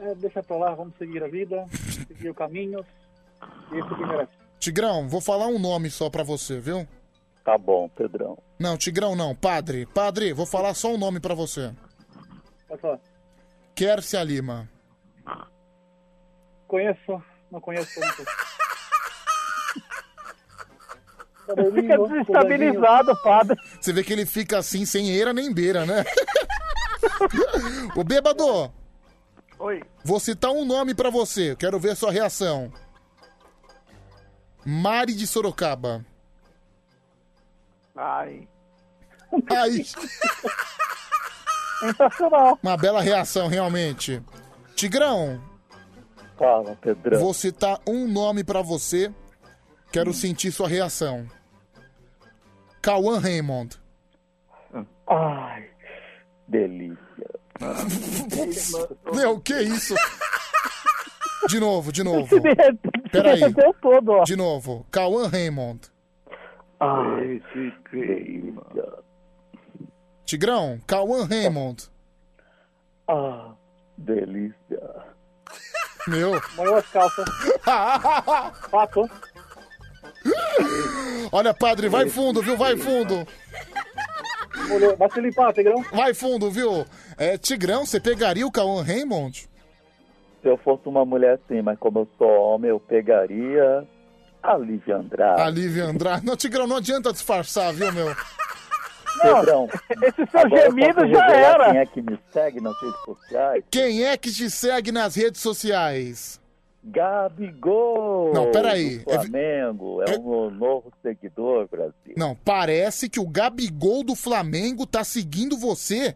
É, deixa pra lá, vamos seguir a vida, seguir o caminho. Isso que merece.
Tigrão, vou falar um nome só pra você, viu?
Tá bom, Pedrão.
Não, Tigrão não, padre. Padre, vou falar só um nome pra você.
Pode falar.
Quercia Lima.
Conheço, não conheço. Não conheço.
Fica desestabilizado, padre.
Você vê que ele fica assim, sem eira nem beira, né? <laughs> Ô, bêbado,
Oi,
vou citar um nome pra você. Quero ver sua reação. Mari de Sorocaba.
ai.
Ai.
Sensacional.
Uma bela reação, realmente. Tigrão,
Fala, Pedrão.
vou citar um nome pra você. Quero sentir sua reação. Cauã Raymond.
Ai, delícia.
<laughs> Meu, que isso? De novo,
<laughs>
de novo.
Se derrete- se
Peraí.
derreteu todo, ó.
De novo. Cauã Raymond.
Ai, se queima.
Tigrão, Cauã Raymond.
Ah, delícia.
Meu.
Molhou as
<laughs>
calças. Fato.
Olha, padre, vai fundo, viu? Vai fundo.
Molhou. Vai se limpar, Tigrão.
Vai fundo, viu? É, Tigrão, você pegaria o Cauã Raymond?
Se eu fosse uma mulher assim, mas como eu sou homem, eu pegaria a Lívia Andrade.
A Lívia Andrade. Não, Tigrão, não adianta disfarçar, viu, meu?
Pedrão.
Esse
seu
agora eu posso
Ah, gemido já
revelar
era.
Quem é que me segue nas redes sociais?
Quem é que te segue nas redes sociais?
Gabigol!
Não, peraí.
do Flamengo, é, um novo seguidor, Brasil.
Não, parece que o Gabigol do Flamengo tá seguindo você.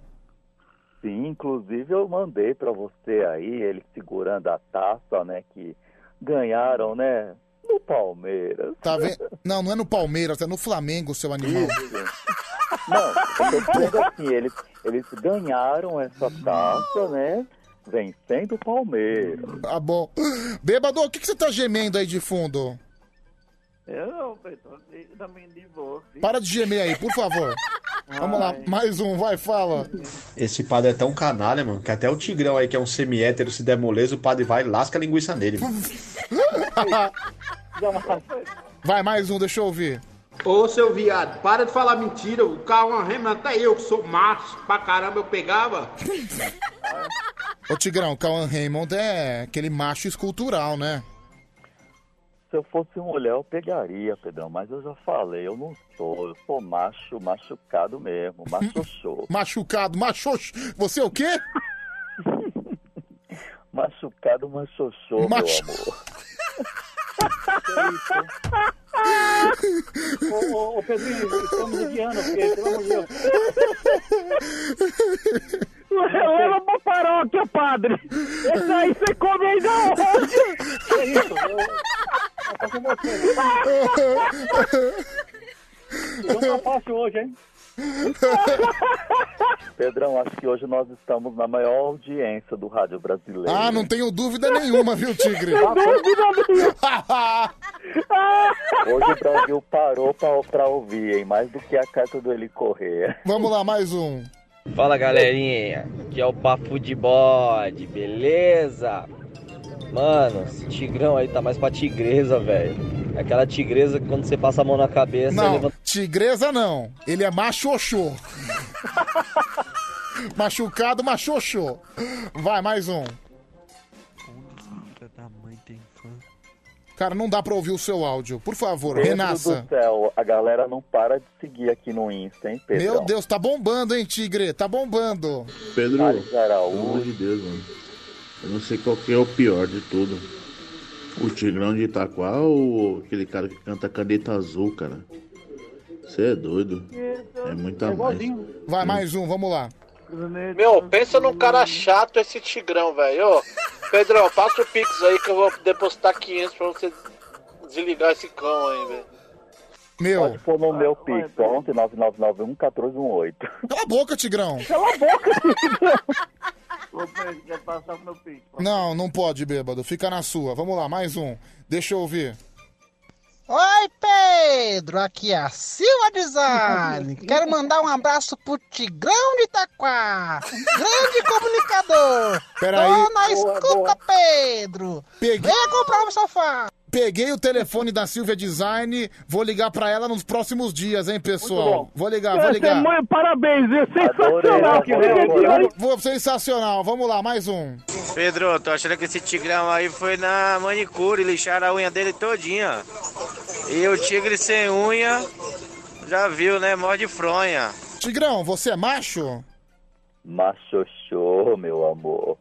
Sim, inclusive eu mandei pra você aí, ele segurando a taça, né, que ganharam, né, no Palmeiras.
Tá
<laughs>
vendo? Não, não é no Palmeiras, é no Flamengo, seu animal.
Não, eu tô dizendo assim, eles, eles ganharam essa taça, né, vencendo o Palmeiras.
Tá bom. Bêbado, o que, que você tá gemendo aí de fundo?
Eu não, Pedro, eu também é de boa.
Para de <laughs> gemer aí, por favor. Vamos lá, mais um, vai, fala.
Esse padre é tão canalha, mano, que até o Tigrão aí, que é um semi-hétero, se der moleza, o padre vai e lasca a linguiça nele, mano.
Vai, mais um, deixa eu ouvir.
Ô seu viado, para de falar mentira. O Cauã Rema, até eu que sou macho pra caramba, eu pegava.
Ô Tigrão, Cauan Raymond é aquele macho escultural, né?
Se eu fosse uma mulher, eu pegaria, Pedrão, mas eu já falei, eu não sou, eu sou macho, machucado mesmo, macho show.
Machucado, machoxo. Você é o quê?
Machucado, machoxô,
Macho-
meu amor.
Ô, ô, ô, Pedrinho, estamos odiando, porque, pelo amor de Deus.
Leva pra paróquia, padre. Esse aí você come aí é um
<laughs>
da onde?
É isso, eu... eu
Um
tô com né? você. Não tá fácil hoje, hein?
<laughs> Pedrão, acho que hoje nós estamos na maior audiência do rádio brasileiro.
Ah, não tenho dúvida nenhuma, viu, Tigre?
Hoje o Brasil parou pra, pra ouvir, hein? Mais do que a carta do Eli Corrêa.
<laughs> Vamos lá, mais um.
Fala galerinha, aqui é o Papo de Bode, beleza? Mano, esse tigrão aí tá mais pra tigresa, velho. Aquela tigresa que quando você passa a mão na cabeça,
Não,
levanta-
tigresa não. Ele
<laughs>
é machoxô. Machucado, machoxô. Vai, mais um. Cara, não dá pra ouvir o seu áudio. Por favor,
Pedro
Renassa.
do céu, a galera não para de seguir aqui no Insta, hein, Pedro?
Meu Deus, tá bombando, hein, Tigre? Tá bombando.
Pedro,
Ai,
pelo amor de Deus, mano. Eu não sei qual que é o pior de tudo. O Tigrão de Itaquá ou aquele cara que canta Caneta Azul, cara? Você é doido. É
Tá
muita mais.
Vai, mais um, vamos lá.
Meu, pensa num cara chato esse tigrão, velho. Ô, Pedrão, passa o Pix aí que eu vou depositar 500 pra você desligar esse cão aí, velho.
Meu.
Pode pôr no meu Pix, 11 999 <laughs>
Cala a boca, Tigrão.
Cala a boca,
Ô, Pedro, quer passar pro meu pique?
Não, não pode, bêbado. Fica na sua. Vamos lá, mais um. Deixa eu ouvir.
Oi, Pedro! Aqui é a Silva Design. Quero mandar um abraço pro Tigrão de Itaquá, grande comunicador.
Peraí.
Tô na escuta, Pedro.
Peguei.
Venha comprar um sofá.
Peguei o telefone da Silvia Design, vou ligar pra ela nos próximos dias, hein, pessoal?
Muito bom.
Vou ligar, vou ligar.
Testemunho, parabéns, viu? Sensacional, que legal.
Vou- Sensacional, vamos lá, mais um.
Pedro, tô achando que esse tigrão aí foi na manicure, lixaram a unha dele todinha. E o tigre sem unha, já viu, né? Morde fronha.
Tigrão, você é macho?
Machoxô, meu amor.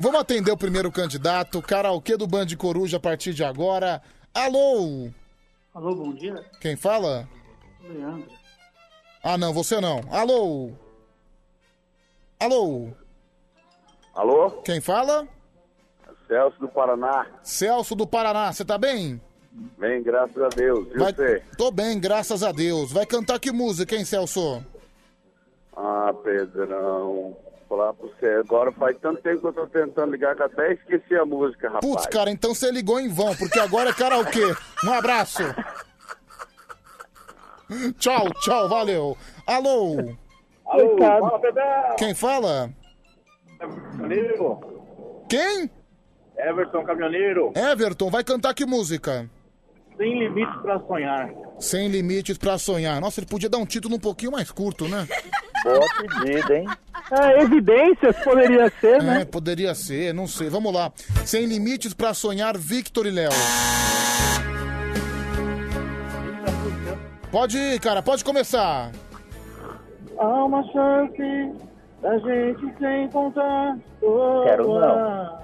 Vamos atender o primeiro candidato, karaokê do Band Coruja a partir de agora. Alô?
Alô, bom dia.
Quem fala?
Leandro.
Ah, não, você não. Alô? Alô?
Alô?
Quem fala?
Celso do Paraná.
Celso do Paraná, você tá bem?
Bem, graças a Deus. E
Vai-
você?
Tô bem, graças a Deus. Vai cantar que música, hein, Celso?
Ah, Pedrão. Falar pra você. Agora faz tanto tempo que eu tô tentando ligar que até esqueci a música, rapaz.
Putz, cara, então você ligou em vão, porque agora é karaokê. Um
<laughs>
abraço. Tchau, tchau, valeu. Alô?
Alô, fala,
Quem fala?
Pedro.
Quem?
Everton Caminhoneiro.
Everton, vai cantar que música?
Sem limites pra sonhar.
Sem limites pra sonhar. Nossa, ele podia dar um título um pouquinho mais curto, né?
Boa pedida, hein?
É, evidências poderia ser, né? poderia ser, não sei. Vamos lá. Sem limites pra sonhar, Victor e Léo. Pode ir, cara, pode começar.
Há uma chance da gente se encontrar. Oh,
Quero
oh,
não.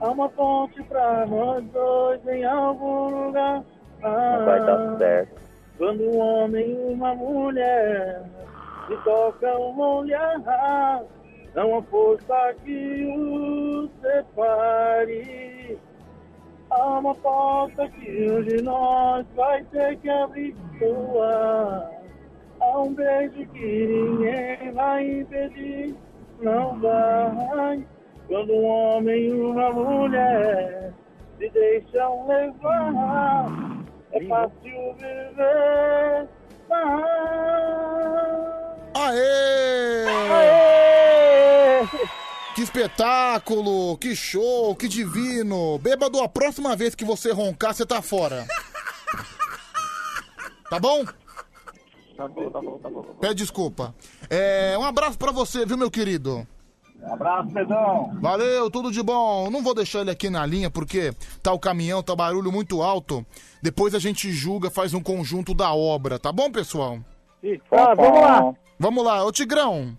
Há uma ponte pra nós dois em algum lugar. Ah,
Não vai dar certo.
Quando um homem e uma mulher se tocam um olhar, não há força que os separe. Há uma porta que um de nós vai ter que abrir sua. Há um beijo que ninguém vai impedir, não vai. Quando um homem e uma mulher se deixam levar, é fácil viver.
Aê! Aê! Que espetáculo, que show, que divino. Bêbado, a próxima vez que você roncar, você tá fora. Tá bom?
Tá bom, tá bom, tá bom.
Pede desculpa. É, um abraço pra você, viu, meu querido?
Abraço, Pedrão.
Valeu, tudo de bom. Não vou deixar ele aqui na linha porque tá o caminhão, tá barulho muito alto. Depois a gente julga, faz um conjunto da obra, tá bom, pessoal?
Tá, vamos lá.
ah, Vamos lá, ô Tigrão.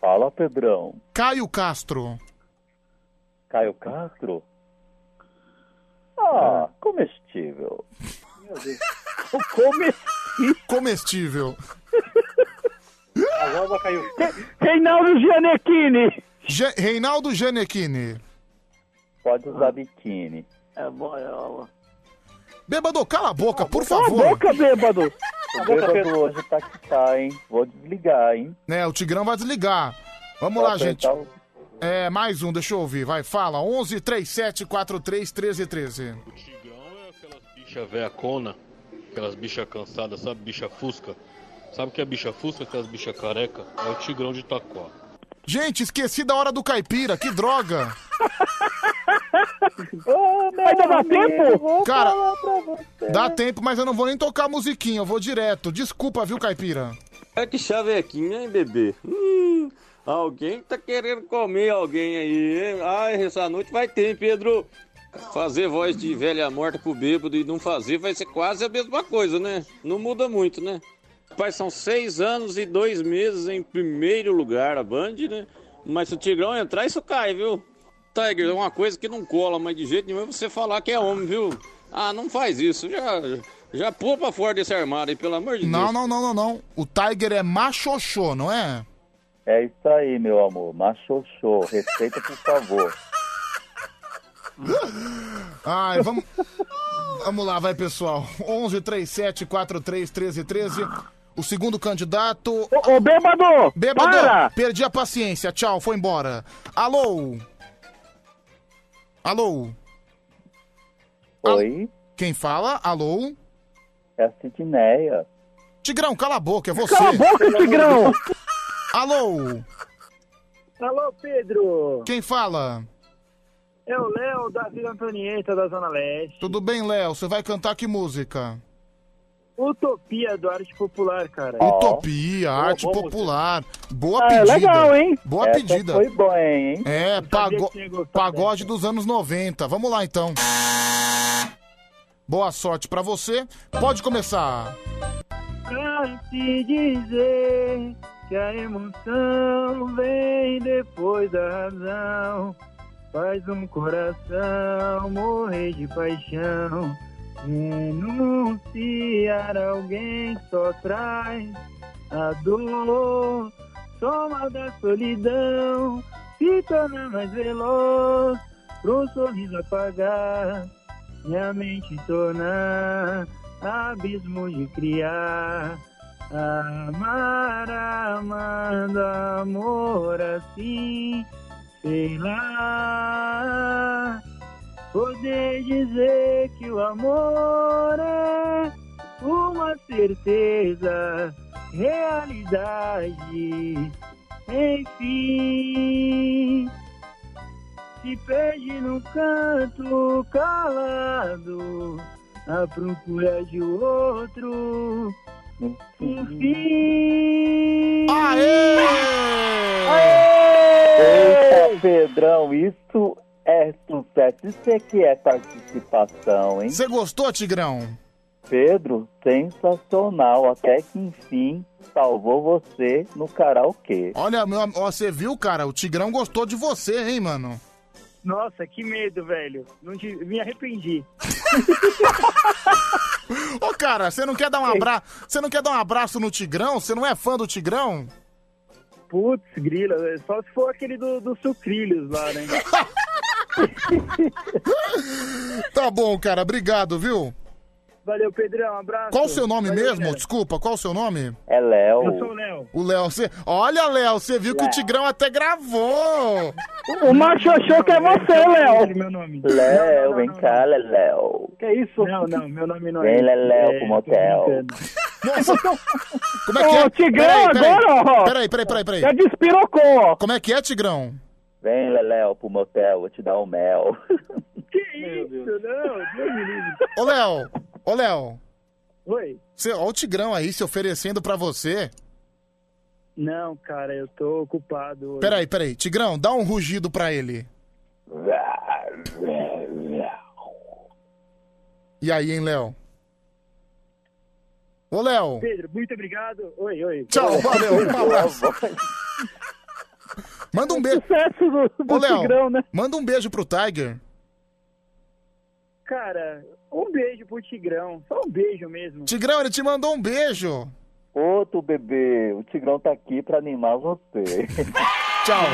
Fala, Pedrão.
Caio Castro.
Caio Castro? Ah, comestível.
Meu
<laughs>
Deus.
Comestível.
A roupa caiu.
Reinaldo Gianecchini. Reinaldo Gianecchini.
Pode usar biquíni.
É boiola.
Bêbado, cala a boca, por
cala a
favor.
boca,
bêbado.
O bêbado hoje tá que tá, hein? Vou desligar, hein?
<laughs> Né, o Tigrão vai desligar. Vamos
Vou
lá, gente.
apertar o-
É, mais um, deixa eu ouvir. Vai, fala. 11 37 43 13 13.
bicha véia cona, aquelas bichas cansadas, sabe? Bicha fusca. Sabe o que é bicha fusca? Aquelas bichas careca? É o tigrão de Itaquá.
Gente, esqueci da hora do caipira, que droga.
Vai
dar tempo? Cara, Dá
dá
tempo, mas eu não vou nem tocar a musiquinha, eu vou direto. Desculpa, viu, Caipira?
É que chavequinha, hein, bebê? Hum, alguém tá querendo comer alguém aí, hein? Ai, essa noite vai ter, hein, Pedro? Fazer voz de velha morta pro bêbado e não fazer vai ser quase a mesma coisa, né? Não muda muito, né? Pai, são seis anos e dois meses em primeiro lugar a Band, né? Mas se o Tigrão entrar, isso cai, viu? Tiger, é uma coisa que não cola, mas de jeito nenhum é você falar que é homem, viu? Ah, não faz isso. Já, já pula pra fora desse armário aí, pelo amor de Deus.
Não, não, não, não, não. O Tiger é machoxô, não é?
É isso aí, meu amor. Machoxô. Respeita, por favor.
Ai, vamos. vamos lá, vai, pessoal. 11 37 43 13 13. O segundo candidato.
Ô, ô bêbado!
Bêbado!
para!
Perdi a paciência, tchau, foi embora. Alô? Alô?
Oi?
Quem fala? Alô?
É a Sidneia.
Tigrão, cala a boca, é você.
Cala a boca, Tigrão!
Alô?
Alô, Pedro.
Quem fala?
É o Léo da Vila Antonieta, da Zona Leste.
Tudo bem, Léo? Você vai cantar que música?
Utopia do Arte Popular, cara.
Utopia, arte
boa
popular. Boa
Ah, é
pedida.
legal, hein?
Boa
Essa
pedida.
foi
boa, hein?
É,
Eu sabia
pago-
que tinha gostado
pagode dos anos 90. Vamos lá, então. Boa sorte pra você. Pode começar.
Pra te dizer que a emoção vem depois da razão. Faz um coração morrer de paixão. Renunciar a alguém só traz a dor. Soma da solidão se torna mais veloz. Pro sorriso apagar, minha mente tornar abismo de criar. Amar, amando, amor assim, sei lá. Poder dizer que o amor é uma certeza, realidade, enfim. Se perde num canto calado, à procura de outro. Enfim.
Eita, Pedrão, isso é sucesso. Isso é que é participação, hein?
Você gostou, Tigrão?
Pedro, sensacional. Até que enfim salvou você no karaokê.
Olha, meu, am- ó, você viu, cara? O Tigrão gostou de você, hein, mano?
Nossa, que medo, velho. Não te- Me arrependi.
<laughs> Ô, cara, você não quer dar um abraço? Você não quer dar um abraço no Tigrão? Você não é fã do Tigrão?
Putz, grila, velho. só se for aquele do, do Sucrilhos lá, né?
<laughs> Tá bom, cara. Obrigado, viu?
Valeu, Pedrão, um abraço.
Qual o seu nome
Tá Valeu,
mesmo?
galera.
Desculpa, qual o seu nome?
É Léo.
Eu sou o Léo.
O Léo, você. Olha, Léo, você viu que o
Léo.
Tigrão até gravou!
<laughs> O machoxô que é você, Léo. Meu nome.
Léo, vem cá, Léo.
Que isso? Não, não, meu nome não é.
Vem, Léo, pro motel.
Nossa! Como é que é?
Ô, Tigrão, agora, ó.
Peraí, peraí, peraí, peraí.
Já
despirocou, ó. Como é que é, Tigrão?
Vem, Léo, pro motel, vou te dar o
<laughs>
mel.
Isso, não, Deus me livre.
Ô, Léo! Ô, Léo!
Oi.
Você, ó o Tigrão aí se oferecendo pra você.
Não, cara, eu tô ocupado. hoje.
Peraí, peraí. Tigrão, dá um rugido pra ele. E aí, hein, Léo? Ô, Léo!
Pedro, muito obrigado. Oi, oi.
Tchau, valeu, um abraço.
<laughs>
Manda um beijo. Ô, Léo,
Tigrão, né?
manda um beijo pro Tiger.
Cara, um beijo pro Tigrão. Só um beijo mesmo.
Tigrão, ele te mandou um beijo.
Outro bebê, o Tigrão tá aqui pra animar você. <laughs>
Tchau.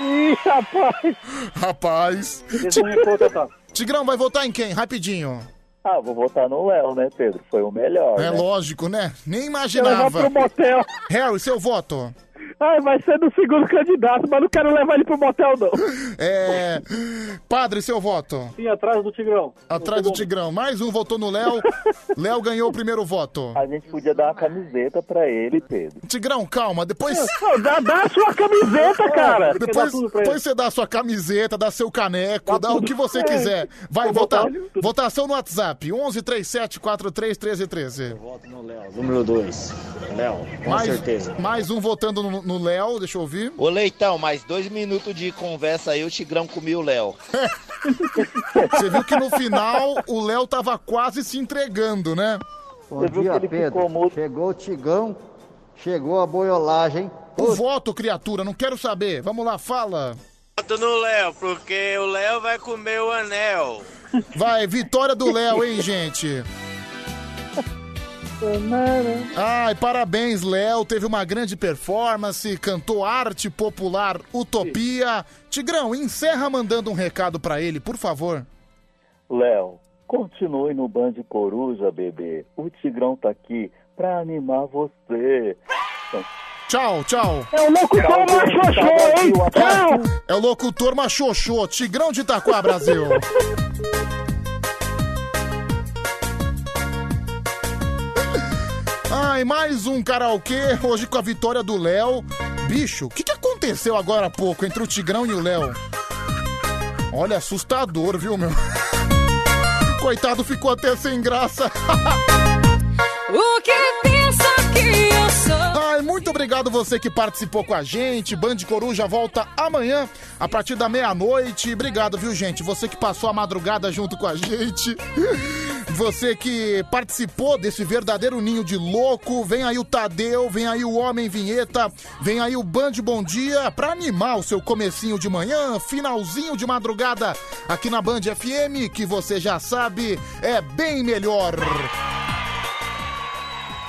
Ih, rapaz.
Rapaz.
Isso me conta, tá?
Tigrão, vai votar em quem? Rapidinho.
Ah, vou votar no Léo, né, Pedro? Foi o melhor. né?
É lógico, né? Nem
Eu
imaginava.
vou pro motel.
Harry, seu voto.
Ai, vai ser do segundo candidato, mas não quero levar ele pro motel, não.
É. Padre, seu voto.
Sim, atrás do Tigrão.
Atrás do Tigrão. Mais um votou no Léo. Léo ganhou o primeiro voto.
A gente podia dar uma camiseta pra ele, Pedro.
Tigrão, calma, depois. É,
Não, dá, dá a sua camiseta, cara. Ele quer dar
Depois,
tudo pra
depois você dá a sua camiseta, dá seu caneco, dá, o que você quiser. Vai votar. Votação no WhatsApp: 11 37 43 13 13.
É, Número 2. Léo, com
mais,
certeza.
Mais um votando no no Léo, deixa eu ouvir.
Ô Leitão, mais dois minutos de conversa aí, o Tigrão comiu o Léo.
<laughs> Você viu que no final o Léo tava quase se entregando, né?
Bom dia, Pedro. Chegou o Tigão, chegou a boiolagem.
O voto, criatura, não quero saber. Vamos lá, fala.
Voto no Léo, porque o Léo vai comer o anel.
Vai, vitória do Léo, hein, gente? Ai, parabéns, Léo. Teve uma grande performance, cantou arte popular Utopia. Tigrão, encerra mandando um recado pra ele, por favor.
Léo, continue no Band Coruja, bebê. O Tigrão tá aqui pra animar você. Então,
Tchau, tchau.
É o locutor machoxô, hein?
Tchau. É o locutor machoxô, Tigrão de Itaquá, Brasil. Ai, mais um karaokê, hoje com a vitória do Léo. Bicho, o que, que aconteceu agora há pouco entre o Tigrão e o Léo? Olha, assustador, viu, meu? Coitado, ficou até sem graça. <laughs>
O que pensa que eu sou?
Ai, muito obrigado você que participou com a gente. Band Coruja volta amanhã, a partir da meia-noite. Obrigado, viu, gente? Você que passou a madrugada junto com a gente. <laughs> Você que participou desse verdadeiro ninho de louco. Vem aí o Tadeu, vem aí o Homem Vinheta, vem aí o Band Bom Dia pra animar o seu comecinho de manhã, finalzinho de madrugada aqui na Band FM, que você já sabe, é bem melhor.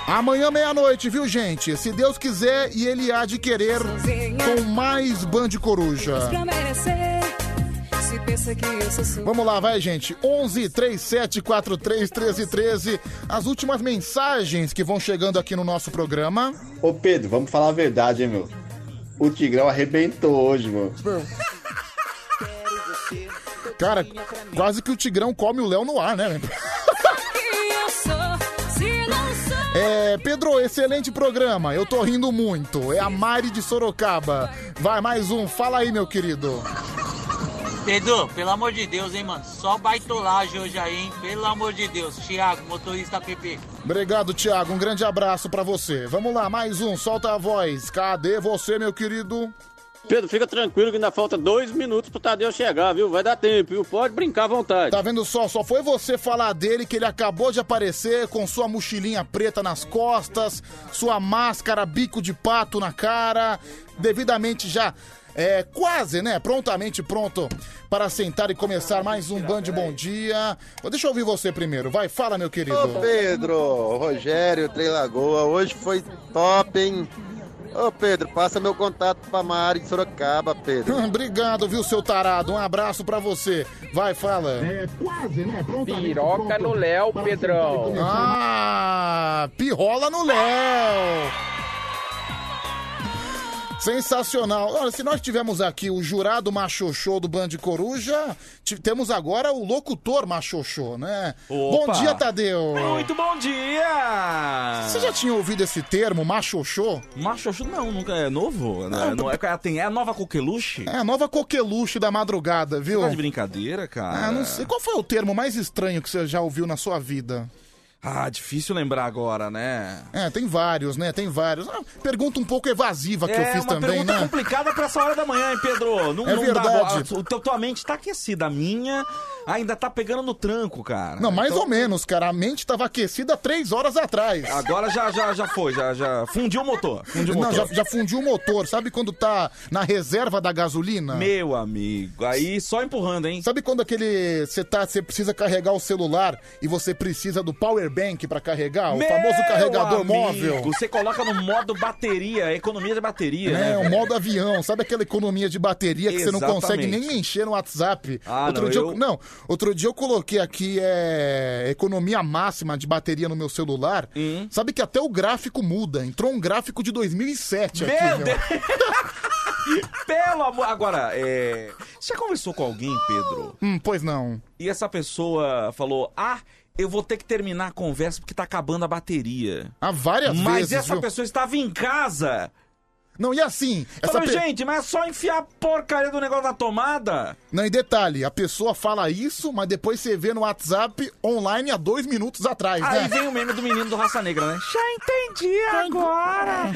Amanhã meia-noite, viu, gente? Se Deus quiser e Ele há de querer, com mais Band Coruja.
Pra merecer, se pensa que eu sou sua.
Vamos lá, vai, gente. 11 37 43 13 13. As últimas mensagens que vão chegando aqui no nosso programa.
Ô Pedro, vamos falar a verdade, hein, meu. O Tigrão arrebentou hoje, mano.
Cara, quase que o Tigrão come o Léo no ar, né?
Que eu sou, se não sou.
É, Pedro, excelente programa. Eu tô rindo muito. É a Mari de Sorocaba. Vai, mais um. Fala aí, meu querido.
Pedro, pelo amor de Deus, hein, mano. Só baitolagem hoje aí, hein. Pelo amor de Deus. Thiago, motorista PP.
Obrigado, Thiago. Um grande abraço pra você. Vamos lá, mais um. Solta a voz. Cadê você, meu querido?
Pedro, fica tranquilo que ainda falta dois minutos pro Tadeu chegar, viu? Vai dar tempo, viu? Pode brincar à vontade.
Tá vendo só? Só foi você falar dele que ele acabou de aparecer com sua mochilinha preta nas costas, sua máscara bico de pato na cara, devidamente já. É, quase, né? Prontamente pronto para sentar e começar mais um Band Bom Dia. Deixa eu ouvir você primeiro. Vai, fala, meu querido.
Ô Pedro, Rogério, Trem Lagoa, hoje foi top, hein? Ô Pedro, passa meu contato pra Mari de Sorocaba, Pedro.
<laughs> Obrigado, viu, seu tarado? Um abraço pra você. Vai, fala. quase, né?
Piroca no Léo, Pedrão.
Ah, pirrola no Léo. Sensacional. Olha, se nós tivemos aqui o jurado machoxô do Band Coruja, ti- temos agora o locutor machoxô, né? Bom dia, Tadeu.
Muito bom dia!
Você já tinha ouvido esse termo, machoxô?
Machoxô não, nunca é novo. Não, não é, cara, tem, é a nova coqueluche?
É a nova coqueluche da madrugada, viu?
Tá de brincadeira, cara.
Ah, não sei. Qual foi o termo mais estranho que você já ouviu na sua vida?
Ah, difícil lembrar agora, né?
É, tem vários, né? Tem vários. Ah, Pergunta um pouco evasiva que eu
é
fiz
uma
também,
pergunta
né?
complicada pra essa hora da manhã, hein, Pedro? Não,
É
não
verdade.
dá bola. Tua- Tua mente tá aquecida, a minha ainda tá pegando no tranco, cara.
Não, mais
Então, É
ou menos, cara. A mente tava aquecida três horas atrás.
Agora já, já, já foi, já, já fundiu o motor. Fundiu o
Não,
motor.
já, já fundiu o motor. Sabe quando tá na reserva da gasolina?
Meu amigo, aí só empurrando, hein?
Sabe quando aquele. Você tá, você precisa carregar o celular e você precisa do power powerbank pra carregar, o
Meu
famoso carregador
amigo,
móvel.
Você coloca no modo bateria, economia de bateria,
É,
né?
o modo avião, sabe aquela economia de bateria que você não consegue
Exatamente.
nem encher no WhatsApp?
Ah,
outro
não,
dia
eu-
não, outro dia eu coloquei aqui é, economia máxima de bateria no meu celular. Sabe que até o gráfico muda, entrou um gráfico de 2007 aqui.
Meu
meu.
Deus! <laughs> Pelo amor. Agora, é. Você já conversou com alguém, Pedro?
Hum, pois não.
E essa pessoa falou: Ah, eu vou ter que terminar a conversa porque tá acabando a bateria.
Há Ah, várias
Mas
vezes,
essa
viu?
pessoa estava em casa.
Não, e assim. essa
Falou,
pe-
gente, mas é só enfiar a porcaria do negócio na tomada.
Não, e detalhe, a pessoa fala isso, mas depois você vê no WhatsApp online há dois minutos atrás,
Aí
né?
vem o meme do menino do Raça Negra, né? Já entendi
<laughs>
agora.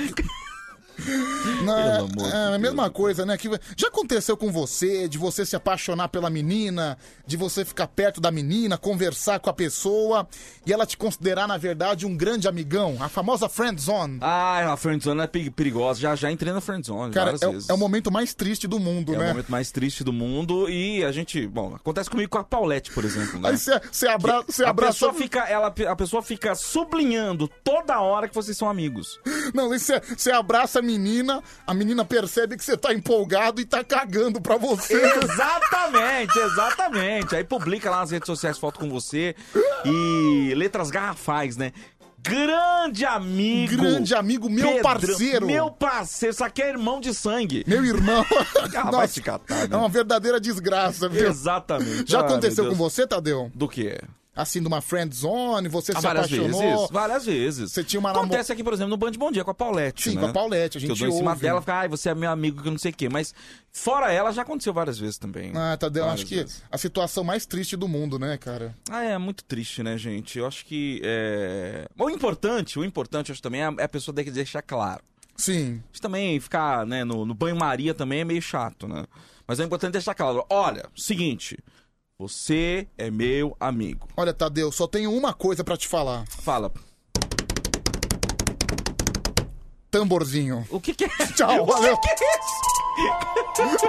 Não, é, é a mesma coisa, né? Que já aconteceu com você, de você se apaixonar pela menina, de você ficar perto da menina, conversar com a pessoa e ela te considerar, na verdade, um grande amigão, a famosa friend zone.
Ah, a friendzone é pe- perigosa. Já, já entrei na friendzone
Cara,
várias
é, o-
vezes.
é o momento mais triste do mundo,
É o
né?
momento mais triste do mundo e a gente, bom, acontece comigo com a Paulette, por exemplo, né?
Aí você- você abra- você um
a
abraçou-
pessoa fica, ela a pessoa fica sublinhando toda hora que vocês são amigos.
Não, e você você abraça a menina, a menina percebe que você tá empolgado e tá cagando pra você.
<laughs> Exatamente, exatamente. Aí publica lá nas redes sociais foto com você e letras garrafais, né? Grande amigo.
Grande amigo, meu parceiro.
Meu parceiro, isso aqui é irmão de sangue.
Meu irmão.
<laughs> Ah, vai
Nossa,
se catar,
É
né?
uma verdadeira desgraça, viu?
Exatamente.
Já
Ah,
aconteceu
meu
com
Deus.
você, Tadeu?
Do quê?
Assim, de uma friend zone, você
Ah,
se
várias
apaixonou.
vezes, várias vezes.
Você tinha uma
Acontece aqui, por exemplo, no Band Bom Dia com a Paulette.
Sim,
né?
com a Paulette, a
Que
gente
eu dou em cima
ouve.
dela, fica, ai, você é meu amigo, que não sei o quê. Mas fora ela, já aconteceu várias vezes também.
Ah, Tadeu,
Várias
acho que a situação mais triste do mundo, né, cara?
Ah, é muito triste, né, gente? Eu acho que. É... O importante, o importante, eu acho também, é a- é a pessoa ter que deixar claro.
Sim.
Isso também ficar, né, no, no banho-maria também é meio chato, né? Mas é importante deixar claro. Olha, seguinte. Você é meu amigo.
Olha, Tadeu, só tenho uma coisa pra te falar.
Fala.
Tamborzinho.
O que que é?
<laughs> Tchau,
O que
valeu.
que é isso?